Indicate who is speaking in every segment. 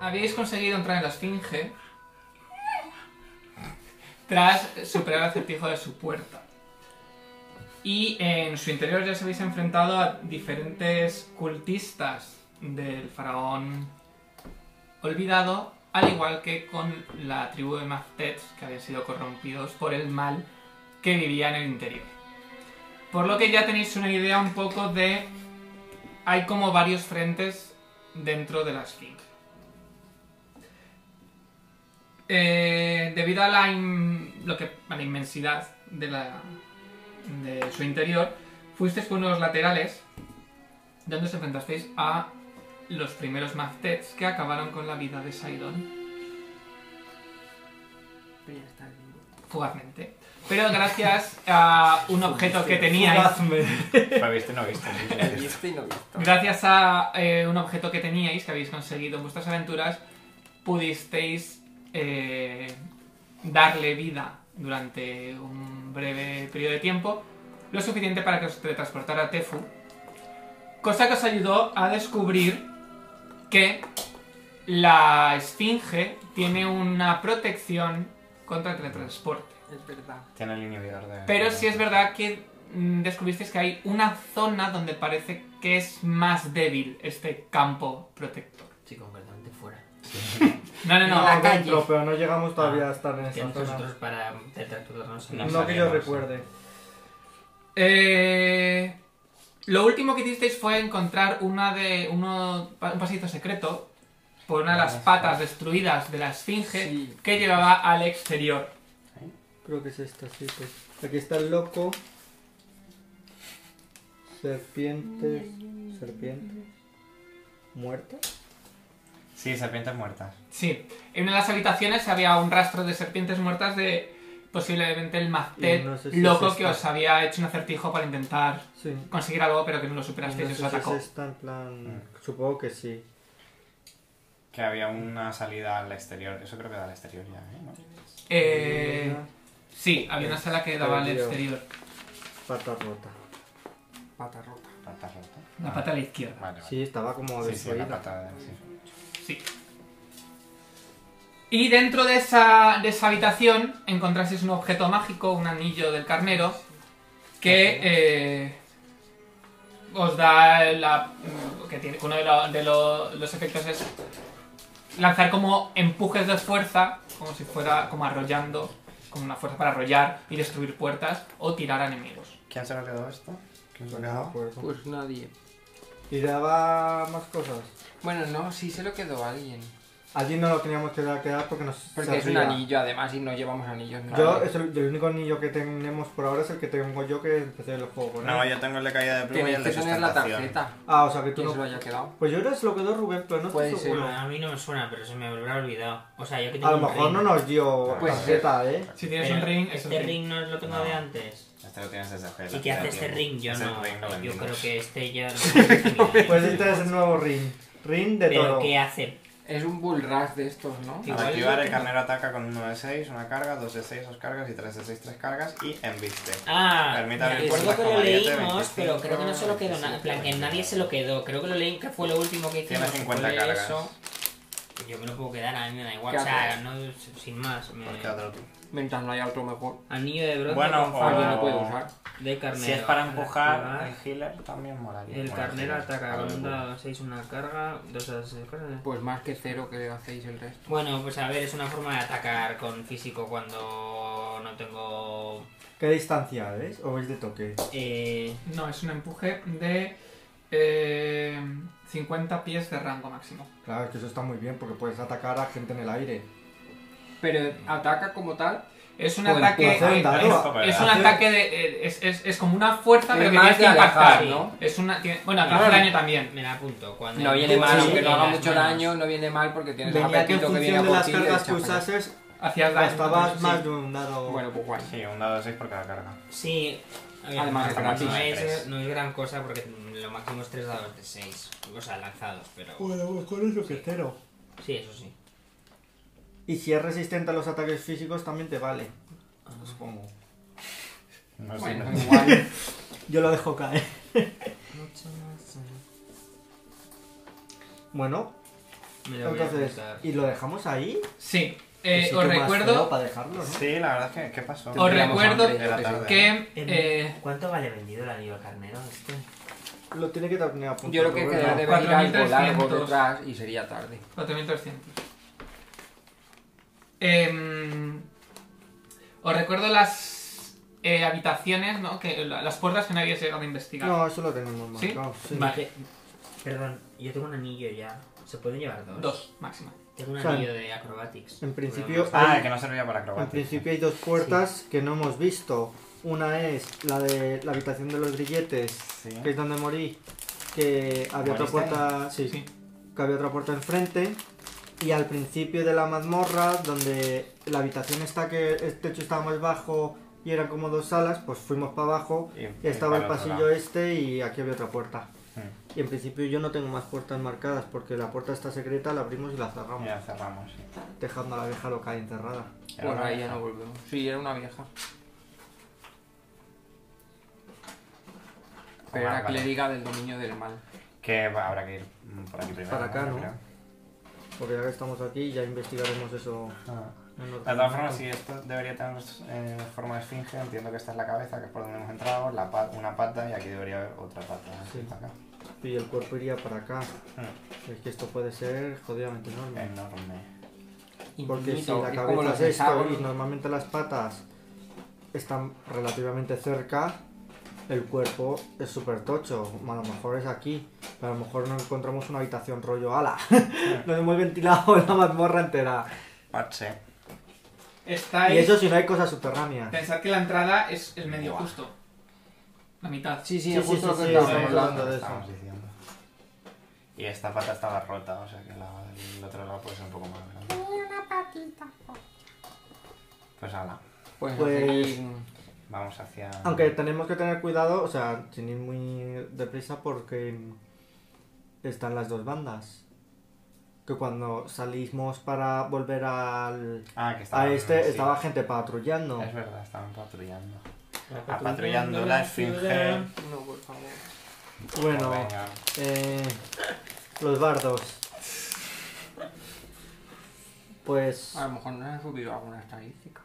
Speaker 1: Habíais conseguido entrar en la esfinge tras superar el acertijo de su puerta. Y en su interior ya os habéis enfrentado a diferentes cultistas del faraón olvidado, al igual que con la tribu de Maftets, que habían sido corrompidos por el mal que vivía en el interior. Por lo que ya tenéis una idea un poco de... Hay como varios frentes dentro de la esfinge. Eh, debido a la, in- lo que, a la inmensidad de, la- de su interior, fuisteis por unos laterales donde os enfrentasteis a los primeros Maftets que acabaron con la vida de Sidon
Speaker 2: Pero ya está vivo.
Speaker 1: fugazmente. Pero gracias a un objeto que teníais,
Speaker 3: Para viste, no viste.
Speaker 2: Visto y este no visto.
Speaker 1: gracias a eh, un objeto que teníais, que habéis conseguido en vuestras aventuras, pudisteis eh, darle vida durante un breve periodo de tiempo, lo suficiente para que os teletransportara a Tefu, cosa que os ayudó a descubrir que la esfinge tiene una protección contra el teletransporte.
Speaker 2: Es verdad.
Speaker 3: Tiene el inhibidor de.
Speaker 1: Pero sí es verdad que mm, descubristeis que hay una zona donde parece que es más débil este campo protector.
Speaker 2: Sí, concretamente fuera.
Speaker 1: No, no,
Speaker 2: En la
Speaker 1: no.
Speaker 2: calle. Ah,
Speaker 4: Dentro, pero no llegamos todavía a estar en
Speaker 5: Que
Speaker 4: esa
Speaker 5: nosotros
Speaker 4: zona.
Speaker 5: para teletransportarnos a
Speaker 3: No
Speaker 4: No,
Speaker 5: la-
Speaker 4: que yo
Speaker 3: sabíamos.
Speaker 4: recuerde.
Speaker 1: Eh, lo último que hicisteis fue encontrar una de, uno, un pasito secreto por una de las patas destruidas de la esfinge
Speaker 2: Sí.
Speaker 1: que llevaba al exterior.
Speaker 4: Creo que es esta, sí, pues. Aquí está el loco. Serpientes. Serpientes. ¿Muertas?
Speaker 3: Sí, serpientes muertas.
Speaker 1: Sí, en una de las habitaciones había un rastro de serpientes muertas de posiblemente el
Speaker 4: Y
Speaker 1: mastet
Speaker 4: no sé si
Speaker 1: loco
Speaker 4: es
Speaker 1: que
Speaker 4: esta.
Speaker 1: os había hecho un acertijo para intentar
Speaker 4: Sí.
Speaker 1: conseguir algo, pero que no lo
Speaker 4: No
Speaker 1: superasteis
Speaker 4: sé
Speaker 1: y
Speaker 4: si
Speaker 1: os atacó.
Speaker 4: es esta, en
Speaker 2: Mm.
Speaker 4: plan. Supongo que sí.
Speaker 3: Que había una salida al exterior. Eso creo que da al exterior ya, ¿eh? ¿No?
Speaker 1: Eh, sí, había una sala que daba al
Speaker 4: Perdido.
Speaker 1: exterior,
Speaker 4: Pata rota.
Speaker 2: Pata rota.
Speaker 3: Pata rota.
Speaker 1: la
Speaker 3: Ah,
Speaker 1: pata a la izquierda.
Speaker 3: Vale, vale.
Speaker 4: Sí, estaba como
Speaker 3: sí, sí, la
Speaker 4: destruida.
Speaker 3: pata. de- sí.
Speaker 1: Sí. Y dentro de esa, de esa habitación encontrasteis un objeto mágico, un anillo del carnero, que eh, os da la... que tiene, uno de, lo- de lo- los efectos es lanzar como empujes de fuerza, como si fuera como arrollando, como una fuerza para arrollar y destruir puertas o tirar a enemigos.
Speaker 3: ¿Quién se lo quedó esto? ¿Quién se lo
Speaker 4: No me
Speaker 3: quedó?
Speaker 4: acuerdo.
Speaker 2: Pues nadie.
Speaker 4: Y daba más cosas.
Speaker 2: Bueno, no, sí se lo quedó a alguien.
Speaker 4: Allí no lo teníamos que dar, que dar porque nos
Speaker 2: Porque es un
Speaker 4: servía.
Speaker 2: anillo, además, y no llevamos anillos. ¿no?
Speaker 4: Yo, es el, el único anillo que tenemos por ahora es el que tengo yo que empecé el juego. ¿no?
Speaker 3: No, yo tengo el de caída de pluma y
Speaker 2: Tenéis
Speaker 3: el de
Speaker 2: que tener la
Speaker 3: sustentación.
Speaker 2: tarjeta.
Speaker 4: Ah, o sea que tú
Speaker 2: ¿Quién se lo Pues, eh,
Speaker 4: no.
Speaker 2: haya quedado?
Speaker 4: Pues yo creo que se lo quedó Rubén, pero no estoy
Speaker 2: Puede ser.
Speaker 4: seguro.
Speaker 5: A mí no me suena, pero se me habrá olvidado. O sea, yo que tengo
Speaker 4: A lo
Speaker 5: un
Speaker 4: mejor
Speaker 5: ring.
Speaker 4: no nos dio
Speaker 3: Pues
Speaker 4: tarjeta, ¿eh?
Speaker 1: Si
Speaker 5: Pero
Speaker 1: tienes un ring, es
Speaker 5: este
Speaker 1: un ring.
Speaker 5: ring no lo tengo
Speaker 3: No.
Speaker 5: de antes.
Speaker 3: Este lo tienes desde G.
Speaker 5: ¿Y qué hace este ring? Yo
Speaker 3: Ese
Speaker 5: no.
Speaker 3: ring lo
Speaker 5: yo
Speaker 3: vendimos.
Speaker 5: creo que este ya. lo-
Speaker 4: Pues este es el nuevo ring. Ring de
Speaker 5: Pero
Speaker 4: todo.
Speaker 5: ¿qué hace?
Speaker 2: Es un bull rush de estos, ¿no?
Speaker 5: Sí.
Speaker 3: Al
Speaker 5: Igual
Speaker 3: activar,
Speaker 5: yo
Speaker 3: el
Speaker 5: creo que
Speaker 3: carnero ataca con 1 de 6, una carga, 2 de 6, dos cargas y 3 de 6, tres cargas y embiste.
Speaker 5: Ah,
Speaker 3: Permita
Speaker 5: me
Speaker 3: recursos
Speaker 5: acuerdo que
Speaker 3: como
Speaker 5: lo
Speaker 3: 10,
Speaker 5: leímos,
Speaker 3: 25,
Speaker 5: pero creo que no se lo quedó nada. En plan, que nadie se lo quedó. Creo que lo leí que fue lo último que
Speaker 3: Tiene
Speaker 5: hicimos.
Speaker 3: 50
Speaker 5: fue
Speaker 3: cargas.
Speaker 5: eso. Pues Yo me lo puedo quedar, a mí me da igual.
Speaker 2: ¿Qué
Speaker 5: O sea,
Speaker 2: haces?
Speaker 5: no, sin más. me-
Speaker 3: Pues quédatelo tú.
Speaker 2: Mientras no haya otro mejor.
Speaker 5: Anillo de bronce
Speaker 3: Bueno,
Speaker 5: con
Speaker 3: o-
Speaker 2: Alguien
Speaker 5: faro
Speaker 2: lo puede usar.
Speaker 5: de carnero.
Speaker 3: Si es para empujar,
Speaker 5: Activar.
Speaker 3: el healer también molaría.
Speaker 5: El
Speaker 3: Bueno,
Speaker 5: carnero
Speaker 3: healer,
Speaker 5: ataca
Speaker 3: algo
Speaker 5: con un
Speaker 3: de-
Speaker 5: dado 6 una carga, dos eh. dados seis cargas.
Speaker 2: Pues más que cero que le hacéis el resto.
Speaker 5: Bueno, pues a ver, es una forma de atacar con físico cuando no tengo...
Speaker 4: ¿Qué distancia es? ¿O es de toque?
Speaker 5: Eh,
Speaker 1: No, es un empuje de eh, 50 pies de rango máximo.
Speaker 4: Claro, es que eso está muy bien porque puedes atacar a gente en el aire.
Speaker 2: Pero ataca como tal.
Speaker 1: Es un
Speaker 2: Pues,
Speaker 1: ataque.
Speaker 4: pues, hacer un dado.
Speaker 1: es-
Speaker 3: Para
Speaker 1: es un
Speaker 4: hacer-
Speaker 1: ataque de. eh, Es, es- es como una fuerza,
Speaker 2: Es
Speaker 1: pero que
Speaker 2: más
Speaker 1: tienes que
Speaker 2: de
Speaker 1: impactar.
Speaker 2: alejar, ¿no?
Speaker 1: Es una, tiene- bueno,
Speaker 5: Claro.
Speaker 1: ataque de daño también.
Speaker 5: me la apunto. Cuando
Speaker 2: No viene mal,
Speaker 4: sí,
Speaker 2: aunque no haga
Speaker 5: las
Speaker 2: mucho
Speaker 5: manos.
Speaker 2: daño, no viene mal porque tienes el
Speaker 4: Venía que en
Speaker 2: apetito que viene
Speaker 4: función
Speaker 2: a
Speaker 4: de
Speaker 2: por
Speaker 4: las
Speaker 2: ti. y le
Speaker 4: cargas que
Speaker 2: echas para allá.
Speaker 4: usases,
Speaker 1: Hacías daño.
Speaker 4: gastabas
Speaker 1: sí.
Speaker 4: Pues más de un dado.
Speaker 2: Bueno, pues guay.
Speaker 3: Sí, un dado de 6 por cada carga.
Speaker 5: Sí. a ver,
Speaker 2: Además, es
Speaker 5: no,
Speaker 2: gratis.
Speaker 5: no es,
Speaker 3: Tres.
Speaker 5: no es gran cosa porque lo máximo es 3 dados de 6. O sea, lanzados, pero...
Speaker 4: pues con eso que cero.
Speaker 5: Sí, eso sí.
Speaker 4: Y si es resistente a los ataques físicos, también te vale. Supongo.
Speaker 2: Ah.
Speaker 3: No sé.
Speaker 2: Bueno,
Speaker 3: no sé.
Speaker 2: igual.
Speaker 4: Yo lo dejo caer. Bueno,
Speaker 5: Me lo voy a
Speaker 4: Entonces,
Speaker 5: apuntar.
Speaker 4: ¿y lo dejamos ahí?
Speaker 1: Sí,
Speaker 4: ¿Qué
Speaker 1: eh,
Speaker 4: sitio
Speaker 1: os
Speaker 4: más feo
Speaker 1: recuerdo
Speaker 4: Para dejarlo, ¿no?
Speaker 3: Sí, la verdad es que, ¿qué pasó?
Speaker 1: Os
Speaker 2: Tendríamos
Speaker 1: recuerdo
Speaker 2: hambre, yo
Speaker 3: de la
Speaker 2: qué sé.
Speaker 3: tarde.
Speaker 1: que... eh,
Speaker 6: ¿Cuánto vale vendido el anillo al carnero este?
Speaker 4: Lo tiene que tener ¿eh? a punto.
Speaker 2: Yo creo que
Speaker 4: Rubén,
Speaker 2: quedaría
Speaker 4: ¿no?
Speaker 2: de venir algo largo
Speaker 1: 4.300.
Speaker 2: detrás y sería tarde.
Speaker 1: 4300. Em, os recuerdo las eh, habitaciones, ¿no? Que, la- las puertas que nadie se llegado a investigar.
Speaker 4: No, eso lo tenemos
Speaker 1: ¿Sí?
Speaker 4: marcado. Sí.
Speaker 6: Vale. Perdón, yo tengo un anillo ya. ¿Se pueden llevar dos?
Speaker 1: Dos, máxima.
Speaker 5: Tengo un
Speaker 4: Claro.
Speaker 5: anillo de acrobatics.
Speaker 4: En principio,
Speaker 3: Ah,
Speaker 4: hay-
Speaker 3: que no servía para
Speaker 4: en
Speaker 3: acrobacia.
Speaker 4: principio hay dos puertas que no hemos visto. Una es la de la habitación de los grilletes,
Speaker 3: Sí.
Speaker 4: que es donde morí. Que había otra
Speaker 3: ¿Moriste?
Speaker 4: puerta. Sí,
Speaker 1: Sí.
Speaker 4: Que había otra puerta enfrente. Y al principio de la mazmorra, donde la habitación está que el techo estaba más bajo y eran como dos salas, pues fuimos para abajo.
Speaker 3: Y-
Speaker 4: Y estaba
Speaker 3: y
Speaker 4: el
Speaker 3: para otro
Speaker 4: pasillo
Speaker 3: lado.
Speaker 4: este y aquí había otra puerta.
Speaker 3: Mm,
Speaker 4: Y en principio yo no tengo más puertas marcadas porque la puerta está secreta, la abrimos y la cerramos,
Speaker 3: Y la Mm, cerramos, sí.
Speaker 4: dejando a la vieja loca ahí encerrada.
Speaker 3: Era
Speaker 2: Pues
Speaker 3: una
Speaker 2: ahí ya
Speaker 3: vieja.
Speaker 2: no volvemos. Sí, era una vieja. Pero
Speaker 3: Ah,
Speaker 2: era
Speaker 3: vale.
Speaker 2: clériga del dominio del mal.
Speaker 3: Que va- habrá que ir mm, por aquí primero.
Speaker 4: Para acá,
Speaker 3: yo
Speaker 4: ¿no?
Speaker 3: creo.
Speaker 4: Porque ya que estamos aquí ya investigaremos eso
Speaker 3: Ah.
Speaker 4: en
Speaker 3: De
Speaker 4: otro
Speaker 3: todas formas,
Speaker 4: momento.
Speaker 3: si esto debería tener eh, forma de esfinge, entiendo que esta es la cabeza, que es por donde hemos entrado, la pa- una pata y aquí debería haber otra pata.
Speaker 4: Sí.
Speaker 3: Está acá.
Speaker 4: Y el cuerpo iría para acá.
Speaker 3: Mm,
Speaker 4: Es que esto puede ser jodidamente enorme.
Speaker 3: Enorme.
Speaker 4: Porque si
Speaker 2: Infinito,
Speaker 4: la
Speaker 2: es como
Speaker 4: cabeza
Speaker 2: los
Speaker 4: es esto
Speaker 2: hexágonos.
Speaker 4: y normalmente las patas están relativamente cerca, el cuerpo es súper tocho. A lo mejor es aquí, pero a lo mejor no encontramos una habitación rollo ala. Nos hemos ventilado la mazmorra entera.
Speaker 3: Parche.
Speaker 1: Estáis...
Speaker 4: Y eso si no hay cosas subterráneas.
Speaker 1: Pensad que la entrada es el medio
Speaker 3: Buah.
Speaker 1: justo. La mitad.
Speaker 2: Sí, sí,
Speaker 4: Sí,
Speaker 2: es
Speaker 4: sí,
Speaker 2: justo
Speaker 4: sí,
Speaker 2: lo que
Speaker 4: sí,
Speaker 2: estamos
Speaker 4: estamos
Speaker 2: hablando.
Speaker 4: hablando de
Speaker 3: Estábamos
Speaker 4: eso.
Speaker 3: diciendo. Y esta pata estaba rota, o sea que la del otro lado puede ser un poco más grande. Una patita. Pues ala,
Speaker 2: Pues,
Speaker 4: Pues-
Speaker 2: así,
Speaker 3: vamos hacia.
Speaker 4: Aunque tenemos que tener cuidado, o sea, sin ir muy deprisa porque están las dos bandas. Que cuando salimos para volver al,
Speaker 3: Ah, que
Speaker 4: a
Speaker 3: estaban-
Speaker 4: este
Speaker 3: sí.
Speaker 4: estaba gente patrullando.
Speaker 3: Es verdad, estaban patrullando. Ah, patrullando la esfinge.
Speaker 5: ciudad.
Speaker 2: No, por favor.
Speaker 4: Bueno,
Speaker 3: Venga.
Speaker 4: eh, los bardos. Pues
Speaker 2: A lo mejor no han subido alguna estadística.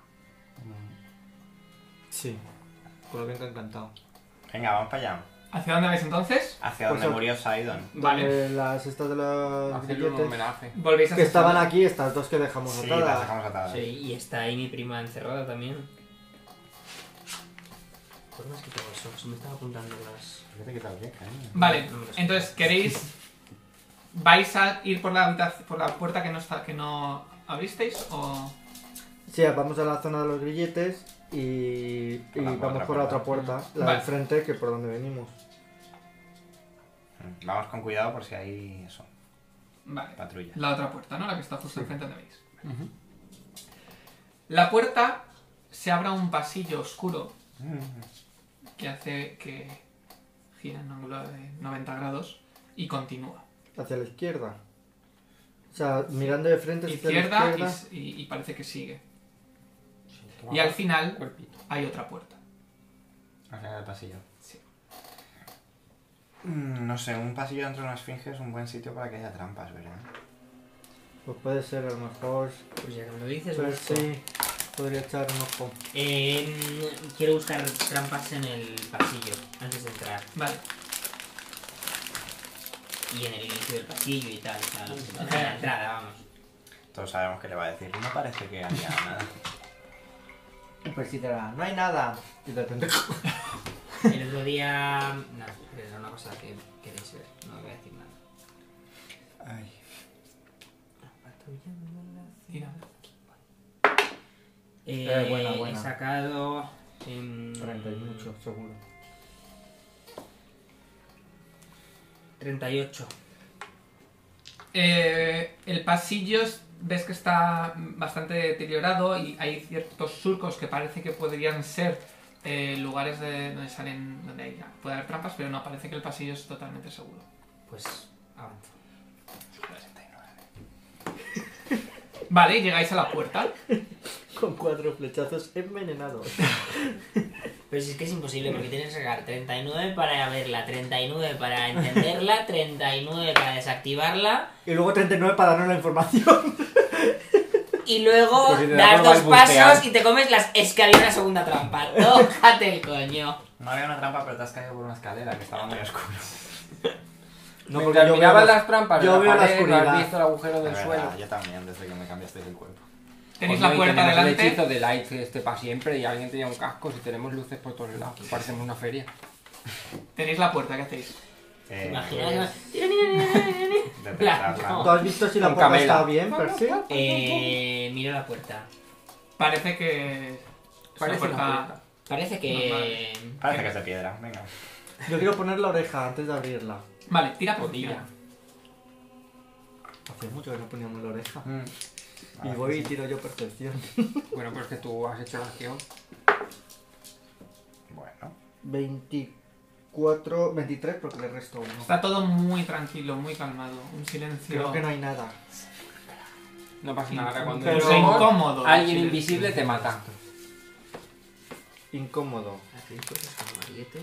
Speaker 4: sí, con lo bien que he encantado.
Speaker 3: Venga, vamos para allá.
Speaker 1: ¿Hacia dónde vais entonces?
Speaker 3: Hacia
Speaker 4: Pues
Speaker 3: donde
Speaker 4: a-
Speaker 3: murió Sidon.
Speaker 1: Vale.
Speaker 4: Eh, las estas de los
Speaker 2: Hacerle un
Speaker 4: grilletes
Speaker 2: homenaje.
Speaker 1: Volvéis a
Speaker 4: que estaban aquí, estas dos que dejamos
Speaker 3: Sí,
Speaker 4: atadas.
Speaker 3: las dejamos atadas.
Speaker 5: Sí, y está ahí mi prima encerrada también.
Speaker 6: ¿Por qué me has quitado eso? Se me estaba apuntando las...
Speaker 3: ¿Por qué te quitas la vieja, eh?
Speaker 1: Vale, entonces queréis... ¿Vais a ir por la, habita- por la puerta que no, está, que no abristeis o...?
Speaker 4: Sí, vamos a la zona de los grilletes y, y
Speaker 3: Por la
Speaker 4: vamos
Speaker 3: otra
Speaker 4: por la otra
Speaker 2: puerta.
Speaker 4: puerta, la
Speaker 1: Vale.
Speaker 4: del frente, que por donde venimos.
Speaker 3: Mm, Vamos con cuidado por si hay eso,
Speaker 1: Vale.
Speaker 3: patrulla.
Speaker 1: La otra puerta, ¿no? La que está justo enfrente donde veis. La puerta se abre a un pasillo oscuro
Speaker 3: Mm,
Speaker 1: que hace que gira en ángulo de 90 grados y continúa.
Speaker 4: Hacia la izquierda. O sea, mirando de frente hacia la
Speaker 1: Izquierda y,
Speaker 4: izquierda.
Speaker 1: s- y- y parece que sigue. Y al final
Speaker 2: Cuerpito.
Speaker 1: hay otra puerta.
Speaker 3: Al final del pasillo.
Speaker 1: Sí.
Speaker 3: Mm, No sé, un pasillo dentro de una esfinge es un buen sitio para que haya trampas, ¿verdad?
Speaker 4: Pues puede ser, a lo mejor.
Speaker 5: Pues ya que me lo dices,
Speaker 4: Pero
Speaker 5: busco.
Speaker 4: sí, podría echar un ojo.
Speaker 5: Eh, quiero buscar trampas en el pasillo antes de entrar.
Speaker 1: Vale.
Speaker 5: Y en el inicio del pasillo y tal. o sea, no- no en la entrada, vamos.
Speaker 3: Todos sabemos que le va a decir. No parece que haya nada.
Speaker 4: Pues sí, te da, no hay nada. Y de repente.
Speaker 5: El otro día. No, pero era una cosa que queréis ver. No voy a decir nada.
Speaker 3: Ay.
Speaker 1: Y nada.
Speaker 5: Eh,
Speaker 4: Eh, buena, buena.
Speaker 5: He sacado. em,
Speaker 4: 38, seguro.
Speaker 5: 38.
Speaker 1: Eh, el pasillo es- ves que está bastante deteriorado y hay ciertos surcos que parece que podrían ser eh, lugares de donde salen donde hay, puede haber trampas, pero no parece que el pasillo es totalmente seguro.
Speaker 5: Pues avanzo.
Speaker 1: Vale, llegáis a la puerta.
Speaker 4: Con cuatro flechazos envenenados.
Speaker 6: Pero si es que es imposible, porque tienes que sacar 39 para verla, 39 para entenderla, 39 para desactivarla,
Speaker 4: Y luego 39 para darnos la información.
Speaker 6: y luego
Speaker 2: Pues si te da
Speaker 6: das
Speaker 2: por
Speaker 6: dos
Speaker 2: balbucear.
Speaker 6: pasos y te comes las... Es que había una segunda trampa. Tócate el coño.
Speaker 3: No había una trampa, pero te has caído por una escalera que estaba muy oscuro.
Speaker 4: No,
Speaker 2: Mientras
Speaker 4: yo veo
Speaker 2: mirabas
Speaker 4: la-
Speaker 2: las trampas, de
Speaker 4: yo
Speaker 2: la
Speaker 4: veo la
Speaker 2: pared, no
Speaker 4: oscuridad.
Speaker 2: has visto el agujero del
Speaker 3: Es verdad,
Speaker 2: suelo.
Speaker 3: Yo también, desde que me cambiasteis el cuerpo.
Speaker 1: Tenéis
Speaker 2: Coño,
Speaker 1: la
Speaker 2: y
Speaker 1: puerta
Speaker 2: tenemos
Speaker 1: delante.
Speaker 2: El hechizo de light que esté para siempre y alguien tenía un casco si tenemos luces por todos lados. Parecemos una feria.
Speaker 1: Tenéis la puerta, ¿qué hacéis?
Speaker 3: Eh,
Speaker 6: Imagina
Speaker 4: Pues.
Speaker 3: detectarla.
Speaker 6: Plan,
Speaker 4: ¿Tú has visto si la
Speaker 2: Con
Speaker 4: puerta
Speaker 2: Camela.
Speaker 4: está bien, Percy?
Speaker 6: Eh, miro la puerta.
Speaker 1: Parece que. es una
Speaker 2: Parece una feria.
Speaker 6: Parece que...
Speaker 3: Parece que es de piedra, venga.
Speaker 4: Yo quiero poner la oreja antes de abrirla.
Speaker 1: Vale, tira
Speaker 2: Podía.
Speaker 1: poción.
Speaker 4: Hace mucho que no poníamos la oreja.
Speaker 2: Mm.
Speaker 4: Y voy y tiro yo percepción.
Speaker 2: Bueno, pues que tú has hecho la acción.
Speaker 3: Bueno,
Speaker 4: 24, 23 porque le resto uno.
Speaker 1: Está todo muy tranquilo, muy calmado. Un silencio.
Speaker 4: Creo que no hay nada.
Speaker 2: No pasa nada cuando
Speaker 4: Pero
Speaker 2: entremos,
Speaker 1: incómodo,
Speaker 2: Alguien
Speaker 1: sí.
Speaker 2: invisible te mata.
Speaker 4: Incómodo.
Speaker 6: Hacéis cosas como ariete.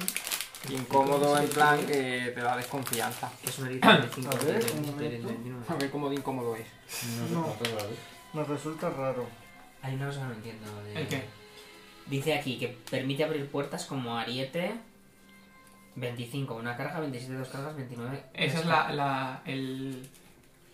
Speaker 2: Incómodo en plan que te da desconfianza.
Speaker 6: Es un ariete de 5
Speaker 4: A ver, un momento.
Speaker 2: A ver cómo de incómodo es.
Speaker 4: No, nos resulta raro.
Speaker 6: Hay una cosa que no entiendo. de-
Speaker 1: ¿El qué?
Speaker 6: Dice aquí que permite abrir puertas como ariete 25, una carga, 27, dos cargas, 29.
Speaker 1: Esa es la, la, el-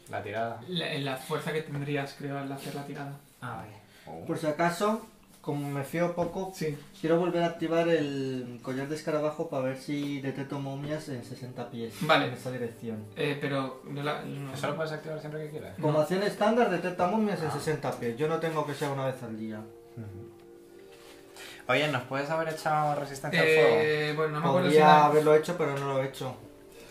Speaker 3: la tirada.
Speaker 1: la- la fuerza que tendrías, creo, al hacer la tirada.
Speaker 6: Ah, vale.
Speaker 3: Oh.
Speaker 4: Por si acaso, como me fío poco,
Speaker 1: Sí.
Speaker 4: quiero volver a activar el collar de escarabajo para ver si detecto momias en 60 pies.
Speaker 1: Vale.
Speaker 4: En esa dirección.
Speaker 1: Eh, pero. No la, no-
Speaker 3: Eso lo puedes activar siempre que quieras.
Speaker 4: Como acción estándar, detecta momias
Speaker 1: Ah.
Speaker 4: en 60 pies. Yo no tengo que sea una vez al día.
Speaker 3: Oye, ¿nos puedes haber echado resistencia
Speaker 1: Eh, bueno, no me acuerdo si
Speaker 4: Podría
Speaker 1: era-
Speaker 4: haberlo hecho, pero no lo he hecho.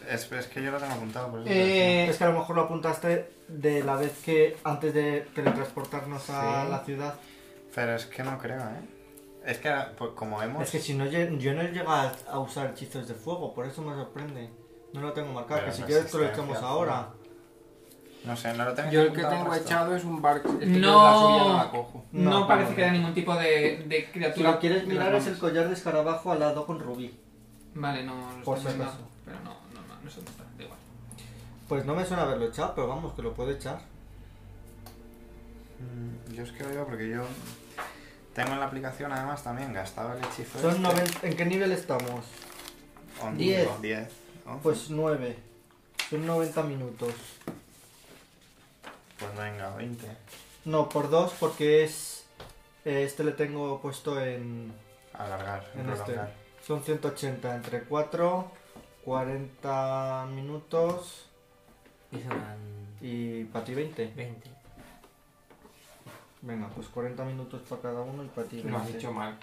Speaker 3: al fuego? Es, es que yo lo tengo apuntado, por eso.
Speaker 4: Eh, es que a lo mejor lo apuntaste de la vez que antes de teletransportarnos a
Speaker 3: Sí.
Speaker 4: la ciudad.
Speaker 3: te decía. Pero es que no creo, ¿eh? Es que pues, como hemos...
Speaker 4: Es que si no, lle- yo no he llegado a usar hechizos de fuego, por eso me sorprende. No lo tengo marcado,
Speaker 3: Pero
Speaker 4: que si
Speaker 3: no
Speaker 4: quieres que lo
Speaker 3: existe
Speaker 4: echamos
Speaker 3: hacia
Speaker 4: ahora.
Speaker 3: No sé, no lo tengo
Speaker 2: Yo el que
Speaker 3: apuntado
Speaker 2: tengo
Speaker 3: resto.
Speaker 2: echado es un barco. Es que yo
Speaker 1: No.
Speaker 2: la suya no la cojo.
Speaker 1: No,
Speaker 4: No,
Speaker 1: parece
Speaker 4: no,
Speaker 1: que haya ningún tipo de, de
Speaker 4: Si
Speaker 1: criatura.
Speaker 4: lo quieres
Speaker 1: de
Speaker 4: mirar
Speaker 1: las
Speaker 4: es el
Speaker 1: manos.
Speaker 4: collar de escarabajo alado con rubí.
Speaker 1: Vale, no lo
Speaker 4: Por
Speaker 1: estoy
Speaker 4: si
Speaker 1: viendo,
Speaker 4: acaso.
Speaker 1: Pero no, no, no, no sé dónde está. Da igual.
Speaker 4: Pues no me suena haberlo echado, pero vamos, que lo puedo echar.
Speaker 3: Mm, Yo es que lo digo porque yo... Tengo en la aplicación además también gastado el hechizo. este.
Speaker 4: Son 90... ¿En qué nivel estamos?
Speaker 3: 10.
Speaker 4: Diez.
Speaker 3: 10. once.
Speaker 4: Pues 9. Son 90 minutos.
Speaker 3: Pues venga, 20.
Speaker 4: No, por 2 porque es... eh, Este le tengo puesto en...
Speaker 3: Alargar,
Speaker 4: En este
Speaker 3: prolongar.
Speaker 4: Son 180 entre 4, 40 minutos
Speaker 6: Y son
Speaker 4: y para ti 20.
Speaker 6: 20.
Speaker 4: Venga, pues 40 minutos para cada uno y para ti
Speaker 2: Lo has
Speaker 4: 20.
Speaker 2: hecho mal.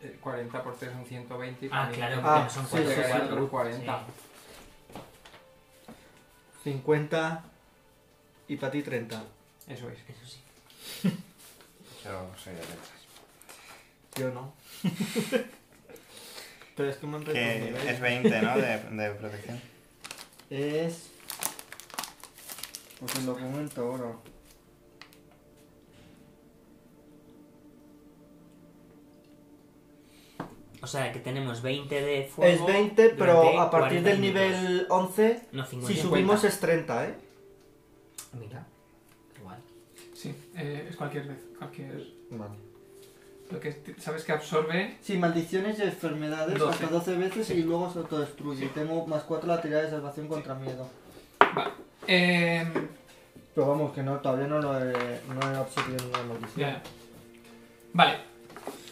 Speaker 2: Eh, 40 por 3 son 120. y
Speaker 6: Ah,
Speaker 2: también-
Speaker 6: claro,
Speaker 4: Ah,
Speaker 6: porque son
Speaker 4: sí,
Speaker 6: 4
Speaker 4: sí, sí,
Speaker 6: 4.
Speaker 2: 40.
Speaker 4: 50 y para ti 30.
Speaker 2: Eso es.
Speaker 6: Eso sí.
Speaker 3: Yo soy de letras.
Speaker 4: Yo no. Pero es que me han retornado,
Speaker 3: Que
Speaker 4: ¿eh?
Speaker 3: es 20, ¿no? De, de protección.
Speaker 4: Es. Pues el documento ahora.
Speaker 6: O sea, que tenemos 20 de fuego.
Speaker 4: Es 20, pero
Speaker 6: durante
Speaker 4: a partir
Speaker 6: 40
Speaker 4: del
Speaker 6: minutos.
Speaker 4: nivel 11,
Speaker 6: No, 50.
Speaker 4: si subimos es 30, ¿eh?
Speaker 6: Mira. Igual.
Speaker 1: Sí, eh, es cualquier vez. Cualquier.
Speaker 4: Vale.
Speaker 1: Lo que t- sabes que absorbe.
Speaker 4: Sí, maldiciones y enfermedades
Speaker 1: 12.
Speaker 4: hasta 12 veces
Speaker 1: Sí.
Speaker 4: y luego se autodestruye. Tengo más 4 la tirada de salvación contra miedo.
Speaker 1: Vale. Eh,
Speaker 4: Pero vamos, que no, todavía no lo he, no he absorbido ninguna maldición.
Speaker 1: ya. Vale.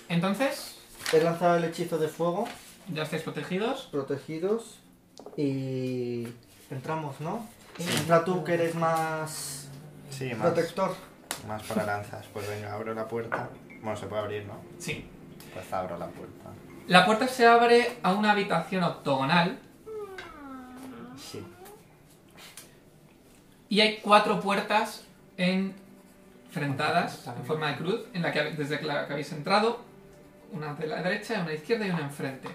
Speaker 1: Entonces,
Speaker 4: He lanzado el hechizo de fuego,
Speaker 1: ya estáis protegidos.
Speaker 4: protegidos y... Entramos, ¿no? Entra tú que eres más
Speaker 3: Sí, más,
Speaker 4: protector.
Speaker 3: más para lanzas. Pues venga, abro la puerta. Bueno, se puede abrir, ¿no?
Speaker 1: Sí.
Speaker 3: Pues abro la puerta.
Speaker 1: La puerta se abre a una habitación octogonal
Speaker 3: Sí.
Speaker 1: y hay cuatro puertas enfrentadas en forma de cruz en la que, desde que la que habéis entrado. Una de la derecha, una izquierda y una enfrente.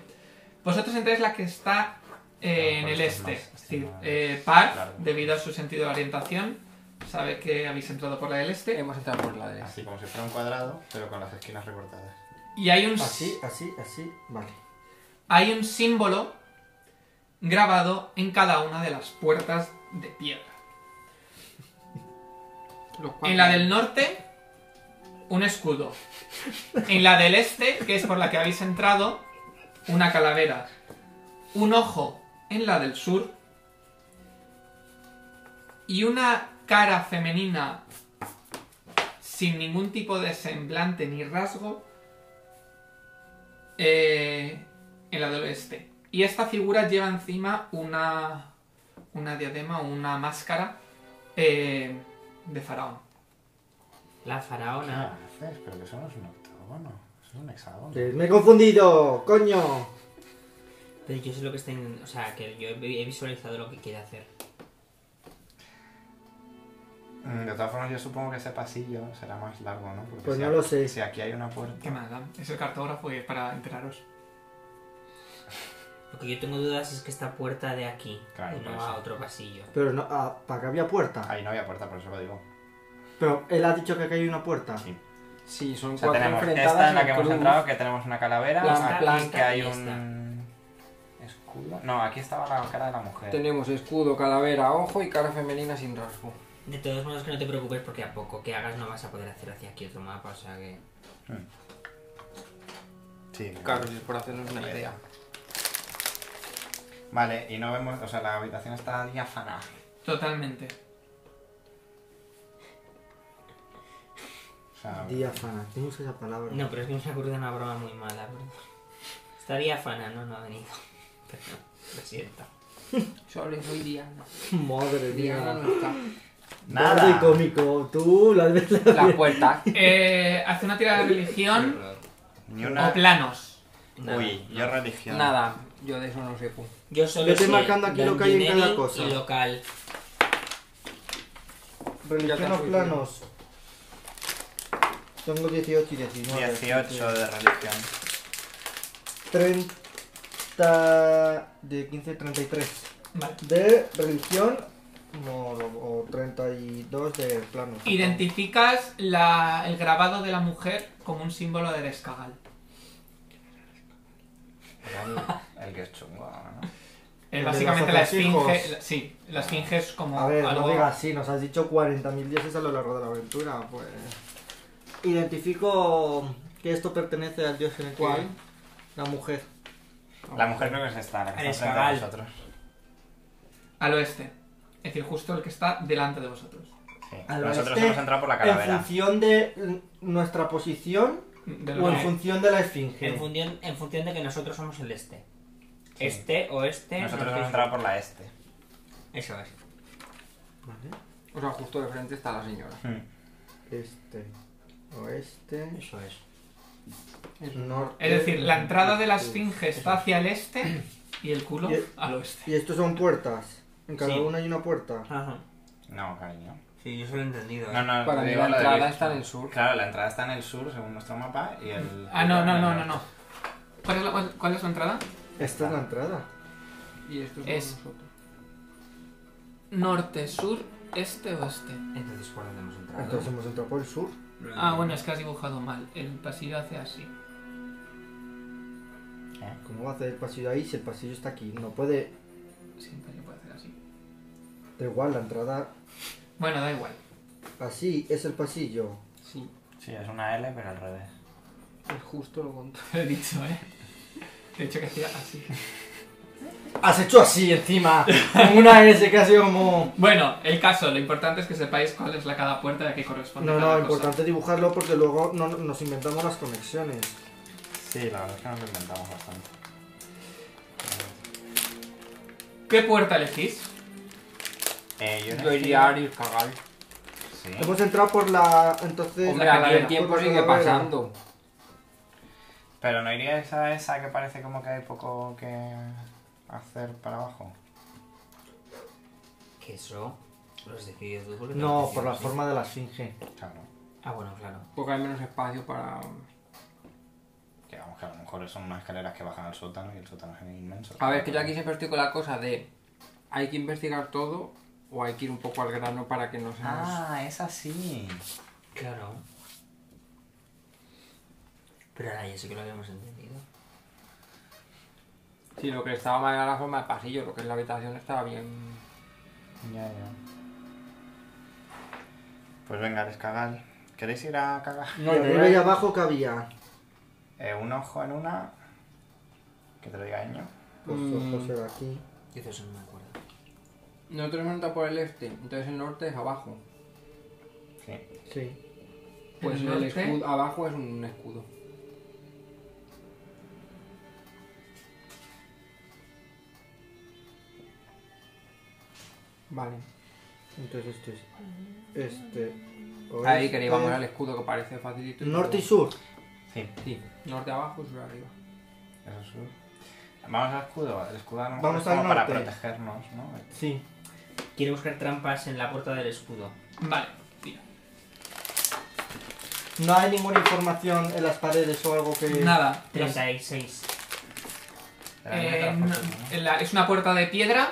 Speaker 1: Vosotros entráis la que está eh,
Speaker 3: Claro,
Speaker 1: en
Speaker 3: pues
Speaker 1: el
Speaker 3: esto es
Speaker 1: este,
Speaker 3: más-
Speaker 1: es
Speaker 3: esto
Speaker 1: decir,
Speaker 3: es más
Speaker 1: eh, Par,
Speaker 3: largo.
Speaker 1: debido a su sentido de orientación, sabe que habéis entrado por la del este.
Speaker 3: Eh,
Speaker 2: Hemos entrado por la derecha.
Speaker 3: Así como si fuera un cuadrado, pero con las esquinas recortadas.
Speaker 1: Y hay un,
Speaker 4: Así, así, así. Vale.
Speaker 1: hay un símbolo grabado en cada una de las puertas de piedra.
Speaker 5: Los cuatro.
Speaker 1: En la del norte, un escudo. En la del este, que es por la que habéis entrado, una calavera. Un ojo en la del sur. Y una cara femenina sin ningún tipo de semblante ni rasgo eh, en la del oeste. Y esta figura lleva encima una, una diadema, una máscara eh, de faraón.
Speaker 5: La
Speaker 3: ¿Qué
Speaker 4: Ah.
Speaker 5: faraona.
Speaker 3: haces? Pero que eso no es un octógono, eso es un hexágono.
Speaker 4: Que eh, Me he confundido, coño.
Speaker 6: Pero yo sé lo que está en... O sea, que yo he he visualizado lo que quiere hacer.
Speaker 3: Mm, De todas formas, yo supongo que ese pasillo será más largo, ¿no? Porque
Speaker 4: Pues
Speaker 3: si
Speaker 4: no
Speaker 3: aquí-
Speaker 4: lo sé.
Speaker 3: Si aquí hay una puerta.
Speaker 1: ¿Qué más da? Es el cartógrafo y es para enteraros.
Speaker 6: Lo que yo tengo dudas es que esta puerta de aquí
Speaker 3: Claro,
Speaker 6: y no
Speaker 3: por
Speaker 6: va a
Speaker 3: eso.
Speaker 6: otro pasillo.
Speaker 4: Pero no, ah, ¿para qué había puerta?
Speaker 3: Ahí no había puerta, por eso lo digo.
Speaker 4: Pero él ha dicho que aquí hay una puerta.
Speaker 3: Sí.
Speaker 2: Sí, son
Speaker 3: O sea,
Speaker 2: cuatro
Speaker 3: tenemos
Speaker 2: enfrentadas
Speaker 3: esta en la que
Speaker 2: cruz.
Speaker 3: hemos entrado, que tenemos una calavera,
Speaker 2: La
Speaker 3: aquí
Speaker 2: planta
Speaker 3: que hay
Speaker 6: y
Speaker 3: un escudo. No, aquí estaba la cara de la mujer.
Speaker 2: Tenemos escudo, calavera, ojo y cara femenina sin rasgo.
Speaker 6: De todos modos que no te preocupes porque a poco que hagas no vas a poder hacer hacia aquí otro mapa, o sea que...
Speaker 3: Sí,
Speaker 2: Claro, si es por hacernos una idea.
Speaker 3: Vale, y no vemos, o sea, la habitación está diáfana.
Speaker 1: Totalmente.
Speaker 3: O sea,
Speaker 4: Diáfana, ¿quién usa esa palabra?
Speaker 6: No, pero es que me acuerdo de una broma muy mala, perdón. Está diáfana, no, no ha venido. Perdón, lo siento.
Speaker 5: Solo soy Diana.
Speaker 4: Madre
Speaker 5: Diana
Speaker 4: mía.
Speaker 5: no está.
Speaker 4: Borde
Speaker 3: nada.
Speaker 4: cómico, tú las veces.
Speaker 2: Las puertas.
Speaker 1: Eh, hace una tirada de religión
Speaker 3: Ni
Speaker 1: o
Speaker 3: una.
Speaker 1: planos.
Speaker 6: Nada.
Speaker 3: Uy, yo religión.
Speaker 2: Nada, yo de eso no sé. pu.
Speaker 6: Yo solo
Speaker 4: Yo estoy
Speaker 6: sé
Speaker 4: marcando aquí lo que hay en cada
Speaker 6: dungeoneering
Speaker 4: cosa.
Speaker 6: Y local.
Speaker 2: Ya
Speaker 4: Religión
Speaker 2: te
Speaker 4: o
Speaker 2: fui,
Speaker 4: planos. Tengo 18 y 19.
Speaker 3: 18 de religión.
Speaker 4: 30. De 15 33.
Speaker 1: Vale.
Speaker 4: De religión. No, o 32 de planos.
Speaker 1: Identificas la- el grabado de la mujer como un símbolo de descagal.
Speaker 3: El, el que es chungo, ¿no?
Speaker 1: Eh,
Speaker 4: ¿El de
Speaker 1: básicamente
Speaker 4: los
Speaker 1: la
Speaker 4: acertijos?
Speaker 1: esfinge. la- sí, la esfinge es como
Speaker 4: A ver,
Speaker 1: algo.
Speaker 4: no digas así, nos has dicho 40.000 dioses a lo largo de la aventura, pues... Identifico que esto pertenece al dios en el
Speaker 2: ¿Cuál?
Speaker 4: que- La mujer.
Speaker 3: La mujer creo que es esta, la que
Speaker 6: Eres
Speaker 3: está frente a
Speaker 6: cabal.
Speaker 3: nosotros.
Speaker 1: Al oeste. Es decir, justo el que está delante de vosotros.
Speaker 3: Sí.
Speaker 4: Al
Speaker 3: Nosotros
Speaker 4: oeste,
Speaker 3: hemos entrado por la
Speaker 4: En
Speaker 3: calavera.
Speaker 4: función de n- nuestra posición
Speaker 1: De
Speaker 4: o
Speaker 1: lo
Speaker 4: en
Speaker 1: que-
Speaker 4: función de la
Speaker 6: En,
Speaker 4: esfinge.
Speaker 6: función, en función de que nosotros somos el este. Este, oeste...
Speaker 3: Nosotros
Speaker 6: norte,
Speaker 3: hemos entrado por la este.
Speaker 6: Eso es.
Speaker 4: Vale.
Speaker 2: O sea, justo de frente está la señora.
Speaker 4: Este. Oeste.
Speaker 6: Eso es.
Speaker 4: Norte.
Speaker 1: Es
Speaker 4: este,
Speaker 1: decir, la entrada de la esfinge está hacia el este y el culo
Speaker 4: Y el-
Speaker 1: al oeste.
Speaker 4: Y estos son puertas. En cada
Speaker 6: Sí.
Speaker 4: una hay una puerta.
Speaker 6: Ajá.
Speaker 3: No, cariño.
Speaker 6: Sí, yo eso lo he entendido. ¿eh?
Speaker 3: No, no,
Speaker 2: Para
Speaker 3: te
Speaker 2: mí
Speaker 3: digo
Speaker 2: la
Speaker 3: lo del
Speaker 2: entrada
Speaker 3: este.
Speaker 2: está en el sur.
Speaker 3: Claro, la entrada está en el sur, según nuestro mapa, y el...
Speaker 1: Ah, no, no, no, no, no. ¿Cuál es la, cuál es la entrada?
Speaker 4: Esta es la entrada.
Speaker 2: Y esto
Speaker 1: Es- Norte, sur, este, oeste.
Speaker 6: Entonces, ¿por dónde hemos entrado?
Speaker 4: Entonces hemos entrado por el sur.
Speaker 1: Ah, bueno, es que has dibujado mal. El pasillo hace así.
Speaker 4: ¿Cómo va a hacer el pasillo ahí si el pasillo está aquí? No puede...
Speaker 1: Siempre se puede hacer así.
Speaker 4: Da igual, la entrada
Speaker 1: Bueno, da igual.
Speaker 4: así es el pasillo.
Speaker 2: Sí,
Speaker 3: Sí, es una L, pero al revés.
Speaker 2: es justo lo contrario.
Speaker 1: Lo he dicho, ¿eh? Te he dicho que hacía así.
Speaker 4: Has hecho así encima, con una S casi como...
Speaker 1: Bueno, el caso, lo importante es que sepáis cuál es la cada puerta de que corresponde.
Speaker 4: No,
Speaker 1: cada
Speaker 4: no,
Speaker 1: cosa.
Speaker 4: importante dibujarlo porque luego no, nos inventamos las conexiones.
Speaker 3: Sí, la verdad es que nos lo inventamos bastante.
Speaker 1: ¿Qué puerta elegís?
Speaker 3: Eh, yo
Speaker 2: Yo iría a Aris Cagal.
Speaker 3: Sí.
Speaker 4: Hemos entrado por la... entonces...
Speaker 2: Hombre,
Speaker 1: la
Speaker 2: aquí
Speaker 1: calavera.
Speaker 2: el tiempo
Speaker 4: Por la
Speaker 2: sigue
Speaker 4: calavera.
Speaker 2: pasando.
Speaker 3: Pero no iría esa, esa que parece como que hay poco que hacer para abajo.
Speaker 6: Que eso lo has decidido tú. porque te
Speaker 4: No,
Speaker 6: apetecía,
Speaker 4: por la
Speaker 6: ¿sí?
Speaker 4: forma de la esfinge.
Speaker 3: Claro.
Speaker 6: Ah, bueno, claro.
Speaker 2: Porque hay menos espacio para.
Speaker 3: Que vamos, que a lo mejor son unas escaleras que bajan al sótano y el sótano es inmenso.
Speaker 2: A ver, que yo aquí siempre estoy con la cosa de. Hay que investigar todo o hay que ir un poco al grano para que no se
Speaker 1: Ah,
Speaker 2: nos.
Speaker 3: Ah, es así.
Speaker 6: Claro. Pero ahora ya sí que lo habíamos entendido.
Speaker 2: Sí, lo que estaba mal era la forma de pasillo, lo que es la habitación estaba bien.
Speaker 3: Ya, ya. Pues venga, eres cagal. ¿Queréis ir a cagar?
Speaker 4: No, y arriba y abajo que había.
Speaker 3: Eh, un ojo en una. Que te lo diga Ño.
Speaker 4: Pues
Speaker 2: Mm.
Speaker 4: ojos era aquí.
Speaker 6: Yo de eso no me acuerdo.
Speaker 2: Nosotros hemos entrado por el este, entonces el norte es abajo.
Speaker 3: Sí.
Speaker 4: Sí.
Speaker 2: Pues
Speaker 1: El
Speaker 2: el,
Speaker 1: norte.
Speaker 2: escudo abajo es un escudo. Vale.
Speaker 4: Entonces esto es. Este.
Speaker 2: Ahí
Speaker 4: oeste,
Speaker 2: queréis vamos al escudo que parece facilito.
Speaker 4: Pues, Norte y sur.
Speaker 3: Sí,
Speaker 2: Sí, norte abajo y sur arriba.
Speaker 3: eso sí. Vamos al escudo. El escudo a lo mejor
Speaker 4: Vamos
Speaker 3: es
Speaker 4: al
Speaker 3: como para
Speaker 4: norte.
Speaker 3: protegernos, ¿no?
Speaker 4: Sí.
Speaker 6: Quiero buscar trampas en la puerta del escudo.
Speaker 1: Vale, tira.
Speaker 4: No hay ninguna información en las paredes o algo que.
Speaker 1: Nada. las-
Speaker 6: 36.
Speaker 3: Realmente
Speaker 1: Eh,
Speaker 3: las
Speaker 1: no,
Speaker 3: fotos, ¿no?
Speaker 1: en la- es una puerta de piedra.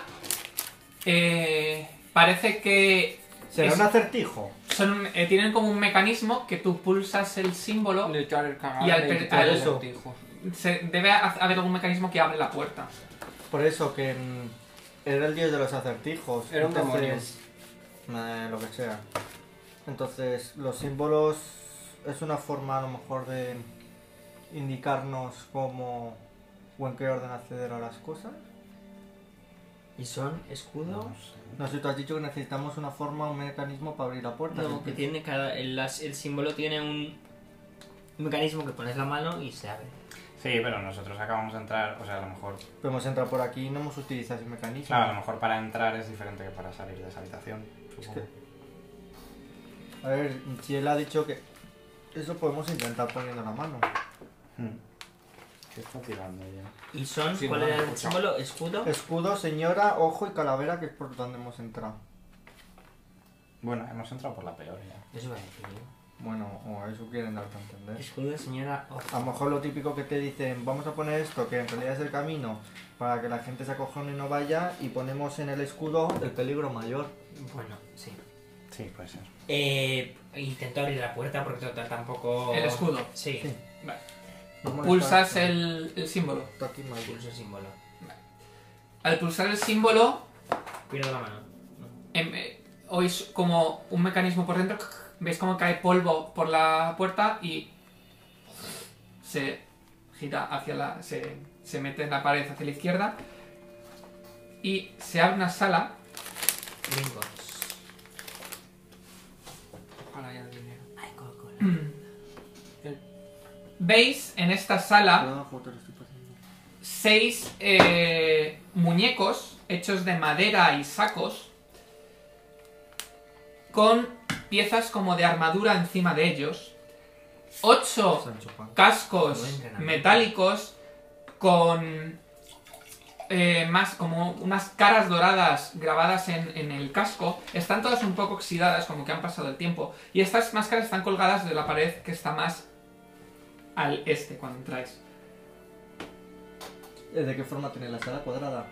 Speaker 1: Eh, parece que
Speaker 4: ¿Será
Speaker 1: es-
Speaker 4: un acertijo?
Speaker 1: son, eh, tienen como un mecanismo que tú pulsas el símbolo.
Speaker 2: Le echar el cagado
Speaker 1: Y al
Speaker 2: de
Speaker 1: per-
Speaker 2: quitar
Speaker 1: al-
Speaker 2: el
Speaker 4: eso.
Speaker 2: acertijo.
Speaker 1: Se- debe ha- haber algún mecanismo que abre la puerta.
Speaker 4: Por eso que. mm, Era el dios de los acertijos.
Speaker 2: Era un demonio.
Speaker 4: entonces, eh, lo que sea. Entonces, los símbolos. Es una forma a lo mejor de. Indicarnos cómo. o en qué orden acceder a las cosas.
Speaker 6: ¿Y son escudos?
Speaker 4: No sé, tú has dicho que necesitamos una forma, un mecanismo para abrir la puerta.
Speaker 6: No, que tiene cada. El, las- el símbolo tiene un mecanismo que pones la mano y se abre.
Speaker 3: Sí, pero nosotros acabamos de entrar. O sea, a lo mejor.
Speaker 4: Pero hemos entrado por aquí y no hemos utilizado ese mecanismo.
Speaker 3: Claro, a lo mejor para entrar es diferente que para salir de esa habitación. Supongo.
Speaker 4: A ver, si él ha dicho que. Eso podemos intentar poniendo la mano.
Speaker 3: Hmm. ¿Qué está tirando ya?
Speaker 6: ¿Y son?
Speaker 2: Sí,
Speaker 6: ¿Cuál
Speaker 2: no,
Speaker 6: era
Speaker 2: no,
Speaker 6: el
Speaker 2: escucha.
Speaker 6: símbolo? ¿Escudo?
Speaker 4: Escudo, señora, ojo y calavera, que es por donde hemos entrado.
Speaker 3: Bueno, hemos entrado por la peor ya.
Speaker 6: Eso iba a decir yo.
Speaker 4: Bueno, o eso quieren darte a entender.
Speaker 6: Escudo de señora. Ojo.
Speaker 4: A lo mejor lo típico que te dicen, vamos a poner esto, que en realidad es el camino, para que la gente se acojone y no vaya, y ponemos en el escudo el peligro mayor.
Speaker 6: Bueno, sí.
Speaker 3: Sí, pues puede ser.
Speaker 6: Eh, intento abrir la puerta porque total tampoco.
Speaker 1: El escudo.
Speaker 6: Sí.
Speaker 4: Sí.
Speaker 1: Vale.
Speaker 4: No molestar.
Speaker 1: Pulsas el, el símbolo.
Speaker 4: Está aquí mal.
Speaker 6: Pulso el símbolo.
Speaker 1: Al pulsar el símbolo,
Speaker 6: Cuidado la mano.
Speaker 1: em, eh, oís como un mecanismo por dentro. Veis cómo cae polvo por la puerta y se gira hacia la. se, se mete en la pared hacia la izquierda. Y se abre una sala
Speaker 6: Gringos.
Speaker 2: Ojalá haya dinero.
Speaker 6: Ay, Coca-Cola.
Speaker 1: Veis en esta sala
Speaker 4: Perdón, jo, te lo estoy pasando.
Speaker 1: seis eh, muñecos hechos de madera y sacos con piezas como de armadura encima de ellos. Ocho
Speaker 4: Sancho Panza.
Speaker 6: Buen
Speaker 1: cascos
Speaker 6: entrenamiento.
Speaker 1: metálicos con eh, más como unas caras doradas grabadas en, en el casco. Están todas un poco oxidadas, como que han pasado el tiempo. Y estas máscaras están colgadas de la pared que está más al este cuando entráis.
Speaker 4: Eh, ¿De qué forma tiene la sala cuadrada?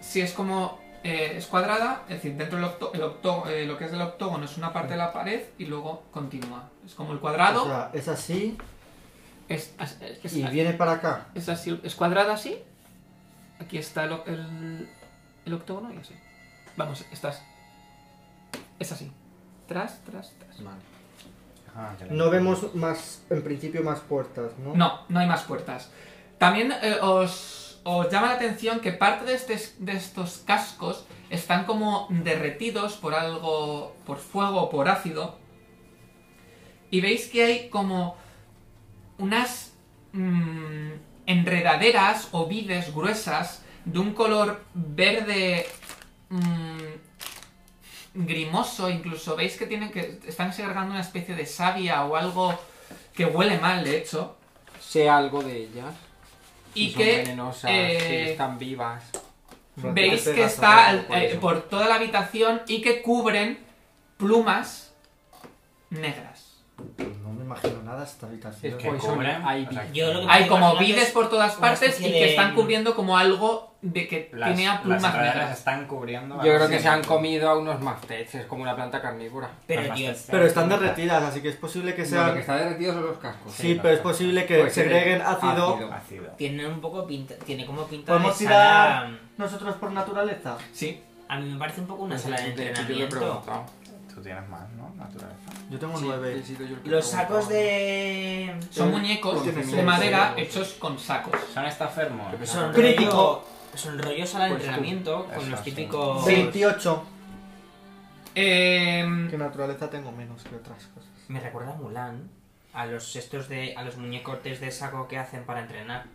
Speaker 1: Si es como eh, es cuadrada, es decir, dentro del octo- el octo- eh, lo que es del octógono es una parte de la pared y luego continúa. Es como el cuadrado.
Speaker 4: O sea, es así
Speaker 1: es, as- es- es-
Speaker 4: y viene para acá.
Speaker 1: es así, es cuadrada así. Aquí está el, o- el- el octógono y así. Vamos, estás. Es así. Tras, tras, tras.
Speaker 3: Ah, que le-
Speaker 4: No vemos más, en principio, más puertas, ¿no?
Speaker 1: No, no hay más puertas. También eh, os, os llama la atención que parte de, estes- de estos cascos están como derretidos por algo, por fuego o por ácido. Y veis que hay como unas mm, enredaderas o vides gruesas de un color verde mm, grimoso. Incluso veis que tienen que están segregando una especie de savia o algo que huele mal, de hecho.
Speaker 2: Sé algo de ellas.
Speaker 1: Y
Speaker 2: si
Speaker 1: que,
Speaker 2: son venenosas,
Speaker 1: eh,
Speaker 2: si están vivas.
Speaker 4: Bueno,
Speaker 1: Veis
Speaker 4: te
Speaker 1: que
Speaker 4: pegas a
Speaker 1: está
Speaker 4: algo con
Speaker 1: eh,
Speaker 4: eso.
Speaker 1: por toda la habitación y que cubren plumas negras.
Speaker 4: Pues no me imagino nada esta habitación.
Speaker 2: Es que
Speaker 3: Pues
Speaker 2: son
Speaker 3: cobran,
Speaker 2: hay
Speaker 3: o sea,
Speaker 6: Yo lo que
Speaker 1: Hay
Speaker 6: me
Speaker 1: como
Speaker 6: imagino que
Speaker 1: vides
Speaker 6: es
Speaker 1: por todas
Speaker 6: una
Speaker 1: partes y
Speaker 6: especie
Speaker 1: que
Speaker 6: de-
Speaker 1: están cubriendo como algo de que
Speaker 3: Las,
Speaker 1: tiene a
Speaker 3: las
Speaker 1: plumas
Speaker 3: entradas las
Speaker 1: negras.
Speaker 3: están cubriendo.
Speaker 2: Yo creo
Speaker 3: así.
Speaker 2: que se han comido a unos mastecs, es como una planta carnívora.
Speaker 6: Pero
Speaker 3: Las
Speaker 6: tío,
Speaker 3: pastas
Speaker 4: Pero están derretidas, así que es posible que
Speaker 2: Lo
Speaker 4: sean.
Speaker 2: que está derretido son los cascos.
Speaker 4: Sí, pero es posible que
Speaker 2: Pues
Speaker 4: segreguen
Speaker 2: sí,
Speaker 4: ácido.
Speaker 2: ácido.
Speaker 3: Ácido.
Speaker 6: tiene un poco pinta, tiene como pinta
Speaker 4: ¿Podemos
Speaker 6: de sala-
Speaker 4: tirar nosotros por naturaleza?
Speaker 1: Sí,
Speaker 6: A mí me parece un poco una
Speaker 2: Pues
Speaker 6: sala de
Speaker 2: yo te- yo te lo he
Speaker 6: entrenamiento.
Speaker 2: preguntado.
Speaker 3: Tú tienes más, ¿no? Naturaleza.
Speaker 4: Yo tengo
Speaker 2: Sí,
Speaker 4: nueve.
Speaker 2: he sido yo el que
Speaker 6: Los
Speaker 2: he preguntado.
Speaker 6: sacos de...
Speaker 1: son
Speaker 4: Eh,
Speaker 1: muñecos
Speaker 4: tiene
Speaker 1: de
Speaker 4: seis,
Speaker 1: madera
Speaker 2: seis.
Speaker 1: hechos con sacos.
Speaker 3: ¿Son estafermos?
Speaker 2: Yo
Speaker 6: Son
Speaker 4: Crítico.
Speaker 6: rollo, son rollo sala de
Speaker 2: Pues tú.
Speaker 6: entrenamiento
Speaker 3: Eso,
Speaker 6: con los
Speaker 3: sí.
Speaker 6: típicos...
Speaker 4: 28.
Speaker 1: Eh, Em,
Speaker 4: Que naturaleza tengo menos que otras cosas.
Speaker 6: Me recuerda a Mulan. A los estos de... A los muñecotes de saco que hacen para entrenar.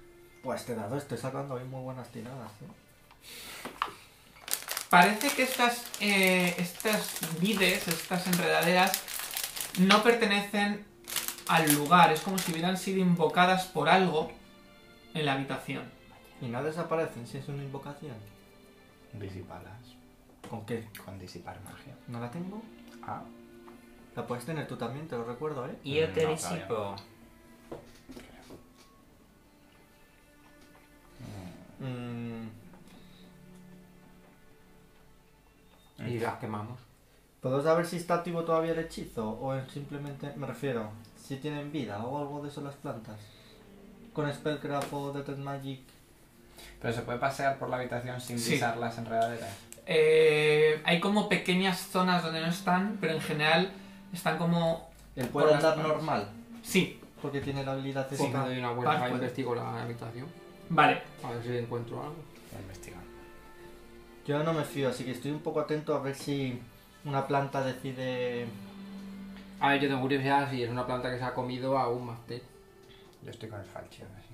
Speaker 4: Pues este dado estoy sacando hoy muy buenas tiradas. ¿eh?
Speaker 1: parece que estas, eh, estas vides, estas enredaderas, no pertenecen al lugar. Es como si hubieran sido invocadas por algo en la habitación.
Speaker 4: Y no desaparecen si es una invocación.
Speaker 3: Disipalas.
Speaker 4: ¿Con qué?
Speaker 3: Con disipar magia.
Speaker 4: ¿No la tengo?
Speaker 3: Ah,
Speaker 4: La puedes tener tú también, te lo recuerdo, ¿eh?
Speaker 6: Y yo te
Speaker 3: No,
Speaker 6: disipo.
Speaker 4: Mm,
Speaker 2: Y las quemamos.
Speaker 4: ¿Puedo saber si está activo todavía el hechizo? O es simplemente, me refiero, si tienen vida o algo de eso las plantas. Con Spellcraft o Detect Magic.
Speaker 3: pero se puede pasear por la habitación sin
Speaker 1: Sí.
Speaker 3: pisar las enredaderas.
Speaker 1: Eh, hay como pequeñas zonas donde no están, pero en general están como...
Speaker 4: Él
Speaker 1: Por
Speaker 4: puede
Speaker 1: las
Speaker 4: andar
Speaker 1: plantas.
Speaker 4: normal,
Speaker 1: Sí,
Speaker 4: porque tiene la habilidad de
Speaker 2: Pues me doy una vuelta
Speaker 1: Vas,
Speaker 2: e
Speaker 1: pues.
Speaker 2: investigo la habitación.
Speaker 1: vale.
Speaker 2: A ver si encuentro algo.
Speaker 3: Lo investigan.
Speaker 4: Yo no me fío, así que estoy un poco atento a ver si una planta decide...
Speaker 2: A ver, yo tengo curiosidad si es una planta que se ha comido a un mastec.
Speaker 3: Yo estoy con el falchion así.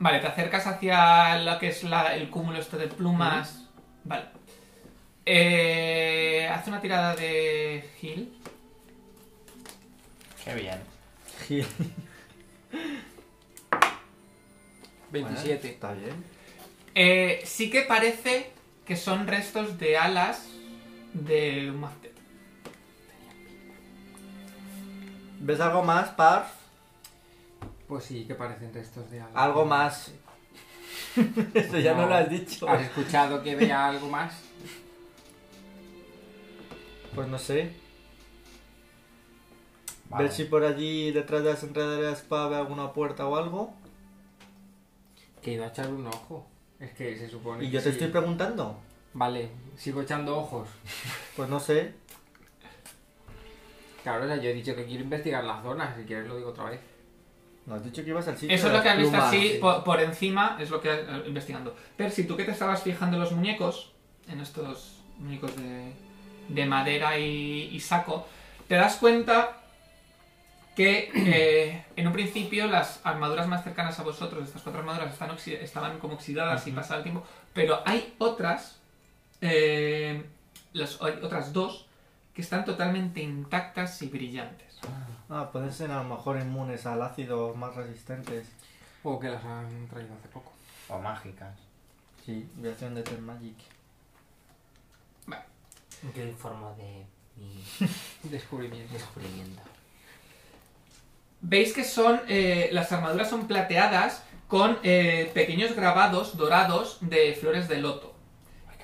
Speaker 1: Vale, te acercas hacia lo que es la- el cúmulo este de plumas. Vale. Eh, haz una tirada de heal.
Speaker 3: Qué bien.
Speaker 2: 27.
Speaker 4: Está bien.
Speaker 1: Eh, sí que parece que son restos de alas de un mastec.
Speaker 4: ¿Ves algo más, Parf?
Speaker 2: Pues sí, que parecen restos de algo.
Speaker 4: Algo más. Eso ya no, Ah.
Speaker 2: No.
Speaker 4: lo has dicho.
Speaker 2: ¿Has escuchado que vea algo más?
Speaker 4: Pues no sé.
Speaker 3: Vale.
Speaker 4: Ver si por allí detrás de las enredaderas pa ve alguna puerta o algo.
Speaker 2: Que iba a echar un ojo. Es que se supone
Speaker 4: Y
Speaker 2: que
Speaker 4: yo te
Speaker 2: sí.
Speaker 4: estoy preguntando.
Speaker 2: Vale, sigo echando ojos.
Speaker 4: Pues no sé.
Speaker 2: Claro, o sea, yo he dicho que quiero investigar las zonas, si quieres lo digo otra vez.
Speaker 4: No has dicho que ibas al sitio.
Speaker 1: Eso es lo
Speaker 4: de las
Speaker 1: que has visto
Speaker 4: plumas.
Speaker 1: así pues. por, por encima, es lo que has eh, investigando. Pero si tú que te estabas fijando en los muñecos, en estos muñecos de, de madera y, y saco, te das cuenta que eh, en un principio las armaduras más cercanas a vosotros, estas cuatro armaduras, están oxi- estaban como oxidadas y pasaba el tiempo, pero hay otras, eh, las hay otras dos, que están totalmente intactas y brillantes.
Speaker 4: Ah, pueden ser a lo mejor inmunes al ácido, más resistentes.
Speaker 2: O que las han traído hace poco.
Speaker 3: O mágicas.
Speaker 4: Sí, voy a hacer un Detect Magic.
Speaker 6: Yo informo de mi
Speaker 2: Descubrimiento.
Speaker 6: descubrimiento.
Speaker 1: Veis que son. eh, las armaduras son plateadas con eh, pequeños grabados dorados de flores de loto.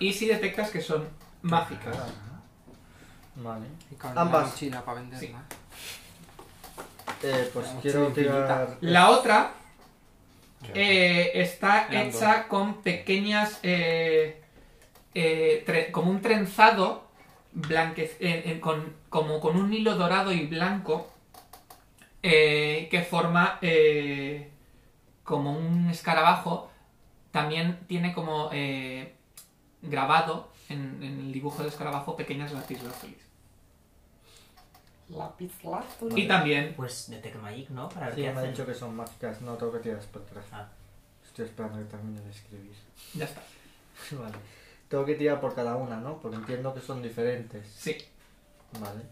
Speaker 1: Y si detectas que son mágicas.
Speaker 3: Ah,
Speaker 4: Vale.
Speaker 2: Y cabe en la
Speaker 4: Ambas.
Speaker 2: mochila para venderla.
Speaker 4: Eh, pues
Speaker 2: Mucho
Speaker 4: quiero
Speaker 2: infinita.
Speaker 4: tirar.
Speaker 1: La otra
Speaker 3: Qué
Speaker 1: eh, está
Speaker 2: Eran
Speaker 1: hecha con pequeñas. eh, eh, tre- como un trenzado. blanque- eh, eh, con, como con un hilo dorado y blanco. eh, que forma. eh, como un escarabajo. También tiene como. eh, grabado en, en el dibujo del escarabajo pequeñas lapislazulis. Y también.
Speaker 6: Pues de Tech Magic, ¿no? Para ver
Speaker 4: Sí,
Speaker 6: qué
Speaker 4: me ha
Speaker 6: hacen.
Speaker 4: dicho que son mágicas. No tengo que tirar Spellcraft.
Speaker 6: Ah.
Speaker 4: Estoy esperando que termine de escribir.
Speaker 1: Ya está.
Speaker 4: Vale. Tengo que tirar por cada una, ¿no? Porque entiendo que son diferentes.
Speaker 1: Sí.
Speaker 4: Vale.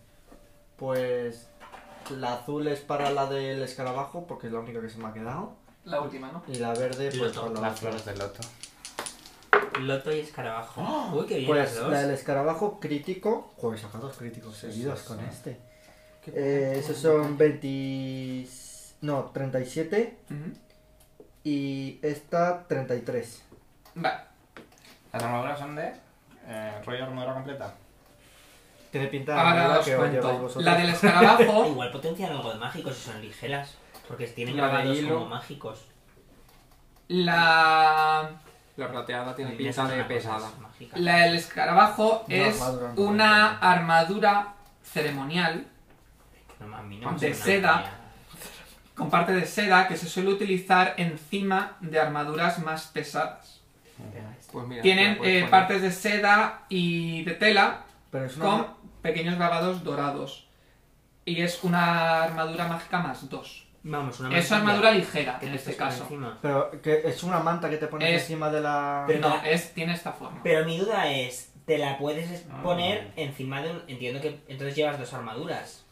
Speaker 4: Pues la azul es para la del escarabajo, porque es la única que se me ha quedado.
Speaker 1: La última, ¿no?
Speaker 4: Y la verde,
Speaker 6: Y
Speaker 4: pues
Speaker 6: los
Speaker 4: para la
Speaker 3: Las
Speaker 4: otra.
Speaker 3: flores del loto.
Speaker 6: Loto y escarabajo. Uy, qué bien
Speaker 4: Pues
Speaker 6: las
Speaker 4: la del
Speaker 6: dos.
Speaker 4: escarabajo crítico. Joder, saca dos críticos
Speaker 3: Sí,
Speaker 4: seguidos
Speaker 3: sí,
Speaker 4: con
Speaker 3: sí.
Speaker 4: este. Eh, esos son 20... No, 37
Speaker 1: Ujú.
Speaker 4: y esta 33.
Speaker 1: Vale.
Speaker 3: Las armaduras son de eh, rollo armadura completa.
Speaker 4: Tiene pinta de
Speaker 1: Ahora
Speaker 4: armadura
Speaker 1: Ah, os
Speaker 4: que os lleváis
Speaker 1: cuento.
Speaker 4: vosotros.
Speaker 1: La del escarabajo.
Speaker 6: Igual potencian algo de mágicos si son ligeras. Porque tienen
Speaker 2: La de
Speaker 6: grabados
Speaker 2: hilo.
Speaker 6: como mágicos.
Speaker 1: la.
Speaker 2: La plateada tiene
Speaker 6: A mí me
Speaker 2: pinta de
Speaker 6: suena
Speaker 2: pesada.
Speaker 6: cosas mágicas.
Speaker 1: La del escarabajo
Speaker 4: Una
Speaker 1: es
Speaker 4: armadura, no.
Speaker 1: una armadura ceremonial
Speaker 6: No, a mí no me
Speaker 1: de
Speaker 6: suena
Speaker 1: seda.
Speaker 6: nada.
Speaker 1: con parte de seda que se suele utilizar encima de armaduras más pesadas.
Speaker 2: Pues mira,
Speaker 1: Tienen
Speaker 2: la puedes
Speaker 1: eh,
Speaker 2: poner.
Speaker 1: partes de seda y de tela
Speaker 4: Pero es una...
Speaker 1: con pequeños grabados dorados. Y es una armadura mágica más dos.
Speaker 6: Vamos, una
Speaker 1: Es
Speaker 6: mantilla
Speaker 1: una armadura ligera
Speaker 6: que
Speaker 1: en
Speaker 6: te
Speaker 1: este
Speaker 6: suena
Speaker 1: caso.
Speaker 6: encima.
Speaker 4: Pero que es una manta que te pones
Speaker 1: Es-
Speaker 4: encima de la...
Speaker 6: Pero-
Speaker 1: No, es, tiene esta forma.
Speaker 6: Pero mi duda es, ¿te la puedes es-
Speaker 3: Ah.
Speaker 6: poner encima de un... Entiendo que entonces llevas dos armaduras.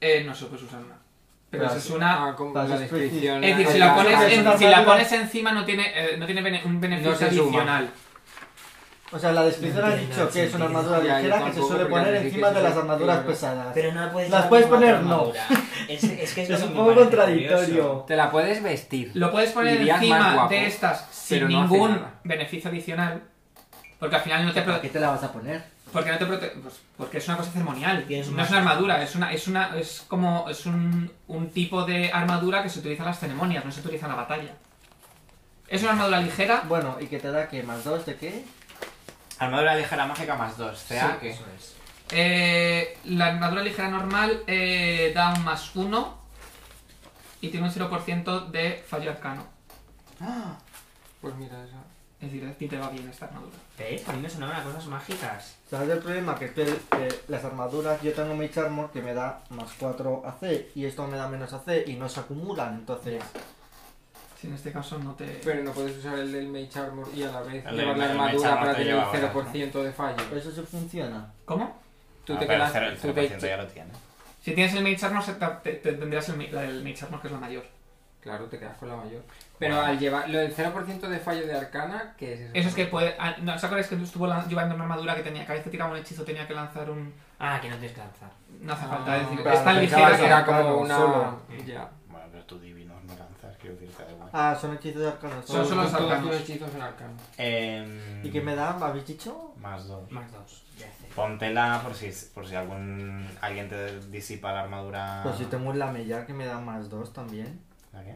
Speaker 1: Eh, no se puede usar una. Pero
Speaker 4: Pero
Speaker 1: esa
Speaker 4: sí.
Speaker 1: es una.
Speaker 2: Ah, con
Speaker 4: Las
Speaker 2: la
Speaker 4: especies.
Speaker 2: descripción.
Speaker 1: Es decir, si
Speaker 4: Ah,
Speaker 1: la
Speaker 4: sí,
Speaker 1: pones,
Speaker 4: ah, sí,
Speaker 1: en-
Speaker 4: sí,
Speaker 1: si
Speaker 4: sí,
Speaker 1: la
Speaker 4: sí.
Speaker 1: pones encima no tiene, eh, no tiene bene- un beneficio
Speaker 2: No se suma.
Speaker 1: adicional.
Speaker 4: O sea, la descripción ha dicho que es una armadura
Speaker 2: Ya, yo
Speaker 4: ligera que se
Speaker 2: tampoco,
Speaker 4: suele
Speaker 2: porque
Speaker 4: poner
Speaker 2: así que
Speaker 4: encima
Speaker 2: sí,
Speaker 4: de las
Speaker 2: claro.
Speaker 4: armaduras pesadas.
Speaker 6: Pero no la puedes
Speaker 4: Las
Speaker 6: llevar
Speaker 4: puedes
Speaker 6: como otra
Speaker 4: poner, no.
Speaker 6: armadura. Es, es que es, lo
Speaker 4: Es
Speaker 6: que
Speaker 4: un
Speaker 6: me
Speaker 4: poco
Speaker 6: parece
Speaker 4: contradictorio.
Speaker 6: curioso.
Speaker 2: Te la puedes vestir.
Speaker 1: Lo puedes poner
Speaker 2: Irías más
Speaker 1: encima
Speaker 2: guapo,
Speaker 1: de estas sin
Speaker 2: pero no hace
Speaker 1: ningún
Speaker 2: nada.
Speaker 1: beneficio adicional. Porque al final no te
Speaker 7: ¿Para
Speaker 1: protege.
Speaker 7: qué te la vas a poner?
Speaker 1: Porque no te prote- pues, porque es una cosa ceremonial.
Speaker 6: Tienes un
Speaker 1: No es
Speaker 6: mazo.
Speaker 1: una armadura, es una, es una, es como es un, un tipo de armadura que se utiliza en las ceremonias, no se utiliza en la batalla. Es una armadura ligera.
Speaker 4: Bueno, ¿y qué te da que más dos de qué?
Speaker 3: Armadura ligera mágica más 2.
Speaker 2: sea, que
Speaker 6: Eso es.
Speaker 1: Eh, la armadura ligera normal eh, da un más uno y tiene un 0% de fallo arcano.
Speaker 3: Ah,
Speaker 2: Pues mira, eso.
Speaker 1: Es decir, a ti te va bien esta armadura.
Speaker 6: ¿Ves? A mí me sonaban a cosas mágicas.
Speaker 4: ¿Sabes el problema? Que es que eh, las armaduras, yo tengo Mage Armor que me da más 4 AC y esto me da menos AC y no se acumulan, entonces...
Speaker 1: Si en este caso no te.
Speaker 2: Pero no puedes usar el del Mage Armor y a la vez
Speaker 3: El
Speaker 2: llevar
Speaker 3: del-
Speaker 2: la
Speaker 3: el Mage
Speaker 2: armadura
Speaker 3: Armor
Speaker 2: para
Speaker 3: te
Speaker 2: tener
Speaker 3: llevaba,
Speaker 2: el 0% de fallo.
Speaker 4: Eso sí funciona.
Speaker 1: ¿Cómo?
Speaker 2: Tú te quedas. Tú te...
Speaker 3: ya lo tienes.
Speaker 1: Si tienes el Mage Armor, se te, te- te tendrías el, ma- la del Mage Armor, que es la mayor.
Speaker 2: Claro, te quedas con la mayor. Pero al llevar. Lo del 0% de fallo de Arcana, ¿qué es eso?
Speaker 1: Eso es que puede. ah, ¿No os acordáis que estuvo lan- llevando una armadura que tenía. Cada vez que tiraba un hechizo tenía que lanzar un.
Speaker 6: Ah, que no tienes que lanzar.
Speaker 1: No hace falta, es decir,
Speaker 2: Claro,
Speaker 1: es tan
Speaker 2: Ah, pensaba
Speaker 1: ligera
Speaker 2: que
Speaker 1: que.
Speaker 2: era
Speaker 4: Claro,
Speaker 2: como una.
Speaker 4: solo.
Speaker 2: Ya.
Speaker 3: Bueno, pero tú divino no lanzas, quiero decirte da igual.
Speaker 4: Ah, son hechizos de arcanos.
Speaker 1: Son solo los
Speaker 2: Todos tus
Speaker 1: arcanos.
Speaker 2: hechizos en Arcana.
Speaker 3: Em,
Speaker 4: ¿Y qué me dan? ¿Habéis dicho?
Speaker 3: Más 2.
Speaker 6: Más dos. de AC.
Speaker 3: Póntela por si, por si algún, alguien te disipa la
Speaker 1: Ah.
Speaker 3: armadura.
Speaker 4: Pues si tengo un lamellar que me da más 2 también.
Speaker 3: ¿La qué?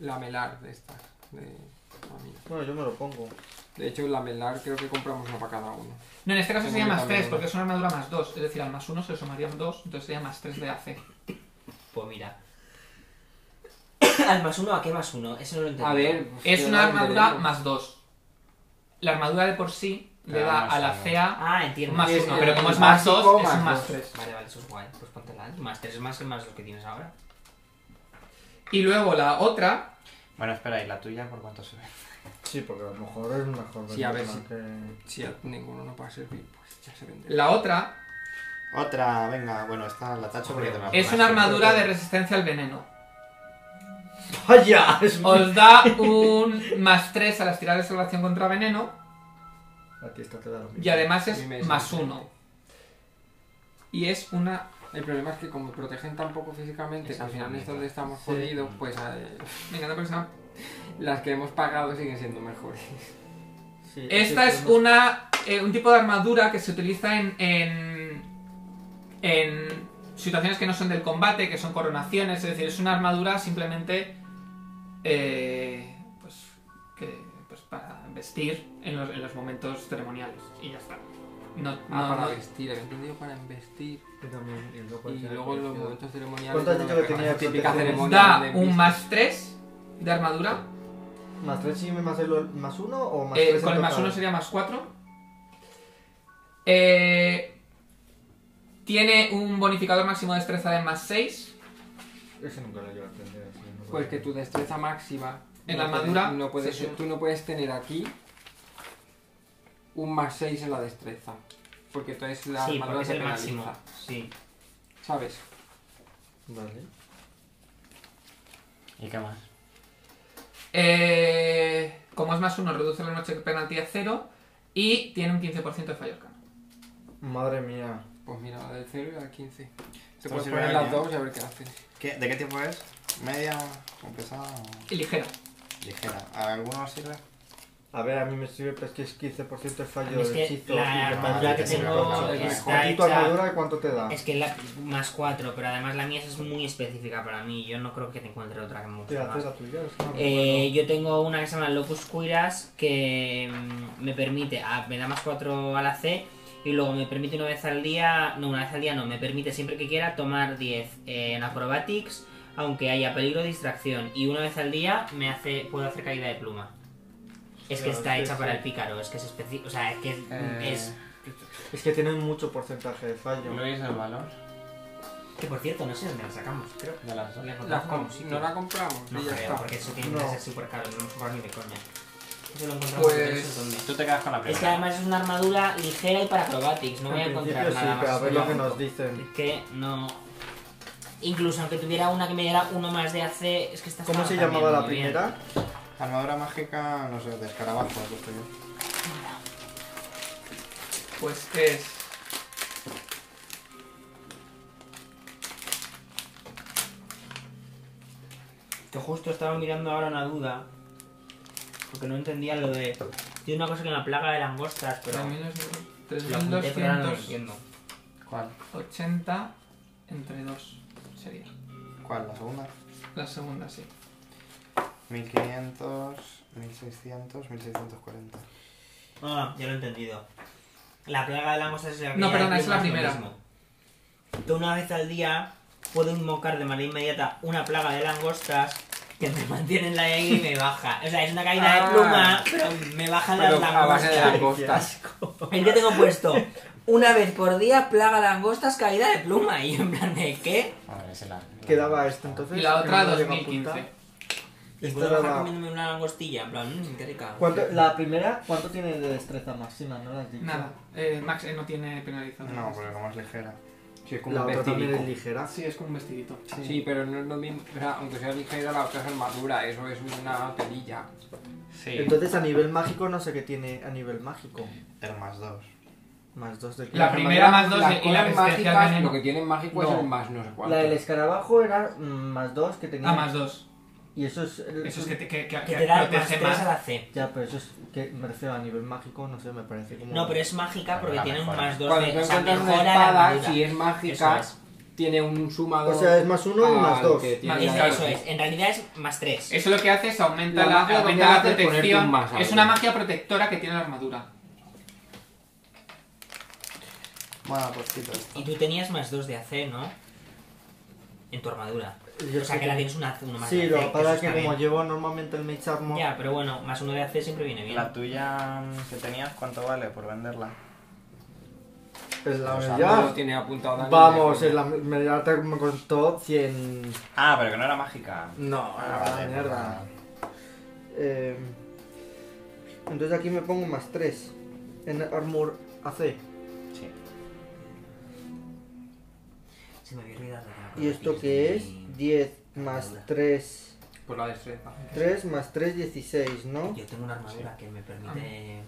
Speaker 2: La Melar de estas. De... a mí.
Speaker 4: Bueno, yo me lo pongo.
Speaker 2: De hecho, la Melar creo que compramos una para cada uno.
Speaker 1: No, en este caso
Speaker 2: Como
Speaker 1: sería
Speaker 2: yo
Speaker 1: más
Speaker 2: también.
Speaker 1: 3, porque es una armadura más 2. Es decir, al más 1 se le sumarían 2, entonces sería más 3 de AC.
Speaker 6: Pues mira. Al más uno, ¿a qué más uno? Eso no lo entiendo.
Speaker 2: A ver. pues,
Speaker 1: Es
Speaker 2: yo
Speaker 1: una
Speaker 2: la
Speaker 1: armadura
Speaker 2: entenderé.
Speaker 1: más 2. La armadura de por sí le
Speaker 3: Ah,
Speaker 1: da
Speaker 3: más
Speaker 1: a la
Speaker 3: uno.
Speaker 1: CA
Speaker 6: Ah, entiendo.
Speaker 1: un más
Speaker 2: es
Speaker 1: 1,
Speaker 2: el
Speaker 1: pero como es más 2,
Speaker 2: básico
Speaker 1: es
Speaker 2: más
Speaker 1: un más
Speaker 2: dos.
Speaker 1: 3.
Speaker 6: Vale, vale, eso es guay. Pues póntela. Más tres más que más lo que tienes ahora.
Speaker 1: Y luego la otra,
Speaker 3: Bueno, espera, ¿y la tuya por cuánto sube?
Speaker 4: Sí, porque a lo mejor es mejor.
Speaker 2: Sí, a ver
Speaker 4: venderla
Speaker 2: si-
Speaker 4: que-
Speaker 2: Si a ninguno no va a servir, pues ya se venderá.
Speaker 1: la otra
Speaker 3: Otra, venga, bueno, esta la tacho porque te la
Speaker 1: es
Speaker 3: pones.
Speaker 1: una armadura de resistencia al veneno.
Speaker 4: ¡Vaya! Es...
Speaker 1: Os da un más 3 a las tiradas de salvación contra veneno
Speaker 4: Aquí está te da lo mismo.
Speaker 1: y además
Speaker 2: A mí me
Speaker 1: es
Speaker 2: es
Speaker 1: más
Speaker 2: diferente.
Speaker 1: 1. Y es una...
Speaker 2: El problema es que como protegen tan poco físicamente, que al final es donde estamos
Speaker 4: Sí.
Speaker 2: jodidos, pues eh,
Speaker 1: Me encanta porque se llama-
Speaker 2: las que hemos pagado siguen siendo mejores.
Speaker 4: Sí,
Speaker 1: Esta
Speaker 4: aquí
Speaker 1: es
Speaker 4: tenemos-
Speaker 1: una, eh, un tipo de armadura que se utiliza en, en, en situaciones que no son del combate, que son coronaciones, es decir, es una armadura simplemente eh, pues, que, pues para vestir en los, en los momentos ceremoniales y ya está. No,
Speaker 2: Ah,
Speaker 1: no-
Speaker 2: para
Speaker 1: no- Pues
Speaker 2: vestir, había entendido para investir.
Speaker 4: Yo también, y luego,
Speaker 2: Y luego en los momentos ceremoniales.
Speaker 4: ¿Cuánto has
Speaker 2: yo
Speaker 4: dicho
Speaker 2: creo
Speaker 4: que tenía
Speaker 2: la típica
Speaker 4: protección?
Speaker 2: ceremonia?
Speaker 1: da
Speaker 2: de
Speaker 1: un
Speaker 2: vistas.
Speaker 1: más 3 de armadura,
Speaker 4: ¿Más 3 y más, el, más 1 o más
Speaker 1: Eh,
Speaker 4: 3?
Speaker 1: con el más 1 sería más 4. Eh, tiene un bonificador máximo de destreza de más 6.
Speaker 4: Ese nunca lo llevo a entender. así, no
Speaker 2: Pues
Speaker 4: puedo-
Speaker 2: que tu destreza máxima.
Speaker 1: En
Speaker 2: no
Speaker 1: la
Speaker 2: puedes-
Speaker 1: armadura,
Speaker 2: No puedes,
Speaker 1: sí, sí.
Speaker 2: Tú no puedes tener aquí un más 6 en la destreza. Porque entonces la
Speaker 6: sí,
Speaker 2: armadura
Speaker 6: porque es
Speaker 2: te
Speaker 6: el
Speaker 2: penaliza,
Speaker 6: máximo. Sí.
Speaker 2: ¿Sabes?
Speaker 4: Vale.
Speaker 3: ¿Y qué más?
Speaker 1: Eh, como es más uno, reduce la noche penalti a cero y tiene un 15% de fallo arcano.
Speaker 4: Madre mía.
Speaker 2: Pues mira, la del 0 y la del 15. Te
Speaker 3: Esto
Speaker 2: puedes
Speaker 3: sirve
Speaker 2: poner
Speaker 3: de
Speaker 2: las
Speaker 3: algo.
Speaker 2: dos y a ver qué hace.
Speaker 3: ¿Qué- ¿De qué tipo es? ¿Media o pesada o
Speaker 1: Y ligera.
Speaker 3: ligera? ¿A alguno sirve?
Speaker 4: A ver, a mí me sirve, pero es que es 15% de
Speaker 6: A
Speaker 4: fallo
Speaker 6: mí es
Speaker 4: del
Speaker 6: que
Speaker 4: hechizo.
Speaker 6: la
Speaker 4: y demás.
Speaker 6: armadura que
Speaker 3: sí,
Speaker 6: tengo
Speaker 3: claro,
Speaker 6: está
Speaker 4: ¿Y tu
Speaker 6: hecha...
Speaker 4: armadura de cuánto te da?
Speaker 6: Es que la más 4, pero además la mía es muy específica para mí. Yo no creo que te encuentre otra que me guste
Speaker 4: Te haces
Speaker 6: más.
Speaker 4: la tuya, es que no me
Speaker 6: Eh, yo tengo una que se llama Locus Cuiras que mm, me permite, ah, me da más 4 a la C y luego me permite una vez al día, no, una vez al día no, me permite siempre que quiera tomar 10 en acrobatics, aunque haya peligro de distracción y una vez al día me hace, puedo hacer caída de pluma. Es que
Speaker 4: Claro,
Speaker 6: está
Speaker 4: sí,
Speaker 6: hecha
Speaker 4: sí.
Speaker 6: para el pícaro, es que es específico, o sea, es que es-
Speaker 2: Eh.
Speaker 6: es...
Speaker 4: acuerdo. Es que tienen mucho porcentaje de fallo.
Speaker 2: veis el valor?
Speaker 6: Que por cierto, no sé dónde la sacamos, creo.
Speaker 3: De las dos.
Speaker 6: La encontramos
Speaker 2: Las
Speaker 6: en
Speaker 2: com-
Speaker 6: algún sitio.
Speaker 2: no la compramos
Speaker 6: No
Speaker 2: y ya
Speaker 6: creo,
Speaker 2: está.
Speaker 6: porque eso tiene que
Speaker 4: No.
Speaker 6: ser súper caro, no nos ni de coña. Eso lo encontramos en
Speaker 2: Pues-
Speaker 6: Amazon donde-
Speaker 3: Tú te quedas con la
Speaker 6: Es que
Speaker 3: primera.
Speaker 6: además es una armadura ligera y para acrobatics, no voy a
Speaker 4: en
Speaker 6: encontrar
Speaker 4: principio sí,
Speaker 6: nada más.
Speaker 4: pero a ver lo que
Speaker 6: lógico.
Speaker 4: nos dicen.
Speaker 6: Es que no... Incluso aunque tuviera una que me diera uno más de AC, es que esta
Speaker 4: ¿Cómo
Speaker 6: está
Speaker 4: se
Speaker 6: también
Speaker 4: llamaba la
Speaker 6: muy bien.
Speaker 4: primera?
Speaker 3: Armadura mágica, no sé, de escarabajo, he puesto yo.
Speaker 1: Pues es.
Speaker 6: Que justo estaba mirando ahora una duda, porque no entendía lo de... Tiene una cosa que me la plaga de langostas, pero... Lo apunté, pero ahora no lo
Speaker 1: 3280
Speaker 6: entiendo.
Speaker 3: ¿Cuál?
Speaker 1: entre 2 sería.
Speaker 3: ¿Cuál? ¿La segunda?
Speaker 1: La segunda, sí.
Speaker 3: 1500, 1600, 1640.
Speaker 6: Ah, ya lo he entendido. La plaga de langostas es la
Speaker 1: No,
Speaker 6: que
Speaker 1: perdona,
Speaker 6: ya
Speaker 1: es la
Speaker 6: decimos lo
Speaker 1: primera.
Speaker 6: mismo. Tú una vez al día puedes invocar de manera inmediata una plaga de langostas que me mantienen la ahí y me baja. O sea, es una caída
Speaker 2: Ah.
Speaker 6: de pluma, pero me bajan
Speaker 2: Pero
Speaker 6: las
Speaker 2: a base de
Speaker 6: langostas.
Speaker 2: langostas.
Speaker 6: El que tengo puesto, una vez por día, plaga de langostas, caída de pluma. Y yo en plan de, ¿qué?
Speaker 3: Madre, ese la. la-
Speaker 4: Quedaba esta entonces.
Speaker 1: Y la
Speaker 4: que
Speaker 1: otra,
Speaker 4: no llega a apuntar.
Speaker 1: 2015.
Speaker 6: Y
Speaker 4: Esta
Speaker 6: puedo
Speaker 4: era
Speaker 6: bajar
Speaker 4: la-
Speaker 6: comiéndome una langostilla, en plan, mmm, qué rica.
Speaker 4: ¿Cuánto- la primera, ¿cuánto tiene de destreza máxima? ¿No la has dicho?
Speaker 1: Nada, eh, Max eh, no tiene penalizado.
Speaker 3: No, porque como es ligera.
Speaker 2: Sí, es como
Speaker 4: La
Speaker 2: un
Speaker 4: otra también es
Speaker 2: vestido.
Speaker 4: ligera.
Speaker 1: Sí, es como un vestidito.
Speaker 2: Sí, pero no es lo mismo. o sea, aunque sea ligera, la otra es armadura. Eso es una pelilla.
Speaker 3: Sí.
Speaker 4: Entonces a nivel mágico no sé qué tiene a nivel mágico.
Speaker 3: El más 2.
Speaker 4: Más dos de
Speaker 1: La primera más dos
Speaker 2: Las
Speaker 1: y- y la
Speaker 2: cosas
Speaker 1: bestial de
Speaker 2: mágicas,
Speaker 1: veneno.
Speaker 2: lo que tienen mágico
Speaker 4: No.
Speaker 2: es el más no sé cuánto.
Speaker 4: La del escarabajo era mm, más dos que tenía.
Speaker 1: Ah, más 2.
Speaker 4: Y eso es. el-
Speaker 1: Eso es que te que, que-
Speaker 6: Que
Speaker 1: que
Speaker 6: te da más
Speaker 1: protege
Speaker 6: 3
Speaker 1: más.
Speaker 6: a la C.
Speaker 4: Ya, pero eso es que me refiero a nivel mágico, no sé, me parece como.
Speaker 6: No, pero es mágica porque
Speaker 3: La
Speaker 6: tiene un
Speaker 3: mejora.
Speaker 6: más 2
Speaker 2: Cuando
Speaker 6: de...
Speaker 2: tú
Speaker 6: O sea,
Speaker 2: encuentras una
Speaker 6: mejora la
Speaker 2: espada,
Speaker 6: armadura.
Speaker 2: si es mágica,
Speaker 6: Eso
Speaker 2: tiene un sumador.
Speaker 4: O sea, es más uno y
Speaker 2: al
Speaker 4: más dos.
Speaker 2: que tiene
Speaker 1: Más
Speaker 2: la-
Speaker 1: claro.
Speaker 6: Eso es, en realidad es más 3.
Speaker 1: Eso lo que hace es aumenta
Speaker 2: La
Speaker 1: la,
Speaker 2: magia lo que
Speaker 1: aumenta la
Speaker 2: hace es ponerte
Speaker 1: protección.
Speaker 2: un más
Speaker 1: es
Speaker 2: algo.
Speaker 1: una magia protectora que tiene la armadura.
Speaker 3: Bueno, pues quito esto.
Speaker 6: Y tú tenías más 2 de AC, ¿no? En tu armadura.
Speaker 4: Yo
Speaker 6: O sea
Speaker 4: sé
Speaker 6: que la tienes una, uno más
Speaker 4: Sí,
Speaker 6: de
Speaker 4: lo
Speaker 6: AC.
Speaker 4: que pasa es
Speaker 6: eso
Speaker 4: que
Speaker 6: está
Speaker 4: como
Speaker 6: bien.
Speaker 4: llevo normalmente el Mage Armor.
Speaker 6: Ya, pero bueno, más uno de AC siempre viene bien.
Speaker 3: La tuya mm, que tenías, ¿cuánto vale por venderla?
Speaker 4: Pues la
Speaker 3: O sea,
Speaker 4: verdad-
Speaker 2: No lo tiene apuntado Dani.
Speaker 4: Vamos,
Speaker 2: Eso.
Speaker 4: en la medalla te- me costó 100.
Speaker 3: Ah, pero que no era mágica.
Speaker 4: No,
Speaker 3: Ah,
Speaker 4: a la
Speaker 3: vale,
Speaker 4: mierda. Eh, entonces aquí me pongo más 3 en Armor AC.
Speaker 3: pues, Sí.
Speaker 6: Se me había olvidado.
Speaker 4: ¿Y esto qué es? 10 más 3.
Speaker 2: Pues la destreza.
Speaker 4: 3 más 3, 16, ¿no?
Speaker 6: Yo tengo una armadura que me permite
Speaker 1: Eh,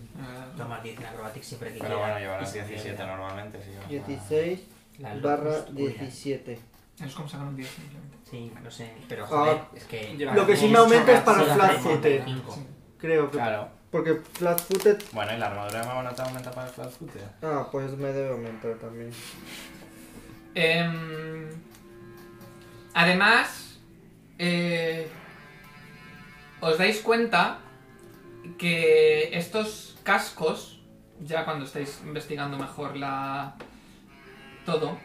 Speaker 6: tomar 10 en acrobatics siempre que
Speaker 3: Pero
Speaker 6: quiera.
Speaker 3: bueno, llevarás
Speaker 6: Eso
Speaker 3: 17
Speaker 6: es
Speaker 3: normalmente, sí. o sea,
Speaker 4: 16
Speaker 6: la
Speaker 4: barra
Speaker 6: locura.
Speaker 4: 17.
Speaker 1: Eso es como sacar un 10 simplemente.
Speaker 6: Sí, lo sé. Pero joder, es que.
Speaker 2: Lleva-
Speaker 4: Ah. Lo que sí me aumenta es para Flat Footed,
Speaker 6: Cinco.
Speaker 4: creo que.
Speaker 3: Claro.
Speaker 4: Porque Flat Footed.
Speaker 3: Bueno, y la armadura de Mamona te aumenta para el flat footer.
Speaker 4: Ah, pues me debe aumentar también.
Speaker 1: Em, además, eh, os dais cuenta que estos cascos, ya cuando estáis investigando mejor la todo,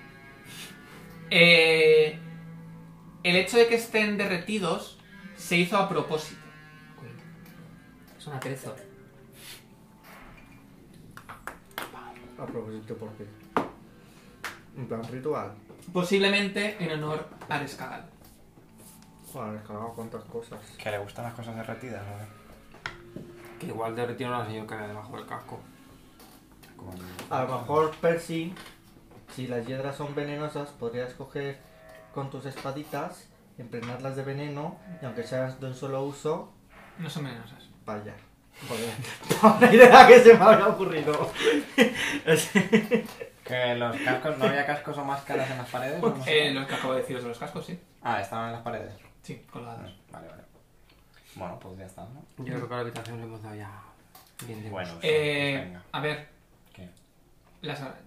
Speaker 1: eh, el hecho de que estén derretidos se hizo a propósito.
Speaker 6: Es un atrezo.
Speaker 4: A propósito, ¿por qué? En plan ritual.
Speaker 1: Posiblemente en honor a Arescagal.
Speaker 4: Joder, he cargado cuántas cosas.
Speaker 3: Que le gustan las cosas derretidas, ¿no?
Speaker 2: Que igual derretieron a la señora que había debajo del casco.
Speaker 3: Como en-
Speaker 4: A lo mejor Percy, si las hiedras son venenosas, podrías coger con tus espaditas, impregnarlas de veneno y aunque seas de un solo uso,
Speaker 1: No son venenosas.
Speaker 4: para allá. Joder, una idea que se me había ocurrido. Es-
Speaker 3: Que los cascos, ¿no había cascos o máscaras en las paredes? o no sé?
Speaker 1: Eh, lo que acabo de deciros de los cascos, sí.
Speaker 3: Ah, estaban en las paredes.
Speaker 1: Sí, colgados.
Speaker 3: Vale, vale. Bueno, pues ya está, ¿no?
Speaker 2: Yo creo que a la habitación le hemos dado ya bien de
Speaker 3: Bueno, pues
Speaker 1: Eh,
Speaker 3: venga.
Speaker 1: a ver,
Speaker 3: ¿Qué?
Speaker 1: las, ar-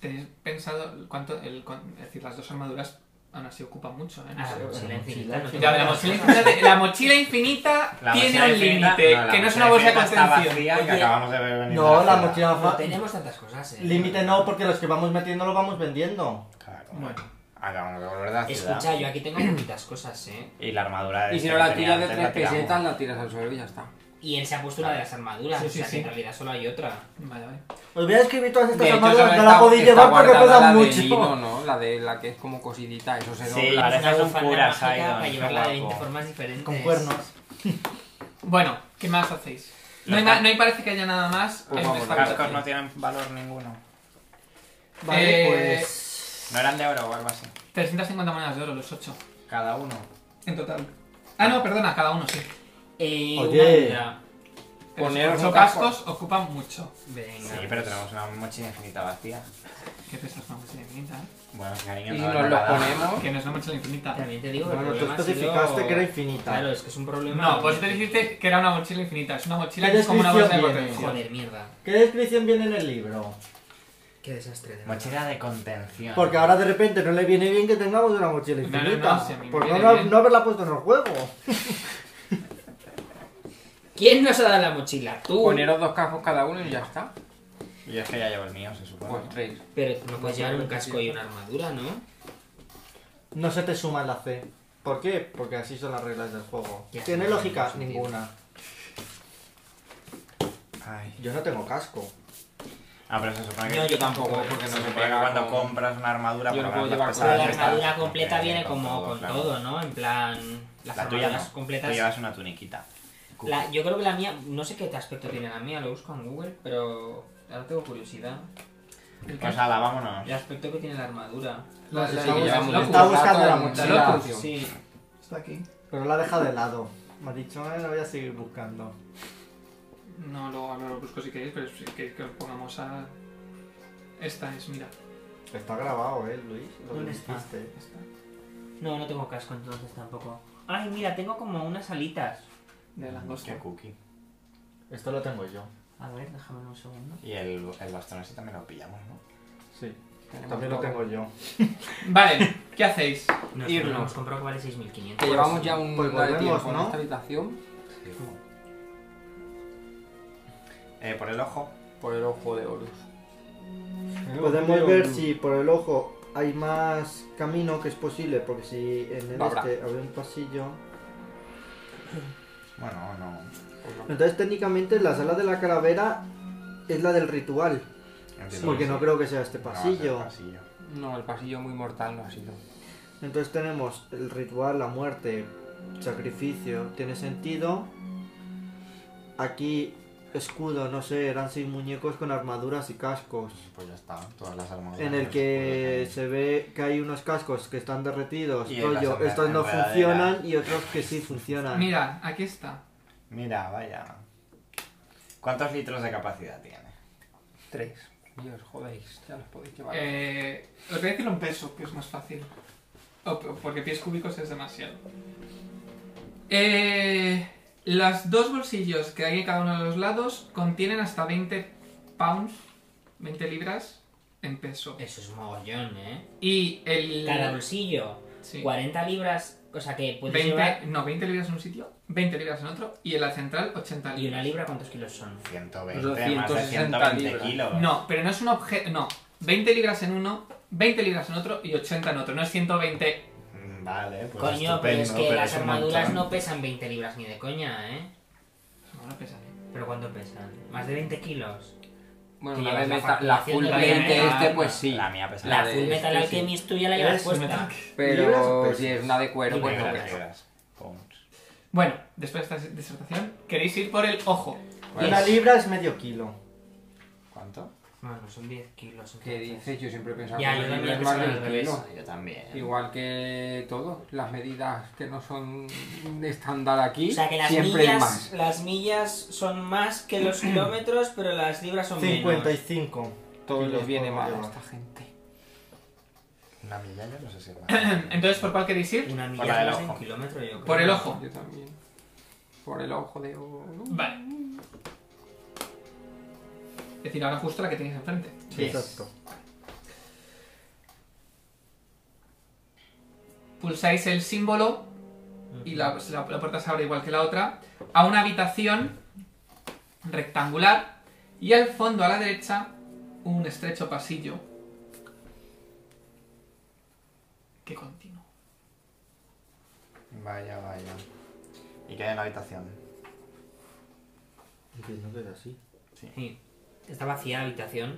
Speaker 1: ¿tenéis pensado cuánto? El, con- es decir, las dos armaduras aún así ocupan mucho, ¿eh? No
Speaker 6: Ah,
Speaker 1: sé.
Speaker 6: la mochila infinita. no
Speaker 1: Ya, la mochila infinita, de- la mochila infinita
Speaker 3: La
Speaker 1: tiene
Speaker 3: mochila
Speaker 1: un
Speaker 3: infinita-
Speaker 1: límite,
Speaker 3: no, la
Speaker 1: que no es
Speaker 3: mochila
Speaker 1: una bolsa de
Speaker 3: infinita está
Speaker 1: contención.
Speaker 3: vacía, que
Speaker 5: Oye.
Speaker 3: acabamos de venir de
Speaker 4: No, la
Speaker 3: fuera.
Speaker 4: mochila
Speaker 5: No
Speaker 4: fa-
Speaker 5: tenemos tantas cosas, eh.
Speaker 4: Límite no, porque los que vamos metiendo los vamos vendiendo.
Speaker 3: Claro.
Speaker 1: Bueno.
Speaker 3: Acabamos de volver de la ciudad.
Speaker 6: Escucha, yo aquí tengo poquitas cosas, eh.
Speaker 3: Y la armadura de
Speaker 2: Y si
Speaker 3: esta
Speaker 2: no
Speaker 3: que
Speaker 2: la tiras de
Speaker 3: tenía antes,
Speaker 2: tres
Speaker 3: la tiramos.
Speaker 2: pesetas, la tiras al suelo y ya está.
Speaker 6: Y él se ha puesto una de las armaduras,
Speaker 1: Sí,
Speaker 6: o
Speaker 1: sí,
Speaker 6: sea
Speaker 1: sí.
Speaker 6: que en realidad solo hay otra.
Speaker 1: Vale, vale.
Speaker 4: Os voy a escribir todas estas
Speaker 2: De hecho,
Speaker 4: armaduras,
Speaker 2: esa
Speaker 4: no la
Speaker 2: está-
Speaker 4: podéis
Speaker 2: está
Speaker 4: llevar porque
Speaker 2: guardada
Speaker 4: pesan
Speaker 2: la de
Speaker 4: mucho.
Speaker 2: lino, ¿no? La de la que es como cosidita, eso se
Speaker 3: Sí,
Speaker 2: dobla.
Speaker 3: parece
Speaker 6: Una
Speaker 3: un
Speaker 6: bufanda
Speaker 3: cura,
Speaker 6: mágica
Speaker 3: Sidon,
Speaker 6: Para
Speaker 3: qué
Speaker 6: llevarla de 20
Speaker 3: guapo.
Speaker 6: formas diferentes.
Speaker 4: Con cuernos.
Speaker 1: Bueno, ¿qué más hacéis? No
Speaker 3: Los
Speaker 1: hay, na-
Speaker 3: cas-
Speaker 1: no hay- parece que haya nada más
Speaker 2: Pues
Speaker 1: en
Speaker 2: vamos,
Speaker 1: esta
Speaker 3: Los cascos no
Speaker 1: habitación.
Speaker 3: tienen valor ninguno.
Speaker 4: Vale,
Speaker 1: Eh,
Speaker 4: pues.
Speaker 3: No eran de oro o algo así.
Speaker 1: 350 monedas de oro, los 8.
Speaker 3: Cada uno.
Speaker 1: En total. Ah, no, perdona, cada uno, sí.
Speaker 6: Eh,
Speaker 4: Oye.
Speaker 6: una duda.
Speaker 2: Poneros
Speaker 1: los 8
Speaker 2: un casco.
Speaker 1: cascos ocupan mucho.
Speaker 6: Venga.
Speaker 3: Sí, pero tenemos una mochila infinita vacía.
Speaker 1: ¿Qué pesas una mochila infinita? eh?
Speaker 3: Bueno, cariño,
Speaker 2: Y
Speaker 3: no
Speaker 2: nos
Speaker 3: nos
Speaker 2: lo
Speaker 3: la da.
Speaker 2: ponemos.
Speaker 1: Que no es una mochila infinita.
Speaker 6: También te digo que el
Speaker 4: Bueno, tú
Speaker 6: problema ha sido-
Speaker 4: especificaste que era infinita.
Speaker 6: Claro, es que es un problema.
Speaker 1: No, vos te dijiste que era una mochila infinita. Es una mochila
Speaker 4: ¿Qué
Speaker 1: que es como una bolsa de
Speaker 4: descripción
Speaker 1: contención.
Speaker 6: Joder, mierda.
Speaker 4: ¿Qué descripción viene en el libro?
Speaker 6: Qué desastre. de verdad.
Speaker 3: Mochila de contención.
Speaker 4: Porque ahora de repente no le viene bien que tengamos una mochila
Speaker 1: No, no, no,
Speaker 4: infinita.
Speaker 1: si a mí me
Speaker 4: por no,
Speaker 1: viene
Speaker 4: no,
Speaker 1: bien.
Speaker 4: no haberla puesto en el juego.
Speaker 6: ¿Quién nos ha dado la mochila?
Speaker 3: Uh.
Speaker 6: Tú.
Speaker 2: Poneros dos cascos cada uno y ya está.
Speaker 3: Y es que ya llevo el mío, se supone.
Speaker 2: Pues tres.
Speaker 6: Pero no puedes llevar un casco y una armadura, ¿no?
Speaker 4: No se te suma la C. ¿Por qué? Porque así son las reglas del juego.
Speaker 6: Ya,
Speaker 4: ¿Tiene
Speaker 6: no,
Speaker 4: lógica?
Speaker 6: no tiene sentido.
Speaker 4: Ninguna.
Speaker 3: Ay.
Speaker 4: Yo no tengo casco.
Speaker 3: Ah, pero se supone que.
Speaker 6: No, yo
Speaker 2: tampoco,
Speaker 6: tampoco.
Speaker 2: porque no
Speaker 3: se
Speaker 2: se
Speaker 3: supone
Speaker 2: puede
Speaker 3: que cuando
Speaker 2: con-
Speaker 3: compras una armadura,
Speaker 2: Yo no
Speaker 3: por
Speaker 2: puedo
Speaker 3: las
Speaker 2: llevar
Speaker 6: Pero
Speaker 3: pesadas
Speaker 6: la
Speaker 3: estas,
Speaker 6: armadura
Speaker 3: no
Speaker 6: completa
Speaker 3: tiene
Speaker 6: viene
Speaker 3: Eh, con
Speaker 6: como
Speaker 3: todo,
Speaker 6: con
Speaker 3: claro.
Speaker 6: todo, ¿no? En plan, las
Speaker 3: La tuya
Speaker 6: armaduras
Speaker 3: no. Tú
Speaker 6: completas.
Speaker 3: llevas una tuniquita.
Speaker 6: La- yo creo que la mía, no sé qué aspecto tiene la mía, lo busco en Google, pero ahora tengo curiosidad.
Speaker 3: Pues ala, vámonos.
Speaker 6: El aspecto que tiene la armadura. Ah,
Speaker 1: La-
Speaker 4: Sí,
Speaker 1: la-
Speaker 4: que
Speaker 1: la-
Speaker 4: llevamos-
Speaker 1: la-
Speaker 4: Está buscando la
Speaker 1: la-
Speaker 4: mochila.
Speaker 1: la-
Speaker 6: Sí.
Speaker 1: Está aquí.
Speaker 4: Pero la deja de lado. Me ha dicho, eh, la voy a seguir buscando.
Speaker 1: No, luego ahora lo busco si queréis, pero si queréis que os pongamos a... Esta es, mira.
Speaker 4: Está grabado, eh, Luis. Lo que
Speaker 6: ¿Dónde está?
Speaker 4: dijiste.
Speaker 1: Esta.
Speaker 6: No, no tengo casco entonces tampoco. Ay, mira, tengo como unas alitas.
Speaker 1: De langosta.
Speaker 3: Qué cookie.
Speaker 4: Esto lo tengo yo.
Speaker 6: A ver, déjame un segundo.
Speaker 3: Y el, el bastón ese también lo pillamos, ¿no?
Speaker 4: Sí. También lo tengo yo.
Speaker 1: Vale, ¿qué hacéis?
Speaker 6: No,
Speaker 2: Irnos.
Speaker 6: Irnos. Hemos comprado que vale
Speaker 2: Que
Speaker 6: 6.500.
Speaker 2: llevamos ya un
Speaker 4: pues
Speaker 2: día de
Speaker 4: volvemos,
Speaker 2: tiempo en
Speaker 4: ¿no?
Speaker 2: esta habitación
Speaker 3: Eh, por el ojo.
Speaker 2: por el ojo de Horus.
Speaker 4: Podemos ver si por el ojo hay más camino que es posible, porque si en el
Speaker 2: Lo habrá.
Speaker 4: este había un pasillo.
Speaker 3: Bueno, no.
Speaker 4: Entonces técnicamente la sala de la calavera es la del ritual,
Speaker 3: Entiendo
Speaker 4: porque
Speaker 3: que
Speaker 4: no
Speaker 3: sí.
Speaker 4: creo que sea este
Speaker 3: No va a
Speaker 4: pasillo.
Speaker 3: ser pasillo.
Speaker 2: No, el pasillo muy mortal no ha sido.
Speaker 4: Entonces tenemos el ritual, la muerte, sacrificio, tiene sentido. Aquí escudo, no sé, eran seis muñecos con armaduras y cascos.
Speaker 3: Pues ya está, todas las armaduras.
Speaker 4: En el que se ve que hay unos cascos que están derretidos,
Speaker 3: Y las
Speaker 4: rollo,
Speaker 3: enre-
Speaker 4: estos no
Speaker 3: enredaderas.
Speaker 4: funcionan y otros que sí funcionan.
Speaker 1: Mira, aquí está.
Speaker 3: Mira, vaya. ¿Cuántos litros de capacidad tiene?
Speaker 2: Tres. Dios, jodéis, ya los podéis llevar.
Speaker 1: Eh, os voy a decir un peso, que es más fácil. O- o- porque pies cúbicos es demasiado. Eh, las dos bolsillos que hay en cada uno de los lados contienen hasta 20 pounds, 20 libras en peso.
Speaker 6: Eso es un mogollón, ¿eh?
Speaker 1: Y el...
Speaker 6: Cada bolsillo,
Speaker 1: sí,
Speaker 6: 40 libras, o sea que puedes
Speaker 1: 20,
Speaker 6: llevar...
Speaker 1: no, 20 libras en un sitio, 20 libras en otro, y en la central 80
Speaker 6: ¿Y una
Speaker 1: libras.
Speaker 6: libra cuántos kilos son?
Speaker 3: 120,
Speaker 2: Los
Speaker 3: más de
Speaker 2: 160
Speaker 3: 120
Speaker 2: libras.
Speaker 3: kilos.
Speaker 1: No, pero no es un objeto... No, 20 libras en uno, 20 libras en otro y 80 en otro. No es 120
Speaker 3: Mm, Vale, pues
Speaker 6: Coño,
Speaker 3: estupendo,
Speaker 6: pero es que
Speaker 3: pero
Speaker 6: las
Speaker 3: es un
Speaker 6: armaduras
Speaker 3: montón.
Speaker 6: no pesan 20 libras ni de coña, ¿eh?
Speaker 1: No, no pesa, ¿eh?
Speaker 6: ¿Pero cuánto pesan? ¿Más de 20 kilos?
Speaker 2: Bueno,
Speaker 6: que
Speaker 2: una
Speaker 6: llevas
Speaker 2: vez
Speaker 6: la
Speaker 2: meta, la
Speaker 6: facturación
Speaker 2: full
Speaker 1: de la
Speaker 2: plate de
Speaker 1: meta,
Speaker 2: este, pues sí.
Speaker 3: La mía pesa
Speaker 2: La
Speaker 6: La
Speaker 2: de
Speaker 6: Full Metal
Speaker 2: este, sí.
Speaker 6: Alchemist tú ya la llevas
Speaker 4: Eres un
Speaker 6: puesta.
Speaker 4: Libras o
Speaker 2: Pero
Speaker 4: pesos.
Speaker 2: si es una de cuero, pues
Speaker 3: Bueno,
Speaker 2: no
Speaker 3: lo que
Speaker 2: pesa.
Speaker 3: quieras. Pons.
Speaker 1: Bueno, después de esta disertación, queréis ir por el ojo.
Speaker 3: Pues,
Speaker 4: Una libra es medio kilo.
Speaker 3: ¿Cuánto?
Speaker 6: Bueno, son 10 kilos.
Speaker 2: ¿Qué dices? Yo siempre he pensado
Speaker 6: Ya, yo
Speaker 2: que
Speaker 6: también
Speaker 2: es más
Speaker 6: pensaba
Speaker 2: de un
Speaker 6: al revés.
Speaker 2: kilo.
Speaker 3: Yo también.
Speaker 2: Igual que todo, las medidas que no son estándar aquí,
Speaker 6: O sea que las
Speaker 2: siempre hay
Speaker 6: millas,
Speaker 2: más.
Speaker 6: las millas son más que los kilómetros, pero las libras son
Speaker 4: 55.
Speaker 6: menos.
Speaker 2: todo
Speaker 4: Sí,
Speaker 2: les
Speaker 4: les
Speaker 2: viene
Speaker 4: podemos
Speaker 2: mal a
Speaker 4: llevar.
Speaker 2: esta gente.
Speaker 3: Una milla ya no sé si es
Speaker 1: Entonces, ¿por cuál queréis ir?
Speaker 5: Una
Speaker 3: Por la
Speaker 5: milla
Speaker 3: del
Speaker 5: es un
Speaker 3: ojo.
Speaker 5: kilómetro, yo creo.
Speaker 1: Por el ojo.
Speaker 2: Yo también. Por el ojo de oro.
Speaker 1: Vale. Es decir, ahora justo la que tenéis enfrente.
Speaker 5: Sí.
Speaker 4: Exacto.
Speaker 1: Pulsáis el símbolo y la, la- la puerta se abre igual que la otra. A una habitación rectangular y al fondo a la derecha un estrecho pasillo que continúa.
Speaker 3: Vaya, vaya. ¿Y qué hay en la habitación?
Speaker 4: Entiendo que es así.
Speaker 6: Sí. Está vacía la habitación.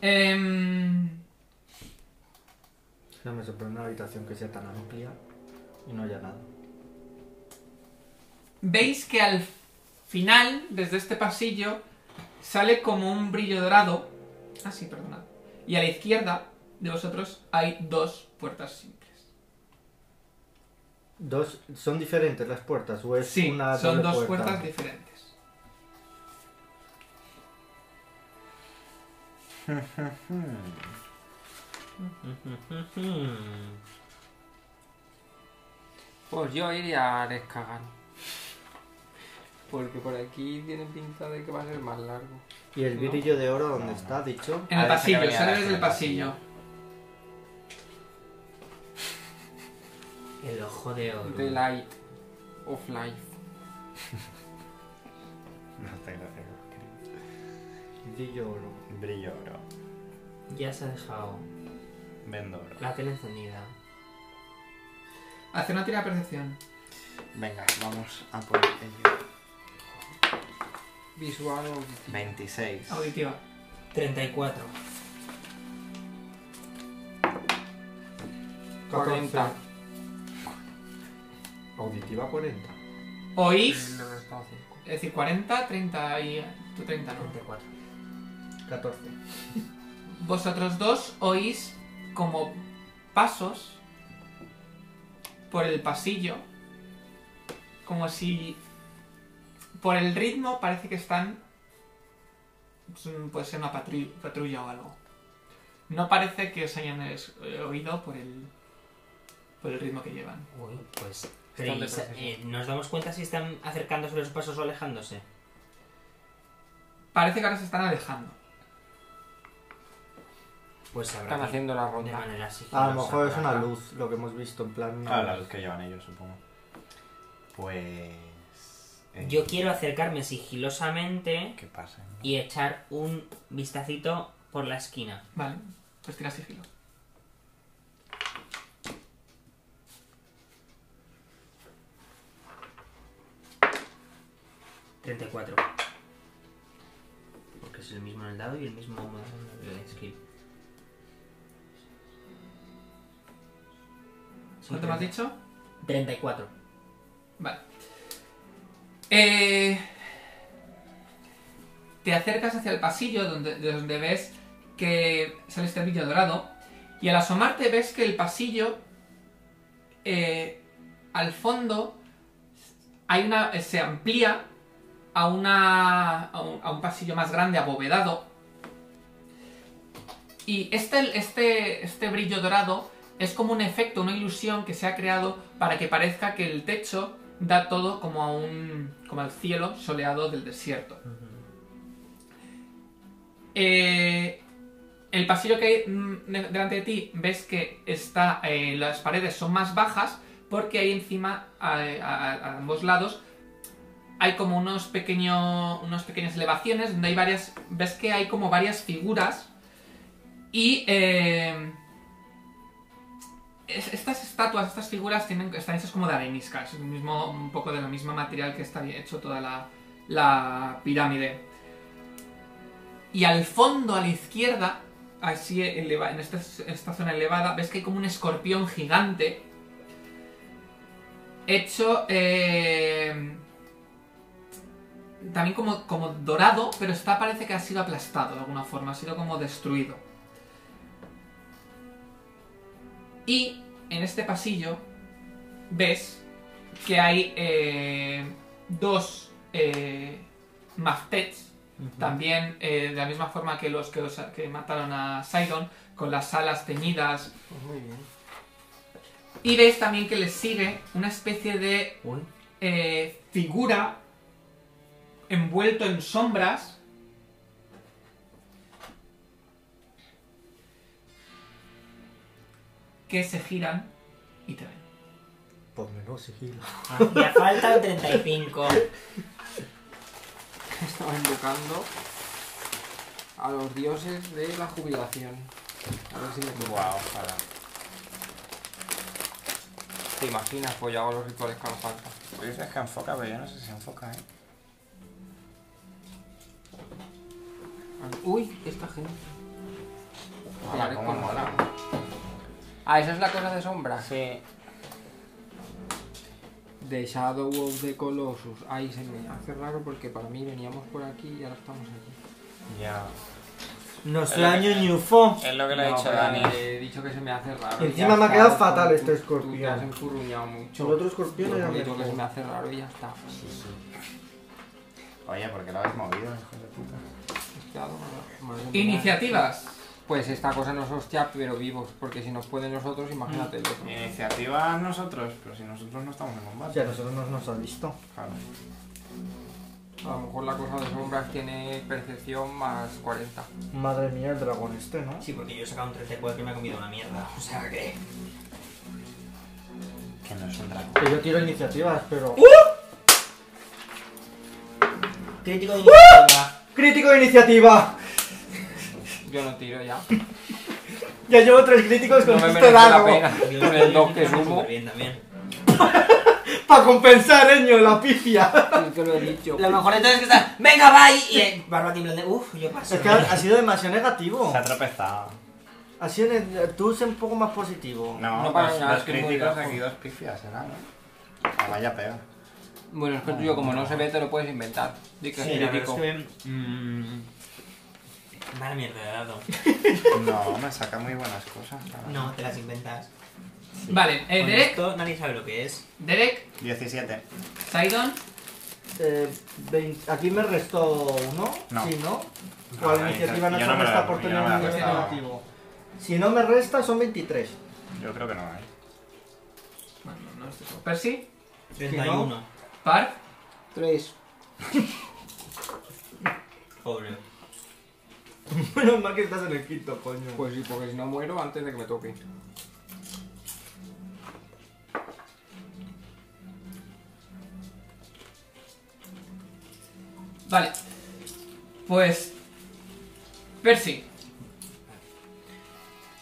Speaker 1: Em,
Speaker 4: No me sorprende una habitación que sea tan amplia y no haya nada.
Speaker 1: veis que al final, desde este pasillo, sale como un brillo dorado. Ah, sí, perdonad. Y a la izquierda de vosotros hay dos puertas simples.
Speaker 4: Dos, ¿Son diferentes las puertas o es
Speaker 1: Sí,
Speaker 4: una
Speaker 1: son
Speaker 4: doble
Speaker 1: dos
Speaker 4: puerta?
Speaker 1: puertas diferentes.
Speaker 2: Pues yo iría a Rescagan. Porque por aquí tiene pinta de que va a ser más largo.
Speaker 4: ¿Y el
Speaker 2: No.
Speaker 4: brillo de oro dónde
Speaker 3: No, no.
Speaker 4: está dicho?
Speaker 1: En el
Speaker 3: Ah, esa que
Speaker 1: pasillo,
Speaker 3: venía
Speaker 1: sale
Speaker 3: de
Speaker 1: desde el
Speaker 3: atrás.
Speaker 1: pasillo.
Speaker 6: El ojo de oro.
Speaker 2: The Light of Life.
Speaker 3: No te lo creo.
Speaker 4: Brillo oro.
Speaker 3: Brillo oro.
Speaker 6: Ya se ha dejado
Speaker 3: Vendo oro.
Speaker 6: la tele encendida.
Speaker 1: Hace una tira de percepción.
Speaker 3: Venga, vamos a por ello.
Speaker 2: Visual auditivo.
Speaker 3: 26.
Speaker 1: Auditiva.
Speaker 6: 34.
Speaker 2: 40.
Speaker 4: Auditiva 40.
Speaker 1: Oís,
Speaker 2: Le he restado cinco.
Speaker 1: es decir, 40, 30 y... Tú 30, ¿no?
Speaker 6: 34.
Speaker 4: 14.
Speaker 1: Vosotros dos oís como pasos por el pasillo, como si por el ritmo parece que están, mm, puede ser una patru- patrulla o algo. No parece que os hayan es- eh, oído por el por el ritmo que llevan.
Speaker 6: Uy, pues.
Speaker 2: Están
Speaker 6: creéis-
Speaker 2: detrás de
Speaker 6: eh, ¿Nos damos cuenta si están acercándose los pasos o alejándose?
Speaker 1: Parece que ahora se están alejando.
Speaker 6: Pues se habrá
Speaker 2: Están
Speaker 6: que-
Speaker 2: haciendo la
Speaker 6: de
Speaker 2: ronda.
Speaker 6: manera
Speaker 4: A lo
Speaker 6: sigilosa,
Speaker 4: mejor es una
Speaker 6: claro.
Speaker 4: luz, lo que hemos visto, en plan... una
Speaker 3: Ah, la
Speaker 4: luz.
Speaker 3: luz que llevan ellos, supongo. Pues. eh,
Speaker 6: Yo quiero acercarme sigilosamente
Speaker 3: Que pasen.
Speaker 6: y echar un vistacito por la esquina.
Speaker 1: Vale, pues tira sigilo.
Speaker 6: cuatro Porque es el mismo en el dado y el mismo en el skill. Sí,
Speaker 1: ¿Cuánto me has
Speaker 6: 30.
Speaker 1: dicho?
Speaker 6: 34.
Speaker 1: Vale. Eh, te acercas hacia el pasillo donde, de donde ves que sale este brillo dorado y al asomarte ves que el pasillo eh, al fondo hay una eh, se amplía a una a un, a un pasillo más grande abovedado y este, este, este brillo dorado es como un efecto, una ilusión que se ha creado para que parezca que el techo da todo como a un. como al cielo soleado del desierto. Eh, el pasillo que hay mm, de- delante de ti ves que está. eh, las paredes son más bajas porque ahí encima, a, a- a ambos lados, hay como unos pequeños. unas pequeñas elevaciones donde hay varias. ves que hay como varias figuras y. eh, es- estas estatuas, estas figuras tienen, están hechas como de arenisca, es el mismo, un poco de la misma material que está hecho toda la, la pirámide. Y al fondo, a la izquierda, así eleva- en esta, esta zona elevada, ves que hay como un escorpión gigante hecho eh, también como, como dorado, pero está parece que ha sido aplastado de alguna forma, ha sido como destruido. Y en este pasillo ves que hay eh, dos eh, maftets También, eh, de la misma forma que los que, os- que mataron a Sidon, con las alas teñidas.
Speaker 2: Pues muy bien.
Speaker 1: Y veis también que les sigue una especie de
Speaker 8: Uy.
Speaker 1: eh, figura envuelto en sombras. que se giran y te ven.
Speaker 4: Pues menos sigilo.
Speaker 8: Hacía falta el 35.
Speaker 2: Estaba invocando a los dioses de la jubilación. A ver si me toca.
Speaker 3: Guau, ojalá.
Speaker 2: ¿Te imaginas? Pues yo hago los rituales que haga falta.
Speaker 3: Tú dices que enfoca, pero yo no sé si enfoca, ¿eh?
Speaker 2: Uy, esta gente.
Speaker 3: Mola,
Speaker 2: Vale,
Speaker 3: cómo
Speaker 2: con-
Speaker 3: mola.
Speaker 2: Ah, esa es la cosa de sombras.
Speaker 3: Sí.
Speaker 2: The Shadow of the Colossus. Ahí se me hace raro porque para mí veníamos por aquí y ahora estamos aquí.
Speaker 3: Ya.
Speaker 4: No
Speaker 3: soy año
Speaker 4: ñufo.
Speaker 3: Es lo que le he
Speaker 2: No,
Speaker 3: dicho a
Speaker 2: pero
Speaker 3: Dani.
Speaker 2: He dicho que se me hace raro. Ya
Speaker 4: Encima me ha
Speaker 2: está,
Speaker 4: quedado
Speaker 2: tú-
Speaker 4: fatal
Speaker 2: tú-
Speaker 4: este
Speaker 2: tú te
Speaker 4: escorpión.
Speaker 2: has enfurruñado mucho.
Speaker 4: El otro escorpión era
Speaker 2: Yo digo que se
Speaker 4: mejor.
Speaker 2: me hace raro y ya está.
Speaker 3: Oye, ¿por qué lo habéis movido, hijo de puta?
Speaker 2: Hostiado, madre mía.
Speaker 1: Iniciativas.
Speaker 2: Pues esta cosa nos hostia, pero vivos, porque si nos pueden nosotros,
Speaker 4: Mm.
Speaker 2: imagínate el otro.
Speaker 3: Iniciativa nosotros, pero si nosotros no estamos en combate.
Speaker 4: Si a nosotros no nos has visto.
Speaker 3: Claro.
Speaker 2: A lo mejor la cosa de sombras tiene percepción más 40.
Speaker 4: Madre mía, el dragón este, ¿no?
Speaker 6: Sí, porque yo he sacado un 34 y me ha comido una mierda. O sea que.
Speaker 3: Que no es un dragón.
Speaker 4: Que yo tiro iniciativas, pero.
Speaker 6: Crítico de iniciativa.
Speaker 4: ¡Crítico de iniciativa!
Speaker 2: Yo no tiro ya.
Speaker 4: Ya llevo tres críticos
Speaker 2: No
Speaker 4: con
Speaker 2: me
Speaker 4: este
Speaker 2: merece la
Speaker 4: dado.
Speaker 2: pena.
Speaker 6: Yo
Speaker 2: Con
Speaker 6: estoy
Speaker 2: el 2 que
Speaker 6: funcionando
Speaker 2: sumo,
Speaker 6: superbién también.
Speaker 4: Para compensar, Eño, la pifia.
Speaker 2: sí que lo he dicho.
Speaker 6: Lo mejor de todo es que está. ¡Venga, va! Y, y Barba en plan de. Uf, yo paso.
Speaker 4: Es que ha, ha sido demasiado negativo.
Speaker 3: Se ha tropezado.
Speaker 4: Ha sido. ne- Tú sé un poco más positivo.
Speaker 3: No,
Speaker 2: No
Speaker 3: no
Speaker 2: pasa
Speaker 3: dos,
Speaker 2: nada,
Speaker 3: dos
Speaker 2: es que es muy
Speaker 3: críticos
Speaker 2: bajo.
Speaker 3: aquí, dos pifias, era, ¿no? Ah, vaya peor.
Speaker 2: Bueno, es que tú yo como no se ve, te lo puedes inventar. Di que
Speaker 6: Sí,
Speaker 2: es
Speaker 6: la verdad
Speaker 2: crítico.
Speaker 6: es que. Mmm. Mala mierda de dado.
Speaker 3: No, me saca muy buenas cosas. la verdad.
Speaker 6: No, te las inventas.
Speaker 1: Vale, eh,
Speaker 6: Con
Speaker 1: Derek,
Speaker 6: esto nadie sabe lo que es.
Speaker 1: Derek,
Speaker 3: 17.
Speaker 1: Sidon,
Speaker 4: Eh, vein- aquí me restó uno.
Speaker 3: No.
Speaker 4: Si no.
Speaker 3: No,
Speaker 4: ¿Cuál
Speaker 3: no,
Speaker 4: iniciativa
Speaker 3: yo-
Speaker 4: no
Speaker 3: yo
Speaker 4: se
Speaker 3: no me
Speaker 4: resta
Speaker 3: la-
Speaker 4: por
Speaker 3: yo no
Speaker 4: tener
Speaker 3: me
Speaker 4: un
Speaker 3: la
Speaker 4: nivel
Speaker 3: restaba.
Speaker 4: negativo? Si no me resta, son 23.
Speaker 3: Yo creo que no ¿eh? hay.
Speaker 1: bueno, no estoy seguro. Percy,
Speaker 6: 31.
Speaker 1: Park,
Speaker 2: 3.
Speaker 6: Pobre.
Speaker 4: Menos mal que estás en el quinto, coño.
Speaker 2: Pues sí, porque si no muero antes de que me toque.
Speaker 1: Vale. Pues. Percy.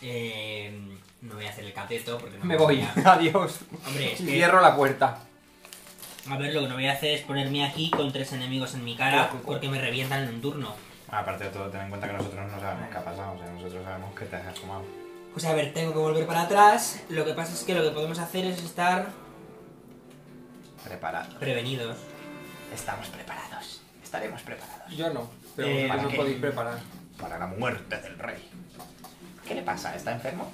Speaker 6: Eh, no voy a hacer el cateto porque no
Speaker 2: Me voy.
Speaker 6: a-
Speaker 2: Adiós.
Speaker 6: Hombre, es
Speaker 2: Y
Speaker 6: que-
Speaker 2: cierro la puerta.
Speaker 6: A ver, lo que no voy a hacer es ponerme aquí con tres enemigos en mi cara
Speaker 2: Ojo, ojo.
Speaker 6: porque me revientan en un turno.
Speaker 3: Aparte de todo, ten en cuenta que nosotros no sabemos qué ha pasado. O sea, nosotros sabemos que te has fumado.
Speaker 6: Pues a ver, tengo que volver para atrás. Lo que pasa es que lo que podemos hacer es estar
Speaker 3: Preparado.
Speaker 6: prevenidos.
Speaker 3: Estamos preparados. Estaremos preparados.
Speaker 2: Yo no. Pero
Speaker 6: Eh,
Speaker 2: vosotros os
Speaker 3: ¿qué?
Speaker 2: podéis preparar.
Speaker 3: Para la muerte del rey. ¿Qué le pasa? ¿Está enfermo?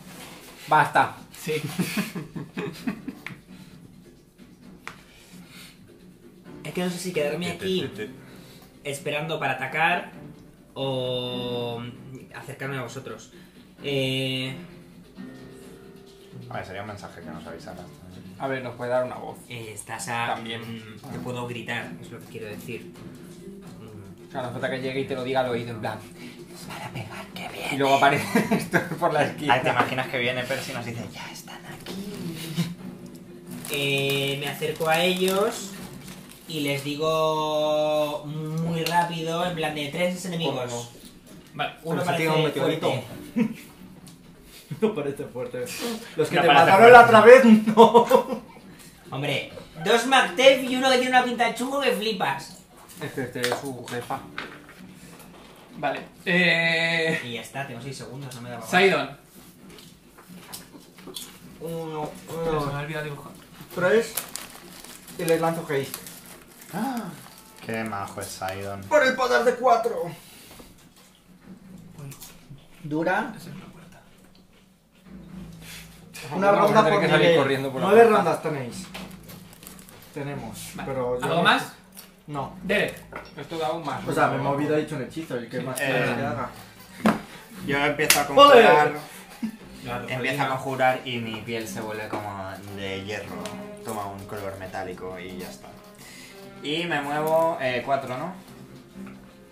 Speaker 2: Basta.
Speaker 1: Sí.
Speaker 6: Es que no sé si quedarme aquí esperando para atacar o acercarme a vosotros. Eh,
Speaker 3: A ver, sería un mensaje que nos avisaras.
Speaker 2: A ver, nos puede dar una voz.
Speaker 6: eh, estás a...
Speaker 2: También.
Speaker 6: mm, Te puedo gritar, es lo que quiero decir. Mm,
Speaker 2: O sea, no hace falta que llegue y te lo diga al oído, en plan. Nos van a pegar, qué bien. Y luego aparece esto por la
Speaker 3: Ay, Ah, ¿te
Speaker 2: esquina.
Speaker 3: imaginas que viene Percy y nos dice, ya están aquí?
Speaker 6: eh, me acerco a ellos y les digo muy rápido, en plan de tres enemigos.
Speaker 2: ¿Cómo?
Speaker 1: Vale.
Speaker 6: Uno
Speaker 4: Como si tiene un
Speaker 6: parece
Speaker 4: meteorito.
Speaker 6: fuerte.
Speaker 4: No parece fuerte. Los que
Speaker 3: No
Speaker 4: te
Speaker 3: parece
Speaker 4: mataron la otra vez, no.
Speaker 6: Hombre, dos MacTev y uno que tiene una pinta de chungo que flipas.
Speaker 2: Este, este es su jefa.
Speaker 1: Vale. Eh.
Speaker 6: Y ya está, tengo 6 segundos, no me da para
Speaker 1: Sidon.
Speaker 4: Uno,
Speaker 1: Pero se me
Speaker 4: uno,
Speaker 1: ha olvidado dibujar.
Speaker 4: tres. Y le lanzo haste.
Speaker 3: ¡Ah! Qué majo es Sidon.
Speaker 4: Por el poder de cuatro. Dura
Speaker 1: Esa es la puerta.
Speaker 4: una
Speaker 2: Vamos a
Speaker 4: ronda
Speaker 2: tener
Speaker 4: por
Speaker 2: que salir
Speaker 4: nivel.
Speaker 2: corriendo por la
Speaker 4: Nueve
Speaker 2: puerta.
Speaker 4: rondas tenéis. Tenemos.
Speaker 1: Vale.
Speaker 4: Pero yo
Speaker 1: ¿Algo
Speaker 4: no-
Speaker 1: más?
Speaker 4: No.
Speaker 1: Derek,
Speaker 2: Esto da un más.
Speaker 4: O sea, me he movido, he dicho un hechizo. ¿Y qué más
Speaker 3: Eh,
Speaker 4: quieres que haga?
Speaker 3: Yo empiezo a conjurar.
Speaker 1: Claro,
Speaker 3: Empiezo a conjurar y mi piel se vuelve como de hierro. Toma un color metálico y ya está. Y me muevo 4, ¿no?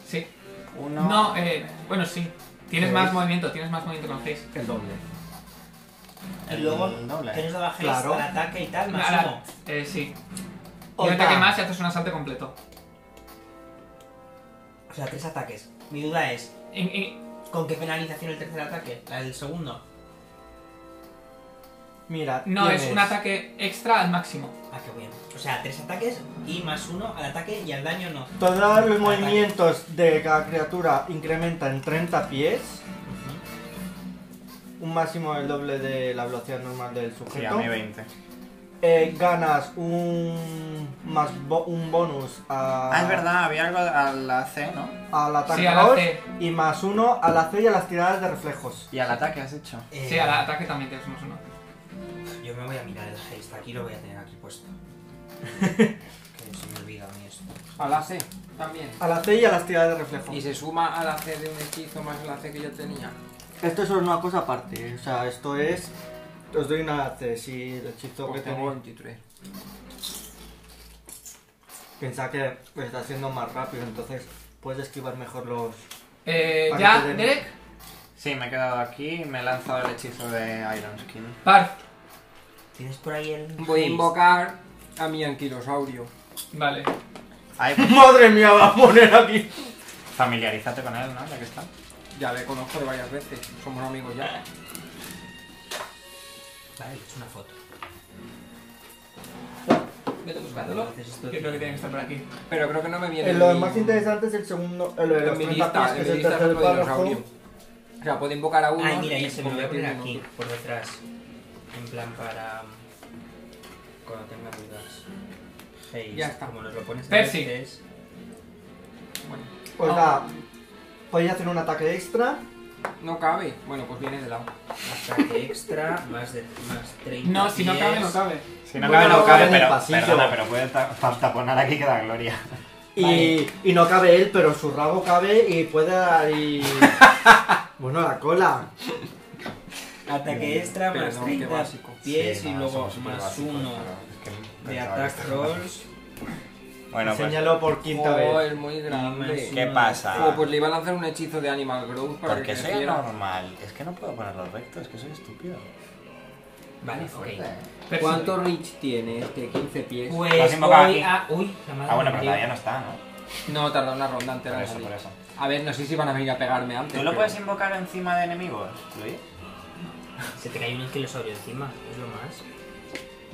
Speaker 1: sí.
Speaker 3: 1.
Speaker 1: No, eh, bueno, sí. Tienes
Speaker 4: Seis.
Speaker 1: más movimiento, tienes más movimiento con Haze.
Speaker 4: El doble.
Speaker 3: El
Speaker 6: Y luego
Speaker 3: doble.
Speaker 6: tenéis la bajéis
Speaker 4: Claro.
Speaker 6: al ataque y tal, más
Speaker 1: Ahora,
Speaker 6: uno.
Speaker 1: eh, sí. Y un
Speaker 6: Ota.
Speaker 1: ataque más y haces un asalto completo.
Speaker 6: O sea, tres ataques. Mi duda es,
Speaker 1: En- en-
Speaker 6: ¿con qué penalización el tercer ataque? ¿La del segundo?
Speaker 4: Mira,
Speaker 1: no, es un
Speaker 4: tienes-
Speaker 1: ataque extra al máximo.
Speaker 6: Ah, qué bien. O sea, tres ataques y más uno al ataque y al daño no.
Speaker 4: Todos los movimientos de cada criatura incrementa en 30 pies,
Speaker 6: Ujú.
Speaker 4: un máximo del doble de la velocidad normal del
Speaker 3: Sí, a
Speaker 4: sujeto.
Speaker 3: mí 20.
Speaker 4: Eh, ganas un más bo- un bonus a-
Speaker 3: Ah, es verdad, había algo a la C, ¿no?
Speaker 4: al ataque
Speaker 1: Sí, al
Speaker 4: dos
Speaker 1: AC.
Speaker 4: y más uno a la C y a las tiradas de reflejos.
Speaker 3: Y al ataque has hecho.
Speaker 6: Eh,
Speaker 1: Sí, al ataque también tienes más uno.
Speaker 6: Yo me voy a mirar el haste, aquí lo voy a tener aquí puesto. que se me olvida a mí esto.
Speaker 2: A la C también.
Speaker 4: A la C y a las tiradas de reflejos.
Speaker 2: Y se suma a la C de un hechizo más a la C que yo tenía.
Speaker 4: Esto es una cosa aparte, o sea, esto es... Os doy una C, si el hechizo
Speaker 2: Porque
Speaker 4: que
Speaker 2: tengo
Speaker 4: tengo...
Speaker 2: 23.
Speaker 4: Pensad que está siendo más rápido, entonces puedes esquivar mejor los...
Speaker 1: Eh,
Speaker 4: Para
Speaker 1: ya,
Speaker 4: que den-
Speaker 1: Derek,
Speaker 3: Sí, me he quedado aquí y me he lanzado el hechizo de Iron Skin.
Speaker 1: Parf.
Speaker 6: ¿Tienes por ahí el
Speaker 2: Voy a
Speaker 6: haste?
Speaker 2: invocar a mi anquilosaurio.
Speaker 1: Vale.
Speaker 3: Ay, pues,
Speaker 4: ¡Madre mía, va a poner aquí!
Speaker 3: familiarízate con él, ¿no? Ya que está.
Speaker 2: Ya le conozco de varias veces. Somos amigos ya.
Speaker 6: Vale, es una foto.
Speaker 2: Vete buscándolo.
Speaker 6: Entonces esto
Speaker 1: Yo creo que tiene que estar por aquí.
Speaker 2: Pero creo que no me viene.
Speaker 4: Eh, lo
Speaker 2: ni-
Speaker 4: más interesante es el segundo, eh, lo de los
Speaker 2: En mi
Speaker 4: 30
Speaker 2: lista, en
Speaker 4: pies, que es
Speaker 2: mi
Speaker 4: el
Speaker 2: lista es
Speaker 4: tercer
Speaker 2: otro
Speaker 4: párrafo.
Speaker 2: dinosaurio. O sea, puedo invocar a uno.
Speaker 6: Ay, mira,
Speaker 2: y
Speaker 6: yo se me lo voy a poner
Speaker 2: convertirme en
Speaker 6: aquí,
Speaker 2: otro.
Speaker 6: por detrás. En plan para. Cuando tenga dudas. Hey,
Speaker 2: Ya está.
Speaker 6: Como nos lo pones a
Speaker 1: Percy.
Speaker 6: veces-
Speaker 4: Pues
Speaker 3: Ah.
Speaker 4: nada, podéis hacer un ataque extra.
Speaker 2: No cabe. Bueno, pues viene de lado.
Speaker 6: Ataque extra, más de más 30.
Speaker 1: No, si no cabe, no
Speaker 6: pies.
Speaker 1: cabe.
Speaker 3: Si no
Speaker 4: Bueno,
Speaker 3: cabe, no
Speaker 4: ahora
Speaker 3: cabe,
Speaker 4: en el
Speaker 3: pero.
Speaker 4: pasillo.
Speaker 3: Perdona, pero puede ta- ta- taponar aquí que da gloria.
Speaker 4: Y, y no cabe él, pero su rabo cabe y puede dar y... bueno, la cola.
Speaker 6: Ataque extra,
Speaker 2: Pero
Speaker 6: más
Speaker 2: no, qué
Speaker 6: 30
Speaker 2: básico.
Speaker 6: pies
Speaker 3: Sí,
Speaker 6: y
Speaker 3: no,
Speaker 6: luego
Speaker 3: somos súper
Speaker 6: más
Speaker 3: básicos,
Speaker 6: uno
Speaker 3: pero es que
Speaker 6: de
Speaker 3: pensaba que
Speaker 6: attack
Speaker 3: estaba-
Speaker 6: rolls.
Speaker 3: Bueno, pues.
Speaker 4: Enséñalo por quinta
Speaker 2: oh,
Speaker 4: vez.
Speaker 2: es muy
Speaker 6: más
Speaker 2: grande.
Speaker 3: ¿Qué
Speaker 6: uno de
Speaker 3: pasa?
Speaker 2: Oh, pues le iba a lanzar un hechizo de Animal Growth para
Speaker 3: Porque
Speaker 2: que
Speaker 3: soy
Speaker 2: creciera.
Speaker 3: anormal. Es que no puedo ponerlo recto, es que soy estúpido.
Speaker 6: Vale,
Speaker 3: Fuerte.
Speaker 6: ok.
Speaker 1: Percy.
Speaker 2: ¿Cuánto reach tiene este? 15 pies.
Speaker 3: Lo has
Speaker 6: Pues
Speaker 3: invocado
Speaker 6: voy
Speaker 3: aquí.
Speaker 6: a. Uy, la madre
Speaker 3: Ah, bueno,
Speaker 6: que
Speaker 3: pero
Speaker 6: me
Speaker 3: todavía
Speaker 6: parió.
Speaker 3: no está, ¿no?
Speaker 2: No, tarda una ronda entera
Speaker 3: Por
Speaker 2: en
Speaker 3: eso,
Speaker 2: salir.
Speaker 3: por eso.
Speaker 2: A ver, no sé si van a venir a pegarme antes.
Speaker 3: ¿Tú lo
Speaker 2: pero-
Speaker 3: puedes invocar encima de enemigos, Luis?
Speaker 6: Se te cae un anquilosaurio encima, es lo más.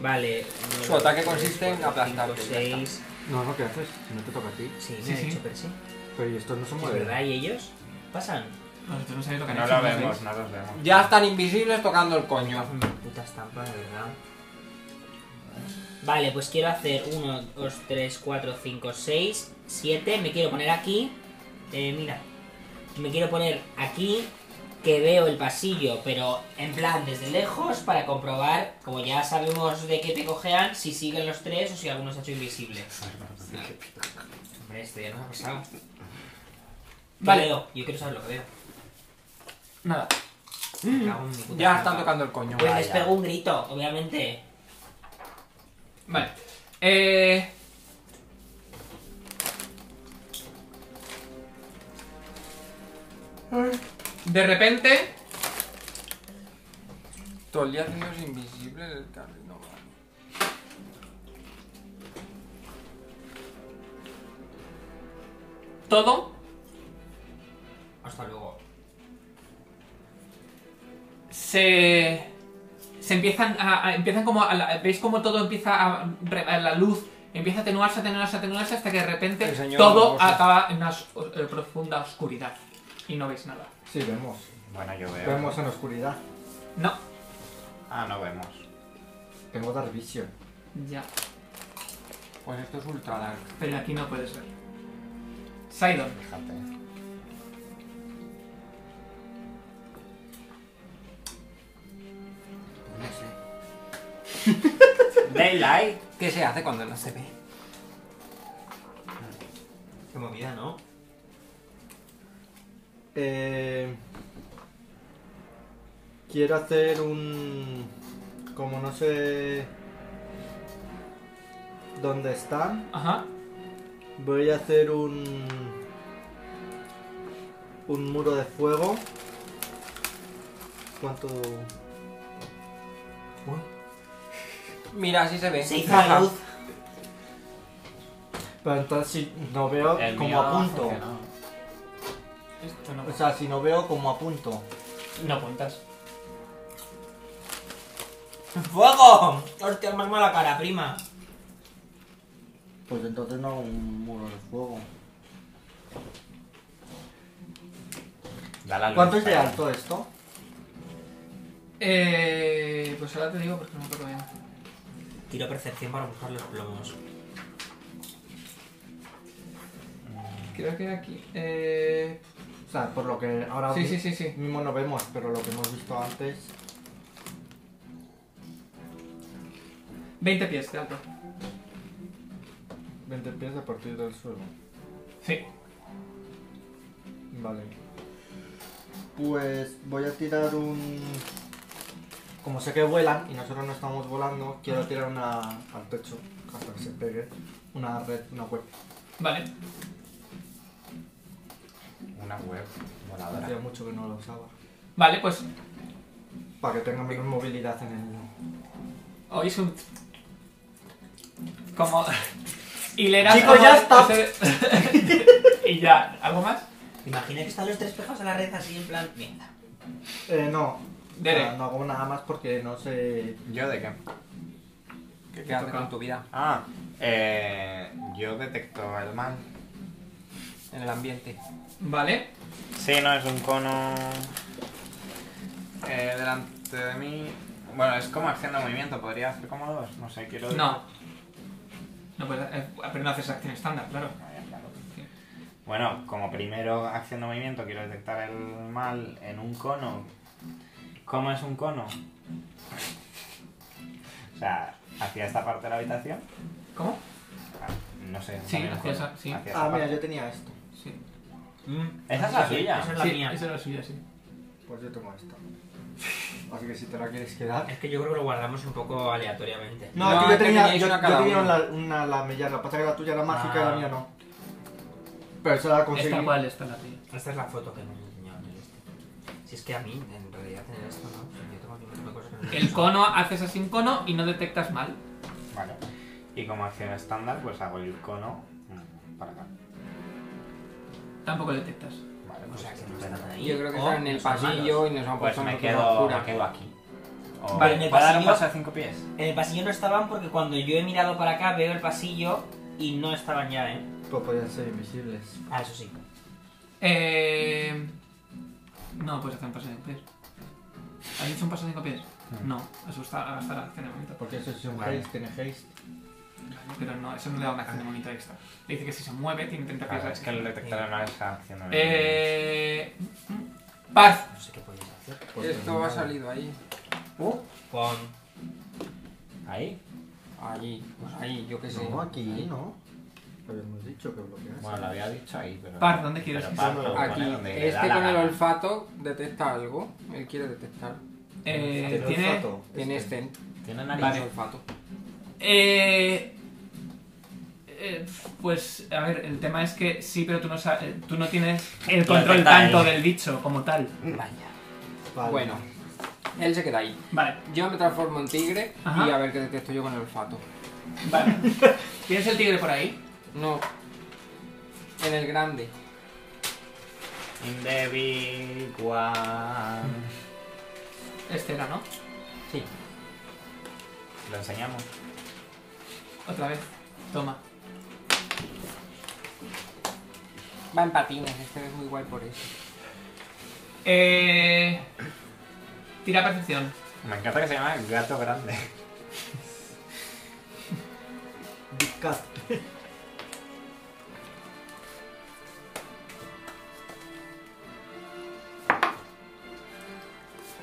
Speaker 6: Vale. uno,
Speaker 2: Su ataque
Speaker 6: dos,
Speaker 2: consiste
Speaker 6: tres,
Speaker 2: en
Speaker 6: cuatro,
Speaker 2: aplastarte,
Speaker 6: cinco,
Speaker 2: ya está.
Speaker 6: seis.
Speaker 4: No, no, ¿qué haces? No te toca a ti.
Speaker 6: Sí, me
Speaker 1: Sí,
Speaker 6: ha
Speaker 1: sí.
Speaker 6: dicho Percy.
Speaker 4: Pero ¿y estos no son
Speaker 6: Es verdad, ¿y ellos? ¿Pasan?
Speaker 1: Vosotros no sabéis lo que han
Speaker 3: No
Speaker 1: hecho,
Speaker 3: lo
Speaker 1: ¿no sabéis?
Speaker 3: vemos, no los vemos.
Speaker 2: Ya están invisibles tocando el coño.
Speaker 6: Hacen una puta estampa, de verdad. Vale, pues quiero hacer 1, 2, 3, 4, 5, 6, 7. Me quiero poner aquí. Eh, mira. Me quiero poner aquí que veo el pasillo, pero en plan desde lejos para comprobar, como ya sabemos de qué te cojean, si siguen los tres o si alguno se ha hecho invisible. Hombre, esto ya nos ha pasado. ¿Qué
Speaker 1: Vale.
Speaker 6: veo? Yo quiero saber lo que veo.
Speaker 1: Nada.
Speaker 6: Me cago en mi puta
Speaker 2: Mm. Ya
Speaker 6: puta.
Speaker 2: están tocando el coño.
Speaker 6: Pues
Speaker 3: Vaya.
Speaker 6: les pego un grito, obviamente.
Speaker 1: Vale. Eh... De repente,
Speaker 2: Todo el día haciéndose invisible el carril. No, vale.
Speaker 1: todo
Speaker 6: Hasta luego.
Speaker 1: se se empiezan a, a- empiezan como a la- veis como todo empieza a, a la luz empieza a atenuarse atenuarse atenuarse hasta que de repente
Speaker 2: El señor
Speaker 1: todo
Speaker 2: Barbosa.
Speaker 1: acaba en una os- eh, profunda oscuridad y no veis nada
Speaker 4: Sí, vemos.
Speaker 3: Bueno, yo veo.
Speaker 4: Vemos en oscuridad.
Speaker 1: no
Speaker 3: Ah, no vemos.
Speaker 4: Tengo Dark Vision.
Speaker 1: ya
Speaker 2: Pues esto es ultra dark.
Speaker 1: pero aquí no puedes ver Sidon
Speaker 3: Fíjate.
Speaker 2: No sé.
Speaker 3: Daylight.
Speaker 2: ¿Qué se hace cuando no se ve?
Speaker 6: comida, ¿no?
Speaker 4: Eh, quiero hacer un... Como no sé dónde están,
Speaker 1: Ajá.
Speaker 4: voy a hacer un... Un muro de fuego. ¿Cuánto...?
Speaker 2: Mira, así se ve.
Speaker 5: Se hizo la luz.
Speaker 4: Pero entonces si no veo
Speaker 3: El
Speaker 4: como
Speaker 3: mío ha
Speaker 4: apunto. Pues,
Speaker 3: funcionado.
Speaker 1: Esto no.
Speaker 4: O sea, si no veo como apunto.
Speaker 6: No apuntas.
Speaker 5: ¡Fuego! Hostia, me has la cara, prima.
Speaker 4: Pues entonces no hago un muro de fuego.
Speaker 3: Da la luz,
Speaker 4: ¿Cuánto es de
Speaker 3: pero-
Speaker 4: alto esto?
Speaker 1: Eh, pues ahora te digo porque no me acuerdo bien.
Speaker 5: Tiro percepción para buscar los plomos.
Speaker 1: Creo que aquí. Eh,
Speaker 4: O sea, por lo que ahora
Speaker 1: sí,
Speaker 4: mi-
Speaker 1: sí, sí, sí.
Speaker 4: mismo no vemos, pero lo que hemos visto antes.
Speaker 1: 20 pies de alto.
Speaker 4: 20 pies a partir del suelo.
Speaker 1: Sí.
Speaker 4: Vale. Pues voy a tirar un. Como sé que vuelan y nosotros no estamos volando, quiero tirar una al techo hasta que se pegue. Una red, una web.
Speaker 1: Vale.
Speaker 3: Una web
Speaker 4: Hacía
Speaker 3: voladora.
Speaker 4: mucho que no la usaba.
Speaker 1: Vale, pues
Speaker 4: Para que tenga menos movilidad en el.
Speaker 1: oís un. Como. Hileras.
Speaker 4: Chicos,
Speaker 1: como-
Speaker 4: ya está.
Speaker 1: ese- y ya. ¿Algo más?
Speaker 5: Imagina que están los tres pejos a la red así en plan. Mierda.
Speaker 4: Eh, no. O sea,
Speaker 1: Dere.
Speaker 4: no hago nada más porque no sé.
Speaker 3: ¿Yo de qué?
Speaker 2: ¿Qué,
Speaker 1: te
Speaker 2: haces
Speaker 1: toca?
Speaker 2: con tu vida?
Speaker 3: Ah, eh, yo detecto el mal.
Speaker 2: En el ambiente.
Speaker 1: Vale.
Speaker 3: Sí, no, es un cono eh, delante de mí. Bueno, es como acción de movimiento, podría hacer como dos, no sé, quiero...
Speaker 1: No. No puedes. eh, pero no haces acción estándar, claro.
Speaker 3: Vaya, claro. Bueno, como primero acción de movimiento quiero detectar el mal en un cono. ¿Cómo es un cono? O sea, hacia esta parte de la habitación.
Speaker 1: ¿Cómo?
Speaker 3: Ah, No sé.
Speaker 1: Sí,
Speaker 3: también un
Speaker 1: hacia
Speaker 3: cono.
Speaker 1: esa- sí.
Speaker 3: Hacia esa
Speaker 4: Ah, mira,
Speaker 3: parte.
Speaker 4: yo tenía esto.
Speaker 1: Sí.
Speaker 3: Esa es la suya.
Speaker 6: Esa es la
Speaker 1: sí,
Speaker 6: mía.
Speaker 1: Esa es la suya, sí.
Speaker 4: Pues yo tengo esta. Así que si te la quieres quedar.
Speaker 6: Es que yo creo que lo guardamos un poco aleatoriamente.
Speaker 4: No,
Speaker 2: No,
Speaker 4: aquí yo
Speaker 2: que
Speaker 4: tenía,
Speaker 2: teníais
Speaker 4: yo,
Speaker 2: una
Speaker 4: yo
Speaker 2: cada
Speaker 4: tenía
Speaker 2: uno.
Speaker 4: una, una lamella, la pasa que la tuya era mágica y
Speaker 6: Ah.
Speaker 4: la mía no. Pero esa la conseguí.
Speaker 1: Esta cuál esta es la tuya.
Speaker 6: Esta es la foto que nos enseñó en el este. Si es que a mí, en realidad, tener esto no. Yo tengo aquí un montón de cosas que no
Speaker 1: El cono, haces así un cono y no detectas mal.
Speaker 3: Vale. Y como acción estándar, pues hago el cono mm, para acá.
Speaker 1: Tampoco detectas.
Speaker 3: Vale,
Speaker 6: O
Speaker 3: pues,
Speaker 6: sea, que no
Speaker 3: estupendo.
Speaker 6: están ahí.
Speaker 2: Yo creo que
Speaker 3: Oh,
Speaker 6: O
Speaker 2: están en el
Speaker 6: no son
Speaker 2: pasillo
Speaker 6: malos.
Speaker 2: y nos han
Speaker 3: Pues
Speaker 2: puesto
Speaker 3: me
Speaker 2: en una
Speaker 3: quedo,
Speaker 2: oscura.
Speaker 3: me quedo aquí. O-
Speaker 1: Vale, en
Speaker 5: el
Speaker 3: ¿Puedo dar un
Speaker 5: pasillo-
Speaker 3: paso de 5 pies?
Speaker 5: En el pasillo no estaban porque cuando yo he mirado para acá veo el pasillo y no estaban ya, ¿eh?
Speaker 4: Pues podían ser invisibles.
Speaker 5: Ah, eso sí.
Speaker 1: Eh... No, puedes hacer un paso de cinco pies. ¿Has hecho un paso de cinco pies?
Speaker 3: Mm.
Speaker 1: No, asusta a gastar acción de movimiento.
Speaker 4: Porque eso es un
Speaker 3: Vale.
Speaker 4: haste, tiene haste.
Speaker 1: Pero no, eso no le da una acción de movimiento extra. Le dice que si se mueve tiene 30 pies.
Speaker 3: Claro, Ah, es que el detectar no es acción de
Speaker 1: Eh... Paz.
Speaker 6: No sé qué podéis hacer.
Speaker 4: Pues
Speaker 2: Esto
Speaker 4: no.
Speaker 2: ha salido ahí.
Speaker 6: Con.
Speaker 3: ¿Ahí?
Speaker 2: Allí, pues ahí, yo qué sé.
Speaker 4: No, aquí
Speaker 2: Ahí.
Speaker 4: no. Habíamos dicho que bloqueas.
Speaker 3: Bueno, lo había dicho ahí, pero...
Speaker 1: Par, ¿dónde quieres
Speaker 3: pero
Speaker 1: que
Speaker 3: par
Speaker 4: sea?
Speaker 3: lo pone
Speaker 2: Aquí,
Speaker 3: donde le da
Speaker 2: este
Speaker 3: la
Speaker 2: con el
Speaker 3: gana.
Speaker 2: olfato detecta algo. Él quiere detectar.
Speaker 1: Eh,
Speaker 4: Este el
Speaker 1: tiene...
Speaker 4: olfato.
Speaker 2: Tiene este,
Speaker 3: Tiene
Speaker 2: tiene
Speaker 3: nariz.
Speaker 2: olfato.
Speaker 1: Eh, eh, pues, a ver, el tema es que sí, pero tú no, sa- eh, tú no tienes el
Speaker 3: Lo
Speaker 1: control
Speaker 3: detecta
Speaker 1: tanto
Speaker 3: él.
Speaker 1: del bicho como tal.
Speaker 2: Vaya.
Speaker 4: Vale.
Speaker 2: Bueno, él se queda ahí.
Speaker 1: Vale,
Speaker 2: Yo me transformo en tigre
Speaker 1: Ajá.
Speaker 2: y a ver qué detecto yo con el olfato.
Speaker 1: vale. ¿Tienes el tigre por ahí?
Speaker 2: No. En el grande.
Speaker 3: In the big one.
Speaker 1: Este era, ¿no?
Speaker 2: Sí.
Speaker 3: Lo enseñamos.
Speaker 1: Otra vez. Toma.
Speaker 2: Va en patines, este es muy guay por eso.
Speaker 1: Eh, tira percepción.
Speaker 3: Me encanta que se llama gato grande.
Speaker 4: Big Cat.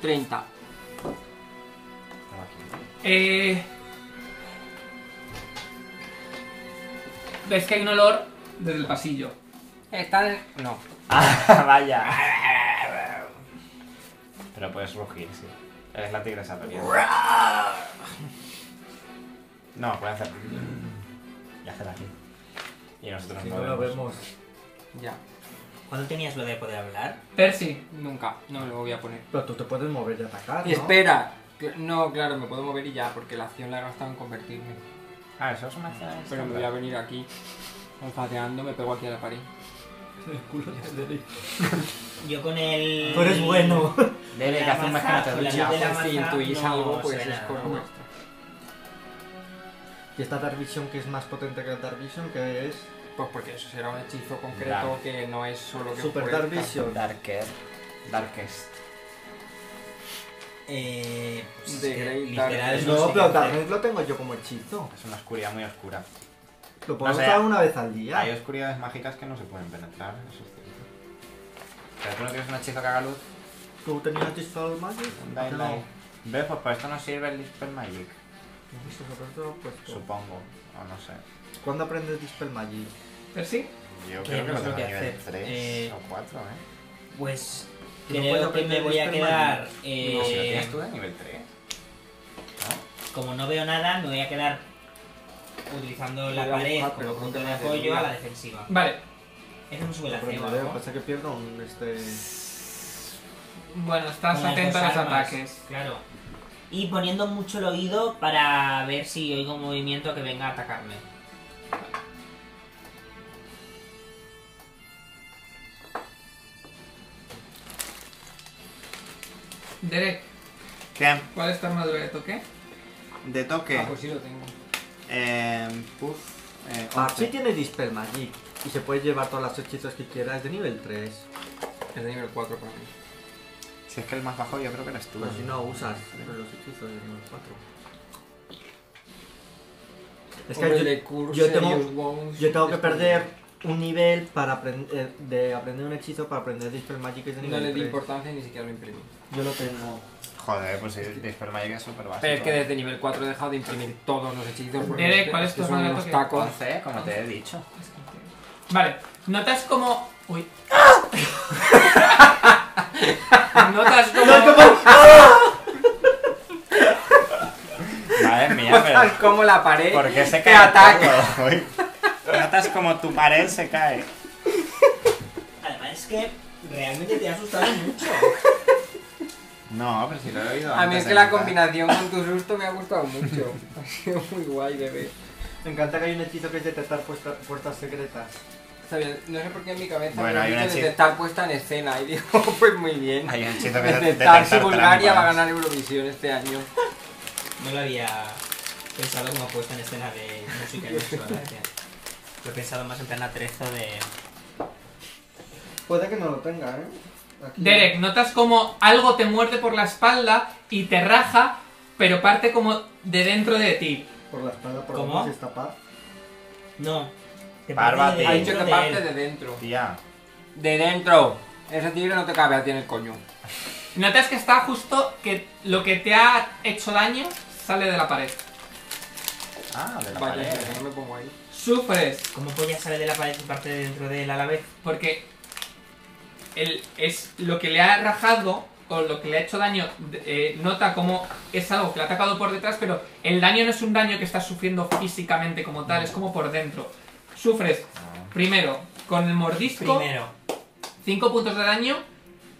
Speaker 2: Treinta.
Speaker 3: Como aquí.
Speaker 1: Eh, ves que hay un olor desde el pasillo.
Speaker 6: Está en... No.
Speaker 3: Ah, vaya. Pero puedes rugir, sí. Eres la tigresa peleada. No, puede hacer. Y hacer aquí. Y nosotros
Speaker 9: Si
Speaker 3: no
Speaker 9: no la
Speaker 3: vemos.
Speaker 9: vemos.
Speaker 2: Ya.
Speaker 6: ¿Cuándo tenías lo de poder hablar?
Speaker 1: Percy,
Speaker 2: Nunca. No me lo voy a poner.
Speaker 9: Pero tú te puedes mover y
Speaker 4: Ah,
Speaker 9: atacar, ¿no?
Speaker 2: Espera. Cl- No, claro, me puedo mover y ya, porque la acción la he gastado en convertirme.
Speaker 3: Ah, eso es una acción.
Speaker 2: Pero me voy a venir aquí, olfateando, me pego aquí a la pared.
Speaker 9: El culo de Derek.
Speaker 6: Yo con el...
Speaker 4: Tú eres bueno.
Speaker 3: Debe que
Speaker 6: La
Speaker 3: hace un mes que no te
Speaker 6: maza, la
Speaker 3: duchas.
Speaker 6: luz de la
Speaker 2: Pues si
Speaker 6: maza
Speaker 2: intuís
Speaker 6: no
Speaker 2: algo, pues
Speaker 6: suena,
Speaker 2: es cosa
Speaker 6: ¿no?
Speaker 2: nuestra.
Speaker 4: Y esta Dark Vision que es más potente que la Dark Vision, que es
Speaker 2: Pues porque eso será un hechizo concreto
Speaker 3: Dark.
Speaker 2: que no es solo que
Speaker 4: Super
Speaker 2: ofrezca.
Speaker 4: Dark Vision.
Speaker 3: Darker. Darkest.
Speaker 6: Eh... pues
Speaker 2: De
Speaker 6: es que
Speaker 2: Grey
Speaker 6: literal,
Speaker 2: Dark.
Speaker 6: no
Speaker 4: No,
Speaker 6: sé
Speaker 4: pero
Speaker 6: qué hacer.
Speaker 4: Darknet lo tengo yo como hechizo.
Speaker 3: Es una oscuridad muy oscura.
Speaker 4: Lo puedo
Speaker 3: O sea,
Speaker 4: usar una vez al día.
Speaker 3: Hay oscuridades mágicas que no se pueden penetrar, eso es cierto. Pero tú no tienes un hechizo que haga luz.
Speaker 4: ¿Tú tenías Dispel Magic?
Speaker 3: un
Speaker 4: Ah,
Speaker 3: Dying
Speaker 4: no.
Speaker 3: Light. ¿Ves? Pues para esto no sirve el Dispel Magic,
Speaker 4: No, pues, sobre todo, pues,
Speaker 3: supongo. O no sé.
Speaker 4: ¿Cuándo aprendes Dispel Magic?
Speaker 1: Percy,
Speaker 3: Yo
Speaker 6: Que
Speaker 3: creo que
Speaker 6: no
Speaker 3: lo
Speaker 6: sé
Speaker 3: tengo
Speaker 6: qué
Speaker 3: a nivel
Speaker 6: hacer.
Speaker 3: 3
Speaker 6: Eh,
Speaker 3: o 4, ¿eh?
Speaker 6: Pues...
Speaker 4: Tú no
Speaker 6: Creo
Speaker 4: puedes
Speaker 6: que me
Speaker 4: aprender
Speaker 6: voy a
Speaker 4: Whisper
Speaker 6: quedar...
Speaker 4: Magic.
Speaker 6: eh,
Speaker 3: No, si lo tienes tú de nivel 3. ¿No?
Speaker 6: como no veo nada, me voy a quedar utilizando la
Speaker 2: Voy a
Speaker 6: pared
Speaker 2: buscar, pero
Speaker 6: como punto de
Speaker 2: ponte la
Speaker 6: apoyo
Speaker 2: defensiva.
Speaker 6: a la defensiva.
Speaker 1: vale.
Speaker 6: Eso no sube la
Speaker 4: Aprenderé,
Speaker 6: ceba,
Speaker 4: lo que
Speaker 6: ¿no?
Speaker 4: pasa es que pierdo un este...
Speaker 1: Bueno, estás
Speaker 6: Con las
Speaker 1: atento a
Speaker 6: dos
Speaker 1: los
Speaker 6: armas,
Speaker 1: ataques.
Speaker 6: Claro. Y poniendo mucho el oído para ver si oigo un movimiento que venga a atacarme.
Speaker 1: Derek,
Speaker 3: ¿Qué?
Speaker 1: ¿cuál es tu armadura de toque?
Speaker 3: De toque.
Speaker 2: Ah, pues sí lo tengo.
Speaker 3: Eh. Puff. Eh,
Speaker 4: Parsi Ah, tiene Dispel Magic y se puede llevar todas las hechizos que quieras de nivel Pues, 3.
Speaker 2: Es de nivel 4 para mí.
Speaker 3: Si es que el más bajo yo creo que eres tú.
Speaker 4: Pero Pues si no usas los hechizos de nivel 4. Es
Speaker 2: Hombre,
Speaker 4: que
Speaker 2: de Cure,
Speaker 4: yo tengo-
Speaker 2: Serious Bones,
Speaker 4: yo, yo tengo que
Speaker 2: es
Speaker 4: perder un nivel para aprender eh, de aprender un hechizo para aprender Dispel Magic que es de
Speaker 2: No
Speaker 4: nivel
Speaker 2: le di
Speaker 4: 3.
Speaker 2: importancia y ni siquiera lo imprimí.
Speaker 4: Yo lo tengo.
Speaker 3: Joder, pues el Dispel Magic es ¿eh? súper básico.
Speaker 2: Pero es que desde nivel 4 he dejado de imprimir todos los hechizos porque
Speaker 1: Derek,
Speaker 2: es
Speaker 1: ¿cuál es
Speaker 2: que
Speaker 1: tu
Speaker 2: son
Speaker 1: armadura de
Speaker 2: unos
Speaker 1: toque?
Speaker 2: tacos.
Speaker 3: 11, como te he dicho.
Speaker 1: Vale, notas como. Uy. notas como.
Speaker 3: Madre mía, pero.
Speaker 2: como la pared
Speaker 3: ¿Por qué se
Speaker 2: te
Speaker 3: cae
Speaker 2: ataca.
Speaker 3: todo hoy? Notas como tu pared se cae.
Speaker 6: Además es que realmente te ha asustado mucho.
Speaker 3: No, pero si lo he oído
Speaker 2: A mí
Speaker 3: antes
Speaker 2: es
Speaker 3: de
Speaker 2: que la
Speaker 3: gritar.
Speaker 2: combinación con tu susto me ha gustado mucho. Ha sido muy guay de ver.
Speaker 4: Me encanta que hay un hechizo que es detectar puesta- puertas secretas.
Speaker 2: Está bien, No sé por qué en mi cabeza
Speaker 3: Bueno,
Speaker 2: me
Speaker 3: hay
Speaker 2: dice
Speaker 3: una chi-
Speaker 2: detectar puesta en escena y digo, pues muy bien.
Speaker 3: Hay un hechizo que
Speaker 2: Detectar si
Speaker 3: detectar
Speaker 2: Bulgaria va a
Speaker 3: trampas.
Speaker 2: ganar Eurovisión este año.
Speaker 6: No lo había pensado como puesta en escena de música y eso, la verdad. Lo he pensado más en plan atrezo de...
Speaker 4: Puede que no lo tenga, ¿eh? Aquí.
Speaker 1: Derek, notas como algo te muerde por la espalda y te raja, pero parte como de dentro de ti.
Speaker 4: Por la espalda, por
Speaker 6: ¿Cómo?
Speaker 4: ¿Cómo? se tapar.
Speaker 6: No. Te
Speaker 3: Bárbara,
Speaker 6: parte de
Speaker 3: tío.
Speaker 2: Ha
Speaker 6: dentro
Speaker 2: dicho que
Speaker 6: de
Speaker 2: parte
Speaker 6: él.
Speaker 2: de dentro.
Speaker 3: Tía,
Speaker 2: De dentro. Ese tigre no te cabe a ti en el coño.
Speaker 1: Notas que está justo que lo que te ha hecho daño sale de la pared.
Speaker 3: ah, de la
Speaker 2: Vaya,
Speaker 3: pared.
Speaker 2: no me pongo ahí.
Speaker 1: Sufres
Speaker 6: ¿Cómo polla sale de la pared y parte de dentro de él a la vez?
Speaker 1: porque el- es lo que le ha rajado o lo que le ha hecho daño. de- eh, nota como es algo que le ha atacado por detrás, pero el daño no es un daño que estás sufriendo físicamente como tal, es como por dentro. Sufres primero con el mordisco.
Speaker 6: Primero.
Speaker 1: 5 puntos de daño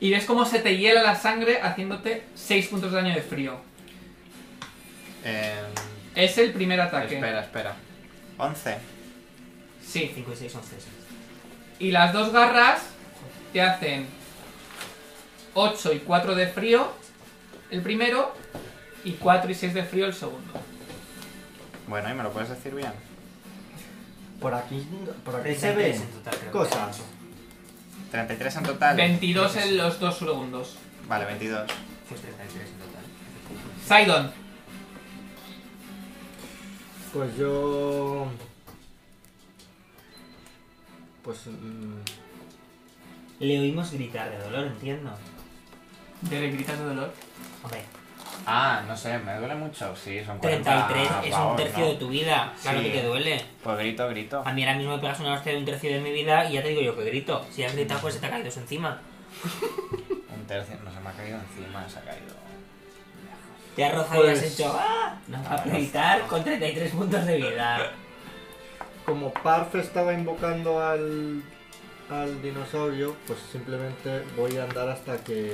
Speaker 1: y ves cómo se te hiela la sangre haciéndote 6 puntos de daño de frío.
Speaker 3: Eh,
Speaker 1: Es el primer ataque.
Speaker 3: espera, espera. 11.
Speaker 1: Sí.
Speaker 6: 5 y 6 son 6.
Speaker 1: Y las dos garras te hacen 8 y 4 de frío el primero y 4 y 6 de frío el segundo.
Speaker 3: Bueno, ¿y me lo puedes decir bien?
Speaker 4: Por aquí, por aquí se
Speaker 6: 33 en
Speaker 4: ven
Speaker 6: total, creo.
Speaker 4: cosas.
Speaker 3: 33 en total.
Speaker 1: 22 en los dos segundos.
Speaker 3: Vale, 22.
Speaker 6: Pues 33 en total.
Speaker 1: Sidon,
Speaker 4: Pues yo... Pues... mm,
Speaker 6: Le oímos gritar de dolor, entiendo.
Speaker 1: Derek grita de dolor.
Speaker 6: Hombre,
Speaker 3: Ah, no sé, me duele mucho. Sí, son 40
Speaker 5: 33 es un
Speaker 3: pavos,
Speaker 5: tercio
Speaker 3: ¿no?
Speaker 5: de tu vida. Claro
Speaker 3: Sí.
Speaker 5: que te duele.
Speaker 3: Pues grito, grito.
Speaker 5: A mí ahora mismo me pegas una hostia de un tercio de mi vida y ya te digo yo que grito. Si has gritado, pues se te ha caído eso encima.
Speaker 3: Un tercio, no se me ha caído encima, se ha caído.
Speaker 5: Te has rozado y has
Speaker 4: Pues-
Speaker 5: hecho. ¡Ah! No, a gritar con 33 puntos de vida.
Speaker 4: Como Parf estaba invocando al, al dinosaurio, pues simplemente voy a andar hasta que...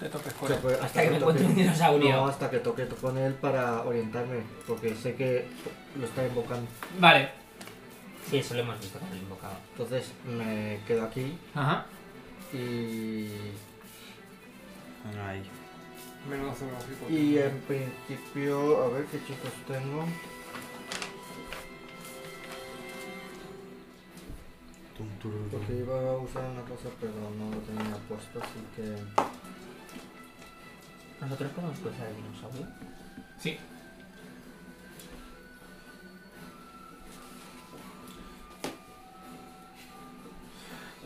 Speaker 1: Te toques con
Speaker 4: se
Speaker 1: él.
Speaker 4: puede-
Speaker 5: Hasta que me
Speaker 4: toque-
Speaker 5: encuentre un
Speaker 4: No,
Speaker 5: dinosaurio.
Speaker 4: hasta que toque con él para orientarme, porque sé que lo está invocando.
Speaker 1: Vale.
Speaker 5: Sí, eso lo hemos visto con el invocado.
Speaker 4: Entonces me quedo aquí
Speaker 1: Ajá.
Speaker 4: y
Speaker 3: No hay.
Speaker 2: Menudo zoológico.
Speaker 4: Y
Speaker 2: eh,
Speaker 4: en principio, a ver qué chicos tengo.
Speaker 3: Tum, tururú.
Speaker 4: Porque iba a usar una cosa, pero no lo tenía puesto, así que.
Speaker 5: ¿Nosotros podemos cruzar el dinosaurio?
Speaker 1: Sí.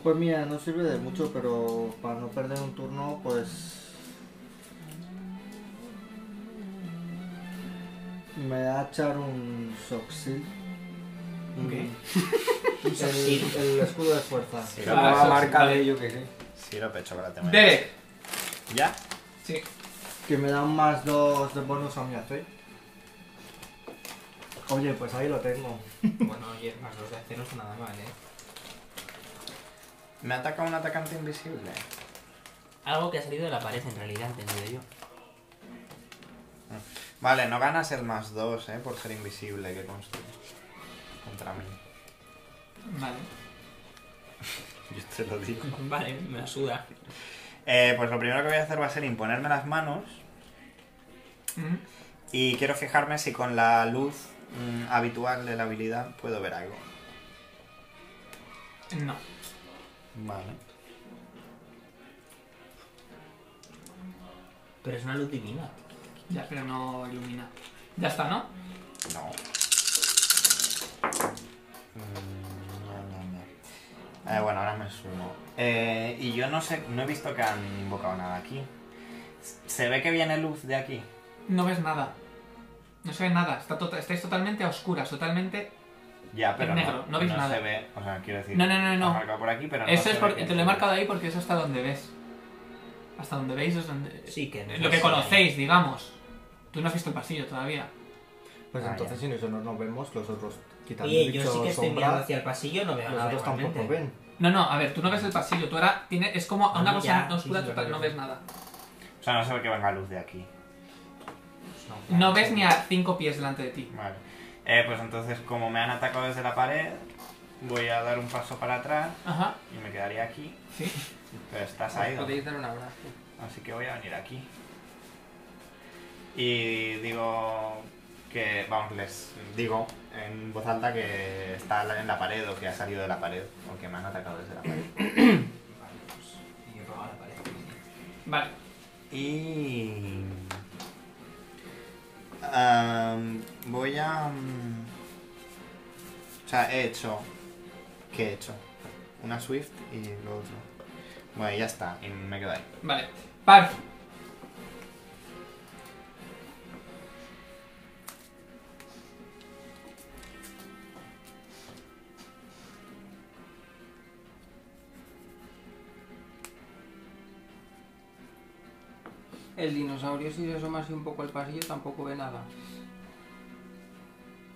Speaker 4: Pues mira, no sirve de mucho, pero para no perder un turno, pues. Me da a echar un Soxil. Un
Speaker 5: Soxil.
Speaker 4: El, el escudo de fuerza.
Speaker 3: Sí,
Speaker 2: La
Speaker 3: lo,
Speaker 1: Claro.
Speaker 2: nueva
Speaker 1: eso-
Speaker 2: marca
Speaker 1: vale.
Speaker 2: de ello que sí.
Speaker 3: sí, lo pecho para temer.
Speaker 1: Derek.
Speaker 3: ¿Ya?
Speaker 1: Sí.
Speaker 4: Que me da un más 2 de bonus a mi AC. Oye, pues ahí lo tengo.
Speaker 5: Bueno, oye, más dos de cero es nada mal, ¿eh?
Speaker 3: Me ataca un atacante invisible.
Speaker 5: Algo que ha salido de la pared en realidad, entendido yo.
Speaker 3: Vale, no ganas el más 2, eh, por ser invisible que construye. Contra mí.
Speaker 1: Vale.
Speaker 3: Yo te lo digo.
Speaker 5: Vale, me la suda.
Speaker 3: Eh, pues lo primero que voy a hacer va a ser imponerme las manos.
Speaker 1: Ujú.
Speaker 3: Y quiero fijarme si con la luz mm, habitual de la habilidad puedo ver algo.
Speaker 1: No.
Speaker 3: Vale.
Speaker 5: Pero es una luz divina.
Speaker 1: Ya, pero no ilumina. Ya está, ¿no?
Speaker 3: No. Mm, No, no, no. Eh, bueno, ahora me sumo. Eh, y yo no sé, no he visto que han invocado nada aquí. ¿Se ve que viene luz de aquí?
Speaker 1: No ves nada. No se ve nada. Está tota- estáis totalmente a oscuras, totalmente...
Speaker 3: Ya, pero
Speaker 1: Es negro, no veis nada.
Speaker 3: se ve, o sea, quiero decir,
Speaker 1: No, no, no, no.
Speaker 3: está marcado por aquí, pero no
Speaker 1: eso
Speaker 3: se
Speaker 1: es
Speaker 3: ve
Speaker 1: porque...
Speaker 3: que-
Speaker 1: Te lo he marcado ahí porque es hasta donde ves. Hasta donde veis es donde...
Speaker 5: Sí, que
Speaker 1: Eh, Lo
Speaker 2: Pues,
Speaker 1: que
Speaker 2: eh,
Speaker 1: conocéis, digamos. Tú no has visto el pasillo todavía.
Speaker 4: Pues
Speaker 3: Ah,
Speaker 4: entonces si nosotros no vemos, los otros quitando
Speaker 5: Oye,
Speaker 4: bicho
Speaker 5: yo sí que estoy
Speaker 4: sombra,
Speaker 5: mirando hacia el pasillo, no veo
Speaker 4: los
Speaker 5: nada.
Speaker 4: otros tampoco
Speaker 5: igualmente.
Speaker 4: ven.
Speaker 1: No, no, a ver, tú no ves el pasillo. Tú ahora tienes... Es como
Speaker 5: Ah,
Speaker 1: una
Speaker 5: no,
Speaker 1: cosa
Speaker 5: ya,
Speaker 1: oscura
Speaker 5: sí, sí,
Speaker 1: total,
Speaker 5: lo
Speaker 1: no
Speaker 5: veo.
Speaker 1: ves nada.
Speaker 3: O sea, no se ve que venga luz de aquí.
Speaker 5: Pues
Speaker 1: No ves ni a cinco pies delante de ti.
Speaker 3: Vale. Eh, pues entonces, como me han atacado desde la pared, voy a dar un paso para atrás
Speaker 1: Ajá,
Speaker 3: y me quedaría aquí.
Speaker 1: sí.
Speaker 3: Pero estás ahí.
Speaker 2: Os Podéis dar un abrazo.
Speaker 3: Así que voy a venir aquí. Y digo que, vamos, les digo en voz alta que está la- en la pared o que ha salido de la pared o que me han atacado desde la pared.
Speaker 5: Vale, pues, y he probado la pared.
Speaker 1: Vale.
Speaker 3: Y... am, voy a... mm, O sea, he hecho... ¿Qué he hecho? Una Swift y lo otro. Bueno, ya está, y me quedo ahí.
Speaker 1: Vale. Parf.
Speaker 2: El dinosaurio si se asoma así un poco al pasillo tampoco ve nada.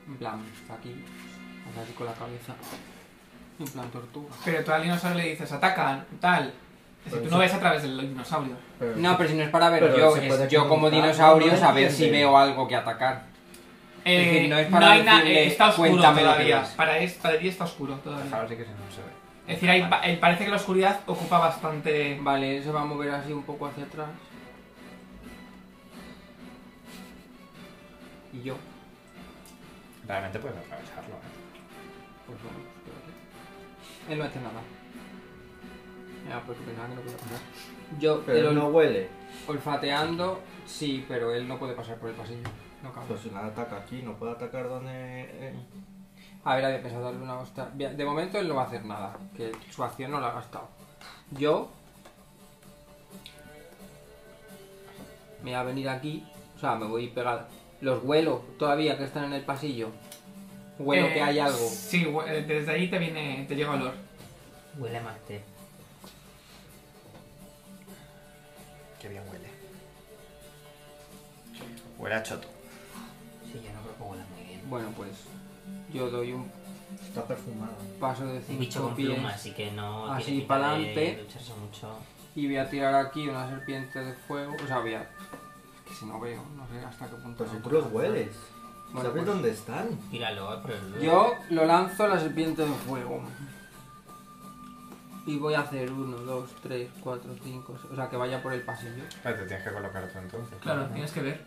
Speaker 2: En plan, está aquí, hace así con la cabeza. En plan tortuga.
Speaker 1: Pero tú al dinosaurio le dices, atacan, tal. Es
Speaker 2: Pues
Speaker 1: decir, tú no ves a través del dinosaurio.
Speaker 4: Pero-
Speaker 2: No, pero si no es para ver
Speaker 4: Pero
Speaker 2: yo, es
Speaker 4: se puede
Speaker 2: yo como
Speaker 4: comunicar,
Speaker 2: dinosaurio
Speaker 4: no lo
Speaker 2: saber si
Speaker 4: entiende.
Speaker 2: veo algo que atacar.
Speaker 1: Eh,
Speaker 2: Es decir, no es para
Speaker 1: hay na-
Speaker 2: decirle,
Speaker 1: eh, está oscuro
Speaker 2: "Cuéntame lo que
Speaker 1: todavía.
Speaker 2: ves".
Speaker 1: Para, es, para ti está oscuro todavía.
Speaker 3: Ahora sí que se- no se ve.
Speaker 1: Es decir, hay pa- eh, parece que la oscuridad ocupa bastante.
Speaker 2: Vale, él se va a mover así un poco hacia atrás. Y yo,
Speaker 3: Realmente puedes atravesarlo. ¿eh?
Speaker 2: pues vamos, espérate. Él no hace nada. Ya, porque pensaba que no podía pasar. Yo,
Speaker 4: Pero
Speaker 2: el
Speaker 4: no
Speaker 2: ol-
Speaker 4: huele.
Speaker 2: olfateando, sí, pero él no puede pasar por el pasillo. No cabe.
Speaker 4: Pues si nada ataca aquí, no puede atacar donde. eh,
Speaker 2: A ver, había pensado darle una hostia. Bien, De momento él no va a hacer nada, que su acción no la ha gastado. Yo. me voy a venir aquí, o sea, me voy a pegar. Los huelo todavía que están en el pasillo. Huelo
Speaker 1: Eh,
Speaker 2: que hay algo.
Speaker 1: Sí, hue- eh, desde ahí te viene, te llega olor.
Speaker 6: Huele a Marte.
Speaker 3: Qué bien huele. Huele a choto.
Speaker 6: Sí, yo no creo que huela muy bien.
Speaker 2: Bueno, pues yo doy un
Speaker 4: Está perfumado.
Speaker 2: paso de
Speaker 6: Un
Speaker 2: 5
Speaker 6: bicho con
Speaker 2: pies
Speaker 6: pluma, así que no
Speaker 2: Así,
Speaker 6: tiene pinta de
Speaker 2: pa'lante.
Speaker 6: lucharse mucho.
Speaker 2: y voy a tirar aquí una serpiente de fuego. O sea, voy a. Es que si no veo, no sé hasta qué punto.
Speaker 4: Pero
Speaker 2: lo
Speaker 4: si tú
Speaker 2: puedo
Speaker 4: los
Speaker 2: hacer.
Speaker 4: hueles.
Speaker 2: Bueno,
Speaker 4: ¿Sabes
Speaker 2: pues-
Speaker 4: dónde están?
Speaker 5: eh,
Speaker 6: Tíralo, pero...
Speaker 2: Yo lo lanzo a la serpiente de fuego. Y voy a hacer 1, 2, 3, 4, 5. O sea, que vaya por el pasillo.
Speaker 3: Pero te tienes que colocar tú entonces.
Speaker 1: Claro,
Speaker 3: ¿no?
Speaker 1: tienes que ver.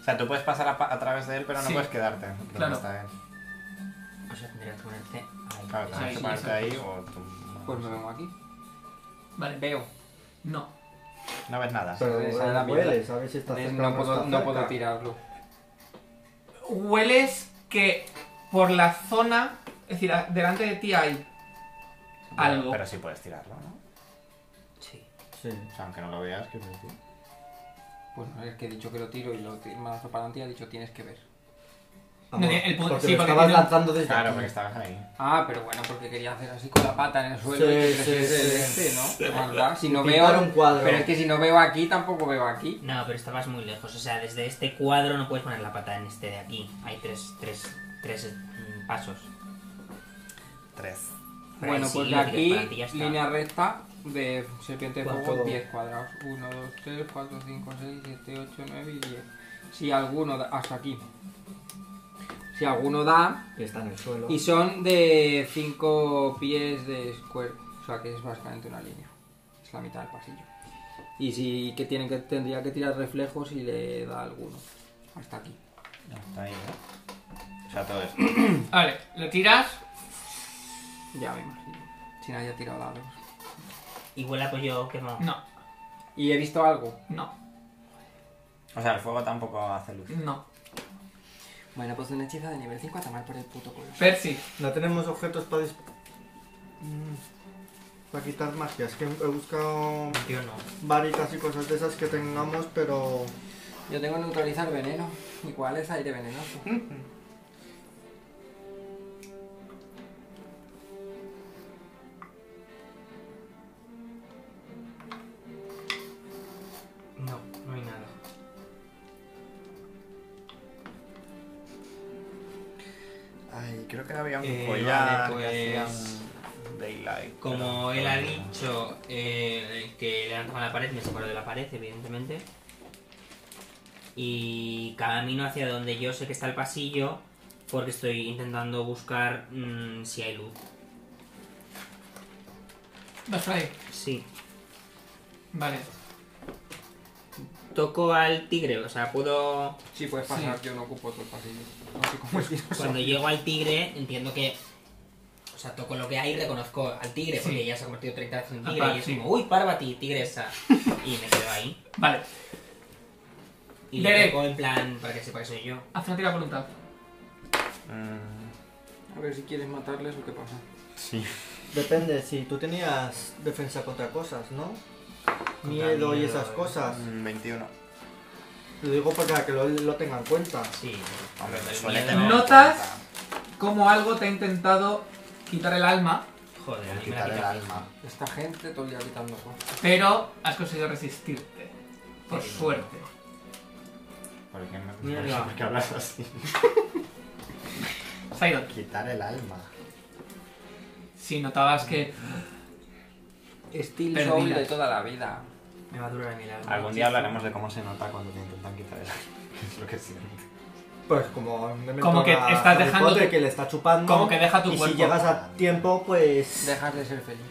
Speaker 3: O sea, tú puedes pasar a, pa- a través de él, pero no
Speaker 1: Sí.
Speaker 3: puedes quedarte. donde
Speaker 1: Claro.
Speaker 3: está él.
Speaker 6: O sea, tendrías que ponerte ahí.
Speaker 3: Claro,
Speaker 1: Ahí,
Speaker 3: tienes que pararte ahí
Speaker 1: exacto.
Speaker 3: o tú...
Speaker 2: Pues me vengo aquí.
Speaker 1: Vale,
Speaker 2: Veo.
Speaker 1: no.
Speaker 3: No ves nada.
Speaker 4: Pero
Speaker 2: esa es la
Speaker 4: hueles,
Speaker 2: mierda.
Speaker 4: ¿sabes si está
Speaker 2: Entonces,
Speaker 4: cerca o
Speaker 2: Eh, no puedo,
Speaker 4: está
Speaker 2: no puedo
Speaker 4: cerca.
Speaker 2: tirarlo.
Speaker 1: Hueles que por la zona, es decir, a- delante de ti hay
Speaker 3: Pero-
Speaker 1: algo.
Speaker 3: Pero sí puedes tirarlo, ¿no?
Speaker 6: Sí.
Speaker 4: Sí.
Speaker 3: O sea, aunque no lo veas, quiero decir.
Speaker 2: Pues no, es que he dicho que lo tiro y lo ti- me lanzo para adelante y ha dicho tienes que ver.
Speaker 1: No, el punto-
Speaker 4: Ah, porque
Speaker 1: sí,
Speaker 4: lo
Speaker 1: porque
Speaker 4: estabas
Speaker 1: tiene-
Speaker 4: lanzando desde
Speaker 3: Claro,
Speaker 4: aquí.
Speaker 3: porque estabas ahí.
Speaker 2: Ah, pero bueno, porque quería hacer así con la pata en el suelo.
Speaker 4: Sí,
Speaker 2: y dije,
Speaker 4: sí,
Speaker 2: "Es el
Speaker 4: sí.
Speaker 2: este, ¿no? Ah, claro, Si no
Speaker 4: Pintar
Speaker 2: veo.
Speaker 4: un cuadro.
Speaker 2: Pero es que si no veo aquí, tampoco veo aquí.
Speaker 6: No, pero estabas muy lejos. O sea, desde este cuadro no puedes poner la pata en este de aquí. Hay tres, tres, tres mm, pasos.
Speaker 3: Tres.
Speaker 6: Pero
Speaker 2: bueno,
Speaker 6: ahí sí,
Speaker 2: pues de
Speaker 6: lo tiras para
Speaker 2: aquí,
Speaker 6: adelante y ya está.
Speaker 2: línea recta de serpiente de fuego,
Speaker 4: Cuatro.
Speaker 2: 10 cuadrados. 1, 2, 3, 4, 5, 6, 7, 8, 9 y 10. Si alguno da, hasta aquí. Si alguno da,
Speaker 4: Que está en el suelo.
Speaker 2: y son de 5 pies de square, o sea que es básicamente una línea. Es la mitad del pasillo. Y si que tienen que tendría que tirar reflejos y le da alguno. Hasta aquí.
Speaker 3: No, está ahí, ¿no? O sea, todo esto.
Speaker 1: Vale, lo tiras.
Speaker 2: Ya me imagino. Si nadie ha tirado dados.
Speaker 6: Y pues, huele a pollo quemado.
Speaker 1: No,
Speaker 2: ¿Y he visto algo?
Speaker 1: no,
Speaker 3: O sea, el fuego tampoco hace luz.
Speaker 1: no.
Speaker 2: Bueno, pues una hechiza de nivel 5 a tomar por el puto culo.
Speaker 1: Percy,
Speaker 4: No tenemos objetos para dis... Mm, Para quitar magia. Es que he buscado
Speaker 6: Yo no.
Speaker 4: varitas y cosas de esas que tengamos, pero...
Speaker 2: Yo tengo neutralizar veneno. ¿Y cuál es aire venenoso?
Speaker 6: No, no hay nada.
Speaker 3: Ay, creo que había un
Speaker 6: Eh,
Speaker 3: collar
Speaker 6: vale,
Speaker 3: que
Speaker 6: pues,
Speaker 3: hacía un daylight.
Speaker 6: Como
Speaker 3: pero-
Speaker 6: él ha dicho eh, que le han tocado la pared, me separo de la pared, evidentemente. Y camino hacia donde yo sé que está el pasillo, porque estoy intentando buscar mm, si hay luz.
Speaker 1: vas por ahí.
Speaker 6: Sí.
Speaker 1: Vale,
Speaker 6: Toco al tigre, o sea, puedo...
Speaker 2: Sí, puedes pasar, yo no ocupo todo el pasillo. No sé cómo es que-
Speaker 6: Cuando llego al tigre, entiendo que... O sea, toco lo que hay y reconozco al tigre,
Speaker 1: Sí.
Speaker 6: porque ya se ha convertido 30 veces en
Speaker 1: Ah,
Speaker 6: tigre. y es
Speaker 1: sí.
Speaker 6: como, uy, Parvati, tigresa. y me quedo ahí.
Speaker 1: vale.
Speaker 6: Y le
Speaker 1: Derek.
Speaker 6: toco en plan, para que sepa que soy yo.
Speaker 1: Haz una tira de voluntad.
Speaker 3: Mm,
Speaker 2: A ver si quieres matarles o qué pasa.
Speaker 3: sí.
Speaker 4: Depende, si tú tenías defensa contra cosas, ¿no?
Speaker 6: Contra
Speaker 4: Miedo y
Speaker 6: miedo,
Speaker 4: esas
Speaker 6: eh.
Speaker 4: cosas.
Speaker 3: Mm, 21.
Speaker 4: Lo digo para que lo, lo tenga en cuenta.
Speaker 6: Sí.
Speaker 3: Hombre,
Speaker 6: El
Speaker 3: suele
Speaker 6: miedo-
Speaker 3: tener-
Speaker 1: Notas como algo te ha intentado quitar el alma,
Speaker 6: Joder, a mí me la
Speaker 3: Quitar el
Speaker 6: quita.
Speaker 3: alma.
Speaker 2: Esta gente todo el día quitando cosas.
Speaker 1: pero has conseguido resistirte. Por
Speaker 6: Sí.
Speaker 1: suerte.
Speaker 3: ¿Por qué me
Speaker 6: Mira,
Speaker 3: no sé
Speaker 6: mira.
Speaker 3: por qué hablas así?
Speaker 1: Saidon,
Speaker 3: Quitar el alma.
Speaker 1: si notabas que
Speaker 2: Steel
Speaker 1: Perdidas.
Speaker 2: Soul de toda la vida.
Speaker 6: Me va a durar a mí la alma.
Speaker 3: Algún día hablaremos de cómo se nota cuando te intentan quitar el alma. Es lo que siento.
Speaker 4: Pues como... me meto
Speaker 1: Como que
Speaker 4: a
Speaker 1: estás
Speaker 4: Harry
Speaker 1: dejando
Speaker 4: Potter,
Speaker 1: tu-
Speaker 4: que le está chupando.
Speaker 1: como que deja tu
Speaker 4: y
Speaker 1: cuerpo.
Speaker 4: si llegas a tiempo, pues...
Speaker 2: Dejas de ser feliz.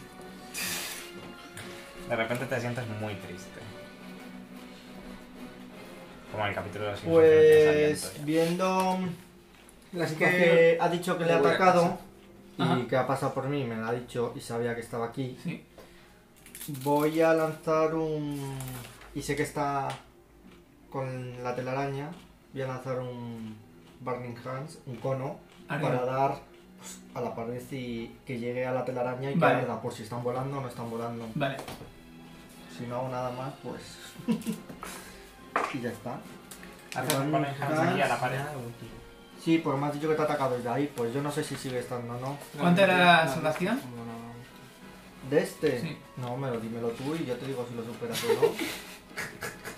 Speaker 3: De repente te sientes muy triste. Como en el capítulo de los Simpsons del
Speaker 4: Pues
Speaker 3: pensamiento,
Speaker 4: viendo Eh,
Speaker 2: La
Speaker 4: que ha dicho que le ha
Speaker 2: Me voy a
Speaker 4: atacado
Speaker 2: casa.
Speaker 4: y
Speaker 1: Ajá.
Speaker 4: que ha pasado por mí, me lo ha dicho y sabía que estaba aquí,
Speaker 1: Sí.
Speaker 4: voy a lanzar un... Y sé que está con la telaraña, voy a lanzar un Burning Hands, un cono,
Speaker 1: Arriba.
Speaker 4: para dar pues, a la pared y que llegue a la telaraña y que
Speaker 1: Vale.
Speaker 4: arda, por si están volando o no están volando.
Speaker 1: Vale,
Speaker 4: Si no hago nada más, pues... y ya está.
Speaker 3: Haces un Bonenhams aquí a la pared.
Speaker 4: Sí, porque me has dicho que te ha atacado desde ahí, pues yo no sé si sigue estando o no.
Speaker 1: ¿Cuánto era la salvación?
Speaker 4: ¿De este?
Speaker 1: Sí.
Speaker 4: No, me lo, dímelo tú y yo te digo si lo superas o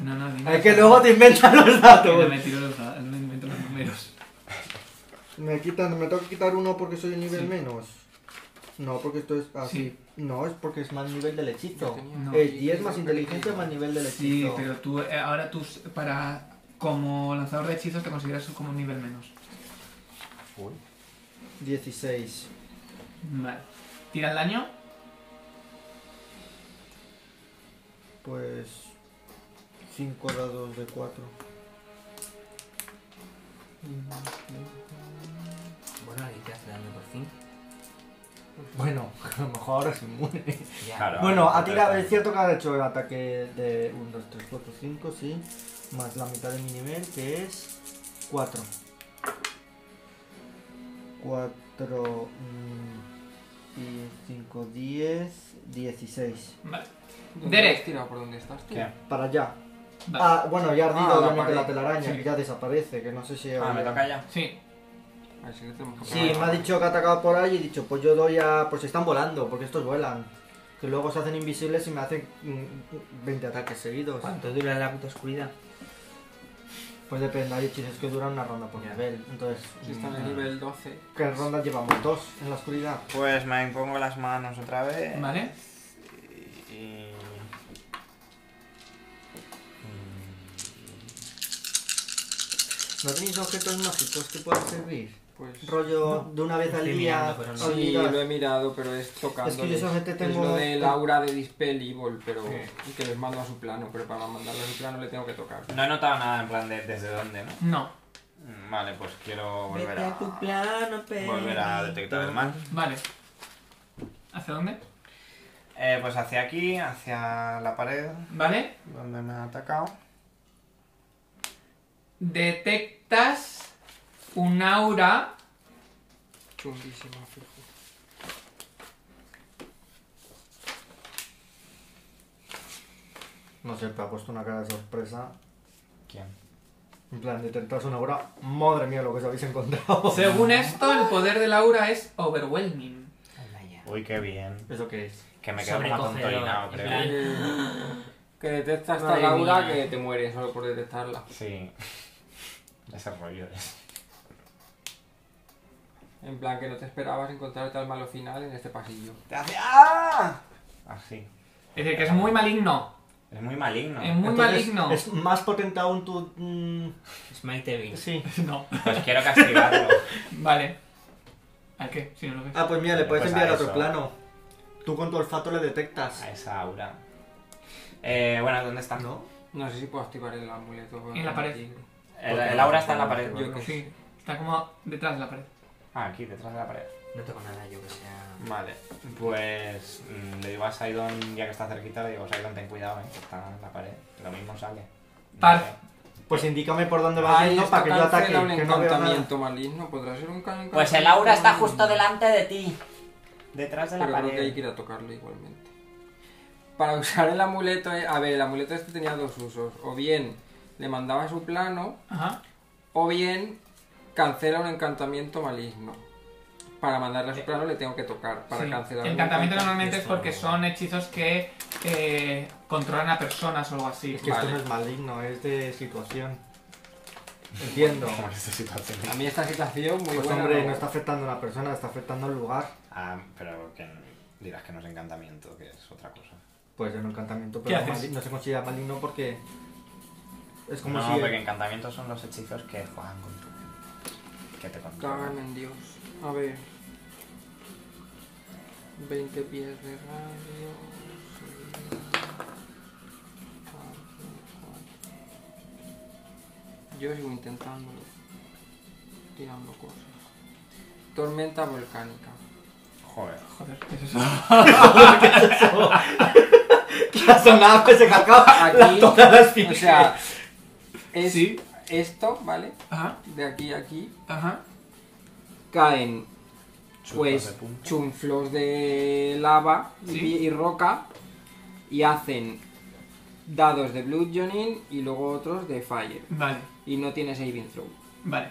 Speaker 4: no.
Speaker 1: No, no, dime.
Speaker 4: Es que luego te inventan los
Speaker 1: No
Speaker 4: datos.
Speaker 1: me tiro los, da- no invento los números.
Speaker 4: Me quitan, me tengo que quitar uno porque soy un nivel
Speaker 1: Sí.
Speaker 4: menos. No, porque esto es así. No, es porque es más nivel del hechizo.
Speaker 1: No.
Speaker 4: Eh, Es 10 más inteligencia más nivel del
Speaker 1: Sí,
Speaker 4: hechizo.
Speaker 1: pero tú eh, ahora tú s- para como lanzador de hechizos te consideras como un nivel menos.
Speaker 3: Uy.
Speaker 4: 16.
Speaker 1: Vale. Tira el daño.
Speaker 4: Pues 5 dados de 4.
Speaker 5: Bueno, ahí te hace daño por fin.
Speaker 4: Bueno, a lo mejor ahora se muere.
Speaker 5: Ya.
Speaker 3: Ah,
Speaker 10: Claro,
Speaker 4: Bueno,
Speaker 10: ahora
Speaker 4: ha tirado,
Speaker 10: está-
Speaker 4: es cierto que ha hecho el ataque de 1, 2, 3, 4, 5, sí. Más la mitad de mi nivel, que es 4. 4 mm, y 5, 10, 16.
Speaker 1: Vale.
Speaker 2: ¿Dónde
Speaker 1: Derek.
Speaker 2: has tirado por dónde estás tú?
Speaker 3: ¿Qué?
Speaker 4: Para allá.
Speaker 1: Vale.
Speaker 4: Ah, bueno, ya ha ardido
Speaker 3: Ah, la
Speaker 4: obviamente la
Speaker 3: pared.
Speaker 4: telaraña,
Speaker 1: Sí.
Speaker 4: que ya desaparece, que no sé si...
Speaker 3: Ah, me toca ya.
Speaker 1: Sí.
Speaker 2: A ver si le tenemos que
Speaker 4: Sí, me ha dicho que ha atacado por ahí y he dicho, pues yo doy a... Pues están volando, porque estos vuelan. Que luego se hacen invisibles y me hacen mm, 20 ataques seguidos.
Speaker 5: ¿Cuánto dura la puta oscuridad?
Speaker 4: Pues depende, hay hechizos que duran una ronda por nivel. Entonces,
Speaker 2: Si está en el
Speaker 3: Ah.
Speaker 4: mm,
Speaker 2: nivel 12.
Speaker 4: ¿qué rondas llevamos? ¿Dos en la oscuridad?
Speaker 3: Pues me impongo las manos otra vez.
Speaker 1: Vale.
Speaker 3: Y- Y...
Speaker 4: ¿No tenéis objetos mágicos que puedan servir?
Speaker 2: Pues.
Speaker 4: Rollo de una vez al
Speaker 5: Estoy
Speaker 4: día.
Speaker 5: mirando, pero no.
Speaker 4: os
Speaker 2: Sí,
Speaker 4: digas,
Speaker 2: lo he mirado, pero es tocando.
Speaker 4: solamente tengo-
Speaker 2: Es lo del aura de Dispel Evil, pero. y que les mando a su plano, pero para mandarlo a su plano le tengo que tocar.
Speaker 3: No he notado nada en plan de desde dónde, ¿no?
Speaker 1: No.
Speaker 3: Mm, Vale, pues quiero volver
Speaker 5: Vete a tu
Speaker 3: a...
Speaker 5: plano, perro.
Speaker 3: Volver a detectar el mal.
Speaker 1: Vale. ¿Hacia dónde?
Speaker 3: Eh, pues hacia aquí, hacia la pared
Speaker 1: Vale.
Speaker 3: donde me han atacado.
Speaker 1: Detectas un aura
Speaker 2: Chunguísima, fijo.
Speaker 4: No sé, te ha puesto una cara de sorpresa.
Speaker 3: ¿Quién?
Speaker 4: En plan, detectas una hora. Madre mía, lo que os habéis encontrado.
Speaker 1: Según esto, el poder del aura es overwhelming.
Speaker 5: Anda ya.
Speaker 3: Uy, qué bien.
Speaker 4: ¿Eso qué es?
Speaker 3: Que me quedo como
Speaker 5: Sobrecogedor,
Speaker 3: atontolinado,
Speaker 5: en
Speaker 3: creo.
Speaker 5: plan-
Speaker 2: Eh, Que detectas esta
Speaker 5: Madre
Speaker 2: aura
Speaker 5: mía.
Speaker 2: que te mueres solo por detectarla.
Speaker 3: Sí. Ese rollo de...
Speaker 2: En plan, que no te esperabas encontrarte al malo final en este pasillo.
Speaker 3: ¡Te hace... ¡Ah! Así.
Speaker 1: Es decir, que es muy maligno.
Speaker 3: Es muy maligno.
Speaker 1: Es muy
Speaker 4: Entonces,
Speaker 1: maligno.
Speaker 4: Es más potente aún tu. mm,
Speaker 5: Smite Evil.
Speaker 4: sí.
Speaker 1: No.
Speaker 3: Pues quiero castigarlo.
Speaker 1: Vale. ¿A qué? Si no lo ves.
Speaker 4: Ah, pues mira, le puedes
Speaker 3: Pues a
Speaker 4: enviar a otro
Speaker 3: eso.
Speaker 4: plano. Tú con tu olfato le detectas.
Speaker 3: A esa aura. Eh, bueno, ¿dónde está?
Speaker 4: ¿No?
Speaker 2: No sé si puedo activar el amuleto.
Speaker 1: En la pared.
Speaker 2: Tigre.
Speaker 3: El, el aura está en la pared.
Speaker 4: Ah.
Speaker 2: Yo qué sé.
Speaker 1: Sí. Está como detrás de la pared.
Speaker 3: Ah, aquí, detrás de la pared.
Speaker 5: No tengo nada yo que sea.
Speaker 3: Vale. Pues mm, le digo a Saidon, ya que está cerquita, le digo, Saidon, ten cuidado, eh, que está en la pared. Lo mismo sale. No
Speaker 1: Par.
Speaker 3: sé.
Speaker 4: Pues indícame por dónde va
Speaker 2: Ahí
Speaker 4: yendo
Speaker 2: esto
Speaker 4: para que yo
Speaker 2: cancela
Speaker 4: ataque.
Speaker 2: un
Speaker 4: Que no veo nada.
Speaker 2: encantamiento maligno. Podrá ser un encantamiento.
Speaker 5: Pues el aura está justo delante de ti.
Speaker 3: Detrás de la
Speaker 2: Pero creo que hay que
Speaker 3: pared.
Speaker 2: ir a tocarlo igualmente. Para usar el amuleto, eh, a ver, el amuleto este tenía dos usos. O bien le mandaba a su plano,
Speaker 1: Ajá.
Speaker 2: o bien cancela un encantamiento maligno. Para mandarle a su plano le tengo que tocar, para
Speaker 1: Sí.
Speaker 2: cancelar
Speaker 1: El
Speaker 2: un
Speaker 1: encantamiento
Speaker 2: encanta-
Speaker 1: normalmente es
Speaker 5: esto no-
Speaker 1: porque son hechizos que eh, controlan a personas o algo así.
Speaker 4: Es que
Speaker 2: Vale.
Speaker 4: esto no es maligno, es de situación. Entiendo.
Speaker 3: Como en esta situación.
Speaker 2: A mí esta situación muy
Speaker 4: Pues
Speaker 2: buena.
Speaker 4: hombre,
Speaker 2: no-
Speaker 4: no está afectando a una persona, está afectando al lugar.
Speaker 3: Ah, pero que n- dirás que no es encantamiento, que es otra cosa.
Speaker 4: Pues en un encantamiento,
Speaker 1: ¿Qué
Speaker 4: pero
Speaker 1: haces?
Speaker 4: mali- no se considera maligno porque. Es como
Speaker 3: no,
Speaker 4: si.
Speaker 3: porque encantamientos son los hechizos que juegan con tu mente, Que te
Speaker 2: Cagan
Speaker 3: controlan.
Speaker 2: en Dios. A ver. 20 pies de radio. Yo sigo intentándolo. Tirando cosas. Tormenta volcánica.
Speaker 3: Joder.
Speaker 1: Joder, ¿qué es eso?
Speaker 4: que ha sonado que pues, se cacao.
Speaker 2: Aquí,
Speaker 4: todas las
Speaker 2: o sea, es
Speaker 1: Sí.
Speaker 2: esto, ¿vale?
Speaker 1: Ajá,
Speaker 2: De aquí a aquí
Speaker 1: ajá.
Speaker 2: caen
Speaker 3: Chuzos de
Speaker 2: pues
Speaker 3: punta.
Speaker 2: chunflos de lava y
Speaker 1: Sí.
Speaker 2: pi- y roca y hacen dados de Blue Jonin y luego otros de Fire.
Speaker 1: Vale,
Speaker 2: Y no tiene saving throw.
Speaker 1: vale.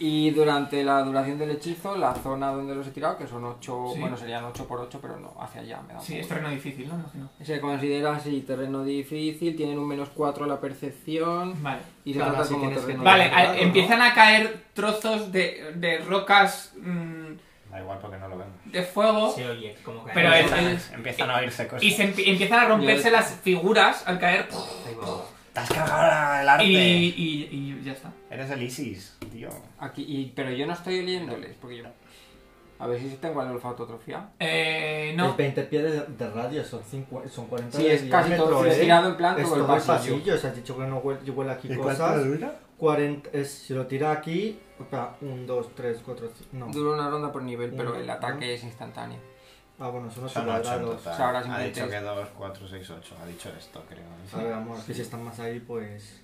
Speaker 2: Y durante la duración del hechizo, la zona donde los he tirado, que son 8,
Speaker 1: Sí.
Speaker 2: bueno, serían 8 por 8, pero no, hacia allá me da un
Speaker 1: Sí, es
Speaker 2: poco igual.
Speaker 1: terreno difícil, ¿no? Imagino.
Speaker 2: Se considera si terreno difícil, tienen un menos 4 a la percepción
Speaker 1: Vale.
Speaker 2: y se
Speaker 4: Claro,
Speaker 2: trata
Speaker 4: así
Speaker 2: como
Speaker 4: tienes que-
Speaker 2: terreno
Speaker 1: Vale,
Speaker 2: natural,
Speaker 1: a-
Speaker 2: ¿no?
Speaker 1: empiezan a caer trozos de, de rocas mm,
Speaker 3: Da igual porque no lo vemos.
Speaker 1: de fuego
Speaker 5: Se oye, como que-
Speaker 1: Pero el- el-
Speaker 3: Empiezan a oírse cosas.
Speaker 1: y se empie- empiezan a romperse
Speaker 2: Yo-
Speaker 1: las figuras al caer
Speaker 5: Ahí va.
Speaker 3: ¡Te has cargado el arte!
Speaker 1: y, y- y ya está.
Speaker 3: Eres el Isis, tío.
Speaker 2: Aquí, y- pero yo no estoy oliéndoles, porque yo... A ver si tengo el olfato atrofiado.
Speaker 1: Eh,
Speaker 4: Es
Speaker 1: no,
Speaker 2: Este.
Speaker 4: 20 pies de, de radio, son, 50, son 40
Speaker 2: Sí,
Speaker 4: de
Speaker 2: es casi
Speaker 4: diámetro,
Speaker 2: todo
Speaker 4: ¿eh?
Speaker 2: tirado en plan
Speaker 4: Es
Speaker 2: como el
Speaker 4: todo el
Speaker 2: pasillo.
Speaker 4: pasillo, o sea, has dicho que no huele, yo huele aquí
Speaker 3: cuánto
Speaker 4: cosas.
Speaker 3: dura?
Speaker 4: 40, es, si lo tira aquí, opa, 1, 2, 3, 4, 5, no.
Speaker 2: Dura una ronda por nivel, pero
Speaker 4: Uno,
Speaker 2: el ataque es instantáneo.
Speaker 4: Ah, bueno, son 8
Speaker 3: Son 8 en
Speaker 4: cuadrados.
Speaker 3: total.
Speaker 2: O sea, ahora
Speaker 3: ha
Speaker 2: simplemente
Speaker 3: dicho
Speaker 2: es-
Speaker 3: que 2, 4, 6, 8. Ha dicho esto, creo.
Speaker 4: A ver, amor, que si están más ahí, pues...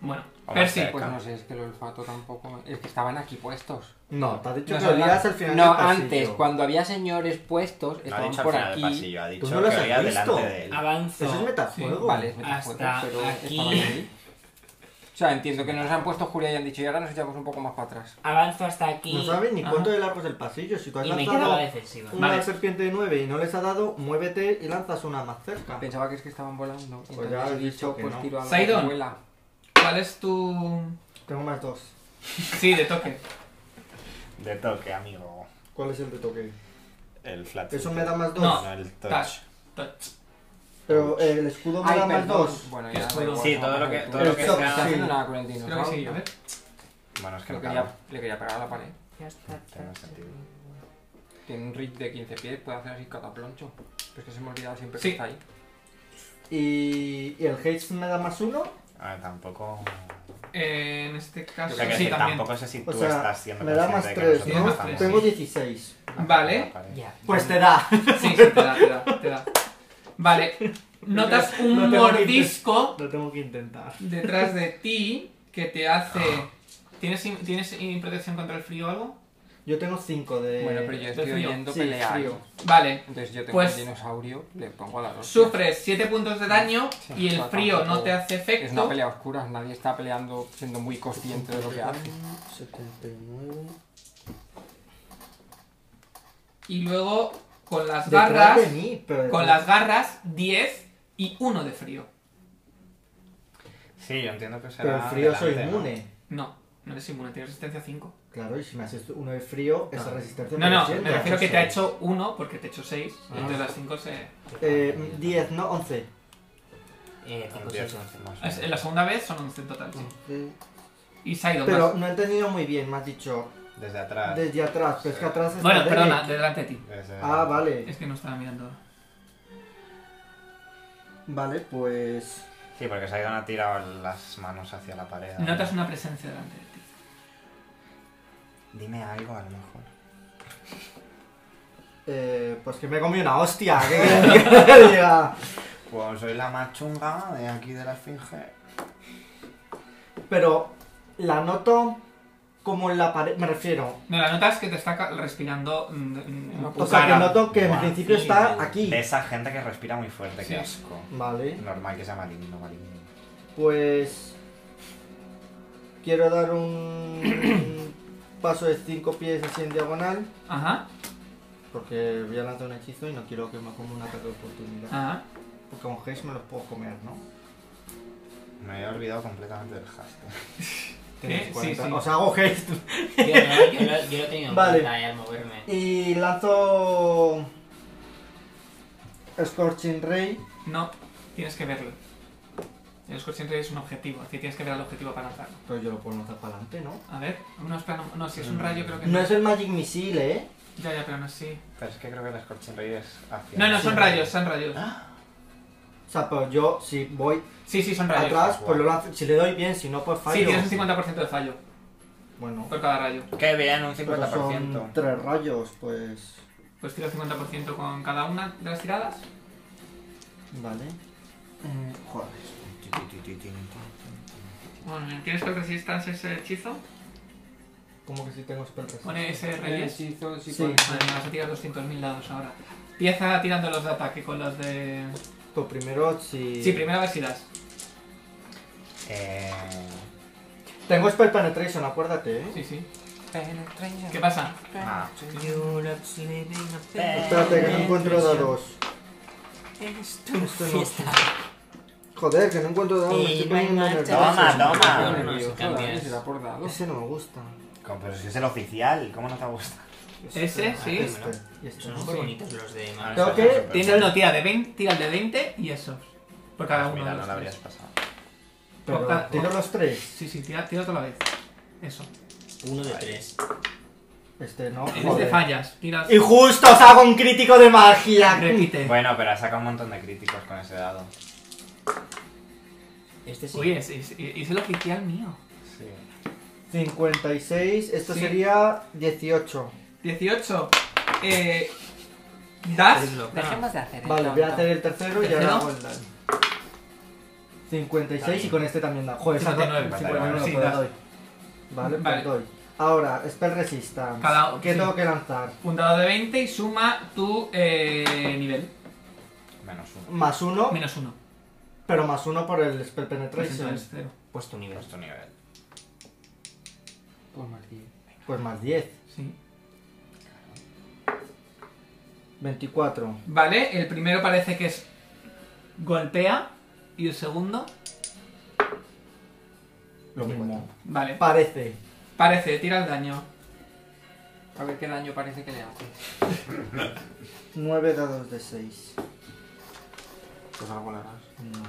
Speaker 1: bueno.
Speaker 3: O más
Speaker 1: Percy,
Speaker 3: cerca.
Speaker 2: Pues no sé, es que el olfato tampoco... me- Es que estaban aquí puestos.
Speaker 4: No, te has dicho
Speaker 2: No,
Speaker 4: que
Speaker 2: son
Speaker 4: lo
Speaker 2: las-
Speaker 4: digas al final
Speaker 2: no,
Speaker 4: del pasillo.
Speaker 2: antes, cuando había señores puestos,
Speaker 3: No ha
Speaker 2: estaban
Speaker 3: dicho al
Speaker 2: por
Speaker 3: final del
Speaker 2: aquí.
Speaker 3: pasillo, ha dicho
Speaker 4: no los
Speaker 3: que
Speaker 4: has
Speaker 3: había
Speaker 4: visto.
Speaker 3: delante de él.
Speaker 6: Ah,
Speaker 5: Avanzo.
Speaker 4: Eso es metajuego.
Speaker 2: Vale, es metafuego,
Speaker 5: Hasta
Speaker 2: pero
Speaker 5: aquí.
Speaker 2: estaban ahí. O sea, entiendo que nos han puesto Julia y han dicho, y ahora nos echamos un poco más para atrás.
Speaker 5: Avanzo hasta aquí.
Speaker 4: No sabes ni
Speaker 5: Ajá.
Speaker 4: cuánto de largo es el pasillo. Si tú has
Speaker 5: Y me quedo a la
Speaker 4: lanzado
Speaker 5: defensiva.
Speaker 4: una
Speaker 1: Vale.
Speaker 4: serpiente de 9 y no les ha dado, muévete y lanzas una más cerca.
Speaker 2: Pensaba que es que estaban volando.
Speaker 4: Pues ya
Speaker 2: entonces
Speaker 4: has
Speaker 2: he
Speaker 4: dicho
Speaker 2: dicho,
Speaker 4: que
Speaker 2: pues
Speaker 4: no.
Speaker 2: tiro a la
Speaker 1: Saidon.
Speaker 2: abuela.
Speaker 1: ¿cuál es tu...?
Speaker 4: Tengo más dos.
Speaker 1: Sí, de toque.
Speaker 3: De toque, amigo.
Speaker 4: ¿Cuál es el de toque?
Speaker 3: El flat.
Speaker 4: Eso me da más dos.
Speaker 1: No.
Speaker 3: el touch.
Speaker 1: Touch. touch.
Speaker 4: Pero eh, el escudo me
Speaker 2: Ay,
Speaker 4: da más
Speaker 2: perdón.
Speaker 4: dos.
Speaker 2: Bueno, ya
Speaker 1: Escudo.
Speaker 2: da igual,
Speaker 3: Sí,
Speaker 2: no
Speaker 3: todo
Speaker 2: pasa
Speaker 3: lo que-
Speaker 2: nada.
Speaker 3: todo lo
Speaker 4: que
Speaker 2: Pero
Speaker 4: sea-
Speaker 2: está haciendo
Speaker 4: sí.
Speaker 2: nada con el
Speaker 1: Creo que Pues sí,
Speaker 2: dinosaurio.
Speaker 1: a ver.
Speaker 3: Bueno, es que
Speaker 2: Lo
Speaker 3: no
Speaker 2: quería-
Speaker 3: cabe.
Speaker 2: Le quería pegar a la pared.
Speaker 5: Ya está.
Speaker 3: Tiene sentido.
Speaker 2: Tiene un reach de 15 pies, puede hacer así cataploncho. Pero es que se me ha olvidado siempre
Speaker 1: Sí.
Speaker 2: que está ahí.
Speaker 4: Y, y el haste me da más uno.
Speaker 3: A ver, tampoco.
Speaker 1: Eh, en este caso,
Speaker 3: O sea, que
Speaker 1: sí,
Speaker 3: decir,
Speaker 1: también.
Speaker 3: tampoco sé si tú
Speaker 4: O sea,
Speaker 3: estás siendo
Speaker 4: me da
Speaker 3: consciente
Speaker 4: más
Speaker 3: de que
Speaker 4: tres,
Speaker 3: nosotros
Speaker 4: ¿no?
Speaker 3: estamos
Speaker 4: Tengo
Speaker 3: así.
Speaker 4: 16.
Speaker 1: Vale,
Speaker 5: Ya.
Speaker 4: Pues te da.
Speaker 1: sí, sí, te da, te da, te da. Vale, notas un
Speaker 4: No tengo ni
Speaker 1: mordisco
Speaker 4: Lo tengo que intentar.
Speaker 1: detrás de ti que te hace...
Speaker 2: Ah.
Speaker 1: ¿Tienes, in- ¿Tienes in- protección contra el frío o algo?
Speaker 4: Yo tengo 5 de.
Speaker 2: Bueno, pero yo estoy
Speaker 1: frío.
Speaker 2: oyendo
Speaker 4: Sí,
Speaker 2: pelear.
Speaker 4: frío.
Speaker 1: Vale,
Speaker 2: Entonces yo tengo
Speaker 1: Pues-
Speaker 2: un dinosaurio, le pongo a la dos.
Speaker 1: sufres 7 puntos de daño
Speaker 2: Sí,
Speaker 1: y el
Speaker 2: no,
Speaker 1: frío no
Speaker 2: tampoco.
Speaker 1: te hace
Speaker 2: Es una
Speaker 1: efecto.
Speaker 2: pelea oscura, nadie está peleando siendo muy consciente de lo que hace.
Speaker 4: 79.
Speaker 1: Y luego, con las
Speaker 4: Detrás
Speaker 1: garras...
Speaker 4: de mí, pero
Speaker 1: Con
Speaker 4: detrás-
Speaker 1: las garras, 10 y 1 de frío.
Speaker 3: Sí, yo entiendo que será.
Speaker 4: Pero el
Speaker 1: Ah,
Speaker 4: frío soy
Speaker 3: delante, ¿no?
Speaker 4: inmune.
Speaker 1: No, no eres inmune, tienes resistencia 5.
Speaker 4: Claro, y si me haces uno de frío, esa resistencia
Speaker 1: Ah, No,
Speaker 4: me
Speaker 1: no,
Speaker 4: sienta.
Speaker 1: me refiero que te ha
Speaker 4: Eso
Speaker 1: hecho 1 porque te ha hecho 6.
Speaker 2: Ah.
Speaker 1: Entonces las 5 se.
Speaker 4: es. Eh, Ah, 10, no, 11.
Speaker 5: Eh, cinco, seis,
Speaker 3: Empieza,
Speaker 5: once.
Speaker 3: más
Speaker 1: Pues
Speaker 3: o
Speaker 1: es-
Speaker 3: menos.
Speaker 1: En la segunda vez son 11 en total, sí. Y Sidon
Speaker 4: Mm. Pero
Speaker 1: más.
Speaker 4: no he entendido muy bien, me has dicho
Speaker 3: Desde atrás.
Speaker 4: desde atrás, pero es que atrás está
Speaker 1: Ah. Bueno,
Speaker 4: Derek.
Speaker 1: perdona, de delante de ti.
Speaker 3: Desde-
Speaker 4: Ah, vale.
Speaker 1: Es que no estaba mirando.
Speaker 4: Vale, pues.
Speaker 3: Sí, porque Saidon ha tirado las manos hacia la pared.
Speaker 1: Notas una presencia delante de ti.
Speaker 3: Dime algo, a lo mejor.
Speaker 4: Eh, pues que me he comido una hostia. ¿Qué quieres que te diga?
Speaker 3: Pues soy la más chunga de aquí de la esfinge.
Speaker 4: Pero la noto como en la pared. Me refiero.
Speaker 1: No, la notas que te está ca- respirando. mm, mm,
Speaker 2: No,
Speaker 1: tu
Speaker 4: O sea, que
Speaker 1: cara.
Speaker 4: noto que en
Speaker 3: Buah,
Speaker 4: principio
Speaker 5: sí,
Speaker 4: está
Speaker 5: vale.
Speaker 4: aquí.
Speaker 3: De esa gente que respira muy fuerte,
Speaker 1: Sí.
Speaker 3: qué asco.
Speaker 4: Vale,
Speaker 3: Normal que sea maligno, maligno.
Speaker 4: pues. Quiero dar un paso de 5 pies así en diagonal.
Speaker 1: Ajá,
Speaker 4: Porque voy a lanzar un hechizo y no quiero que me coma un ataque de oportunidad.
Speaker 1: ajá.
Speaker 4: Porque con Haze me los puedo comer, ¿no?
Speaker 3: Me había olvidado completamente del hashtag.
Speaker 4: Tenéis
Speaker 1: Sí,
Speaker 4: 40.
Speaker 1: sí.
Speaker 4: O sea, hago Haze.
Speaker 5: Yo no, yo lo, yo lo he tenido en
Speaker 4: Vale.
Speaker 5: cuenta, eh, al moverme.
Speaker 4: Y lanzo. Scorching Ray.
Speaker 1: No, tienes que verlo. El Scorching Ray es un objetivo, así que tienes que ver el objetivo para lanzarlo.
Speaker 4: Pero yo lo puedo lanzar para adelante, ¿no?
Speaker 1: A ver, unos planos. No, si es un rayo, creo que
Speaker 4: Mm. No es el Magic Missile, ¿eh?
Speaker 1: Ya, ya, pero no es así.
Speaker 3: Pero es que creo que el Scorching Ray es hacia.
Speaker 1: No, no, son
Speaker 4: Sí. Ah.
Speaker 1: rayos, son rayos.
Speaker 4: O sea, pero yo si voy
Speaker 1: Sí, sí, son rayos.
Speaker 4: atrás, pues lo lanzo. Si le doy bien, si no, pues fallo.
Speaker 1: Sí, tienes un 50% de fallo
Speaker 4: Bueno,
Speaker 1: por cada rayo.
Speaker 3: Qué bien, un
Speaker 4: pero son
Speaker 3: 50%.
Speaker 4: tres rayos, pues.
Speaker 1: Pues tiro 50% con cada una de las tiradas.
Speaker 4: Vale. Eh, joder.
Speaker 1: Bueno, ¿tienes que resistance ese hechizo?
Speaker 4: ¿Cómo que si tengo spell resist?
Speaker 1: Pone ese
Speaker 2: El
Speaker 1: reyes.
Speaker 2: hechizo, sí,
Speaker 4: Sí.
Speaker 2: con-
Speaker 1: Madre mía, vas a tirar 200.000 dados ahora. Empieza tirando los de ataque con los de.
Speaker 4: Pues primero si...
Speaker 1: Sí, primero a ver si das.
Speaker 3: Eh,
Speaker 4: Tengo Spell Penetration, acuérdate, ¿eh?
Speaker 1: Sí, sí. ¿Qué pasa?
Speaker 3: ah,
Speaker 4: Espérate, que no encuentro dados. Esto Este no- Joder, que no encuentro dados. me estoy poniendo Este nervioso.
Speaker 3: Toma,
Speaker 2: No, no,
Speaker 3: toma.
Speaker 2: no, se cambia.
Speaker 6: cambias.
Speaker 2: será por dados.
Speaker 4: Ese no me gusta.
Speaker 3: Como, Pero si es el oficial, ¿cómo no te gusta?
Speaker 1: Ese, sí.
Speaker 4: Este. Y este
Speaker 6: Son
Speaker 4: no.
Speaker 6: muy bonitos los de Marvel.
Speaker 4: Tengo que...
Speaker 1: Tienes no, tira de 20, tira el de 20 y esos. Por cada uno.
Speaker 3: Pues Mira,
Speaker 1: de
Speaker 3: no
Speaker 1: los
Speaker 3: lo
Speaker 1: tres.
Speaker 3: habrías pasado.
Speaker 4: Pero
Speaker 1: Ojalá.
Speaker 4: tiro los tres.
Speaker 1: Sí, sí, tira, tira otra vez. Eso.
Speaker 6: Uno de tres.
Speaker 4: Este
Speaker 1: En
Speaker 4: no,
Speaker 1: este
Speaker 4: joder.
Speaker 1: fallas. Tiras.
Speaker 4: ¡Injusto! ¡Os hago un crítico de magia!
Speaker 1: Repite.
Speaker 3: Bueno, pero ha sacado un montón de críticos con ese dado.
Speaker 6: Este sí.
Speaker 1: Oye, es, es- es el oficial mío.
Speaker 3: Sí.
Speaker 4: 56, esto
Speaker 1: Sí.
Speaker 4: sería 18.
Speaker 1: 18. Eh, ¿Das?
Speaker 5: Dejemos de hacer el
Speaker 4: Vale, voy a
Speaker 5: tonto.
Speaker 4: hacer el tercero y
Speaker 1: ¿Tercero?
Speaker 4: ahora hago el daño. 56 y con este también da. Joder, saco-
Speaker 1: 59,
Speaker 3: vale,
Speaker 4: 59,
Speaker 1: sí,
Speaker 4: pues
Speaker 1: das.
Speaker 4: doy. Vale, pues
Speaker 1: Vale.
Speaker 4: doy. Ahora, Spell Resistance.
Speaker 1: Cada-
Speaker 4: ¿Qué
Speaker 1: sí.
Speaker 4: tengo que lanzar?
Speaker 1: Un dado de 20 y suma tu eh, nivel.
Speaker 3: Menos uno.
Speaker 4: Más uno,
Speaker 1: Menos uno.
Speaker 4: pero más uno por el Spell Penetration.
Speaker 1: Entonces, cero.
Speaker 6: Pues
Speaker 4: Mm.
Speaker 6: tu nivel.
Speaker 3: Pues tu nivel.
Speaker 2: Pues más diez.
Speaker 4: Pues más 10.
Speaker 1: Sí.
Speaker 4: 24.
Speaker 1: Vale, el primero parece que es golpea y el segundo,
Speaker 4: Lo mismo.
Speaker 1: vale,
Speaker 4: Parece.
Speaker 1: parece, tira el daño.
Speaker 2: A ver qué daño parece que le hace.
Speaker 4: 9 dados de 6.
Speaker 2: Pues algo le harás.
Speaker 4: No. dos.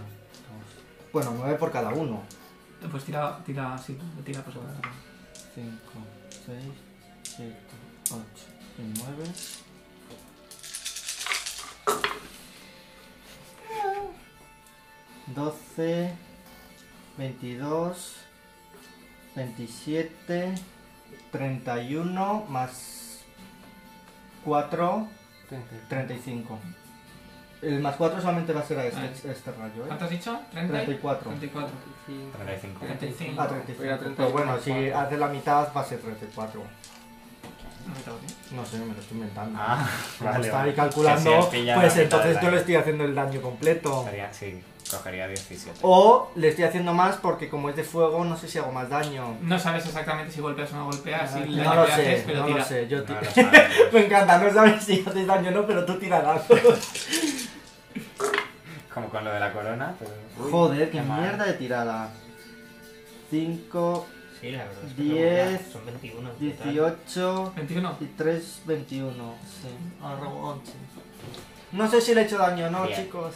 Speaker 4: Bueno, 9 por cada uno.
Speaker 1: Pues tira, tira, sí, tira por supuesto.
Speaker 4: 5, 6, 7, 8 y 9. Doce, veintidós, veintisiete, treinta y uno, más cuatro, treinta y cinco. El más cuatro solamente va a ser a este,
Speaker 1: Vale.
Speaker 4: este rayo, ¿eh?
Speaker 1: ¿Cuánto has dicho? ¿30?
Speaker 4: Treinta y cuatro.
Speaker 1: 34.
Speaker 3: 35.
Speaker 1: 35.
Speaker 4: Ah,
Speaker 1: No
Speaker 4: treinta y
Speaker 2: Voy a
Speaker 4: cinco.
Speaker 2: treinta y
Speaker 4: Pero bueno,
Speaker 2: cuatro.
Speaker 4: si hace la mitad va a ser treinta y cuatro.
Speaker 1: me toque.
Speaker 4: No sé, me lo estoy inventando.
Speaker 3: Ah,
Speaker 4: Como
Speaker 3: vale.
Speaker 4: está ahí
Speaker 3: vale.
Speaker 4: calculando,
Speaker 3: Que si has pillado
Speaker 4: pues
Speaker 3: la mitad del
Speaker 4: entonces yo le
Speaker 3: daño.
Speaker 4: estoy haciendo el daño completo.
Speaker 3: Estaría- sí, cogería 17.
Speaker 4: O le estoy haciendo más porque como es de fuego, no sé si hago más daño.
Speaker 1: No sabes exactamente si golpeas o no golpeas, si el
Speaker 4: No
Speaker 1: daño
Speaker 4: lo
Speaker 1: que haces,
Speaker 4: sé,
Speaker 1: pero
Speaker 4: no
Speaker 1: tira.
Speaker 4: lo sé. Yo ti-
Speaker 3: No lo sabes.
Speaker 4: Me encanta, no sabes si haces daño o no, pero tú tirarás.
Speaker 3: Como con lo de la corona, pero... Uy,
Speaker 4: Joder, qué
Speaker 3: mal.
Speaker 4: mierda de tirada. 5,
Speaker 6: Sí, la verdad. es que
Speaker 4: Diez,
Speaker 6: son buenas. Son 21. en total.
Speaker 4: 18
Speaker 1: 21.
Speaker 4: y 3, 21. Sí,
Speaker 1: Ah,
Speaker 4: ahora hago 11. No sé si le he hecho daño o no,
Speaker 3: Bien.
Speaker 4: chicos.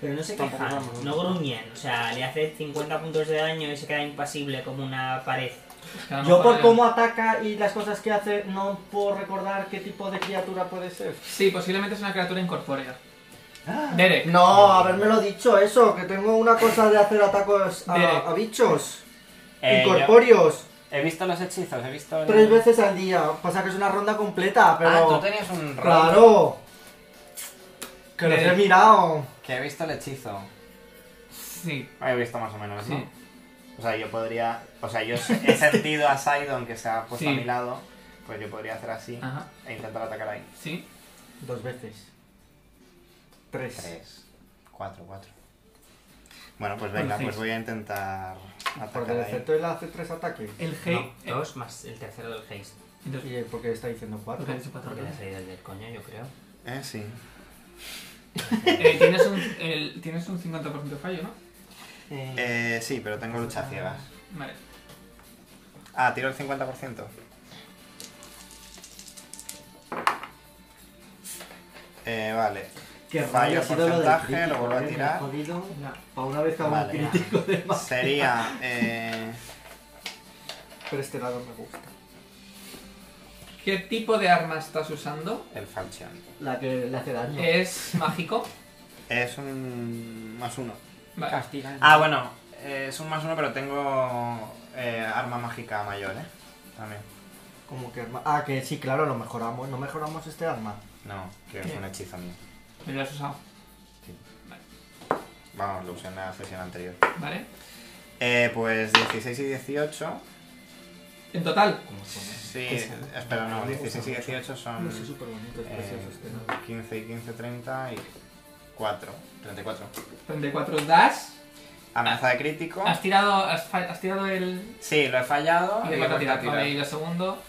Speaker 6: Pero no se
Speaker 2: Tampoco
Speaker 6: quejan,
Speaker 2: vamos,
Speaker 6: no gruñen. O sea, le haces 50 puntos de daño y se queda impasible como una pared.
Speaker 1: Es que a lo
Speaker 4: Yo
Speaker 1: mejor
Speaker 4: por
Speaker 1: hay-
Speaker 4: cómo ataca y las cosas que hace no puedo recordar qué tipo de criatura puede ser.
Speaker 1: Sí, posiblemente es una criatura incorpórea.
Speaker 4: Ah.
Speaker 1: Derek.
Speaker 4: No, habérmelo dicho eso, que tengo una cosa de hacer atacos
Speaker 1: Derek.
Speaker 4: a, a bichos
Speaker 3: Eh,
Speaker 4: incorpóreos
Speaker 3: yo- He visto los hechizos, he visto... el-
Speaker 4: tres veces al día. Pasa que es una ronda completa, pero
Speaker 3: Ah, tú tenías un rol.
Speaker 4: claro, que los he
Speaker 1: Derek.
Speaker 4: mirado.
Speaker 3: Que he visto el hechizo.
Speaker 1: Sí.
Speaker 3: He visto más o menos, ¿no?
Speaker 1: Sí.
Speaker 3: O sea, yo podría... O sea, yo he sentido a Sidon que se ha puesto
Speaker 1: Sí. Ah.
Speaker 3: a mi lado. Pues yo podría hacer así
Speaker 1: Ajá.
Speaker 3: e intentar atacar ahí.
Speaker 1: Sí.
Speaker 4: Dos veces. Tres.
Speaker 3: Tres, cuatro, cuatro. Bueno, pues venga,
Speaker 1: Bueno,
Speaker 3: pues
Speaker 1: sí.
Speaker 3: voy a intentar
Speaker 4: Por
Speaker 3: atacar
Speaker 4: el
Speaker 3: ahí.
Speaker 4: efecto Ah, él hace tres ataques.
Speaker 1: El G.
Speaker 6: No, dos más el tercero del Haste.
Speaker 1: Entonces,
Speaker 4: Y eh, porque está diciendo cuatro.
Speaker 1: porque has dicho cuatro,
Speaker 6: Porque
Speaker 1: ¿no?
Speaker 6: te has salido del coño, yo creo.
Speaker 3: Eh, sí.
Speaker 1: Eh, tienes, un, el- tienes un 50% de fallo, ¿no?
Speaker 4: Eh,
Speaker 3: Eh, sí, pero tengo lucha ciega.
Speaker 1: Vale.
Speaker 3: Ah, tiro el 50%. Eh, vale.
Speaker 4: qué
Speaker 3: fallo,
Speaker 4: rabia, ha sido lo del
Speaker 3: porcentaje,
Speaker 4: crítico,
Speaker 3: lo vuelvo a
Speaker 4: eh, me he
Speaker 3: tirar.
Speaker 4: jodido.
Speaker 1: Ya.
Speaker 4: Para una vez que hago
Speaker 3: Vale.
Speaker 4: un crítico de más.
Speaker 3: Sería. Eh,
Speaker 4: Pero este lado me gusta.
Speaker 1: ¿Qué tipo de arma estás usando?
Speaker 3: el falchion.
Speaker 4: La que le hace daño.
Speaker 1: ¿Es mágico?
Speaker 3: Es un. más uno.
Speaker 1: Vale.
Speaker 2: Castigan.
Speaker 3: Ah, bueno. eh, es un más uno, pero tengo. eh, arma mágica mayor, ¿eh? También.
Speaker 4: Como que arma- Ah, que sí, claro, lo mejoramos. No mejoramos este arma.
Speaker 3: No, que es un hechizo mío.
Speaker 1: Me lo has usado.
Speaker 3: Vamos, lo usé en la sesión anterior.
Speaker 1: Vale.
Speaker 3: Eh, pues 16 y 18.
Speaker 1: En total,
Speaker 3: Sí, espera, no, 16 y 18 son
Speaker 4: súper bonito,
Speaker 3: eh, 15 y 15, 30 y 4. 34.
Speaker 1: 34 dash.
Speaker 3: Amenaza de crítico.
Speaker 1: Has tirado, has, fa- has tirado el.
Speaker 3: Sí, lo he fallado.
Speaker 1: Y
Speaker 3: Ah, y
Speaker 1: de cuánto
Speaker 3: vuelta Ah, a
Speaker 1: tiras.
Speaker 3: tirar.
Speaker 1: Vale, y lo segundo.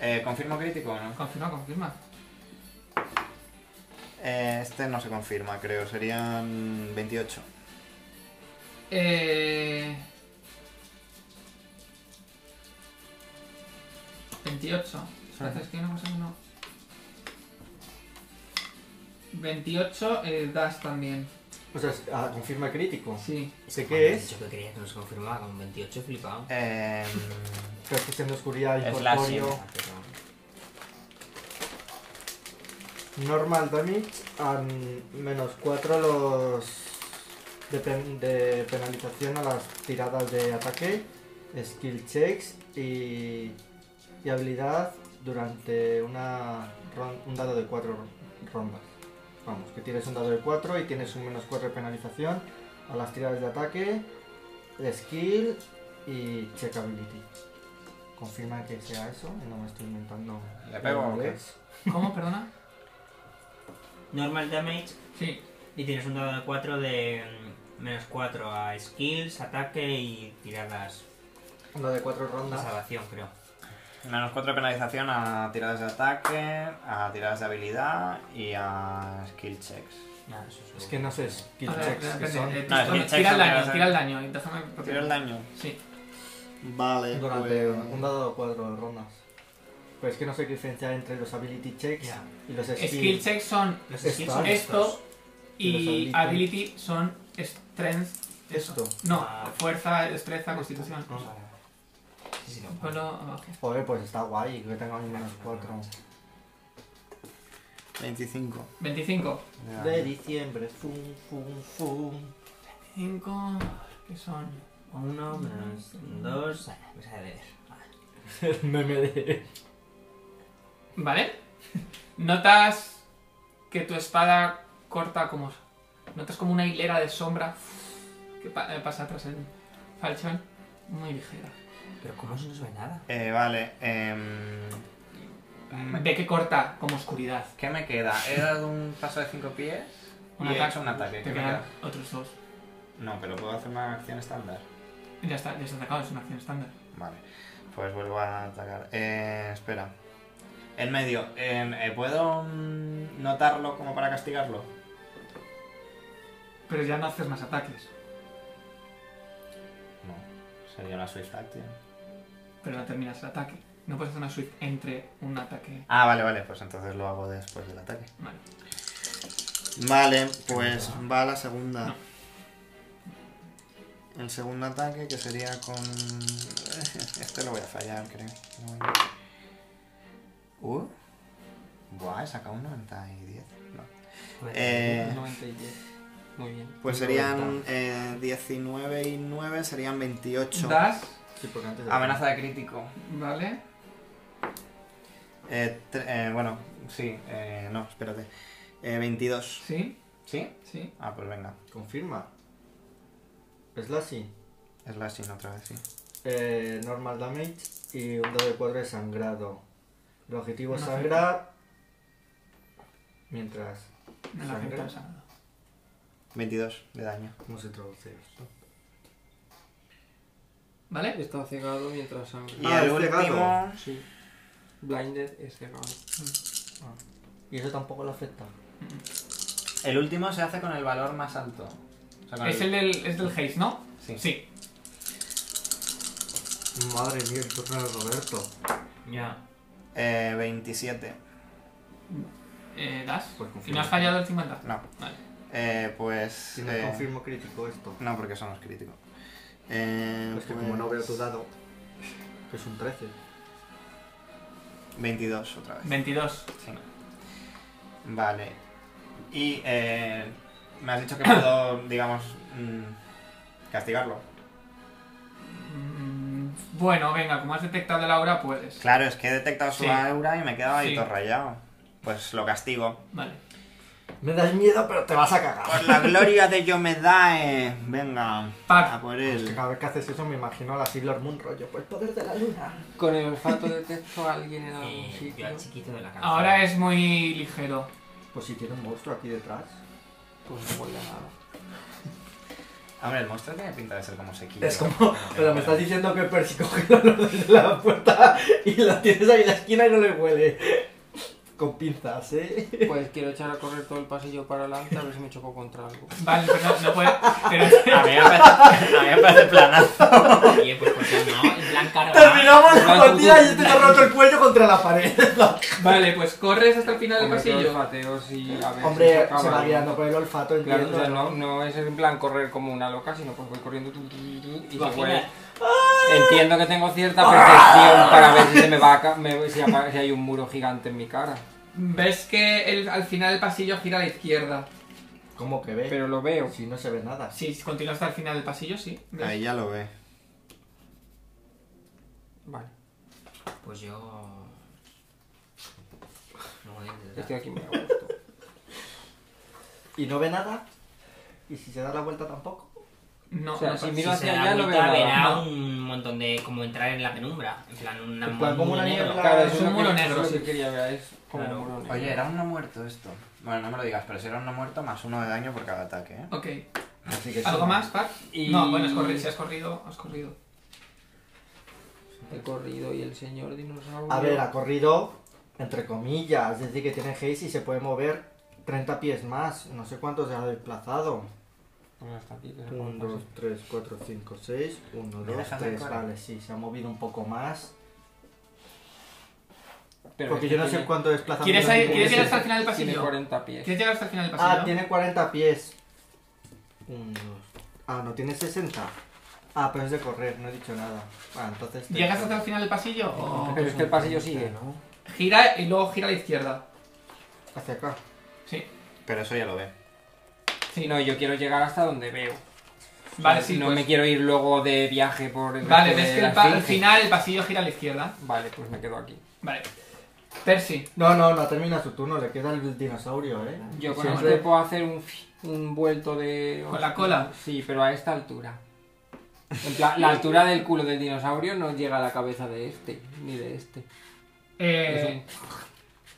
Speaker 3: Eh, ¿Confirmo crítico o no?
Speaker 1: Confirma, confirma.
Speaker 3: Eh, este no se confirma, creo. Serían 28.
Speaker 1: Eh... 28. Espérate, es que no sé no. 28 eh, das también.
Speaker 4: O sea, es- ah, confirma crítico.
Speaker 1: Sí.
Speaker 4: ¿Sé
Speaker 5: Cuando
Speaker 4: qué
Speaker 5: has
Speaker 4: es?
Speaker 5: dicho que creías que nos confirmaba con 28, he flipado.
Speaker 3: Eh,
Speaker 4: Percepción de oscuridad,
Speaker 3: Slashing.
Speaker 4: incorpóreo. Normal damage, and menos 4 los de, pen- de penalización a las tiradas de ataque, skill checks y, y habilidad durante una ron- un dado de 4 rondas. Vamos, que tienes un dado de 4 y tienes un menos 4 de penalización a las tiradas de ataque, skill y check ability. Confirma que sea eso y no me estoy inventando.
Speaker 3: ¿Le pego o qué?
Speaker 4: inglés.
Speaker 1: ¿Cómo? Perdona.
Speaker 6: Normal damage
Speaker 1: Sí.
Speaker 6: y tienes un dado de 4 de mm, menos 4 a skills, ataque y tiradas
Speaker 4: Un dado de 4
Speaker 6: de
Speaker 4: rondas.
Speaker 6: salvación, creo.
Speaker 3: menos 4 penalización a tiradas de ataque, a tiradas de habilidad y a skill checks.
Speaker 6: Nada, eso es
Speaker 4: Es que no sé skill
Speaker 1: A ver,
Speaker 4: checks
Speaker 1: espérate,
Speaker 4: que
Speaker 1: eh,
Speaker 4: son
Speaker 1: tira-
Speaker 3: No, es que
Speaker 1: tira el
Speaker 3: Ah, checks son
Speaker 1: daño,
Speaker 3: de-
Speaker 1: tira el daño. y déjame-
Speaker 3: Tiro el daño.
Speaker 1: Sí.
Speaker 3: Vale,
Speaker 4: durante un dado de cuatro rondas. Pero es que no sé qué diferencia hay entre los ability checks
Speaker 6: Ya.
Speaker 4: y los skills.
Speaker 1: Skill checks son
Speaker 6: Los
Speaker 4: Está.
Speaker 6: skills son
Speaker 1: esto
Speaker 6: estos.
Speaker 1: y
Speaker 4: Y los ability.
Speaker 1: ability son strength. eso.
Speaker 4: Esto.
Speaker 1: No,
Speaker 6: Ah.
Speaker 1: fuerza, destreza, constitución.
Speaker 4: Ah,
Speaker 6: Sí, sí, no.
Speaker 1: Ponlo ah, abajo.
Speaker 4: Joder, pues está guay que tenga un menos 4
Speaker 3: 25.
Speaker 1: 25.
Speaker 4: de diciembre. Fum, fum, fum.
Speaker 1: 5. ¿Qué son?
Speaker 6: Uno, menos dos. Ah, me sale de ver.
Speaker 4: El meme de.
Speaker 1: ¿Vale? Notas que tu espada corta como... Notas como una hilera de sombra que pa- eh, pasa tras el falchón. Muy ligera.
Speaker 6: Pero ¿cómo se nos ve nada?
Speaker 3: Eh, vale. em, Mm.
Speaker 1: Ve que corta como oscuridad.
Speaker 3: ¿Qué me queda? He dado un paso de 5 pies
Speaker 1: Un
Speaker 3: y he
Speaker 1: ataque.
Speaker 3: hecho un ataque. ¿Qué
Speaker 1: Te
Speaker 3: me
Speaker 1: quedan
Speaker 3: queda?
Speaker 1: otros dos.
Speaker 3: No, pero puedo hacer una acción estándar.
Speaker 1: Ya está, ya está atacado, es una acción estándar.
Speaker 3: Vale. Pues vuelvo a atacar. Eh, espera. En medio. em, eh, ¿Puedo mm, notarlo como para castigarlo?
Speaker 1: Pero ya no haces más ataques.
Speaker 3: No. Sería una Swift Action.
Speaker 1: Pero no terminas el ataque. No puedes hacer una swift entre un ataque.
Speaker 3: Ah, vale, vale. Pues entonces lo hago después del ataque.
Speaker 1: Vale.
Speaker 3: Vale, pues va la segunda. El segundo ataque que sería con. Este lo voy a fallar, creo. Uh. Buah, he sacado un 90 y 10. No. Eh,
Speaker 2: 90 y 10. Muy bien.
Speaker 3: pues serían eh, 19 y 9, serían 28.
Speaker 1: Das,
Speaker 4: Sí, porque antes. de-
Speaker 3: Amenaza de crítico.
Speaker 1: ¿vale?
Speaker 3: Eh, tre- eh, bueno, sí, eh, no, espérate. Eh, 22.
Speaker 1: Sí,
Speaker 3: ¿Sí?
Speaker 1: sí.
Speaker 3: Ah, pues venga.
Speaker 4: Confirma. Es la sí.
Speaker 3: Slashing otra vez, sí.
Speaker 4: Eh, normal damage y un dado de 4 de sangrado. El objetivo
Speaker 1: No
Speaker 4: sangra. Mientras.
Speaker 1: Me la
Speaker 4: Sangre.
Speaker 1: afecta el sangrado.
Speaker 3: 22 de daño.
Speaker 4: ¿Cómo se traduce esto?
Speaker 1: ¿Vale?
Speaker 2: Está cegado mientras sangra.
Speaker 3: Y
Speaker 4: Ah,
Speaker 3: el
Speaker 4: es pegado.
Speaker 3: último.
Speaker 2: Sí. Blinded es cegado.
Speaker 4: Y eso tampoco lo afecta.
Speaker 3: El último se hace con el valor más alto. O sea, con
Speaker 1: Es el del, es del haze, ¿no?
Speaker 3: Sí.
Speaker 1: Sí.
Speaker 4: Madre mía, el turno de Roberto.
Speaker 6: Ya.
Speaker 3: Eh, 27.
Speaker 1: Eh, das.
Speaker 4: Pues
Speaker 1: y
Speaker 4: confirma.
Speaker 1: no has fallado el 50.
Speaker 3: No.
Speaker 1: Vale.
Speaker 3: Eh, pues.
Speaker 4: Si no
Speaker 3: eh,
Speaker 4: confirmo crítico esto.
Speaker 3: no, porque son los críticos. Eh,
Speaker 4: Es que
Speaker 3: pues,
Speaker 4: como no veo tu dado, que es un 13.
Speaker 3: 22 otra vez.
Speaker 1: 22.
Speaker 3: Sí. Vale. Y eh, me has dicho que puedo, digamos, mm, castigarlo.
Speaker 1: Mm, Bueno, venga, como has detectado el aura, puedes.
Speaker 3: Claro, es que he detectado su
Speaker 1: Sí.
Speaker 3: aura y me he quedado ahí
Speaker 1: Sí.
Speaker 3: todo rayado. Pues lo castigo.
Speaker 1: Vale.
Speaker 4: Me das miedo, pero te vas a cagar.
Speaker 3: Por la gloria de Yomedae. Venga,
Speaker 1: Pac.
Speaker 3: a por
Speaker 4: Es que
Speaker 3: él.
Speaker 4: cada vez que haces eso me imagino a la Sailor Moon rollo, pues poder de la luna.
Speaker 2: Con el olfato detecto a alguien en algún
Speaker 6: Eh, yo
Speaker 2: sitio.
Speaker 6: al chiquito de la canción.
Speaker 1: Ahora es muy ligero.
Speaker 4: Pues si tiene un monstruo aquí detrás.
Speaker 2: pues no huele a nada.
Speaker 3: Hombre, el monstruo tiene pinta de ser como sequillo.
Speaker 4: Es como, o sea, me estás diciendo que Percy coge el olor de la puerta y la tienes ahí en la esquina y no le huele. Con pinzas, ¿eh?
Speaker 2: Pues quiero echar a correr todo el pasillo para adelante a ver si me choco contra algo.
Speaker 1: Vale, pero no, no puede. Pero
Speaker 3: A mí me parece, a mí me parece planazo.
Speaker 5: Oye, pues por qué no, en plan carga.
Speaker 4: Terminamos la partida y este te ha roto el cuello contra la pared.
Speaker 1: Vale, pues corres hasta el final del
Speaker 2: Cometer
Speaker 1: pasillo.
Speaker 2: olfateos y a ver si
Speaker 4: Hombre,
Speaker 2: acaba
Speaker 4: se va
Speaker 2: algo.
Speaker 4: guiando por el olfato,
Speaker 2: Claro,
Speaker 4: entiendo.
Speaker 2: o sea, no, no es en plan correr como una loca, sino pues voy corriendo tu, tu, tu, tu, y se
Speaker 5: Imagina.
Speaker 2: huele. Entiendo que tengo cierta percepción para ver si se me va a ca- me- si, apa- si hay un muro gigante en mi cara.
Speaker 1: Ves que el- al final del pasillo gira a la izquierda.
Speaker 4: ¿Cómo que ve?
Speaker 2: Pero lo veo.
Speaker 4: Si no se ve nada.
Speaker 1: Si continúas hasta el final del pasillo, sí. ¿Ves?
Speaker 3: Ahí ya lo ve.
Speaker 2: Vale,
Speaker 5: Pues yo. No voy a intentar.
Speaker 2: estoy este aquí muy a gusto.
Speaker 4: Y no ve nada. Y si se da la vuelta tampoco.
Speaker 1: No,
Speaker 2: O sea,
Speaker 1: no
Speaker 2: si
Speaker 1: pasa.
Speaker 2: miro
Speaker 5: Si se
Speaker 2: hacia
Speaker 5: da
Speaker 2: allá no veo
Speaker 5: vuelta, verá
Speaker 2: nada.
Speaker 1: No.
Speaker 5: un montón de. como entrar en la penumbra. En plan, una
Speaker 4: En plan,
Speaker 5: un
Speaker 4: como
Speaker 5: muro
Speaker 4: una
Speaker 5: negro.
Speaker 4: niebla.
Speaker 2: Claro,
Speaker 1: es
Speaker 2: eso
Speaker 1: un
Speaker 2: lo
Speaker 1: muro
Speaker 2: que-
Speaker 1: negro,
Speaker 2: Eso es
Speaker 1: sí.
Speaker 2: lo que quería ver es como
Speaker 5: Claro.
Speaker 2: un muro negro.
Speaker 3: Oye, era un no muerto esto. Bueno, no me lo digas, pero si era un no muerto, más uno de daño por cada ataque, ¿eh?
Speaker 1: Ok.
Speaker 3: Así que sí.
Speaker 1: ¿Algo más, Pac?
Speaker 2: Y-
Speaker 1: No, bueno, has corrido. Si has corrido, has corrido.
Speaker 2: He corrido y el señor dinosaurio.
Speaker 4: A ver, ha corrido, entre comillas. Es decir, que tiene Haze y se puede mover 30 pies más. No sé cuánto se ha desplazado.
Speaker 2: Bueno, hasta aquí, que se
Speaker 4: 1,
Speaker 2: puede
Speaker 4: 2, 3, 4, 5, 6. 1,
Speaker 3: Me
Speaker 4: 2,
Speaker 3: dejas
Speaker 4: 3.
Speaker 3: anclar.
Speaker 4: Vale, sí, se ha movido un poco más.
Speaker 2: pasar. Pero
Speaker 4: Porque
Speaker 2: es que
Speaker 4: yo no sé
Speaker 2: tiene-
Speaker 4: cuánto desplazamiento.
Speaker 1: ¿Quieres, ahí-
Speaker 4: tiene.
Speaker 1: ¿quieres llegar hasta el final del
Speaker 2: Tiene
Speaker 1: pasillo?
Speaker 2: 40 pies.
Speaker 1: ¿Quieres llegar hasta el final del
Speaker 4: Ah,
Speaker 1: pasillo?
Speaker 4: tiene 40 pies. 1, 2. Ah, no, tiene 60. Ah, pero es de correr, no he dicho nada. Ah, entonces.
Speaker 1: ¿Llegas hasta el final del pasillo? o-
Speaker 2: Oh, Pero es que el pasillo sigue.
Speaker 4: ¿no?
Speaker 1: Gira y luego gira a la izquierda.
Speaker 4: Hacia acá.
Speaker 1: Sí.
Speaker 3: Pero eso ya lo ve.
Speaker 1: Sí.
Speaker 2: No, yo quiero llegar hasta donde veo.
Speaker 1: Vale,
Speaker 2: O sea,
Speaker 1: sí,
Speaker 2: No
Speaker 1: pues-
Speaker 2: me quiero ir luego de viaje por el.
Speaker 1: Vale,
Speaker 2: resto
Speaker 1: ves
Speaker 2: de
Speaker 1: que
Speaker 2: la
Speaker 1: el pa- al
Speaker 2: esfinge.
Speaker 1: final el pasillo gira a la izquierda.
Speaker 2: Vale, pues me quedo aquí.
Speaker 1: Vale. Percy.
Speaker 4: No, no, no termina su turno, le queda el dinosaurio, ¿eh?
Speaker 2: Yo con
Speaker 1: Sí,
Speaker 2: este
Speaker 1: hombre.
Speaker 2: puedo hacer un, fi- un vuelto de.
Speaker 1: ¿Con la cola?
Speaker 2: Sí, pero a esta altura. En plan, la altura del culo del dinosaurio no llega a la cabeza de este, ni de este.
Speaker 1: Eh,
Speaker 2: Es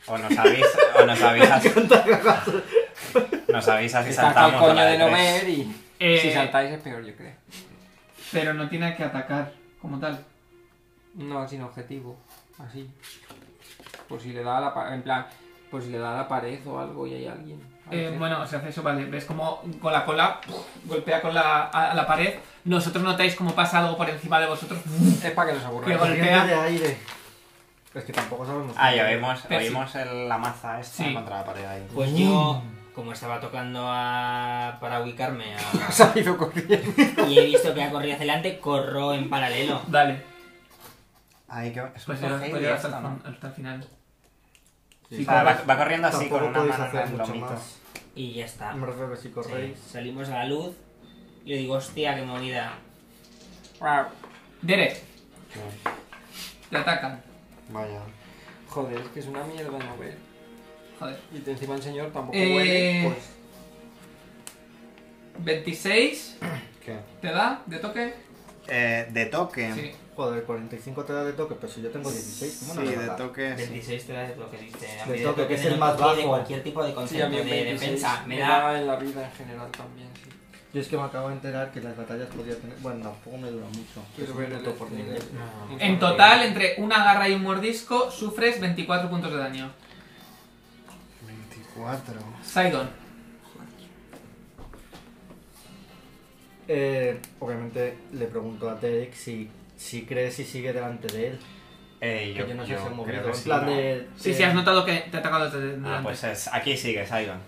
Speaker 3: O nos avisa, o nos avisas. nos avisas
Speaker 2: un-
Speaker 3: y
Speaker 2: Está al
Speaker 3: saltamos. a
Speaker 2: coño
Speaker 3: la
Speaker 2: de no
Speaker 3: tres.
Speaker 2: ver y.
Speaker 1: eh,
Speaker 2: Si saltáis es peor, yo creo.
Speaker 1: Pero no tiene que atacar como tal.
Speaker 2: No, sin objetivo. Así. Por si le da a la pa- En plan, pues si le da a la pared o algo y hay alguien. A
Speaker 1: Eh,
Speaker 2: ver.
Speaker 1: bueno, se hace eso, vale. Ves como con la cola puf, golpea con la, a, a la pared. Vosotros notáis como pasa algo por encima de vosotros.
Speaker 2: Es para que nos
Speaker 1: Que
Speaker 2: aburráis.
Speaker 1: golpea.
Speaker 4: Corriente de aire. Es que tampoco sabemos.
Speaker 3: Ah, ya oímos,
Speaker 1: Pero sí.
Speaker 3: oímos el- la maza esta
Speaker 1: Sí.
Speaker 3: contra la pared ahí.
Speaker 5: Pues yo,
Speaker 2: Mm.
Speaker 5: como estaba tocando a... para ubicarme a-
Speaker 2: Se ha ido corriendo.
Speaker 5: y he visto que ha corrido hacia adelante, corro en paralelo.
Speaker 1: Dale.
Speaker 3: Ay, qué... Es un
Speaker 1: Pues llegas
Speaker 3: heavy
Speaker 1: pues llegas
Speaker 3: esto,
Speaker 1: hasta, el,
Speaker 3: ¿no?
Speaker 1: fin- hasta el final.
Speaker 4: Sí,
Speaker 1: Sí,
Speaker 3: O sea,
Speaker 1: corres.
Speaker 3: va, va corriendo así
Speaker 4: Tampoco
Speaker 3: con una
Speaker 4: podéis
Speaker 3: mano en
Speaker 4: hacer
Speaker 3: el
Speaker 4: mucho
Speaker 3: lomito.
Speaker 4: más.
Speaker 5: Y ya está.
Speaker 4: Me refiero que si
Speaker 5: Sí,
Speaker 4: corréis.
Speaker 5: Salimos a la luz y le digo, hostia, qué movida.
Speaker 2: Ah,
Speaker 1: Dere,
Speaker 3: Sí.
Speaker 1: te atacan.
Speaker 3: Vaya.
Speaker 2: Joder, es que es una mierda no ver.
Speaker 1: Joder.
Speaker 2: Y te encima el señor tampoco
Speaker 1: Eh,
Speaker 2: huele. Pues,
Speaker 1: 26,
Speaker 3: ¿Qué?
Speaker 1: ¿te da de toque?
Speaker 3: Eh, de toque.
Speaker 1: Sí.
Speaker 4: Joder, 45 te da de toque, pero si yo tengo 16, ¿cómo no
Speaker 3: Sí,
Speaker 4: le va a
Speaker 3: de
Speaker 4: dar?
Speaker 3: toque. sí.
Speaker 5: 26 te da de toque, dice. a
Speaker 4: De
Speaker 5: mí
Speaker 4: toque, que es el
Speaker 5: no
Speaker 4: más
Speaker 5: me pide
Speaker 4: bajo.
Speaker 5: cualquier tipo de
Speaker 2: sí, a
Speaker 5: concepto
Speaker 2: mí
Speaker 5: de
Speaker 2: un 26
Speaker 5: defensa. Me
Speaker 2: me
Speaker 5: da...
Speaker 2: da en la vida en general también, sí.
Speaker 4: Yo es que me acabo de enterar que las batallas podía tener. Bueno, tampoco me dura mucho.
Speaker 2: Quiero
Speaker 4: es
Speaker 2: ver
Speaker 4: un
Speaker 2: el
Speaker 4: punto por nivel.
Speaker 1: En total, entre una garra y un mordisco, sufres 24 puntos de daño.
Speaker 3: 24.
Speaker 1: Sidon.
Speaker 4: Eh, obviamente le pregunto a Derek si, si cree si sigue delante de él.
Speaker 3: Eh, yo,
Speaker 4: que yo no sé
Speaker 3: yo
Speaker 4: si se ha
Speaker 3: creo
Speaker 4: movido.
Speaker 3: que
Speaker 4: En
Speaker 3: sí,
Speaker 4: plan
Speaker 3: ¿no?
Speaker 4: de.
Speaker 1: Sí,
Speaker 4: eh,
Speaker 1: sí, has notado que te ha atacado desde
Speaker 3: Ah,
Speaker 1: delante.
Speaker 3: pues es, aquí sigue, Saigon.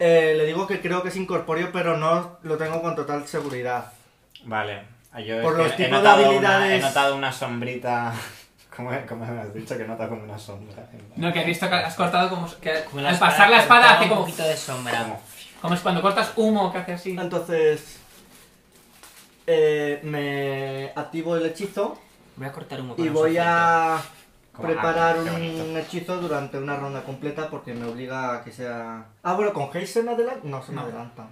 Speaker 4: eh, le digo que creo que es incorpóreo, pero no lo tengo con total seguridad.
Speaker 3: Vale. Ah, Yo
Speaker 4: Por
Speaker 3: es
Speaker 4: los
Speaker 3: que he
Speaker 4: tipos de
Speaker 3: notado Una, he
Speaker 4: habilidades-
Speaker 3: notado una sombrita. ¿Cómo, cómo me has dicho que nota como una sombra?
Speaker 1: No, que has visto que has cortado como... que
Speaker 5: como
Speaker 1: al pasar la espada
Speaker 5: cortaba
Speaker 1: hace
Speaker 5: un
Speaker 1: como...
Speaker 5: poquito de sombra.
Speaker 3: Como-
Speaker 1: Como es cuando cortas humo que hace así.
Speaker 4: Entonces. eh, me activo el hechizo
Speaker 5: Voy a cortar un poco.
Speaker 4: y voy a
Speaker 3: como-
Speaker 4: preparar
Speaker 3: ah, qué
Speaker 4: un
Speaker 3: bonito.
Speaker 4: hechizo durante una ronda completa porque me obliga a que sea. Ah, bueno, con Haze se me adelanta. No, se me
Speaker 1: No.
Speaker 4: adelanta.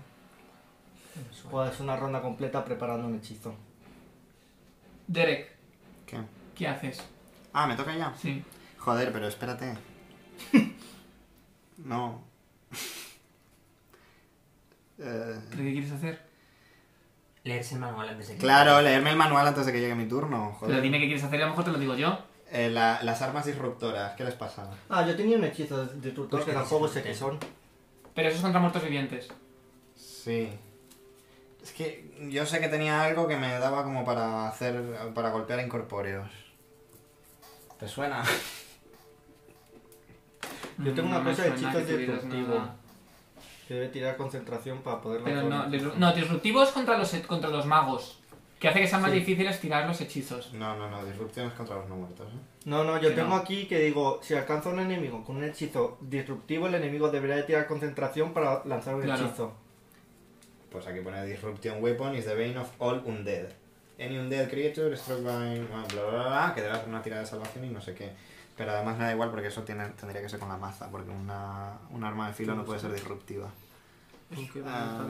Speaker 4: Pues una ronda completa preparando un hechizo.
Speaker 1: Derek,
Speaker 3: ¿Qué?
Speaker 1: ¿qué haces?
Speaker 3: Ah, me toca ya.
Speaker 1: Sí.
Speaker 3: Joder, pero espérate. No. Eh,
Speaker 1: ¿Pero qué quieres hacer?
Speaker 5: Leerse el manual antes de que.
Speaker 3: claro, leerme el manual antes de que llegue mi turno. joder.
Speaker 1: Pero dime qué quieres hacer y a lo mejor te lo digo yo.
Speaker 3: Eh, la- las armas disruptoras, ¿qué les pasaba?
Speaker 4: Ah, yo tenía un hechizo de- de tutor
Speaker 5: Pues
Speaker 4: que
Speaker 5: que
Speaker 4: tampoco
Speaker 5: sí,
Speaker 4: sé qué
Speaker 5: sí.
Speaker 4: son.
Speaker 1: Pero eso es contra muertos vivientes.
Speaker 3: Sí. Es que yo sé que tenía algo que me daba como para hacer. para golpear a incorpóreos. ¿Te suena?
Speaker 4: Yo tengo una
Speaker 1: Mm, No me
Speaker 4: cosa de
Speaker 1: suena
Speaker 4: hechizos
Speaker 1: que tuvieras
Speaker 4: disruptivo.
Speaker 1: nada.
Speaker 4: Que debe tirar concentración para poder
Speaker 1: Pero
Speaker 4: lanzar
Speaker 1: no,
Speaker 4: un
Speaker 1: disru-
Speaker 4: hechizo.
Speaker 1: no, disruptivo es contra los, contra los magos. Que hace que sea más difícil tirar los hechizos.
Speaker 3: No, no, no, disrupción es contra los no muertos. ¿eh?
Speaker 4: No, no, yo
Speaker 1: Que
Speaker 4: tengo
Speaker 1: no.
Speaker 4: aquí que digo, si alcanza un enemigo con un hechizo disruptivo, el enemigo deberá de tirar concentración para lanzar un
Speaker 1: Claro.
Speaker 4: hechizo.
Speaker 3: Pues aquí pone Disruption Weapon is the bane of all undead. Any undead creature struck by. bla bla bla, bla, que debe hacer una tirada de salvación y no sé qué. Pero además me da igual porque eso tiene, tendría que ser con la maza, porque una, un arma de filo no puede ser disruptiva. Ah.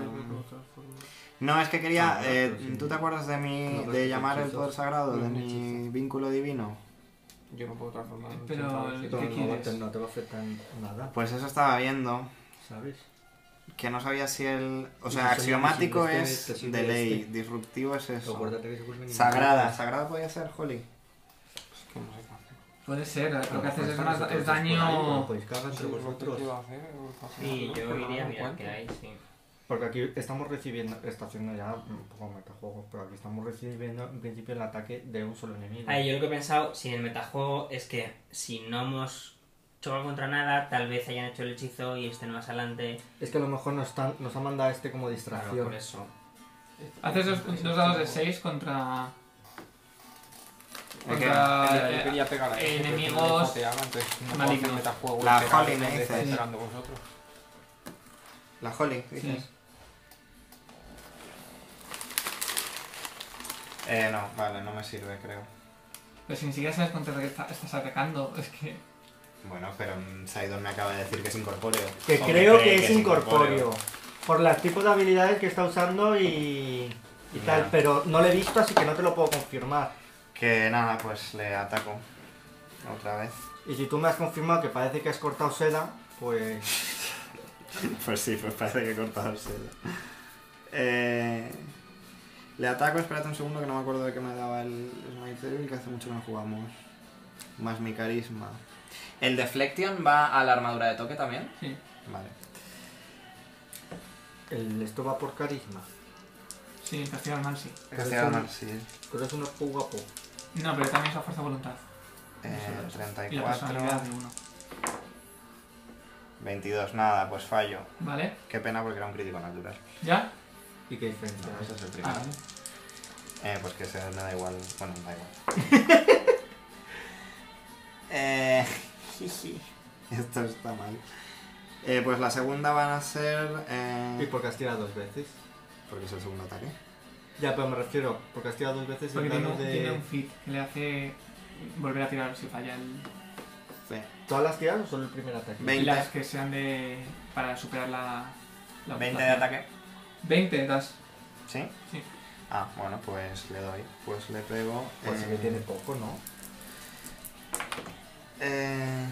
Speaker 3: No, es que quería.
Speaker 7: Ah,
Speaker 3: eh,
Speaker 7: pero sí.
Speaker 3: ¿Tú te acuerdas de mi.
Speaker 7: Claro, pero
Speaker 3: de
Speaker 7: sí,
Speaker 3: llamar el
Speaker 7: hechizos.
Speaker 3: poder sagrado, de
Speaker 2: No,
Speaker 3: mi
Speaker 2: hechizos.
Speaker 3: vínculo divino?
Speaker 2: Yo no puedo transformar. en
Speaker 1: Pero-
Speaker 2: centauro, sí.
Speaker 1: ¿Qué
Speaker 4: Pero no, va a
Speaker 1: quieres?
Speaker 4: te- no te va a afectar en nada,
Speaker 3: Pues eso estaba viendo,
Speaker 4: ¿sabes?
Speaker 3: que no sabía si el... O sea,
Speaker 4: Y pues, si soy
Speaker 3: axiomático
Speaker 4: invisible,
Speaker 3: es
Speaker 4: este, este sí
Speaker 3: de
Speaker 4: que
Speaker 3: ley,
Speaker 4: este.
Speaker 3: disruptivo es eso.
Speaker 4: Acuérdate que se vuelven
Speaker 3: Sagrada, sagrada podía ser, Holly.
Speaker 2: Que no sé qué hacer.
Speaker 1: Puede ser, lo que haces es
Speaker 4: Están
Speaker 1: más
Speaker 4: vosotros
Speaker 1: es
Speaker 4: dos por ahí, bueno,
Speaker 1: daño.
Speaker 4: Pues caga entre
Speaker 2: Sí, ¿qué
Speaker 4: vosotros.
Speaker 2: iba a hacer?
Speaker 6: Sí, yo
Speaker 2: Pero no
Speaker 6: iría a
Speaker 2: lo
Speaker 6: mirar qué
Speaker 2: encuentro.
Speaker 6: hay, sí.
Speaker 4: Porque aquí estamos recibiendo, está haciendo ya un poco metajuego, pero aquí estamos recibiendo en principio el ataque de un solo enemigo.
Speaker 6: Ah, yo lo que he pensado, si en el metajuego, es que si no hemos chocado contra nada, tal vez hayan hecho el hechizo y estén más adelante.
Speaker 4: Es que a lo mejor nos, están, nos ha mandado este como
Speaker 6: Claro,
Speaker 4: distracción.
Speaker 6: por eso.
Speaker 4: pues.
Speaker 1: Haces dos, dos dados de 6 contra.
Speaker 3: ¿De qué?
Speaker 1: Contra.
Speaker 2: Mira, yo quería pegar a ese, pero
Speaker 1: enemigos
Speaker 2: que no me joteaba, entonces no puedo hacer
Speaker 1: malignos.
Speaker 2: metajuego y
Speaker 3: La
Speaker 2: pegar
Speaker 3: Holly me
Speaker 2: donde
Speaker 3: dices.
Speaker 2: estáis pegando vosotros.
Speaker 3: La Holly, dices.
Speaker 1: Sí.
Speaker 3: Eh, no, vale, no me sirve, creo.
Speaker 1: Pero si ni siquiera sabes contra qué está- estás atacando, es que.
Speaker 3: Bueno, pero mm, Sidon me acaba de decir que es incorpóreo.
Speaker 4: Que
Speaker 3: O
Speaker 4: creo
Speaker 3: cree
Speaker 4: que es incorpóreo. Por los tipos de habilidades que está usando y, y tal,
Speaker 3: Ya.
Speaker 4: pero no lo he visto, así que no te lo puedo confirmar.
Speaker 3: Que nada, pues le ataco. Otra vez.
Speaker 4: Y si tú me has confirmado que parece que has cortado seda, pues
Speaker 3: Pues sí, pues parece que he cortado el celo. Eh, le ataco, espérate un segundo que no me acuerdo de qué me daba el Smite Devil, que hace mucho que no jugamos. Más mi carisma. ¿El Deflection va a la armadura de toque también?
Speaker 1: Sí.
Speaker 3: Vale.
Speaker 4: el, esto va por carisma.
Speaker 1: Sí, castigar mal sí.
Speaker 3: Castigar mal, sí.
Speaker 4: Pero es un poco guapo.
Speaker 1: No, pero también es la fuerza de voluntad.
Speaker 3: Eh,
Speaker 1: Y la personalidad
Speaker 3: 34,
Speaker 1: de uno.
Speaker 3: 22, nada, pues fallo.
Speaker 1: ¿Vale?
Speaker 3: Qué pena porque era un crítico natural.
Speaker 1: ¿Ya?
Speaker 4: ¿Y qué diferencia?
Speaker 3: No,
Speaker 4: hay?
Speaker 3: ese es el
Speaker 1: Ah,
Speaker 3: primero.
Speaker 1: vale.
Speaker 3: Eh, pues que se me da igual. Bueno, me da igual. eh, jiji. esto está mal. Eh, pues la segunda van a ser. eh,
Speaker 4: Y porque has tirado dos veces.
Speaker 3: Porque es el segundo ataque.
Speaker 4: Ya, pero me refiero, porque has tirado dos veces y
Speaker 1: Porque tiene,
Speaker 4: dado
Speaker 1: un- tiene
Speaker 4: Pues de...
Speaker 1: un fit que le hace volver a tirar si falla el.
Speaker 3: Sí.
Speaker 4: ¿Todas las tiradas o solo el primer ataque?
Speaker 3: Ve- 20.
Speaker 1: Las que sean de. para superar la. la
Speaker 3: 20 de
Speaker 1: puntuación.
Speaker 3: ataque.
Speaker 1: 20 das.
Speaker 3: ¿Sí?
Speaker 1: Sí.
Speaker 3: Ah, bueno, pues le doy. Pues le pego.
Speaker 4: Pues sí que
Speaker 3: eh,
Speaker 4: tiene poco, ¿no?
Speaker 3: Eh...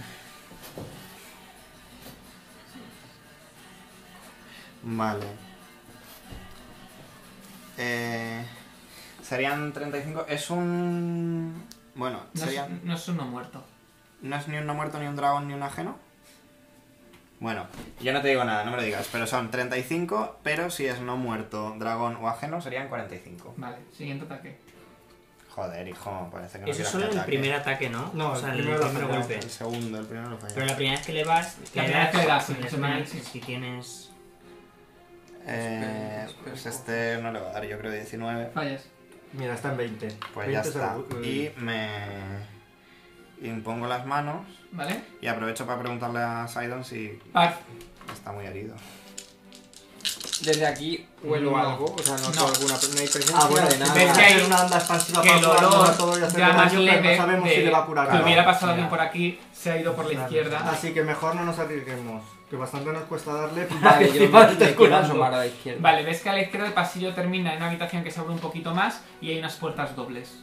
Speaker 3: Vale. Eh... Serían 35. Es un. Bueno,
Speaker 1: No,
Speaker 3: serían.
Speaker 1: es, no es uno muerto.
Speaker 3: No es ni un no muerto, ni un dragón, ni un ajeno. Bueno, yo no te digo nada, no me lo digas, pero son 35, pero si es no muerto, dragón o ajeno serían 45.
Speaker 1: Vale, siguiente ataque.
Speaker 3: Joder, hijo, parece que no
Speaker 6: Eso es
Speaker 3: quieras
Speaker 6: solo
Speaker 3: que
Speaker 6: en el
Speaker 3: ataque.
Speaker 6: primer ataque, ¿no?
Speaker 4: No,
Speaker 6: o sea,
Speaker 4: el
Speaker 6: en el
Speaker 4: primero lo
Speaker 6: primer
Speaker 4: fallamos,
Speaker 6: golpe.
Speaker 3: El segundo, el primero lo falla.
Speaker 6: Pero la primera vez que le vas, le
Speaker 1: primera vez que le das,
Speaker 6: con el
Speaker 1: sí,
Speaker 6: smite,
Speaker 1: sí.
Speaker 6: si tienes.
Speaker 3: Eh,
Speaker 2: Espera,
Speaker 3: pues
Speaker 2: espera.
Speaker 3: este no le va a dar, yo creo 19.
Speaker 1: Fallas.
Speaker 4: Mira, está en 20.
Speaker 3: Pues
Speaker 4: 20
Speaker 3: ya
Speaker 4: es el-
Speaker 3: está.
Speaker 4: el-
Speaker 3: Y me impongo las manos
Speaker 1: ¿Vale?
Speaker 3: y aprovecho para preguntarle a Sidon si
Speaker 1: Paz.
Speaker 3: está muy herido.
Speaker 2: Desde aquí huelo
Speaker 4: No.
Speaker 2: algo, o sea, no,
Speaker 1: No.
Speaker 2: tengo alguna no hay presencia
Speaker 4: Ah, bueno,
Speaker 2: de nada.
Speaker 1: ves
Speaker 4: que
Speaker 1: que
Speaker 4: hay
Speaker 1: hay-
Speaker 4: una onda expansiva
Speaker 1: que
Speaker 4: para
Speaker 1: el
Speaker 4: curarnos
Speaker 1: olor
Speaker 4: a todos y hacer
Speaker 1: ya más
Speaker 4: daño, pero
Speaker 1: leve
Speaker 4: no Ah, sabemos
Speaker 1: de
Speaker 4: si le va a curar.
Speaker 1: que
Speaker 4: algo.
Speaker 1: hubiera pasado
Speaker 4: Mira.
Speaker 1: alguien por aquí se ha ido por la izquierda
Speaker 4: Así que mejor no nos arriesguemos, que bastante nos cuesta darle para
Speaker 2: Vale,
Speaker 4: que
Speaker 2: yo
Speaker 4: encima
Speaker 2: me,
Speaker 4: esté
Speaker 2: me quiero
Speaker 4: curando.
Speaker 2: asomar a la izquierda.
Speaker 1: vale ves que a la izquierda el pasillo termina en una habitación que se abre un poquito más y hay unas puertas dobles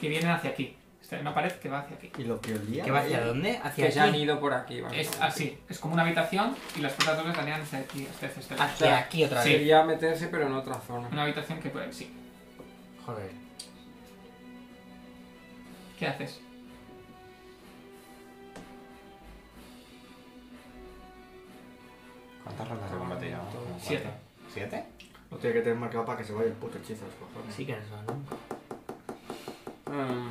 Speaker 1: que vienen hacia aquí Está en una pared que va hacia aquí.
Speaker 4: ¿Y lo que olía?
Speaker 6: ¿Que va hacia dónde? Hacia
Speaker 2: Que se han
Speaker 6: aquí.
Speaker 2: ido por aquí, vale.
Speaker 1: Es así, es como una habitación y las puertas dobles darían hacia aquí, hacia este lado.
Speaker 2: O sea,
Speaker 6: Hacia aquí otra vez.
Speaker 2: Sería meterse, pero en otra zona.
Speaker 1: Una habitación que puede, sí.
Speaker 6: Joder.
Speaker 1: ¿Qué haces?
Speaker 3: ¿Cuántas rondas de combate llevamos? Como cuatro.
Speaker 1: Siete.
Speaker 3: ¿Siete?
Speaker 4: Lo tiene que tener marcado para que se vaya el puto hechizo de los cojones.
Speaker 6: pues Sí que eso, ¿no?
Speaker 2: Mm.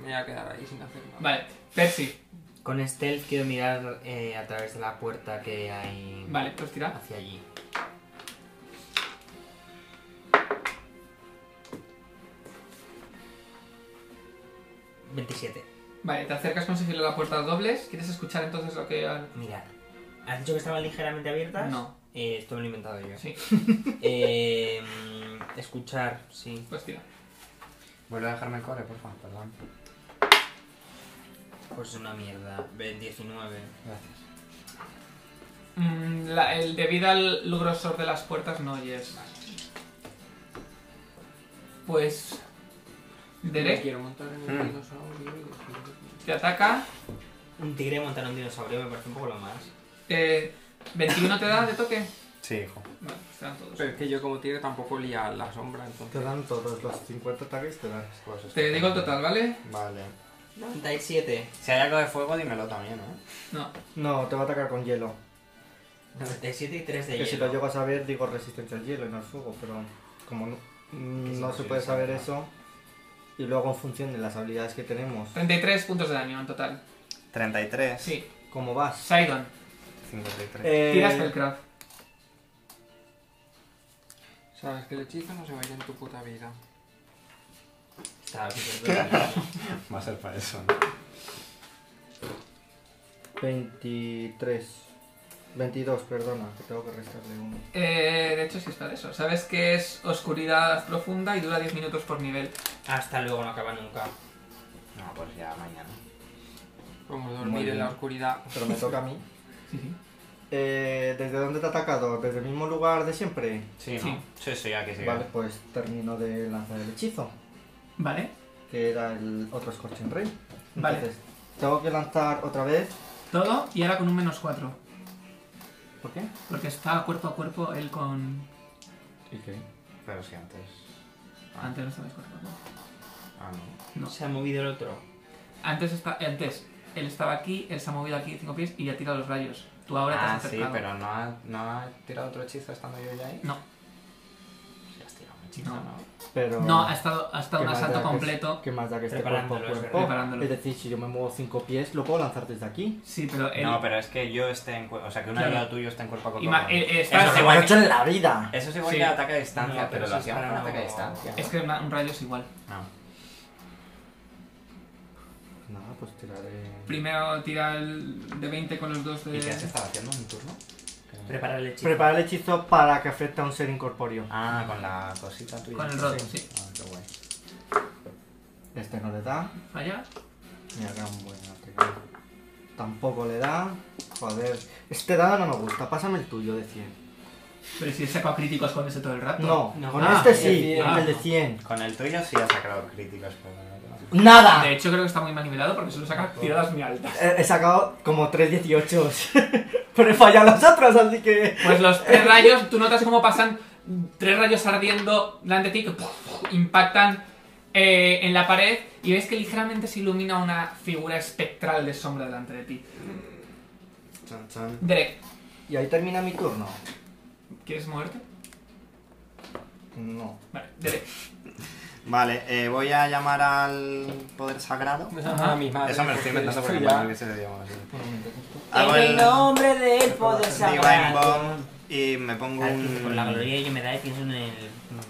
Speaker 2: Me voy a quedar ahí sin hacer nada.
Speaker 1: Vale, Percy,
Speaker 6: Con stealth quiero mirar eh, a través de la puerta que hay
Speaker 1: vale, pues tira.
Speaker 6: hacia allí. ...27...
Speaker 1: Vale, te acercas con sigilo a la puerta dobles. ¿Quieres escuchar entonces lo que...
Speaker 6: Mirad. ¿Has dicho que estaban ligeramente abiertas?
Speaker 1: No.
Speaker 6: Eh, esto me lo he inventado yo.
Speaker 1: Sí,
Speaker 6: Eh, mm, escuchar, sí.
Speaker 1: pues tira.
Speaker 3: Vuelve a dejarme el core, por favor, perdón.
Speaker 6: Pues una mierda. Ven, 19.
Speaker 3: Gracias.
Speaker 1: Mm, la- el, debido al grosor de las puertas no oyes. Pues...
Speaker 2: Me
Speaker 1: Derek
Speaker 2: quiero montar en
Speaker 3: Mm.
Speaker 2: un
Speaker 4: Hmm.
Speaker 2: dinosaurio. y decir-
Speaker 1: te ataca.
Speaker 6: Un tigre montar un dinosaurio me parece un poco lo más.
Speaker 1: Eh, ¿21 te da de toque?
Speaker 3: Sí, hijo.
Speaker 1: Vale, pues te dan todos.
Speaker 2: Pero es que yo como tigre tampoco lía la sombra,
Speaker 4: Te
Speaker 2: entonces...
Speaker 4: dan todos los 50 ataques, te dan.
Speaker 3: Pues es
Speaker 1: Te
Speaker 3: que-
Speaker 1: digo el total, ¿vale?
Speaker 3: Vale.
Speaker 6: 97.
Speaker 3: Si hay algo de fuego, dímelo también, ¿eh?
Speaker 1: No.
Speaker 4: No, te va a atacar con hielo.
Speaker 6: 97 y 3 de
Speaker 4: Que si lo
Speaker 6: hielo.
Speaker 4: llego a saber, digo resistencia al hielo y no al fuego, pero como no,
Speaker 6: si
Speaker 4: no
Speaker 6: no
Speaker 4: se
Speaker 6: tienes
Speaker 4: puede saber
Speaker 6: arma.
Speaker 4: eso, y luego en función de las habilidades que tenemos,
Speaker 1: 33 puntos de daño en total.
Speaker 3: 33.
Speaker 1: Sí.
Speaker 4: ¿cómo vas?
Speaker 1: Sidon,
Speaker 3: 53.
Speaker 4: Eh,
Speaker 1: tira Spellcraft.
Speaker 2: Sabes que el hechizo no se vaya en tu puta vida.
Speaker 6: Está súper
Speaker 3: Va a ser para eso, ¿no?
Speaker 4: 23. 22, perdona, que tengo que restarle uno.
Speaker 1: Eh, de hecho, sí está de eso. Sabes que es oscuridad profunda y dura 10 minutos por nivel.
Speaker 6: Hasta luego, no acaba nunca.
Speaker 3: No, pues ya mañana.
Speaker 2: Como
Speaker 4: Muy
Speaker 2: dormir
Speaker 4: bien.
Speaker 2: en la oscuridad.
Speaker 4: Pero me toca a mí. Eh, ¿Desde dónde te ha atacado? ¿Desde el mismo lugar de siempre?
Speaker 3: Sí, ¿no?
Speaker 1: Sí.
Speaker 3: Sí, sí, aquí sí.
Speaker 4: Vale, pues termino de lanzar el hechizo,
Speaker 1: Vale.
Speaker 4: que era el otro Scorching Ray.
Speaker 1: Vale.
Speaker 4: Entonces, tengo que lanzar otra vez.
Speaker 1: Todo y ahora con un menos 4.
Speaker 4: ¿Por qué?
Speaker 1: Porque está cuerpo a cuerpo él con.
Speaker 3: ¿Y qué? Pero si antes...
Speaker 1: Antes no estabais cuerpo a cuerpo.
Speaker 3: Ah, no.
Speaker 1: No.
Speaker 6: Se ha movido el otro.
Speaker 1: Antes, está... antes él estaba aquí, él se ha movido aquí 5 pies y le ha tirado los rayos. Tú ahora te
Speaker 3: Ah,
Speaker 1: has
Speaker 3: sí,
Speaker 1: acercado.
Speaker 3: pero no ha, no ha tirado otro hechizo estando yo ya ahí.
Speaker 1: No,
Speaker 3: Ya has tirado un hechizo,
Speaker 1: No.
Speaker 3: ¿no?
Speaker 4: Pero...
Speaker 1: no, ha estado, ha estado
Speaker 4: ¿Qué
Speaker 1: un
Speaker 4: más da
Speaker 1: asalto
Speaker 4: que-
Speaker 1: completo.
Speaker 4: ¿Qué más da que esté cuerpo
Speaker 6: Preparándolo,
Speaker 4: a
Speaker 6: es
Speaker 4: cuerpo?
Speaker 1: verdad. Preparándolo.
Speaker 4: Es decir, si yo me muevo cinco pies, lo puedo lanzar desde aquí.
Speaker 1: Sí, pero él.
Speaker 3: No, pero es que yo esté en cuerpo... O sea, que un
Speaker 1: Claro.
Speaker 3: aliado tuyo esté en cuerpo a cuerpo.
Speaker 1: Ima-
Speaker 3: con-
Speaker 1: eh, eh, está-
Speaker 3: Eso es
Speaker 1: se
Speaker 3: Pues igual
Speaker 4: hecho
Speaker 3: que... eh,
Speaker 4: en la vida!
Speaker 3: Eso es igual
Speaker 6: Sí.
Speaker 3: que ataque a distancia,
Speaker 6: No, pero
Speaker 3: pero,
Speaker 6: eso
Speaker 3: lo
Speaker 6: es
Speaker 3: hacían
Speaker 6: para
Speaker 3: para un
Speaker 6: no-
Speaker 3: ataque a distancia.
Speaker 1: Es que una- un rayo es igual.
Speaker 3: No.
Speaker 4: Nada, pues tiraré...
Speaker 1: Primero tira el de 20 con los dos de.
Speaker 3: ¿Y qué has estado haciendo en turno?
Speaker 1: Eh.
Speaker 3: Que-
Speaker 6: Preparar el hechizo.
Speaker 4: Preparar el hechizo para que afecte a un ser incorpóreo.
Speaker 3: Ah, con la cosita tuya.
Speaker 1: Con el roto, sí.
Speaker 3: Ah, qué guay.
Speaker 4: Este no le da.
Speaker 1: Falla.
Speaker 4: Mira, que era un buen ataque. Tampoco le da. Joder. Este dado no me gusta. Pásame el tuyo de 100.
Speaker 1: Pero si he sacado críticos con ese todo el rato.
Speaker 4: No,
Speaker 6: No.
Speaker 4: con
Speaker 6: Ah,
Speaker 4: este
Speaker 6: el
Speaker 4: sí,
Speaker 2: de 100.
Speaker 4: el de 100.
Speaker 3: Con el tuyo sí has sacado críticos, pero no.
Speaker 4: ¡Nada!
Speaker 1: De hecho, creo que está muy mal nivelado porque solo saca tiradas muy altas.
Speaker 4: He he sacado como 3 18. Pero he fallado las otras, así que...
Speaker 1: Pues los tres rayos, tú notas cómo pasan tres rayos ardiendo delante de ti que ¡puf! ¡puf! impactan eh, en la pared y ves que ligeramente se ilumina una figura espectral de sombra delante de ti.
Speaker 3: Chan, chan.
Speaker 1: Derek,
Speaker 4: Y ahí termina mi turno.
Speaker 1: ¿quieres moverte?
Speaker 4: No.
Speaker 1: Vale, Derek.
Speaker 3: Vale, eh, voy a llamar al poder sagrado.
Speaker 2: Me llama a mi madre.
Speaker 3: Eso me lo estoy
Speaker 1: pues
Speaker 3: inventando porque
Speaker 2: estoy
Speaker 3: no
Speaker 2: ya.
Speaker 3: que se le llama así.
Speaker 6: En
Speaker 3: Hago
Speaker 6: el
Speaker 3: el
Speaker 6: nombre del poder
Speaker 3: Divine
Speaker 6: sagrado.
Speaker 3: Bomb y me pongo
Speaker 6: Ah, es que Con la
Speaker 3: un...
Speaker 6: gloria que me da y pienso en el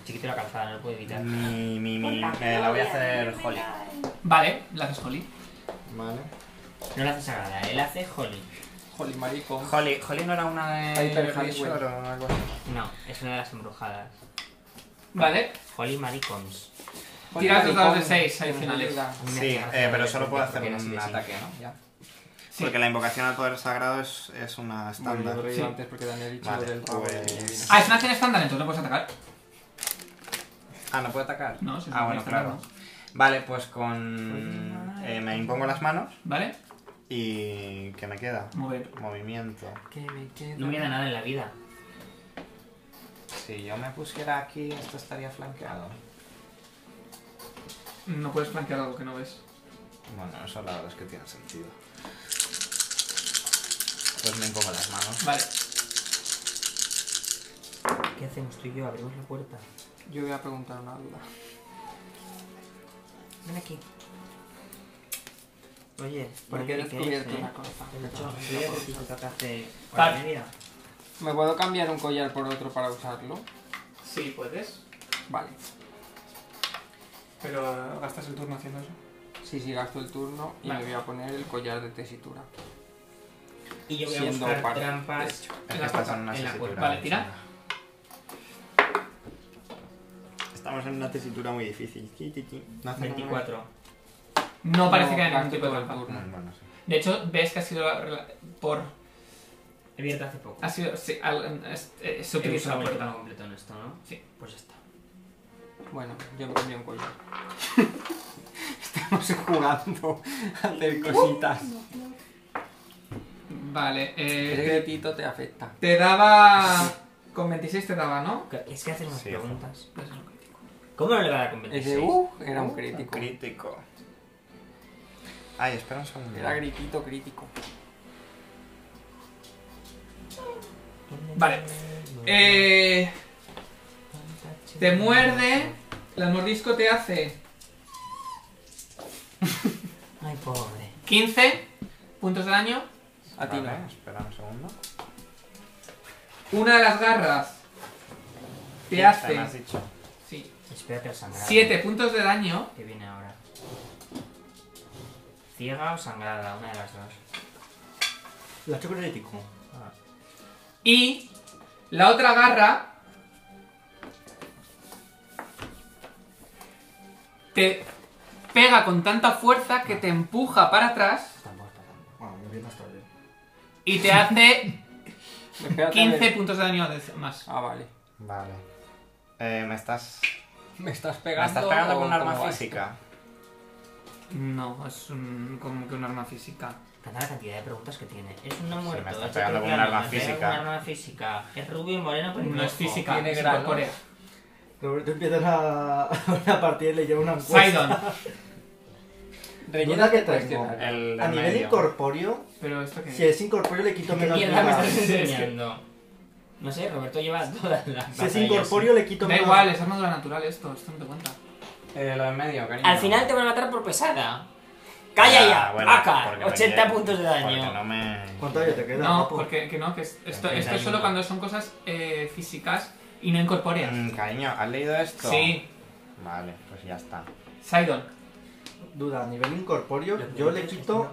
Speaker 6: chiquito de la calzada, no lo puedo evitar.
Speaker 3: Mi, mi, mi, eh, la voy a hacer Holly.
Speaker 1: Vale, la haces Holly.
Speaker 3: Vale.
Speaker 6: No la hace sagrada, él hace holy.
Speaker 2: Holy marico.
Speaker 3: Holly, Holly no era una de...
Speaker 2: Hyper Holly
Speaker 3: Shore
Speaker 2: Whale.
Speaker 3: o algo así.
Speaker 6: No, es una de las embrujadas.
Speaker 1: Vale,
Speaker 6: Holy maricons.
Speaker 2: Holy
Speaker 1: Tira dos dados de
Speaker 2: maricón.
Speaker 1: seis adicionales.
Speaker 2: Tiene una vida.
Speaker 3: Sí, eh, pero solo puedo hacer un ataque, ¿no? Ya.
Speaker 1: Sí.
Speaker 3: Porque la invocación al poder sagrado es, es una
Speaker 2: Bueno,
Speaker 3: estándar.
Speaker 2: lo he
Speaker 1: Sí.
Speaker 2: leído antes porque Daniel ha dicho
Speaker 3: Vale,
Speaker 2: lo del pavo
Speaker 3: pues-
Speaker 2: de Divino.
Speaker 1: Ah, es una acción estándar, entonces no puedes atacar.
Speaker 3: Ah, ¿no puede atacar?
Speaker 1: No, si es
Speaker 3: Ah,
Speaker 1: una
Speaker 3: bueno,
Speaker 1: estándar,
Speaker 3: claro.
Speaker 1: no.
Speaker 3: Vale, pues con... eh, me impongo las manos
Speaker 1: ¿Vale?
Speaker 3: y... ¿Qué me queda?
Speaker 1: Mover.
Speaker 3: Movimiento.
Speaker 6: No me queda nada en la vida.
Speaker 3: Si yo me pusiera aquí, esto estaría flanqueado.
Speaker 1: No puedes flanquear algo que no ves.
Speaker 3: Bueno, eso la verdad es que tiene sentido. Pues me impongo las manos.
Speaker 1: Vale.
Speaker 6: ¿Qué hacemos tú y yo? Abrimos la puerta.
Speaker 2: Yo voy a preguntar una duda.
Speaker 6: Ven aquí. Oye,
Speaker 2: ¿Por
Speaker 6: no
Speaker 2: qué he
Speaker 6: me queréis,
Speaker 2: descubierto
Speaker 6: eh.
Speaker 2: una cosa?
Speaker 6: El ocho, sí, el tipo que hace hora
Speaker 1: Vale.
Speaker 6: y media.
Speaker 2: ¿Me puedo cambiar un collar por otro para usarlo?
Speaker 1: Sí, puedes.
Speaker 2: Vale.
Speaker 1: Pero eh, gastas el turno haciendo eso.
Speaker 2: Sí, sí, gasto el turno y
Speaker 1: Vale.
Speaker 2: me voy a poner el collar de tesitura.
Speaker 6: Y yo voy a
Speaker 2: Siendo
Speaker 6: buscar
Speaker 2: par, de
Speaker 6: trampas.
Speaker 2: hecho.
Speaker 3: Es que estás en una
Speaker 6: en la
Speaker 3: tesitura.
Speaker 6: puerta.
Speaker 1: Vale,
Speaker 3: muy
Speaker 1: tira.
Speaker 3: chunga. Estamos en una tesitura muy difícil. Ti, ti, ti. No hace nada.
Speaker 6: 24.
Speaker 1: No parece que haya ningún
Speaker 2: gasto
Speaker 1: tipo de
Speaker 2: todo el
Speaker 1: trampa.
Speaker 2: turno.
Speaker 3: Mm, Bueno, sí.
Speaker 1: De hecho, ves que ha sido rela- por...
Speaker 6: He abierto hace poco.
Speaker 1: Ha sido... sí, al- es- eh, se
Speaker 6: He
Speaker 1: utiliza
Speaker 6: usado
Speaker 1: la
Speaker 6: el turno
Speaker 1: puerta.
Speaker 6: completo en esto, ¿no?
Speaker 1: Sí.
Speaker 6: Pues ya está.
Speaker 2: Bueno, yo me cambié un collar.
Speaker 3: Estamos jugando a hacer cositas.
Speaker 1: Vale,
Speaker 2: Ese
Speaker 1: eh... Te,
Speaker 2: gritito te afecta.
Speaker 1: te daba... Con 26 te daba, ¿no?
Speaker 6: Es que haces unas
Speaker 3: Sí, ojo.
Speaker 6: preguntas.
Speaker 1: Pues es un crítico.
Speaker 6: ¿Cómo no le va a dar con
Speaker 2: Ese
Speaker 6: 26?
Speaker 2: uh, era un crítico.
Speaker 3: Crítico. Ay, espera un segundo.
Speaker 2: Era gritito crítico.
Speaker 1: Vale. Eh... Te muerde... El mordisco te hace
Speaker 6: Ay, pobre.
Speaker 1: 15 puntos de daño.
Speaker 2: A ti no.
Speaker 3: Vale, Espera un segundo.
Speaker 1: Una de las garras te
Speaker 3: ¿Qué me has
Speaker 1: hace
Speaker 3: dicho?
Speaker 1: sí,
Speaker 6: Espérate al sangrado.
Speaker 1: 7 puntos de daño.
Speaker 6: que viene ahora. Ciega o sangrada, una de las dos. Ah,
Speaker 4: La hecho crítico.
Speaker 1: Y la otra garra te pega con tanta fuerza que te empuja para atrás
Speaker 6: Tampoco está tan.
Speaker 4: Bueno, muy bien hasta bien.
Speaker 1: y te hace
Speaker 2: Espérate a ver.
Speaker 1: 15 puntos de daño de- más.
Speaker 2: Ah, vale.
Speaker 3: Vale. Eh, me estás.
Speaker 2: Me estás pegando.
Speaker 3: Me estás pegando
Speaker 2: o
Speaker 3: con un arma
Speaker 2: cómo va
Speaker 3: física.
Speaker 1: No, es un- como que un arma física.
Speaker 6: Tanta la cantidad de preguntas que tiene. Es un no muerto.
Speaker 3: me está
Speaker 6: es
Speaker 3: pegando con un
Speaker 6: otro plano,
Speaker 3: arma
Speaker 6: me pega
Speaker 3: física.
Speaker 6: con Un arma física. Es rubio y moreno, pero
Speaker 1: No es física,
Speaker 2: tiene
Speaker 1: es
Speaker 2: granos.
Speaker 1: corpórea.
Speaker 4: Roberto empieza la, una partida y le lleva una encuesta.
Speaker 1: Sidon.
Speaker 2: esto?
Speaker 4: Duda
Speaker 2: Rellena
Speaker 4: que
Speaker 2: que
Speaker 4: tengo.
Speaker 2: cuestionario.
Speaker 3: El de
Speaker 4: A nivel
Speaker 3: medio.
Speaker 4: incorpóreo,
Speaker 1: Pero esto que
Speaker 4: si es incorpóreo le quito
Speaker 6: ¿Qué
Speaker 4: menos
Speaker 6: mierda me
Speaker 4: vida.
Speaker 6: estás enseñando? No sé, Roberto lleva todas las.
Speaker 4: Si es
Speaker 6: batallas.
Speaker 4: incorpóreo le quito
Speaker 1: Da
Speaker 4: menos
Speaker 1: igual, es armadura natural esto, esto no te cuenta.
Speaker 3: Eh, lo de medio, cariño.
Speaker 6: Al final te van a matar por pesada. ¡Calla ya!
Speaker 3: Ah, bueno,
Speaker 6: ¡Vaca!
Speaker 3: porque me
Speaker 6: 80
Speaker 3: lle-
Speaker 6: puntos de
Speaker 3: Porque no
Speaker 6: daño.
Speaker 3: me.
Speaker 4: ¿Cuánto ya te queda?
Speaker 1: No,
Speaker 4: guapo?
Speaker 1: porque que no, que es- esto, esto es
Speaker 6: 31.
Speaker 1: solo cuando son cosas eh, físicas y no incorpóreas.
Speaker 3: Mm, cariño, ¿has leído esto?
Speaker 1: Sí,
Speaker 3: Vale, pues ya está.
Speaker 1: Sidon.
Speaker 4: Duda, a nivel incorpóreo yo le quito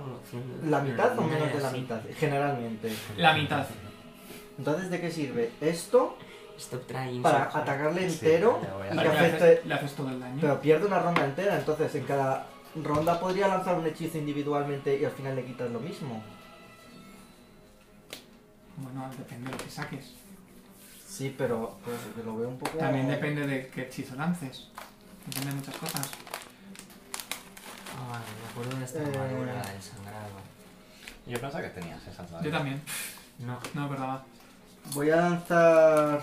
Speaker 4: la mitad o menos de la mitad, generalmente.
Speaker 1: La mitad.
Speaker 4: Entonces, ¿de qué sirve esto
Speaker 6: Stop trying.
Speaker 4: para
Speaker 6: stop trying.
Speaker 4: atacarle
Speaker 3: Sí,
Speaker 4: entero
Speaker 3: te voy a
Speaker 4: y
Speaker 1: Vale,
Speaker 4: que
Speaker 1: le,
Speaker 4: afecte?
Speaker 1: haces, le haces todo el daño.
Speaker 4: Pero pierde una ronda entera, entonces en cada ronda podría lanzar un hechizo individualmente y al final le quitas lo mismo.
Speaker 1: Bueno, depende de lo que saques.
Speaker 4: Sí, pero pues, que lo veo un poco...
Speaker 1: También depende de qué hechizo lances. Depende de muchas cosas.
Speaker 6: Ay, Ah, me acuerdo de esta
Speaker 4: Eh.
Speaker 6: armadura del sangrado.
Speaker 3: Yo pensaba que tenías esas
Speaker 1: Yo
Speaker 3: todavía.
Speaker 1: también.
Speaker 6: No.
Speaker 1: No, verdad.
Speaker 4: Voy a lanzar...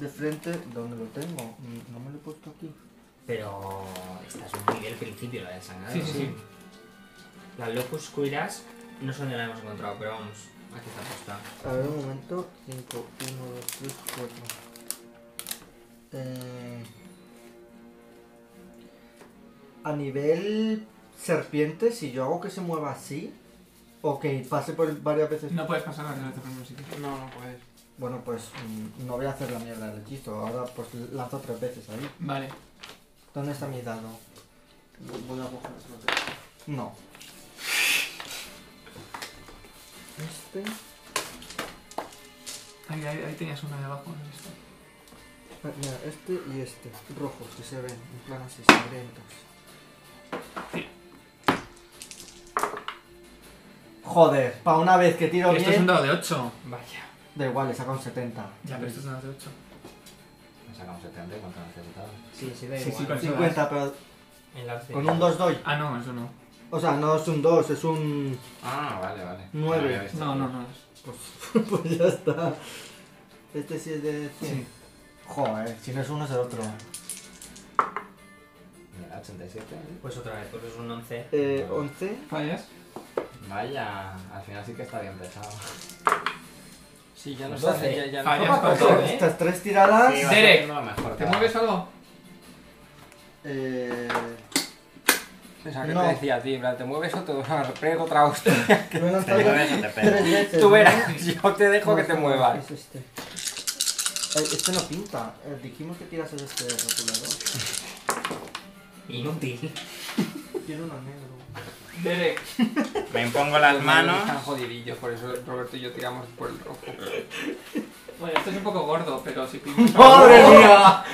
Speaker 4: De frente, ¿dónde lo tengo? Mm, No me lo he puesto aquí.
Speaker 6: Pero estás muy bien al principio la del sangrado.
Speaker 1: Sí, sí, sí.
Speaker 6: Las locus cuiras no sé dónde la hemos encontrado, pero vamos, aquí está puesta.
Speaker 4: A ver, un momento. 5, 1, 2, 3, 4. Eh... A nivel serpiente, si yo hago que se mueva así, o que pase por varias veces.
Speaker 1: No puedes pasar las reglas de primer sitio.
Speaker 2: No, no puedes.
Speaker 4: Bueno, pues mm, no voy a hacer la mierda del hechizo. Ahora pues lanzo tres veces ahí.
Speaker 1: Vale.
Speaker 4: ¿Dónde está mi dado?
Speaker 2: Voy a coger
Speaker 4: este
Speaker 2: otro de-
Speaker 4: No. Este.
Speaker 1: Ahí, ahí, ahí tenías una debajo. ¿no? Esto.
Speaker 4: Ah, Mira, este y este. Rojos que se ven. En plan así, sangrientos. Joder, para una vez que tiro
Speaker 1: Esto es un
Speaker 4: bien.
Speaker 1: dado de 8. Vaya.
Speaker 4: Da igual, le saco un 70.
Speaker 1: Ya, pero esto es un dado de 8.
Speaker 3: Me sacamos 70 y cuánto necesitaba.
Speaker 5: Sí, sí, da
Speaker 1: Sí, sí,
Speaker 5: igual.
Speaker 1: con eso
Speaker 4: 50, pero
Speaker 5: En la-
Speaker 4: con un 2 doy.
Speaker 1: das. Ah, no, eso no.
Speaker 4: O sea, no es un 2, es un.
Speaker 3: Ah, vale, vale.
Speaker 4: Nueve.
Speaker 3: No había visto.
Speaker 1: No, no, no.
Speaker 4: pues ya está. Este sí es de 100.
Speaker 1: Sí.
Speaker 4: Joder, si no es uno es el otro.
Speaker 3: Mira, 87.
Speaker 5: Pues otra vez, porque es un 11.
Speaker 4: Eh, 11.
Speaker 1: ¿Fallas?
Speaker 3: Vaya, al final sí que está bien pesado.
Speaker 2: Sí,
Speaker 4: Pues
Speaker 2: ya no
Speaker 5: Doce.
Speaker 2: sé, ya, ya no-
Speaker 1: Fallas con todo, ¿eh?
Speaker 4: Estas tres tiradas.
Speaker 1: Sí, Derek,
Speaker 3: no, mejor
Speaker 1: ¿Te
Speaker 3: cada-
Speaker 1: mueves algo?
Speaker 4: Eh,
Speaker 2: Pensaba que
Speaker 4: No.
Speaker 2: te decía a ti, en plan, te mueves o te doy una- pego otra hostia.
Speaker 4: que me he
Speaker 3: Te
Speaker 4: lanzado
Speaker 3: mueves o te
Speaker 4: tres
Speaker 3: pegas.
Speaker 4: veces,
Speaker 2: Tú
Speaker 4: ¿no?
Speaker 2: verás, yo te dejo
Speaker 4: No,
Speaker 2: que te
Speaker 4: no,
Speaker 2: muevas.
Speaker 4: es este. Eh, este no pinta. Eh, dijimos que tirases este rotulador.
Speaker 5: Inútil.
Speaker 4: Quiero uno negro.
Speaker 1: Derek.
Speaker 3: Me impongo las manos.
Speaker 2: Están jodidillos, por eso Roberto y yo tiramos por el rojo.
Speaker 1: Bueno, esto es un poco gordo, pero si pinta.
Speaker 4: ¡Madre mía!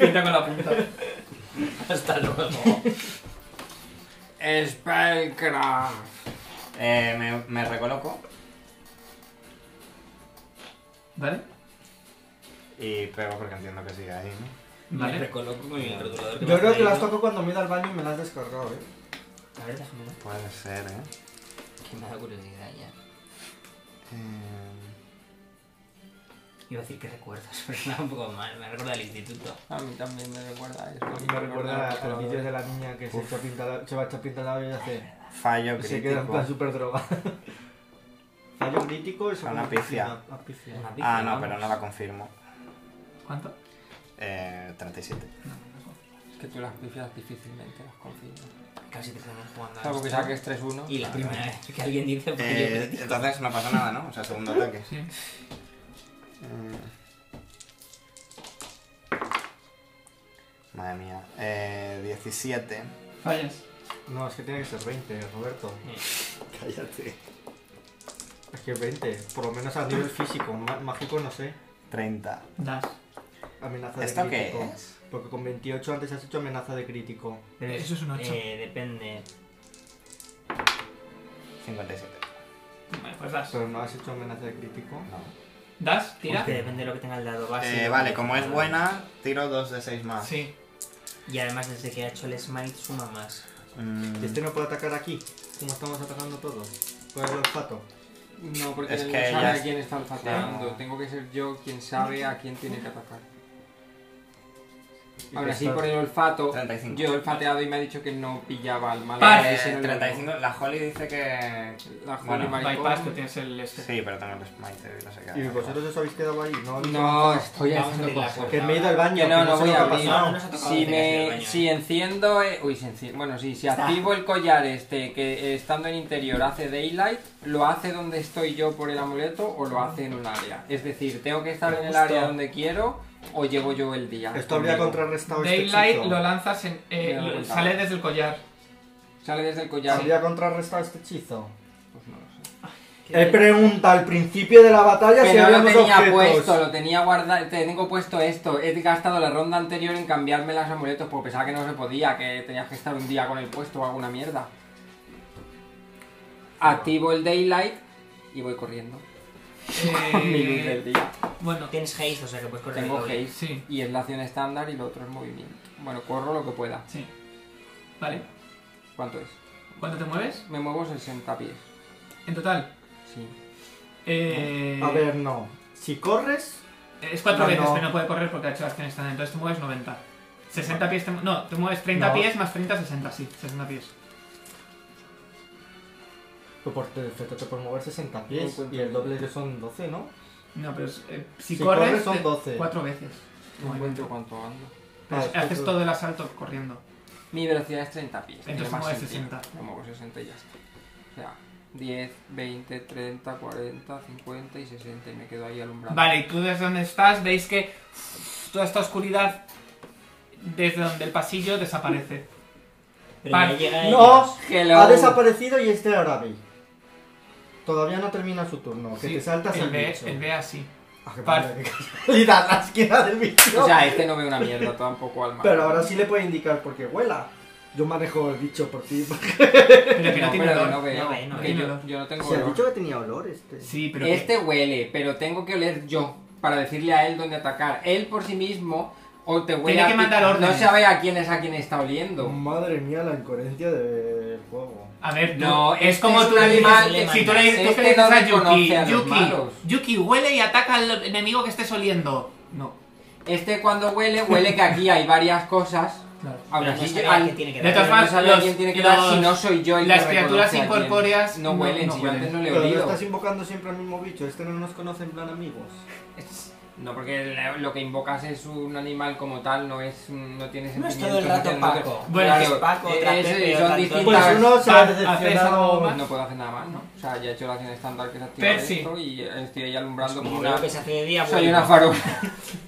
Speaker 1: Pinta con la punta.
Speaker 5: Hasta luego.
Speaker 2: Spellcraft.
Speaker 3: Eh, me, me recoloco
Speaker 1: ¿Vale?
Speaker 3: y pego porque entiendo que sigue ahí, ¿no?
Speaker 5: Me
Speaker 1: Vale.
Speaker 5: recoloco con el rotulador. me
Speaker 4: Yo
Speaker 5: has
Speaker 4: creo que las
Speaker 5: traído.
Speaker 4: toco cuando me he ido al baño y me las has descargado, eh.
Speaker 5: A ver, déjame ver.
Speaker 3: Puede ser, ¿eh?
Speaker 5: Que me da curiosidad ya.
Speaker 3: Eh,
Speaker 5: Iba a decir que recuerdas, pero era un poco mal. Me recuerda al instituto.
Speaker 2: A mí también me recuerda eso.
Speaker 4: Me recuerda al vídeo de la niña que se, echa pinta la- se va a echar pinta la y hace.
Speaker 3: Fallo
Speaker 4: Se queda en
Speaker 3: crítico.
Speaker 4: plan súper droga. Fallo crítico y se
Speaker 3: Una
Speaker 4: pone
Speaker 3: pifia.
Speaker 4: piscina, a pifia.
Speaker 5: Una
Speaker 3: Ah,
Speaker 5: pizza,
Speaker 3: no,
Speaker 5: vamos.
Speaker 3: pero no la confirmo.
Speaker 1: ¿Cuánto?
Speaker 3: Eh, 37.
Speaker 2: Es que tú las pifias difícilmente las confías.
Speaker 5: Casi te estamos jugando. a
Speaker 2: Salvo que
Speaker 5: esto.
Speaker 2: saques 3-1.
Speaker 5: Y la primera vez que alguien dice, pues yo
Speaker 3: Eh,
Speaker 5: critico.
Speaker 3: entonces no pasa nada, ¿no? O sea, segundo ataque.
Speaker 1: Sí.
Speaker 3: Madre mía. Eh, 17.
Speaker 1: Fallas.
Speaker 4: No, es que tiene que ser 20, Roberto.
Speaker 3: Cállate.
Speaker 4: Es que 20, por lo menos a nivel físico, ma- mágico no sé.
Speaker 3: 30.
Speaker 1: Das.
Speaker 4: Amenaza de
Speaker 3: ¿Esto
Speaker 4: crítico.
Speaker 3: qué es?
Speaker 4: Porque con 28 antes has hecho amenaza de crítico.
Speaker 1: Eso es un 8.
Speaker 5: Eh, depende.
Speaker 3: 57.
Speaker 1: Vale, pues das.
Speaker 4: Pero no has hecho amenaza de crítico.
Speaker 3: No.
Speaker 1: ¿Das? ¿Tira?
Speaker 5: Porque depende de lo que tenga el
Speaker 6: Ah,
Speaker 5: dado base.
Speaker 3: Eh, vale, como es buena, tiro 2 de 6 más.
Speaker 1: Sí.
Speaker 5: Y además, desde que ha hecho el smite, suma más.
Speaker 3: Mm,
Speaker 4: ¿Y este no puede atacar aquí? Como estamos atacando todos. Con el olfato.
Speaker 2: No, porque
Speaker 3: Es
Speaker 2: él
Speaker 3: que
Speaker 2: no sabe
Speaker 3: ya
Speaker 2: a
Speaker 3: es-
Speaker 2: quién está enfadando.
Speaker 3: Claro.
Speaker 2: Tengo que ser yo quien sabe a quién tiene que atacar.
Speaker 4: Y
Speaker 2: Ahora
Speaker 4: que
Speaker 2: sí,
Speaker 4: está-
Speaker 2: por el olfato.
Speaker 3: 35.
Speaker 2: Yo he olfateado y me ha dicho que no pillaba al malo.
Speaker 1: Par.
Speaker 2: Ese no
Speaker 3: Eh,
Speaker 2: lo-
Speaker 3: 35. La Holly dice que.
Speaker 2: La Holy
Speaker 3: Bueno,
Speaker 2: Maricón.
Speaker 1: Bypass, que tienes el este.
Speaker 3: Sí, pero tengo el smite y no sé qué.
Speaker 4: ¿Y vosotros os habéis quedado ahí? No, habéis
Speaker 2: No,
Speaker 4: avanzado.
Speaker 2: estoy
Speaker 5: Vamos
Speaker 2: haciendo
Speaker 5: a abrir la
Speaker 2: cosas.
Speaker 4: Que me he ido al baño.
Speaker 2: Que no, no
Speaker 4: sé
Speaker 2: voy
Speaker 4: lo
Speaker 2: a
Speaker 4: que ha
Speaker 2: abrir.
Speaker 4: pasado.
Speaker 5: No, no se ha tocado
Speaker 2: Si
Speaker 5: desde que ha sido
Speaker 2: me,
Speaker 5: el baño,
Speaker 2: si
Speaker 5: eh.
Speaker 2: enciendo, eh, uy, si enci- bueno, sí, si
Speaker 5: Está.
Speaker 2: activo el collar este que estando en interior hace daylight, lo hace donde estoy yo por el amuleto o lo hace en un área. Es decir, tengo que estar en el
Speaker 1: Justo.
Speaker 2: área donde quiero o llevo yo el día.
Speaker 4: Esto habría
Speaker 2: conmigo.
Speaker 4: contrarrestado este
Speaker 1: Daylight
Speaker 4: hechizo.
Speaker 1: lo lanzas en. eh,
Speaker 2: Me lo he
Speaker 1: lo-
Speaker 2: contado.
Speaker 1: sale desde el collar.
Speaker 2: Sale desde el collar.
Speaker 4: ¿Habría contrarrestado este hechizo?
Speaker 2: Pues no lo sé.
Speaker 4: He preguntado al principio de la batalla si
Speaker 2: Pero lo
Speaker 4: habíamos
Speaker 2: tenía
Speaker 4: objetos.
Speaker 2: puesto, lo tenía guardado, tengo puesto esto. He gastado la ronda anterior en cambiarme los amuletos porque pensaba que no se podía, que tenías que estar un día con el puesto o alguna mierda. Activo el daylight y voy corriendo. Con mi luz del
Speaker 1: Eh,
Speaker 2: día.
Speaker 1: bueno,
Speaker 5: Tienes haste, o sea que puedes correr.
Speaker 2: Tengo
Speaker 5: el doble.
Speaker 2: haste
Speaker 1: sí,
Speaker 2: y es la acción estándar y lo otro es movimiento. Bueno, corro lo que pueda.
Speaker 1: sí. Vale.
Speaker 2: ¿Cuánto es?
Speaker 1: ¿Cuánto te mueves?
Speaker 2: Me muevo 60 pies.
Speaker 1: En total.
Speaker 2: Sí.
Speaker 1: Eh,
Speaker 4: A ver, no. Si corres,
Speaker 1: Es cuatro
Speaker 4: No,
Speaker 1: veces,
Speaker 4: no.
Speaker 1: pero no puede correr porque ha hecho acción estándar. Entonces te mueves 90. 60 pies. Te, mu- no, te mueves 30
Speaker 4: No.
Speaker 1: pies más 30, 60. Sí, 60 pies.
Speaker 4: tú por tu defecto te puedes mover 60 pies.
Speaker 2: No encuentro
Speaker 4: Y el
Speaker 2: bien.
Speaker 4: doble que son 12, ¿no?
Speaker 1: No, pero es- eh, si,
Speaker 4: Si
Speaker 1: corres,
Speaker 4: corres son
Speaker 1: te-
Speaker 4: 12.
Speaker 1: cuatro veces. Muy
Speaker 2: No
Speaker 1: bien.
Speaker 2: encuentro cuánto ando.
Speaker 1: Pero
Speaker 4: Ah,
Speaker 1: es-
Speaker 4: esto-
Speaker 1: Pues haces todo el asalto corriendo.
Speaker 2: Mi velocidad es 30 pies.
Speaker 1: Entonces
Speaker 2: tiene más
Speaker 1: mueves
Speaker 2: sentido.
Speaker 1: 60.
Speaker 2: Me muevo 60 y ya está. O sea, 10, 20, 30, 40, 50 y 60 y me quedo ahí alumbrado.
Speaker 1: Vale, y tú desde donde estás veis que toda esta oscuridad desde donde el pasillo desaparece.
Speaker 5: Pero ya
Speaker 1: Vale.
Speaker 5: llega
Speaker 4: ¡No!
Speaker 2: Hello.
Speaker 4: Ha desaparecido y este ahora ve. Todavía no termina su turno. Que
Speaker 1: Sí,
Speaker 4: te saltas
Speaker 1: el
Speaker 4: el
Speaker 1: ve,
Speaker 4: bicho.
Speaker 1: el ve así.
Speaker 4: Ah, qué
Speaker 1: Par-
Speaker 4: madre, qué casualidad, la esquina del bicho.
Speaker 2: O sea, este no ve una mierda tampoco al mar.
Speaker 4: Pero ahora sí le puede indicar porque vuela. Yo manejo el bicho por ti.
Speaker 1: Pero que no, tiene
Speaker 2: pero
Speaker 1: olor.
Speaker 2: no veo.
Speaker 5: No ve, no
Speaker 2: Que
Speaker 1: ve.
Speaker 2: yo, yo no tengo
Speaker 4: Se ha
Speaker 2: olor.
Speaker 4: dicho que tenía olor este.
Speaker 1: Sí, pero que-
Speaker 2: Este huele, pero tengo que oler yo para decirle a él dónde atacar. Él por sí mismo o te huele
Speaker 1: Tiene
Speaker 2: a
Speaker 1: que
Speaker 2: ti-
Speaker 1: mandar
Speaker 2: No
Speaker 1: órdenes.
Speaker 2: sabe a quién es a quién está oliendo.
Speaker 4: Madre mía, la incoherencia del juego.
Speaker 1: A ver, tú-
Speaker 2: No,
Speaker 1: es
Speaker 2: este
Speaker 1: como
Speaker 2: es
Speaker 1: tú
Speaker 2: un
Speaker 1: le dices,
Speaker 2: animal de
Speaker 1: si tú le dices, tú
Speaker 2: manos.
Speaker 1: que le
Speaker 2: Este no
Speaker 1: dices a Yuki,
Speaker 2: reconoce a los
Speaker 1: Yuki,
Speaker 2: malos".
Speaker 1: Yuki, huele y ataca al enemigo que estés oliendo. No,
Speaker 2: Este cuando huele, huele que aquí hay varias cosas.
Speaker 1: claro.
Speaker 5: Pero
Speaker 2: Aunque
Speaker 5: no
Speaker 2: sí-
Speaker 5: sabe
Speaker 2: al-
Speaker 5: a quién tiene que
Speaker 1: De
Speaker 5: dar.
Speaker 1: todas
Speaker 2: pero Eh, no
Speaker 1: formas,
Speaker 2: sabe a
Speaker 1: los-
Speaker 2: quién tiene que
Speaker 1: los-
Speaker 2: dar si no soy yo el que
Speaker 1: las criaturas
Speaker 2: reconoce a quién.
Speaker 1: incorpóreas
Speaker 2: no
Speaker 1: no-
Speaker 2: huelen,
Speaker 1: no
Speaker 2: si yo antes no le he
Speaker 4: Pero no
Speaker 2: olido.
Speaker 4: estás invocando siempre al mismo bicho. Este no nos conoce en plan amigos.
Speaker 2: No, porque la- lo que invocas es un animal como tal, no es no tiene
Speaker 5: No
Speaker 2: sentido.
Speaker 5: es todo el rato Paco.
Speaker 1: Bueno,
Speaker 5: es Paco, otra Pepe,
Speaker 2: son
Speaker 5: otra Antonio.
Speaker 2: distintas...
Speaker 4: Pues uno se
Speaker 1: pa-
Speaker 4: ha
Speaker 1: haces algo
Speaker 4: decepcionado.
Speaker 1: más.
Speaker 2: No puedo hacer nada más, ¿no? O sea, ya he hecho la acción estándar que es activar
Speaker 1: Percy.
Speaker 2: esto y estoy ahí alumbrando como
Speaker 5: Como
Speaker 2: una...
Speaker 5: veo que se hace de día,
Speaker 2: Soy
Speaker 5: vuelvo.
Speaker 2: una farola.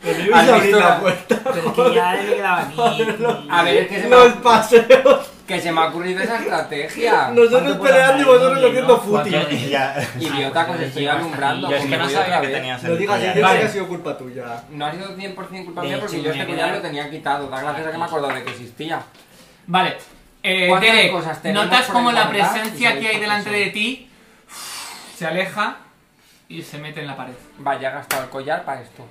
Speaker 4: Luis
Speaker 2: Has
Speaker 4: abrí
Speaker 2: visto
Speaker 4: la
Speaker 2: la-
Speaker 4: puerta.
Speaker 5: Pero es que ya me he quedado aquí.
Speaker 2: A ver, es que se, me
Speaker 4: Los
Speaker 2: ha,
Speaker 4: paseos.
Speaker 2: que se me ha ocurrido esa estrategia.
Speaker 4: Nosotros
Speaker 5: ¿Cuánto puedo
Speaker 4: peleando y
Speaker 5: andar?
Speaker 4: vosotros
Speaker 5: Oye,
Speaker 4: haciendo
Speaker 5: ¿no?
Speaker 4: fútil.
Speaker 3: Y ya.
Speaker 2: Idiota,
Speaker 5: Ah,
Speaker 2: que os
Speaker 5: pues
Speaker 2: estoy alumbrando.
Speaker 3: Yo es que
Speaker 2: como
Speaker 3: no
Speaker 2: voy
Speaker 3: sabía
Speaker 2: otra
Speaker 3: que
Speaker 2: vez.
Speaker 3: tenías
Speaker 4: No
Speaker 3: el
Speaker 4: digas
Speaker 3: collar.
Speaker 4: así, yo sé
Speaker 1: Vale.
Speaker 4: que ha sido culpa tuya.
Speaker 2: No ha sido 100% culpa
Speaker 5: De
Speaker 2: mía
Speaker 5: hecho,
Speaker 2: porque yo
Speaker 5: tenía
Speaker 2: este
Speaker 5: que
Speaker 2: collar
Speaker 5: dar-
Speaker 2: lo tenía quitado. Da gracias a que me acordaba de que existía.
Speaker 1: Vale. Eh,
Speaker 2: ¿Cuántas
Speaker 1: Derek,
Speaker 2: cosas tenemos
Speaker 1: notas
Speaker 2: por
Speaker 1: como la
Speaker 2: encontrar? Y
Speaker 1: presencia
Speaker 2: sabéis
Speaker 1: que hay
Speaker 2: por qué
Speaker 1: delante
Speaker 2: son.
Speaker 1: de ti se aleja y se mete en la pared.
Speaker 2: Vaya, he gastado el collar para esto.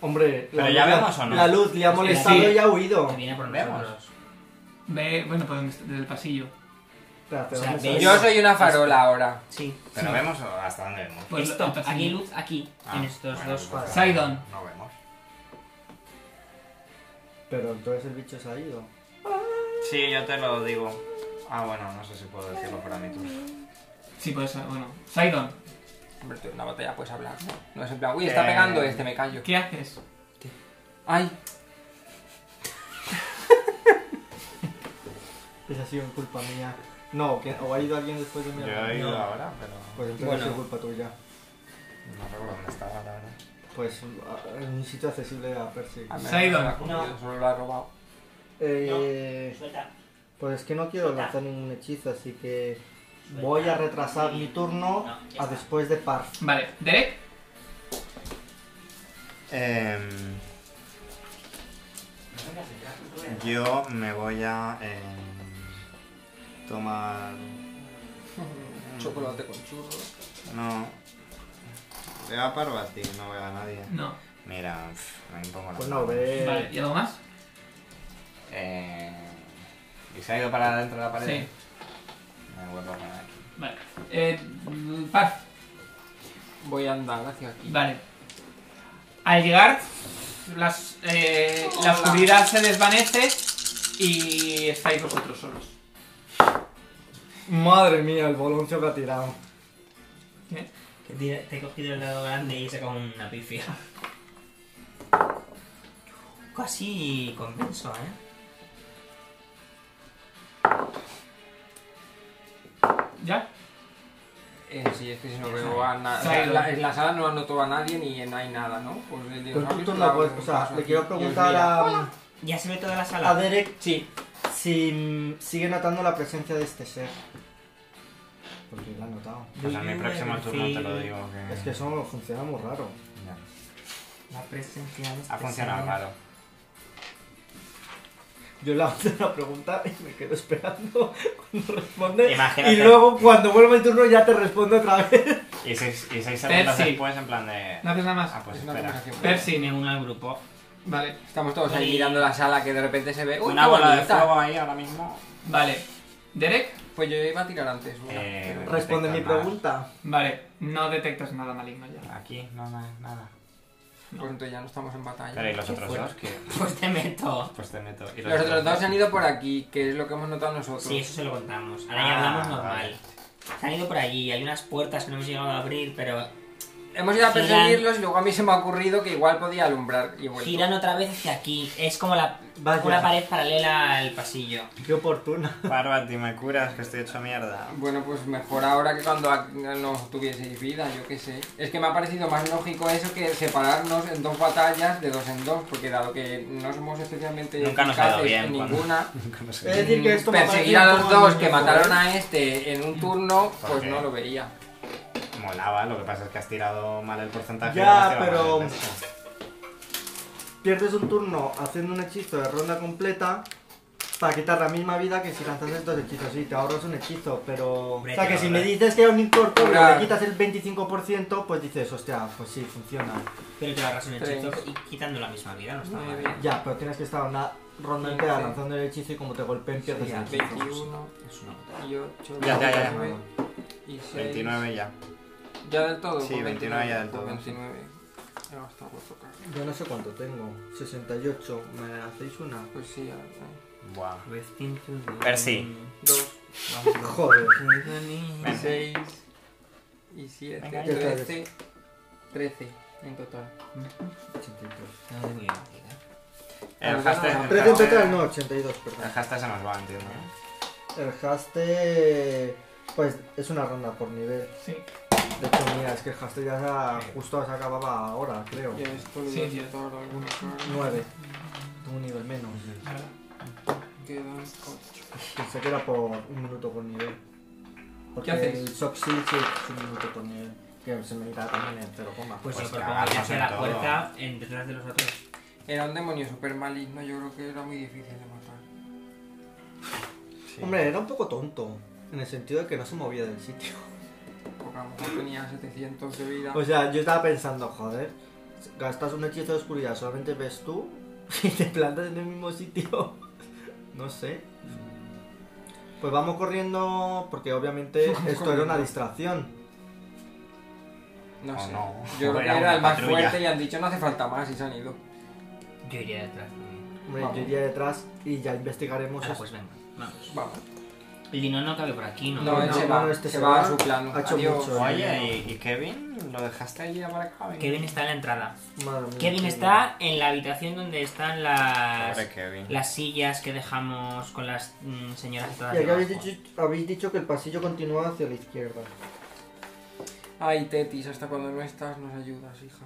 Speaker 4: Hombre,
Speaker 3: Pero
Speaker 4: la
Speaker 3: ya
Speaker 4: luz-
Speaker 3: vemos o no.
Speaker 4: La luz le ha molestado
Speaker 1: Sí.
Speaker 4: y ha huido.
Speaker 5: Que viene por
Speaker 3: Vemos.
Speaker 5: nosotros.
Speaker 1: Ve, bueno, por donde está- desde el pasillo.
Speaker 4: Espérate,
Speaker 5: O sea,
Speaker 4: ¿dónde
Speaker 5: ves-
Speaker 4: estás?
Speaker 2: Yo soy una farola ahora.
Speaker 5: Sí.
Speaker 3: Pero vemos o hasta dónde vemos.
Speaker 1: Pues
Speaker 5: Esto,
Speaker 1: el pasillo.
Speaker 5: aquí hay luz, aquí,
Speaker 3: Ah,
Speaker 5: en estos
Speaker 3: bueno,
Speaker 5: dos
Speaker 3: pues
Speaker 5: cuadros.
Speaker 1: está. Sidon.
Speaker 3: No vemos.
Speaker 4: Pero entonces el bicho se ha ido.
Speaker 3: Sí, yo te lo digo. Ah, bueno, no sé si puedo decirlo para mí tú.
Speaker 1: Sí, pues bueno. Sidon,
Speaker 2: Hombre, tú en una batalla puedes hablar, ¿no? No es en plan, uy, está
Speaker 3: Eh.
Speaker 2: pegando este, me callo.
Speaker 1: ¿qué haces?
Speaker 2: Ay,
Speaker 4: Esa ha sido culpa mía. No, que- o ha ido alguien después de mí.
Speaker 3: Yo he ido ahora, pero
Speaker 4: Pues entonces
Speaker 2: Bueno.
Speaker 4: ha sido culpa tuya.
Speaker 3: no recuerdo dónde estaba, la verdad.
Speaker 4: Pues a- en un sitio accesible a Percy.
Speaker 2: a mí
Speaker 1: Se ha ido.
Speaker 2: me ha comido, Solo lo ha robado.
Speaker 4: Eh,
Speaker 5: Suelta.
Speaker 4: pues es que no quiero lanzar ningún hechizo, así que voy a retrasar mi turno
Speaker 5: No, ya
Speaker 4: a
Speaker 5: está.
Speaker 4: después de par.
Speaker 1: Vale, Derek,
Speaker 3: Em, yo me voy a em, tomar.
Speaker 2: Chocolate con churros.
Speaker 3: No. Te va a Parvati, no veo a nadie.
Speaker 1: no.
Speaker 3: Mira, pf, me impongo la.
Speaker 4: Pues no, ve.
Speaker 1: Vale, ¿y algo más?
Speaker 3: Eh, ¿Y se ha ido para dentro de la pared?
Speaker 1: Sí.
Speaker 3: Me vuelvo a poner aquí.
Speaker 1: Vale. Eh, Paz,
Speaker 2: Voy a andar hacia aquí.
Speaker 1: Vale. Al llegar, las, eh, la oscuridad se desvanece y estáis vosotros solos.
Speaker 4: Madre mía, el boloncio que ha tirado.
Speaker 1: ¿Qué?
Speaker 5: Que Te te he cogido el lado grande y he sacado una pifia. Casi compenso, ¿eh?
Speaker 1: ¿Ya?
Speaker 2: Eh, sí, es que si no veo a
Speaker 1: Se
Speaker 2: nadie.
Speaker 1: ha ido.
Speaker 2: en la sala no anoto a nadie ni no hay nada, ¿no? Pues el
Speaker 4: Pero tú
Speaker 2: dinosaurio
Speaker 4: turno
Speaker 2: está-
Speaker 4: puedes- o sea,
Speaker 2: está
Speaker 4: le quiero
Speaker 2: aquí. Dios
Speaker 4: preguntar
Speaker 2: mía.
Speaker 4: a,
Speaker 5: Ya se ve toda la
Speaker 4: a
Speaker 5: sala.
Speaker 4: Derek
Speaker 2: Sí,
Speaker 4: si mm, sigue notando la presencia de este ser. Porque la ha notado.
Speaker 3: Pues en mi próximo turno te lo digo. Que...
Speaker 4: Es que eso funciona muy raro.
Speaker 3: Ya.
Speaker 5: La presencia de
Speaker 3: Ha funcionado
Speaker 5: mal.
Speaker 3: raro.
Speaker 4: Yo le hago una pregunta y me quedo esperando cuando responde.
Speaker 3: Imagínate.
Speaker 4: Y luego cuando vuelva el turno ya te responde otra vez.
Speaker 3: Y seis, y seis segundos
Speaker 1: Percy.
Speaker 3: después, en plan de.
Speaker 1: No haces nada más.
Speaker 3: Ah, pues
Speaker 2: es una
Speaker 3: espera.
Speaker 2: conversación.
Speaker 1: Percy,
Speaker 5: uno al grupo.
Speaker 1: Vale.
Speaker 2: Estamos todos ahí
Speaker 5: Y-
Speaker 2: mirando la sala que de repente se ve. ¡Uy,
Speaker 3: Una
Speaker 2: qué
Speaker 3: bola de
Speaker 2: bonita!
Speaker 3: fuego ahí ahora mismo.
Speaker 1: Vale. Derek,
Speaker 2: Pues yo iba a tirar antes. una,
Speaker 3: Eh,
Speaker 2: pero-
Speaker 4: Responde mi
Speaker 3: Detecta nada.
Speaker 4: pregunta.
Speaker 1: vale. No detectas nada maligno ya.
Speaker 3: Aquí, no, no, nada.
Speaker 2: Pues entonces ya no estamos en batalla.
Speaker 3: Pero y los
Speaker 5: Qué
Speaker 3: otros
Speaker 5: fuerte.
Speaker 3: dos, que.
Speaker 5: Pues te meto.
Speaker 3: Pues te meto. ¿Y
Speaker 2: Los otros dos se han ido por aquí, que es lo que hemos notado nosotros.
Speaker 5: Sí, eso se lo contamos. Ahora ya
Speaker 3: Ah,
Speaker 5: hablamos
Speaker 3: vale.
Speaker 5: normal. Se han ido por allí, hay unas puertas que no hemos llegado a abrir, pero
Speaker 2: Hemos ido a
Speaker 5: Giran.
Speaker 2: perseguirlos y luego a mí se me ha ocurrido que igual podía alumbrar y he vuelto.
Speaker 5: giran otra vez hacia aquí. Es como la,
Speaker 4: Vaya.
Speaker 5: una pared paralela al pasillo.
Speaker 4: Qué oportuna.
Speaker 3: Parvati, me curas, que estoy hecho mierda.
Speaker 2: Bueno, pues mejor ahora que cuando a- no tuvieseis vida, yo qué sé. Es que me ha parecido más lógico eso que separarnos en dos batallas de dos en dos, porque dado que no somos especialmente
Speaker 3: Nunca nos ha ido
Speaker 2: eficaces
Speaker 3: bien,
Speaker 2: en
Speaker 3: cuando-
Speaker 2: ninguna,
Speaker 3: No
Speaker 2: Eh.
Speaker 4: Es
Speaker 3: sé.
Speaker 4: decir, que esto me ha
Speaker 2: perseguir
Speaker 4: parecido
Speaker 2: a
Speaker 4: un
Speaker 2: los
Speaker 4: poco
Speaker 2: dos que
Speaker 4: injusto,
Speaker 2: mataron
Speaker 4: ¿eh?
Speaker 2: a este en un turno,
Speaker 3: ¿Por
Speaker 2: pues
Speaker 3: qué?
Speaker 2: no lo veía.
Speaker 3: Molaba, lo que pasa es que has tirado mal el porcentaje.
Speaker 4: Ya,
Speaker 3: y lo has tirado
Speaker 4: pero-
Speaker 3: mal el resto.
Speaker 4: Pierdes un turno haciendo un hechizo de ronda completa para quitar la misma vida que si lanzas dos hechizos. Sí, te ahorras un hechizo, pero.
Speaker 5: Hombre,
Speaker 4: o sea,
Speaker 5: te
Speaker 4: que si
Speaker 5: ahorras.
Speaker 4: me dices que a un incorpóreo
Speaker 2: Claro.
Speaker 4: le quitas el 25%, pues dices, hostia, pues sí, funciona.
Speaker 5: Pero te ahorras un hechizo
Speaker 2: Tres.
Speaker 5: y quitando la misma vida, no está mal. ¿eh?
Speaker 2: Nueve,
Speaker 4: Ya, pero tienes que estar una ronda entera
Speaker 2: Quince.
Speaker 4: lanzando el hechizo y como te golpeen, pierdes el hechizo.
Speaker 2: 21
Speaker 5: Es una puta.
Speaker 2: y 8,
Speaker 5: Ya, ya, ya, ya.
Speaker 2: y 6.
Speaker 3: 29 ya.
Speaker 2: ¿Ya del todo?
Speaker 3: Sí,
Speaker 2: pues
Speaker 3: 29 ya del
Speaker 2: pues
Speaker 3: todo.
Speaker 2: 29. He gastado cuatro cartas.
Speaker 4: Yo no sé cuánto tengo. 68. ¿Me hacéis una?
Speaker 2: Pues sí, ya. eh,
Speaker 3: Buah.
Speaker 5: Percy.
Speaker 2: Dos.
Speaker 4: Joder.
Speaker 2: 6 y 7.
Speaker 5: Venga,
Speaker 2: 13. 13 en total.
Speaker 5: No, muy bien, venga.
Speaker 3: El
Speaker 2: Ah,
Speaker 3: hashtag.
Speaker 2: no,
Speaker 4: 13 en
Speaker 3: El
Speaker 4: total, no, 82, perdón.
Speaker 3: eh. hashtag se nos va, entiendo. ¿eh? ¿no?
Speaker 4: El haste. Pues es una ronda por nivel.
Speaker 1: Sí,
Speaker 4: De hecho, mira, es que el haste ya se- justo se acababa ahora, creo.
Speaker 2: Ya esto le
Speaker 1: Sí,
Speaker 2: voy a
Speaker 1: ya.
Speaker 2: quitar alguna carta.
Speaker 4: 9. Un nivel menos.
Speaker 1: verdad.
Speaker 2: Quedan 8.
Speaker 4: Pensé que era por un minuto por nivel. Porque
Speaker 2: ¿Qué haces?
Speaker 4: el shock shield sí es un minuto por nivel. Que se me quita también eh, el 0,
Speaker 5: Pues,
Speaker 3: Pues
Speaker 5: yo
Speaker 3: que
Speaker 5: propongo que
Speaker 3: hagamos
Speaker 5: hacia
Speaker 3: en
Speaker 5: la
Speaker 3: todo.
Speaker 5: puerta en detrás de los otros.
Speaker 2: Era un demonio super maligno, yo creo que era muy difícil de matar.
Speaker 3: Sí.
Speaker 4: Hombre, era un poco tonto. En el sentido de que no se movía del sitio.
Speaker 2: Porque a lo mejor tenía 700 de vida.
Speaker 4: O sea, yo estaba pensando, joder, gastas un hechizo de oscuridad, solamente ves tú y te plantas en el mismo sitio. No sé. Pues vamos corriendo, porque obviamente
Speaker 2: Vamos
Speaker 4: esto era una
Speaker 2: corriendo.
Speaker 4: distracción.
Speaker 2: no
Speaker 3: o
Speaker 2: sé.
Speaker 3: no.
Speaker 2: Yo
Speaker 3: O
Speaker 2: creo
Speaker 3: era
Speaker 2: que era
Speaker 3: una
Speaker 2: el más
Speaker 3: patrulla.
Speaker 2: fuerte y han dicho no hace falta más y se han ido.
Speaker 5: Yo iría detrás también.
Speaker 4: Hombre,
Speaker 2: Vamos.
Speaker 4: yo iría detrás y ya investigaremos.
Speaker 5: Ah,
Speaker 4: eso.
Speaker 5: pues venga, vamos.
Speaker 2: Vamos.
Speaker 5: El dinero no cabe por aquí, ¿no?
Speaker 2: No, él
Speaker 4: no,
Speaker 2: se
Speaker 4: no,
Speaker 2: va,
Speaker 4: este
Speaker 2: se
Speaker 4: se
Speaker 2: va
Speaker 4: va.
Speaker 2: a su plano.
Speaker 4: Ha hecho
Speaker 2: Adiós.
Speaker 4: mucho.
Speaker 3: Oye, ¿y, y Kevin? ¿Lo dejaste allí aparcado?
Speaker 5: Kevin está en la entrada.
Speaker 2: pues,
Speaker 4: Madre mía,
Speaker 5: Kevin
Speaker 4: qué
Speaker 5: está en la habitación donde están las,
Speaker 3: Pobre Kevin.
Speaker 5: las sillas que dejamos con las mm, señoras
Speaker 4: bien.
Speaker 5: sentadas
Speaker 4: Y aquí habéis
Speaker 5: debajo.
Speaker 4: dicho, habéis dicho que el pasillo continúa hacia la izquierda.
Speaker 2: Ay, Tetis, hasta cuando no estás nos ayudas, hija.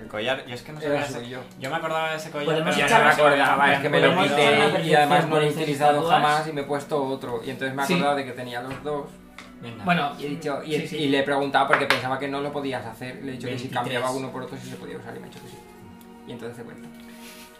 Speaker 3: El collar, yo es que no
Speaker 2: Era
Speaker 3: sabía ese-
Speaker 2: suyo.
Speaker 3: Yo me acordaba de ese collar.
Speaker 5: Podemos
Speaker 3: pero
Speaker 5: echar
Speaker 3: ya no me
Speaker 5: las-
Speaker 3: acordaba.
Speaker 2: Es que me lo
Speaker 5: Podemos hacer una
Speaker 2: quité y
Speaker 5: percepción
Speaker 2: además no
Speaker 5: por
Speaker 2: lo he
Speaker 5: estas
Speaker 2: utilizado
Speaker 5: estatuas.
Speaker 2: jamás y me he puesto otro. Y entonces me he
Speaker 1: Sí.
Speaker 2: acordado de que tenía los dos.
Speaker 5: Venga.
Speaker 1: Bueno,
Speaker 2: Y, he dicho, y,
Speaker 1: sí, sí.
Speaker 2: y le he preguntado porque pensaba que no lo podías hacer. Le he dicho que si
Speaker 5: 23.
Speaker 2: cambiaba uno por otro, si se podía usar. Y me ha dicho que sí. Y entonces se cuenta.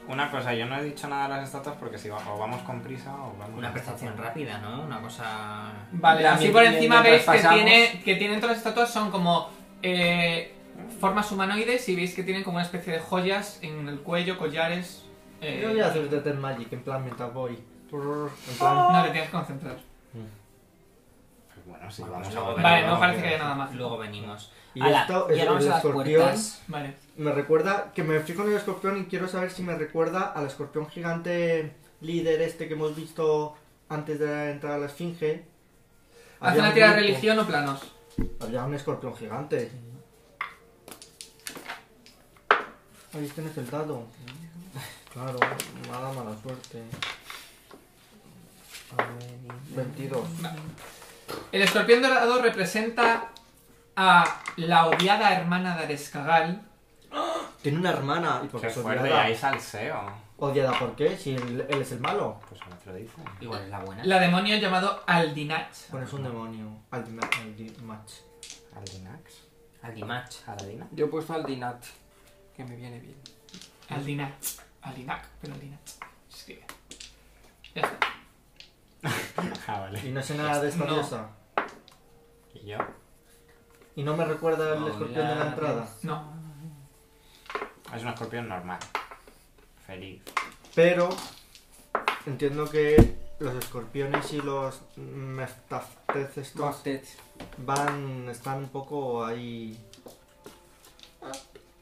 Speaker 3: Una cosa, yo no he dicho nada de las estatuas porque si va- o vamos con prisa o vamos.
Speaker 5: una percepción rápida, ¿no? Una cosa...
Speaker 1: Vale,
Speaker 2: Ya,
Speaker 1: así
Speaker 2: mien-
Speaker 1: por encima veis
Speaker 2: mientras
Speaker 1: que,
Speaker 2: pasamos-
Speaker 1: tiene, que tienen todas las estatuas, son como eh, formas humanoides y veis que tienen como una especie de joyas en el cuello, collares. eh,
Speaker 4: Yo voy a hacer Detect Magic, en plan mientras voy. En plan,
Speaker 5: Ah.
Speaker 1: No, te tienes que concentrar.
Speaker 3: Pues bueno, sí,
Speaker 5: Vamos
Speaker 3: vamos a
Speaker 5: luego.
Speaker 3: volver.
Speaker 1: Vale,
Speaker 3: Vamos
Speaker 1: no
Speaker 3: a
Speaker 1: parece que
Speaker 3: volver.
Speaker 1: haya nada más.
Speaker 5: Luego venimos.
Speaker 4: Y
Speaker 5: Ala,
Speaker 4: esto es
Speaker 5: llegamos
Speaker 4: el
Speaker 5: a las
Speaker 4: escorpión.
Speaker 5: puertas.
Speaker 1: Vale.
Speaker 4: Me recuerda, que me fijo en el escorpión y quiero saber si me recuerda al escorpión gigante líder este que hemos visto antes de entrar a la esfinge.
Speaker 1: Haz una
Speaker 4: un
Speaker 1: tira de
Speaker 4: grupo-
Speaker 1: religión o planos.
Speaker 4: Había un escorpión gigante. Ahí tienes el dado. Claro, mala, mala suerte. A ver, 22.
Speaker 1: El escorpión dorado representa a la odiada hermana de Arescagal.
Speaker 4: Tiene una hermana y por qué
Speaker 3: Qué
Speaker 4: es
Speaker 3: fuerte, y
Speaker 4: odiada.
Speaker 3: ahí salseo.
Speaker 4: ¿Odiada por qué? Si él, él es el malo.
Speaker 3: Pues ahora te lo dice.
Speaker 5: Igual es la buena.
Speaker 1: La demonio llamado Aldinach.
Speaker 4: Bueno, es un demonio. Al, al match.
Speaker 3: Aldinax.
Speaker 5: Aldimach.
Speaker 3: Aladina.
Speaker 2: Yo he puesto al Dinat, que me viene bien.
Speaker 1: Aldinach. Aldinach, pero Aldinach. Escribe. Ya está.
Speaker 3: Ah, vale.
Speaker 4: Y no sé nada de esta
Speaker 1: No.
Speaker 4: diosa.
Speaker 3: ¿Y yo?
Speaker 4: Y no me recuerda el
Speaker 5: Hola,
Speaker 4: escorpión de la entrada.
Speaker 1: No.
Speaker 3: Es un escorpión normal. Feliz.
Speaker 4: Pero entiendo que los escorpiones y los meftaftez estos
Speaker 2: Bastet.
Speaker 4: van. están un poco ahí.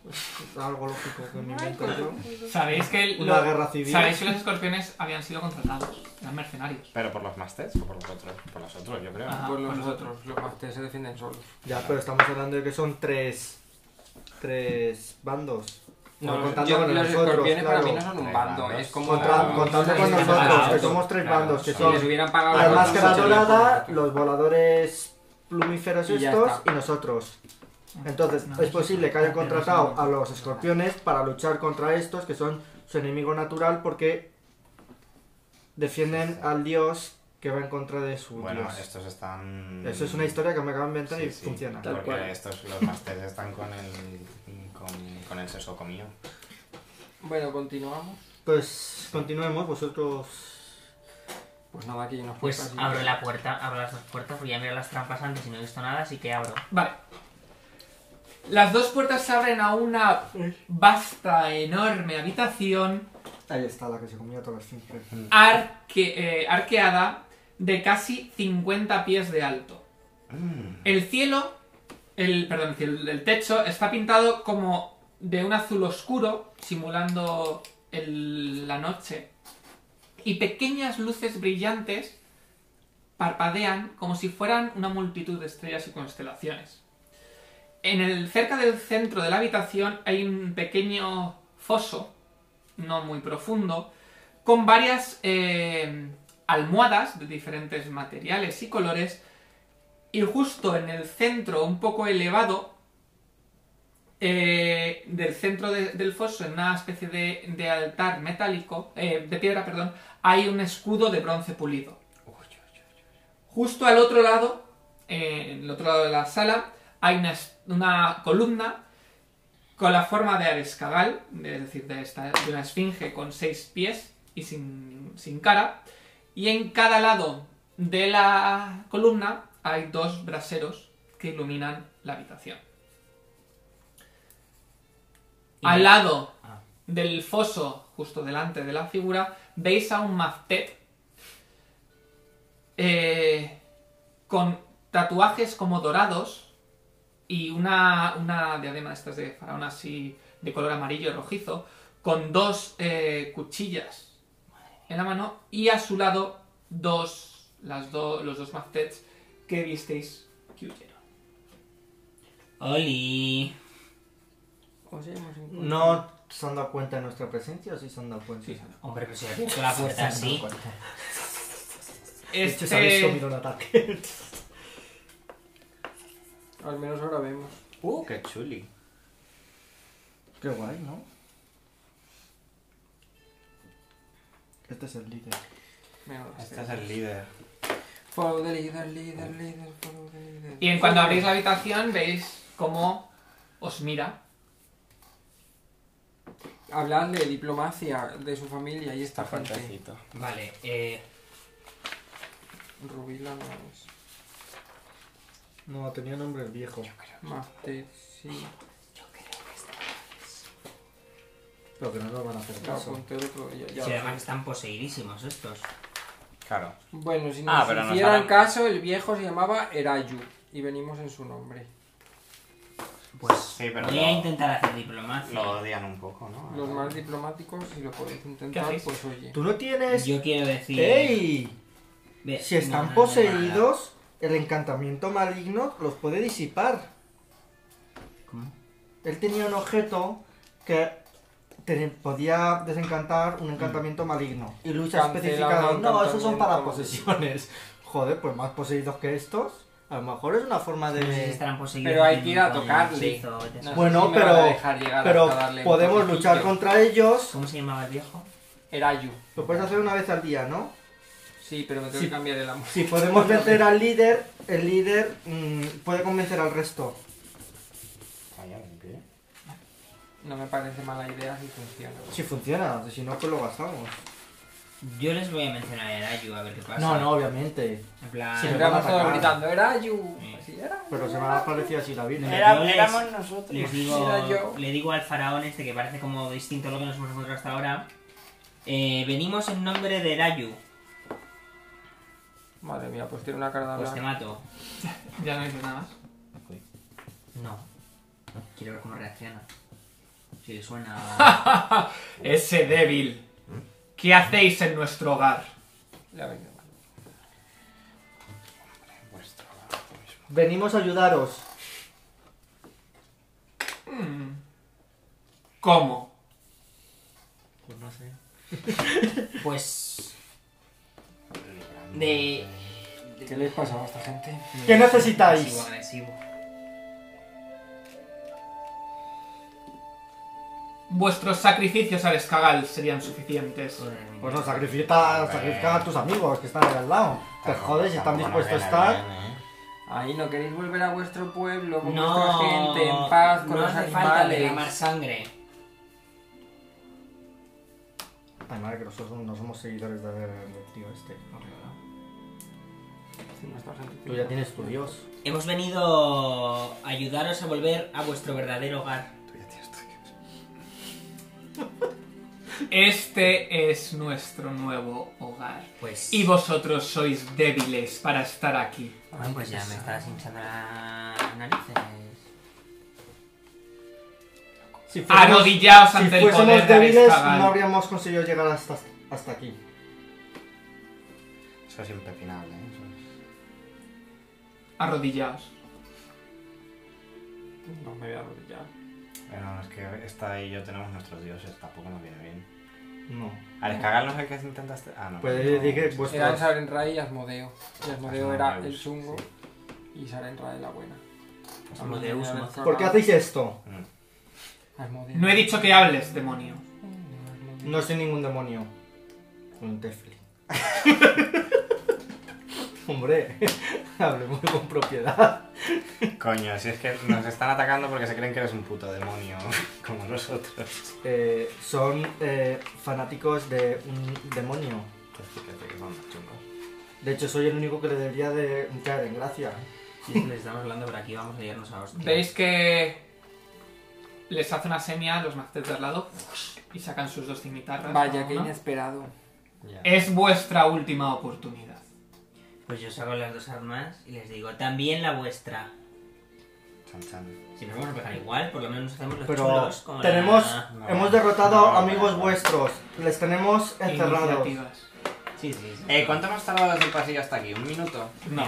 Speaker 4: Es algo lógico que me invento yo.
Speaker 1: Sabéis que,
Speaker 4: Una
Speaker 1: lo-
Speaker 4: guerra civil.
Speaker 1: sabéis que los escorpiones habían sido contratados. Eran mercenarios.
Speaker 3: ¿Pero por los masters o por los otros? Por los otros, yo creo.
Speaker 4: Ah,
Speaker 1: Ajá.
Speaker 2: por los
Speaker 1: por los
Speaker 2: otros, los bastet se defienden solos.
Speaker 4: Ya, pero estamos hablando de que son tres. tres bandos.
Speaker 2: No,
Speaker 4: No,
Speaker 2: los-
Speaker 4: contando
Speaker 2: yo-
Speaker 4: con
Speaker 2: los
Speaker 4: nosotros,
Speaker 2: escorpiones para
Speaker 4: claro.
Speaker 2: mí no son un
Speaker 3: Tres
Speaker 2: bando,
Speaker 3: bandos.
Speaker 2: es como...
Speaker 4: Contra-
Speaker 3: Claro.
Speaker 4: contando con
Speaker 2: Sí,
Speaker 4: nosotros,
Speaker 2: claro.
Speaker 4: que somos tres
Speaker 3: Claro,
Speaker 4: bandos, que
Speaker 3: sí,
Speaker 2: Si
Speaker 4: son
Speaker 2: les hubieran pagado...
Speaker 4: la
Speaker 2: los dos,
Speaker 4: máscara
Speaker 2: serían
Speaker 4: dorada,
Speaker 2: perfectos.
Speaker 4: los voladores plumíferos
Speaker 2: Y ya
Speaker 4: estos
Speaker 2: está.
Speaker 4: y nosotros. Entonces,
Speaker 1: Ah, No,
Speaker 4: es
Speaker 1: sí,
Speaker 4: posible que hayan contratado a los escorpiones para luchar contra estos, que son su enemigo natural, porque defienden al dios que va en contra de su
Speaker 3: Bueno,
Speaker 4: dios.
Speaker 3: estos están.
Speaker 4: Eso es una historia que me acabo de inventar
Speaker 3: Sí,
Speaker 4: y
Speaker 3: sí,
Speaker 4: funciona.
Speaker 2: Tal
Speaker 3: Porque
Speaker 2: cual.
Speaker 3: estos, los masters están con el. con, con el seso comido.
Speaker 2: Bueno, continuamos.
Speaker 4: Pues continuemos, vosotros.
Speaker 2: Pues nada, aquí hay unas
Speaker 6: Pues
Speaker 2: puertas y-
Speaker 6: abro la puerta, abro las dos puertas, porque ya miré las trampas antes y no he visto nada, así que abro.
Speaker 1: Vale. Las dos puertas se abren a una vasta, enorme habitación
Speaker 4: Ahí está la que se comía todas las finfres.
Speaker 1: arque- eh, arqueada de casi 50 pies de alto.
Speaker 3: Mm.
Speaker 1: El cielo, el, perdón, el, cielo, el techo está pintado como de un azul oscuro, simulando el- la noche. Y pequeñas luces brillantes parpadean como si fueran una multitud de estrellas y constelaciones. En el, cerca del centro de la habitación hay un pequeño foso, no muy profundo, con varias eh, almohadas de diferentes materiales y colores. Y justo en el centro, un poco elevado, eh, del centro de- del foso, en una especie de, de altar metálico, eh, de piedra, perdón, hay un escudo de bronce pulido.
Speaker 4: Eh.
Speaker 1: Justo al otro lado, eh, en el otro lado de la sala, hay una, es- una columna con la forma de arescagal, es decir, de, esta- de una esfinge con seis pies y sin, sin cara. Y en cada lado de la columna hay dos braseros que iluminan la habitación.
Speaker 6: Y-
Speaker 1: Al lado
Speaker 6: Ah.
Speaker 1: del foso, justo delante de la figura, veis a un maftet eh, con tatuajes como dorados y una, una diadema de estas de faraón así de color amarillo rojizo con dos eh, cuchillas en la mano y a su lado dos las do- los dos maftets que visteis que huyeron.
Speaker 6: ¡Oli!
Speaker 2: Os hemos encontrado.
Speaker 4: ¿No se han dado cuenta de nuestra presencia o sí se han dado cuenta?
Speaker 1: Sí, se han
Speaker 6: Hombre, pero si has visto la puerta así.
Speaker 4: De hecho, sabéis
Speaker 1: Este-
Speaker 4: comido un ataque.
Speaker 2: Al menos ahora vemos.
Speaker 3: Uh, qué chuli.
Speaker 4: Qué guay, ¿no? Este es el líder.
Speaker 2: Mira, ahora
Speaker 3: Este es
Speaker 2: sí.
Speaker 3: el líder.
Speaker 2: Follow the leader, leader, leader, follow the leader.
Speaker 1: Y en cuando abrís la habitación veis cómo os mira.
Speaker 2: Hablad de diplomacia de su familia y esta
Speaker 3: Está
Speaker 2: gente.
Speaker 3: fuertecito.
Speaker 6: Vale, eh,
Speaker 2: Rubila no es.
Speaker 4: No, tenía nombre el viejo.
Speaker 2: Maftet, sí.
Speaker 4: Pero que no nos van a hacer
Speaker 2: Claro,
Speaker 4: caso.
Speaker 2: apunté el otro día. ya
Speaker 6: si
Speaker 2: lo
Speaker 6: además
Speaker 2: sé.
Speaker 6: están poseidísimos estos.
Speaker 3: Claro.
Speaker 2: Bueno, si nos
Speaker 3: Ah, pero nos
Speaker 2: hicieran
Speaker 3: harán-
Speaker 2: caso, el viejo se llamaba Erayu. Y venimos en su nombre.
Speaker 6: Pues
Speaker 3: Sí, pero
Speaker 6: voy a
Speaker 3: lo,
Speaker 6: intentar hacer diplomacia.
Speaker 3: lo odian un poco, ¿no?
Speaker 2: Los más diplomáticos, si lo podéis
Speaker 1: ¿Qué
Speaker 2: intentar,
Speaker 1: hacéis?
Speaker 2: pues oye.
Speaker 4: Tú no tienes.
Speaker 6: Yo quiero decir.
Speaker 4: ¡Ey!
Speaker 6: Ve-
Speaker 4: Si
Speaker 6: no,
Speaker 4: están
Speaker 6: no, no, nada.
Speaker 4: poseídos, el encantamiento maligno los puede disipar.
Speaker 6: ¿Cómo?
Speaker 4: Él tenía un objeto que te- podía desencantar un encantamiento maligno. Mm. Y lucha
Speaker 2: Cancela
Speaker 4: especificada.
Speaker 2: un
Speaker 4: No, esos son para
Speaker 2: encantamiento".
Speaker 4: posesiones. Joder, pues más poseídos que estos. A lo mejor es una forma
Speaker 6: No sé si
Speaker 4: de.
Speaker 6: estarán poseídos.
Speaker 2: Pero hay
Speaker 6: con-
Speaker 2: que ir a
Speaker 6: con
Speaker 2: tocarle.
Speaker 6: hechizo o hechizo.
Speaker 2: No sé
Speaker 4: Bueno,
Speaker 2: si me van a
Speaker 4: pero-
Speaker 2: dejar llegar
Speaker 4: Pero
Speaker 2: hasta darle un
Speaker 4: podemos
Speaker 2: toquecillo.
Speaker 4: luchar contra ellos.
Speaker 6: ¿Cómo se llamaba el viejo?
Speaker 2: Erayu.
Speaker 4: Lo puedes hacer una vez al día, ¿no?
Speaker 2: Sí, pero me tengo
Speaker 4: Sí.
Speaker 2: que cambiar el amor.
Speaker 4: Si podemos vencer al líder, el líder mm, puede convencer al resto.
Speaker 3: Vaya, ¿en pie?
Speaker 2: No me parece mala idea si funciona.
Speaker 4: Si funciona, si no, pues lo gastamos.
Speaker 6: Yo les voy a mencionar el Ayu a ver qué pasa.
Speaker 4: No, no, obviamente.
Speaker 6: En plan.
Speaker 4: Sí,
Speaker 2: Siempre
Speaker 4: van a
Speaker 2: vamos todos
Speaker 4: atacar.
Speaker 2: gritando, Erayu.
Speaker 6: Sí.
Speaker 2: Así era.
Speaker 4: Pero se me ha parecido así la Virgen.
Speaker 6: Era-
Speaker 3: Era- éramos nosotros.
Speaker 6: Les digo,
Speaker 2: Era yo.
Speaker 6: le digo al faraón este que parece como distinto a lo que nos hemos encontrado hasta ahora. eh, venimos en nombre de Erayu.
Speaker 2: Madre mía, pues tiene una cara de
Speaker 6: Pues te
Speaker 2: hablar.
Speaker 6: mato.
Speaker 1: Ya no dice nada más.
Speaker 6: No. Quiero ver cómo reacciona. Si le suena.
Speaker 1: Ese débil. ¿Qué hacéis en nuestro hogar?
Speaker 2: Le ha venido mal.
Speaker 3: Vuestro.
Speaker 4: Venimos a ayudaros.
Speaker 1: ¿Cómo?
Speaker 6: pues no sé. pues.
Speaker 3: De...
Speaker 2: ¿Qué les pasa a esta gente?
Speaker 4: ¿Qué necesitáis?
Speaker 6: Agresivo, agresivo.
Speaker 1: Vuestros sacrificios al escagal serían suficientes.
Speaker 4: Pues no, sacrifica, sacrifica a tus amigos que están ahí al lado. Te jodes si están dispuestos a estar.
Speaker 3: ¿eh?
Speaker 2: Ahí no queréis volver a vuestro pueblo, con
Speaker 6: No,
Speaker 2: vuestra gente, en paz, con
Speaker 6: no
Speaker 2: los
Speaker 6: hace falta
Speaker 2: animales.
Speaker 6: derramar sangre.
Speaker 4: Además que nosotros no somos seguidores del tío este.
Speaker 2: Sí, no está bastante
Speaker 4: Tú ya
Speaker 2: tiempo.
Speaker 4: tienes tu dios.
Speaker 6: Hemos venido a ayudaros a volver a vuestro verdadero hogar.
Speaker 3: Tú ya tienes tu dios.
Speaker 1: Este es nuestro nuevo hogar.
Speaker 6: Pues.
Speaker 1: Y vosotros sois débiles para estar aquí.
Speaker 6: Bueno, pues ya me estás hinchando las narices.
Speaker 4: Si fuésemos-
Speaker 1: Arrodillaos
Speaker 4: si
Speaker 1: ante el poder
Speaker 4: fuésemos
Speaker 1: de
Speaker 4: débiles,
Speaker 1: Arestagal.
Speaker 4: no habríamos conseguido llegar hasta, hasta aquí.
Speaker 3: Eso es impepinable, ¿eh? Eso es-
Speaker 1: Arrodillaos.
Speaker 2: No me voy a arrodillar.
Speaker 3: Bueno, es que esta y yo tenemos nuestros dioses, tampoco nos viene bien.
Speaker 4: No.
Speaker 3: Al descargarnos el que intentaste. Ah, no.
Speaker 4: Puede
Speaker 3: no.
Speaker 4: decir Eh, que
Speaker 2: Eran
Speaker 4: vuestros...
Speaker 2: Sarenrae y Asmodeo. Y Asmodeo era el
Speaker 3: Asmodeus,
Speaker 2: chungo
Speaker 3: sí.
Speaker 2: y Sarenrae la buena.
Speaker 6: Asmodeus,
Speaker 2: Asmodeo era el
Speaker 6: ¿no?
Speaker 2: zorra.
Speaker 4: ¿Por qué hacéis esto?
Speaker 3: Mm.
Speaker 2: Asmodeo.
Speaker 1: No he dicho que hables, demonio.
Speaker 2: Asmodeo.
Speaker 4: No soy ningún demonio. Un tefli. Hombre, hablemos con propiedad.
Speaker 3: Coño, si es que nos están atacando porque se creen que eres un puto demonio, como nosotros.
Speaker 4: Eh, son eh, fanáticos de un demonio.
Speaker 3: Entonces, fíjate que son chungos.
Speaker 4: De hecho, soy el único que le debería de caer en gracia.
Speaker 6: Sí, les estamos hablando por aquí, vamos a irnos a los.
Speaker 1: ¿Veis que les hace una seña a los macetes de al lado y sacan sus dos cimitarras?
Speaker 2: Vaya,
Speaker 1: cada
Speaker 2: qué
Speaker 1: uno?
Speaker 2: inesperado.
Speaker 3: Ya.
Speaker 1: Es vuestra última oportunidad.
Speaker 6: Pues yo saco las dos armas y les digo, también la vuestra.
Speaker 3: Chan, chan.
Speaker 6: Si nos vamos a pegar igual, por lo menos nos hacemos los
Speaker 4: Pero
Speaker 6: chulos. como la-
Speaker 4: tenemos...
Speaker 3: No.
Speaker 4: hemos derrotado
Speaker 3: No, no,
Speaker 4: amigos
Speaker 3: no.
Speaker 4: vuestros. Les tenemos encerrados.
Speaker 1: Iniciativas.
Speaker 6: Sí, sí, sí.
Speaker 3: Eh, ¿cuánto hemos tardado desde el pasillo hasta aquí? ¿Un minuto?
Speaker 6: No,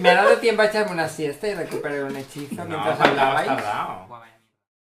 Speaker 2: Me ha dado tiempo a echarme una siesta y recuperar un hechizo
Speaker 3: No,
Speaker 2: mientras
Speaker 3: ¿cuánto hemos
Speaker 2: hablabais.
Speaker 3: tardado?
Speaker 6: vamos.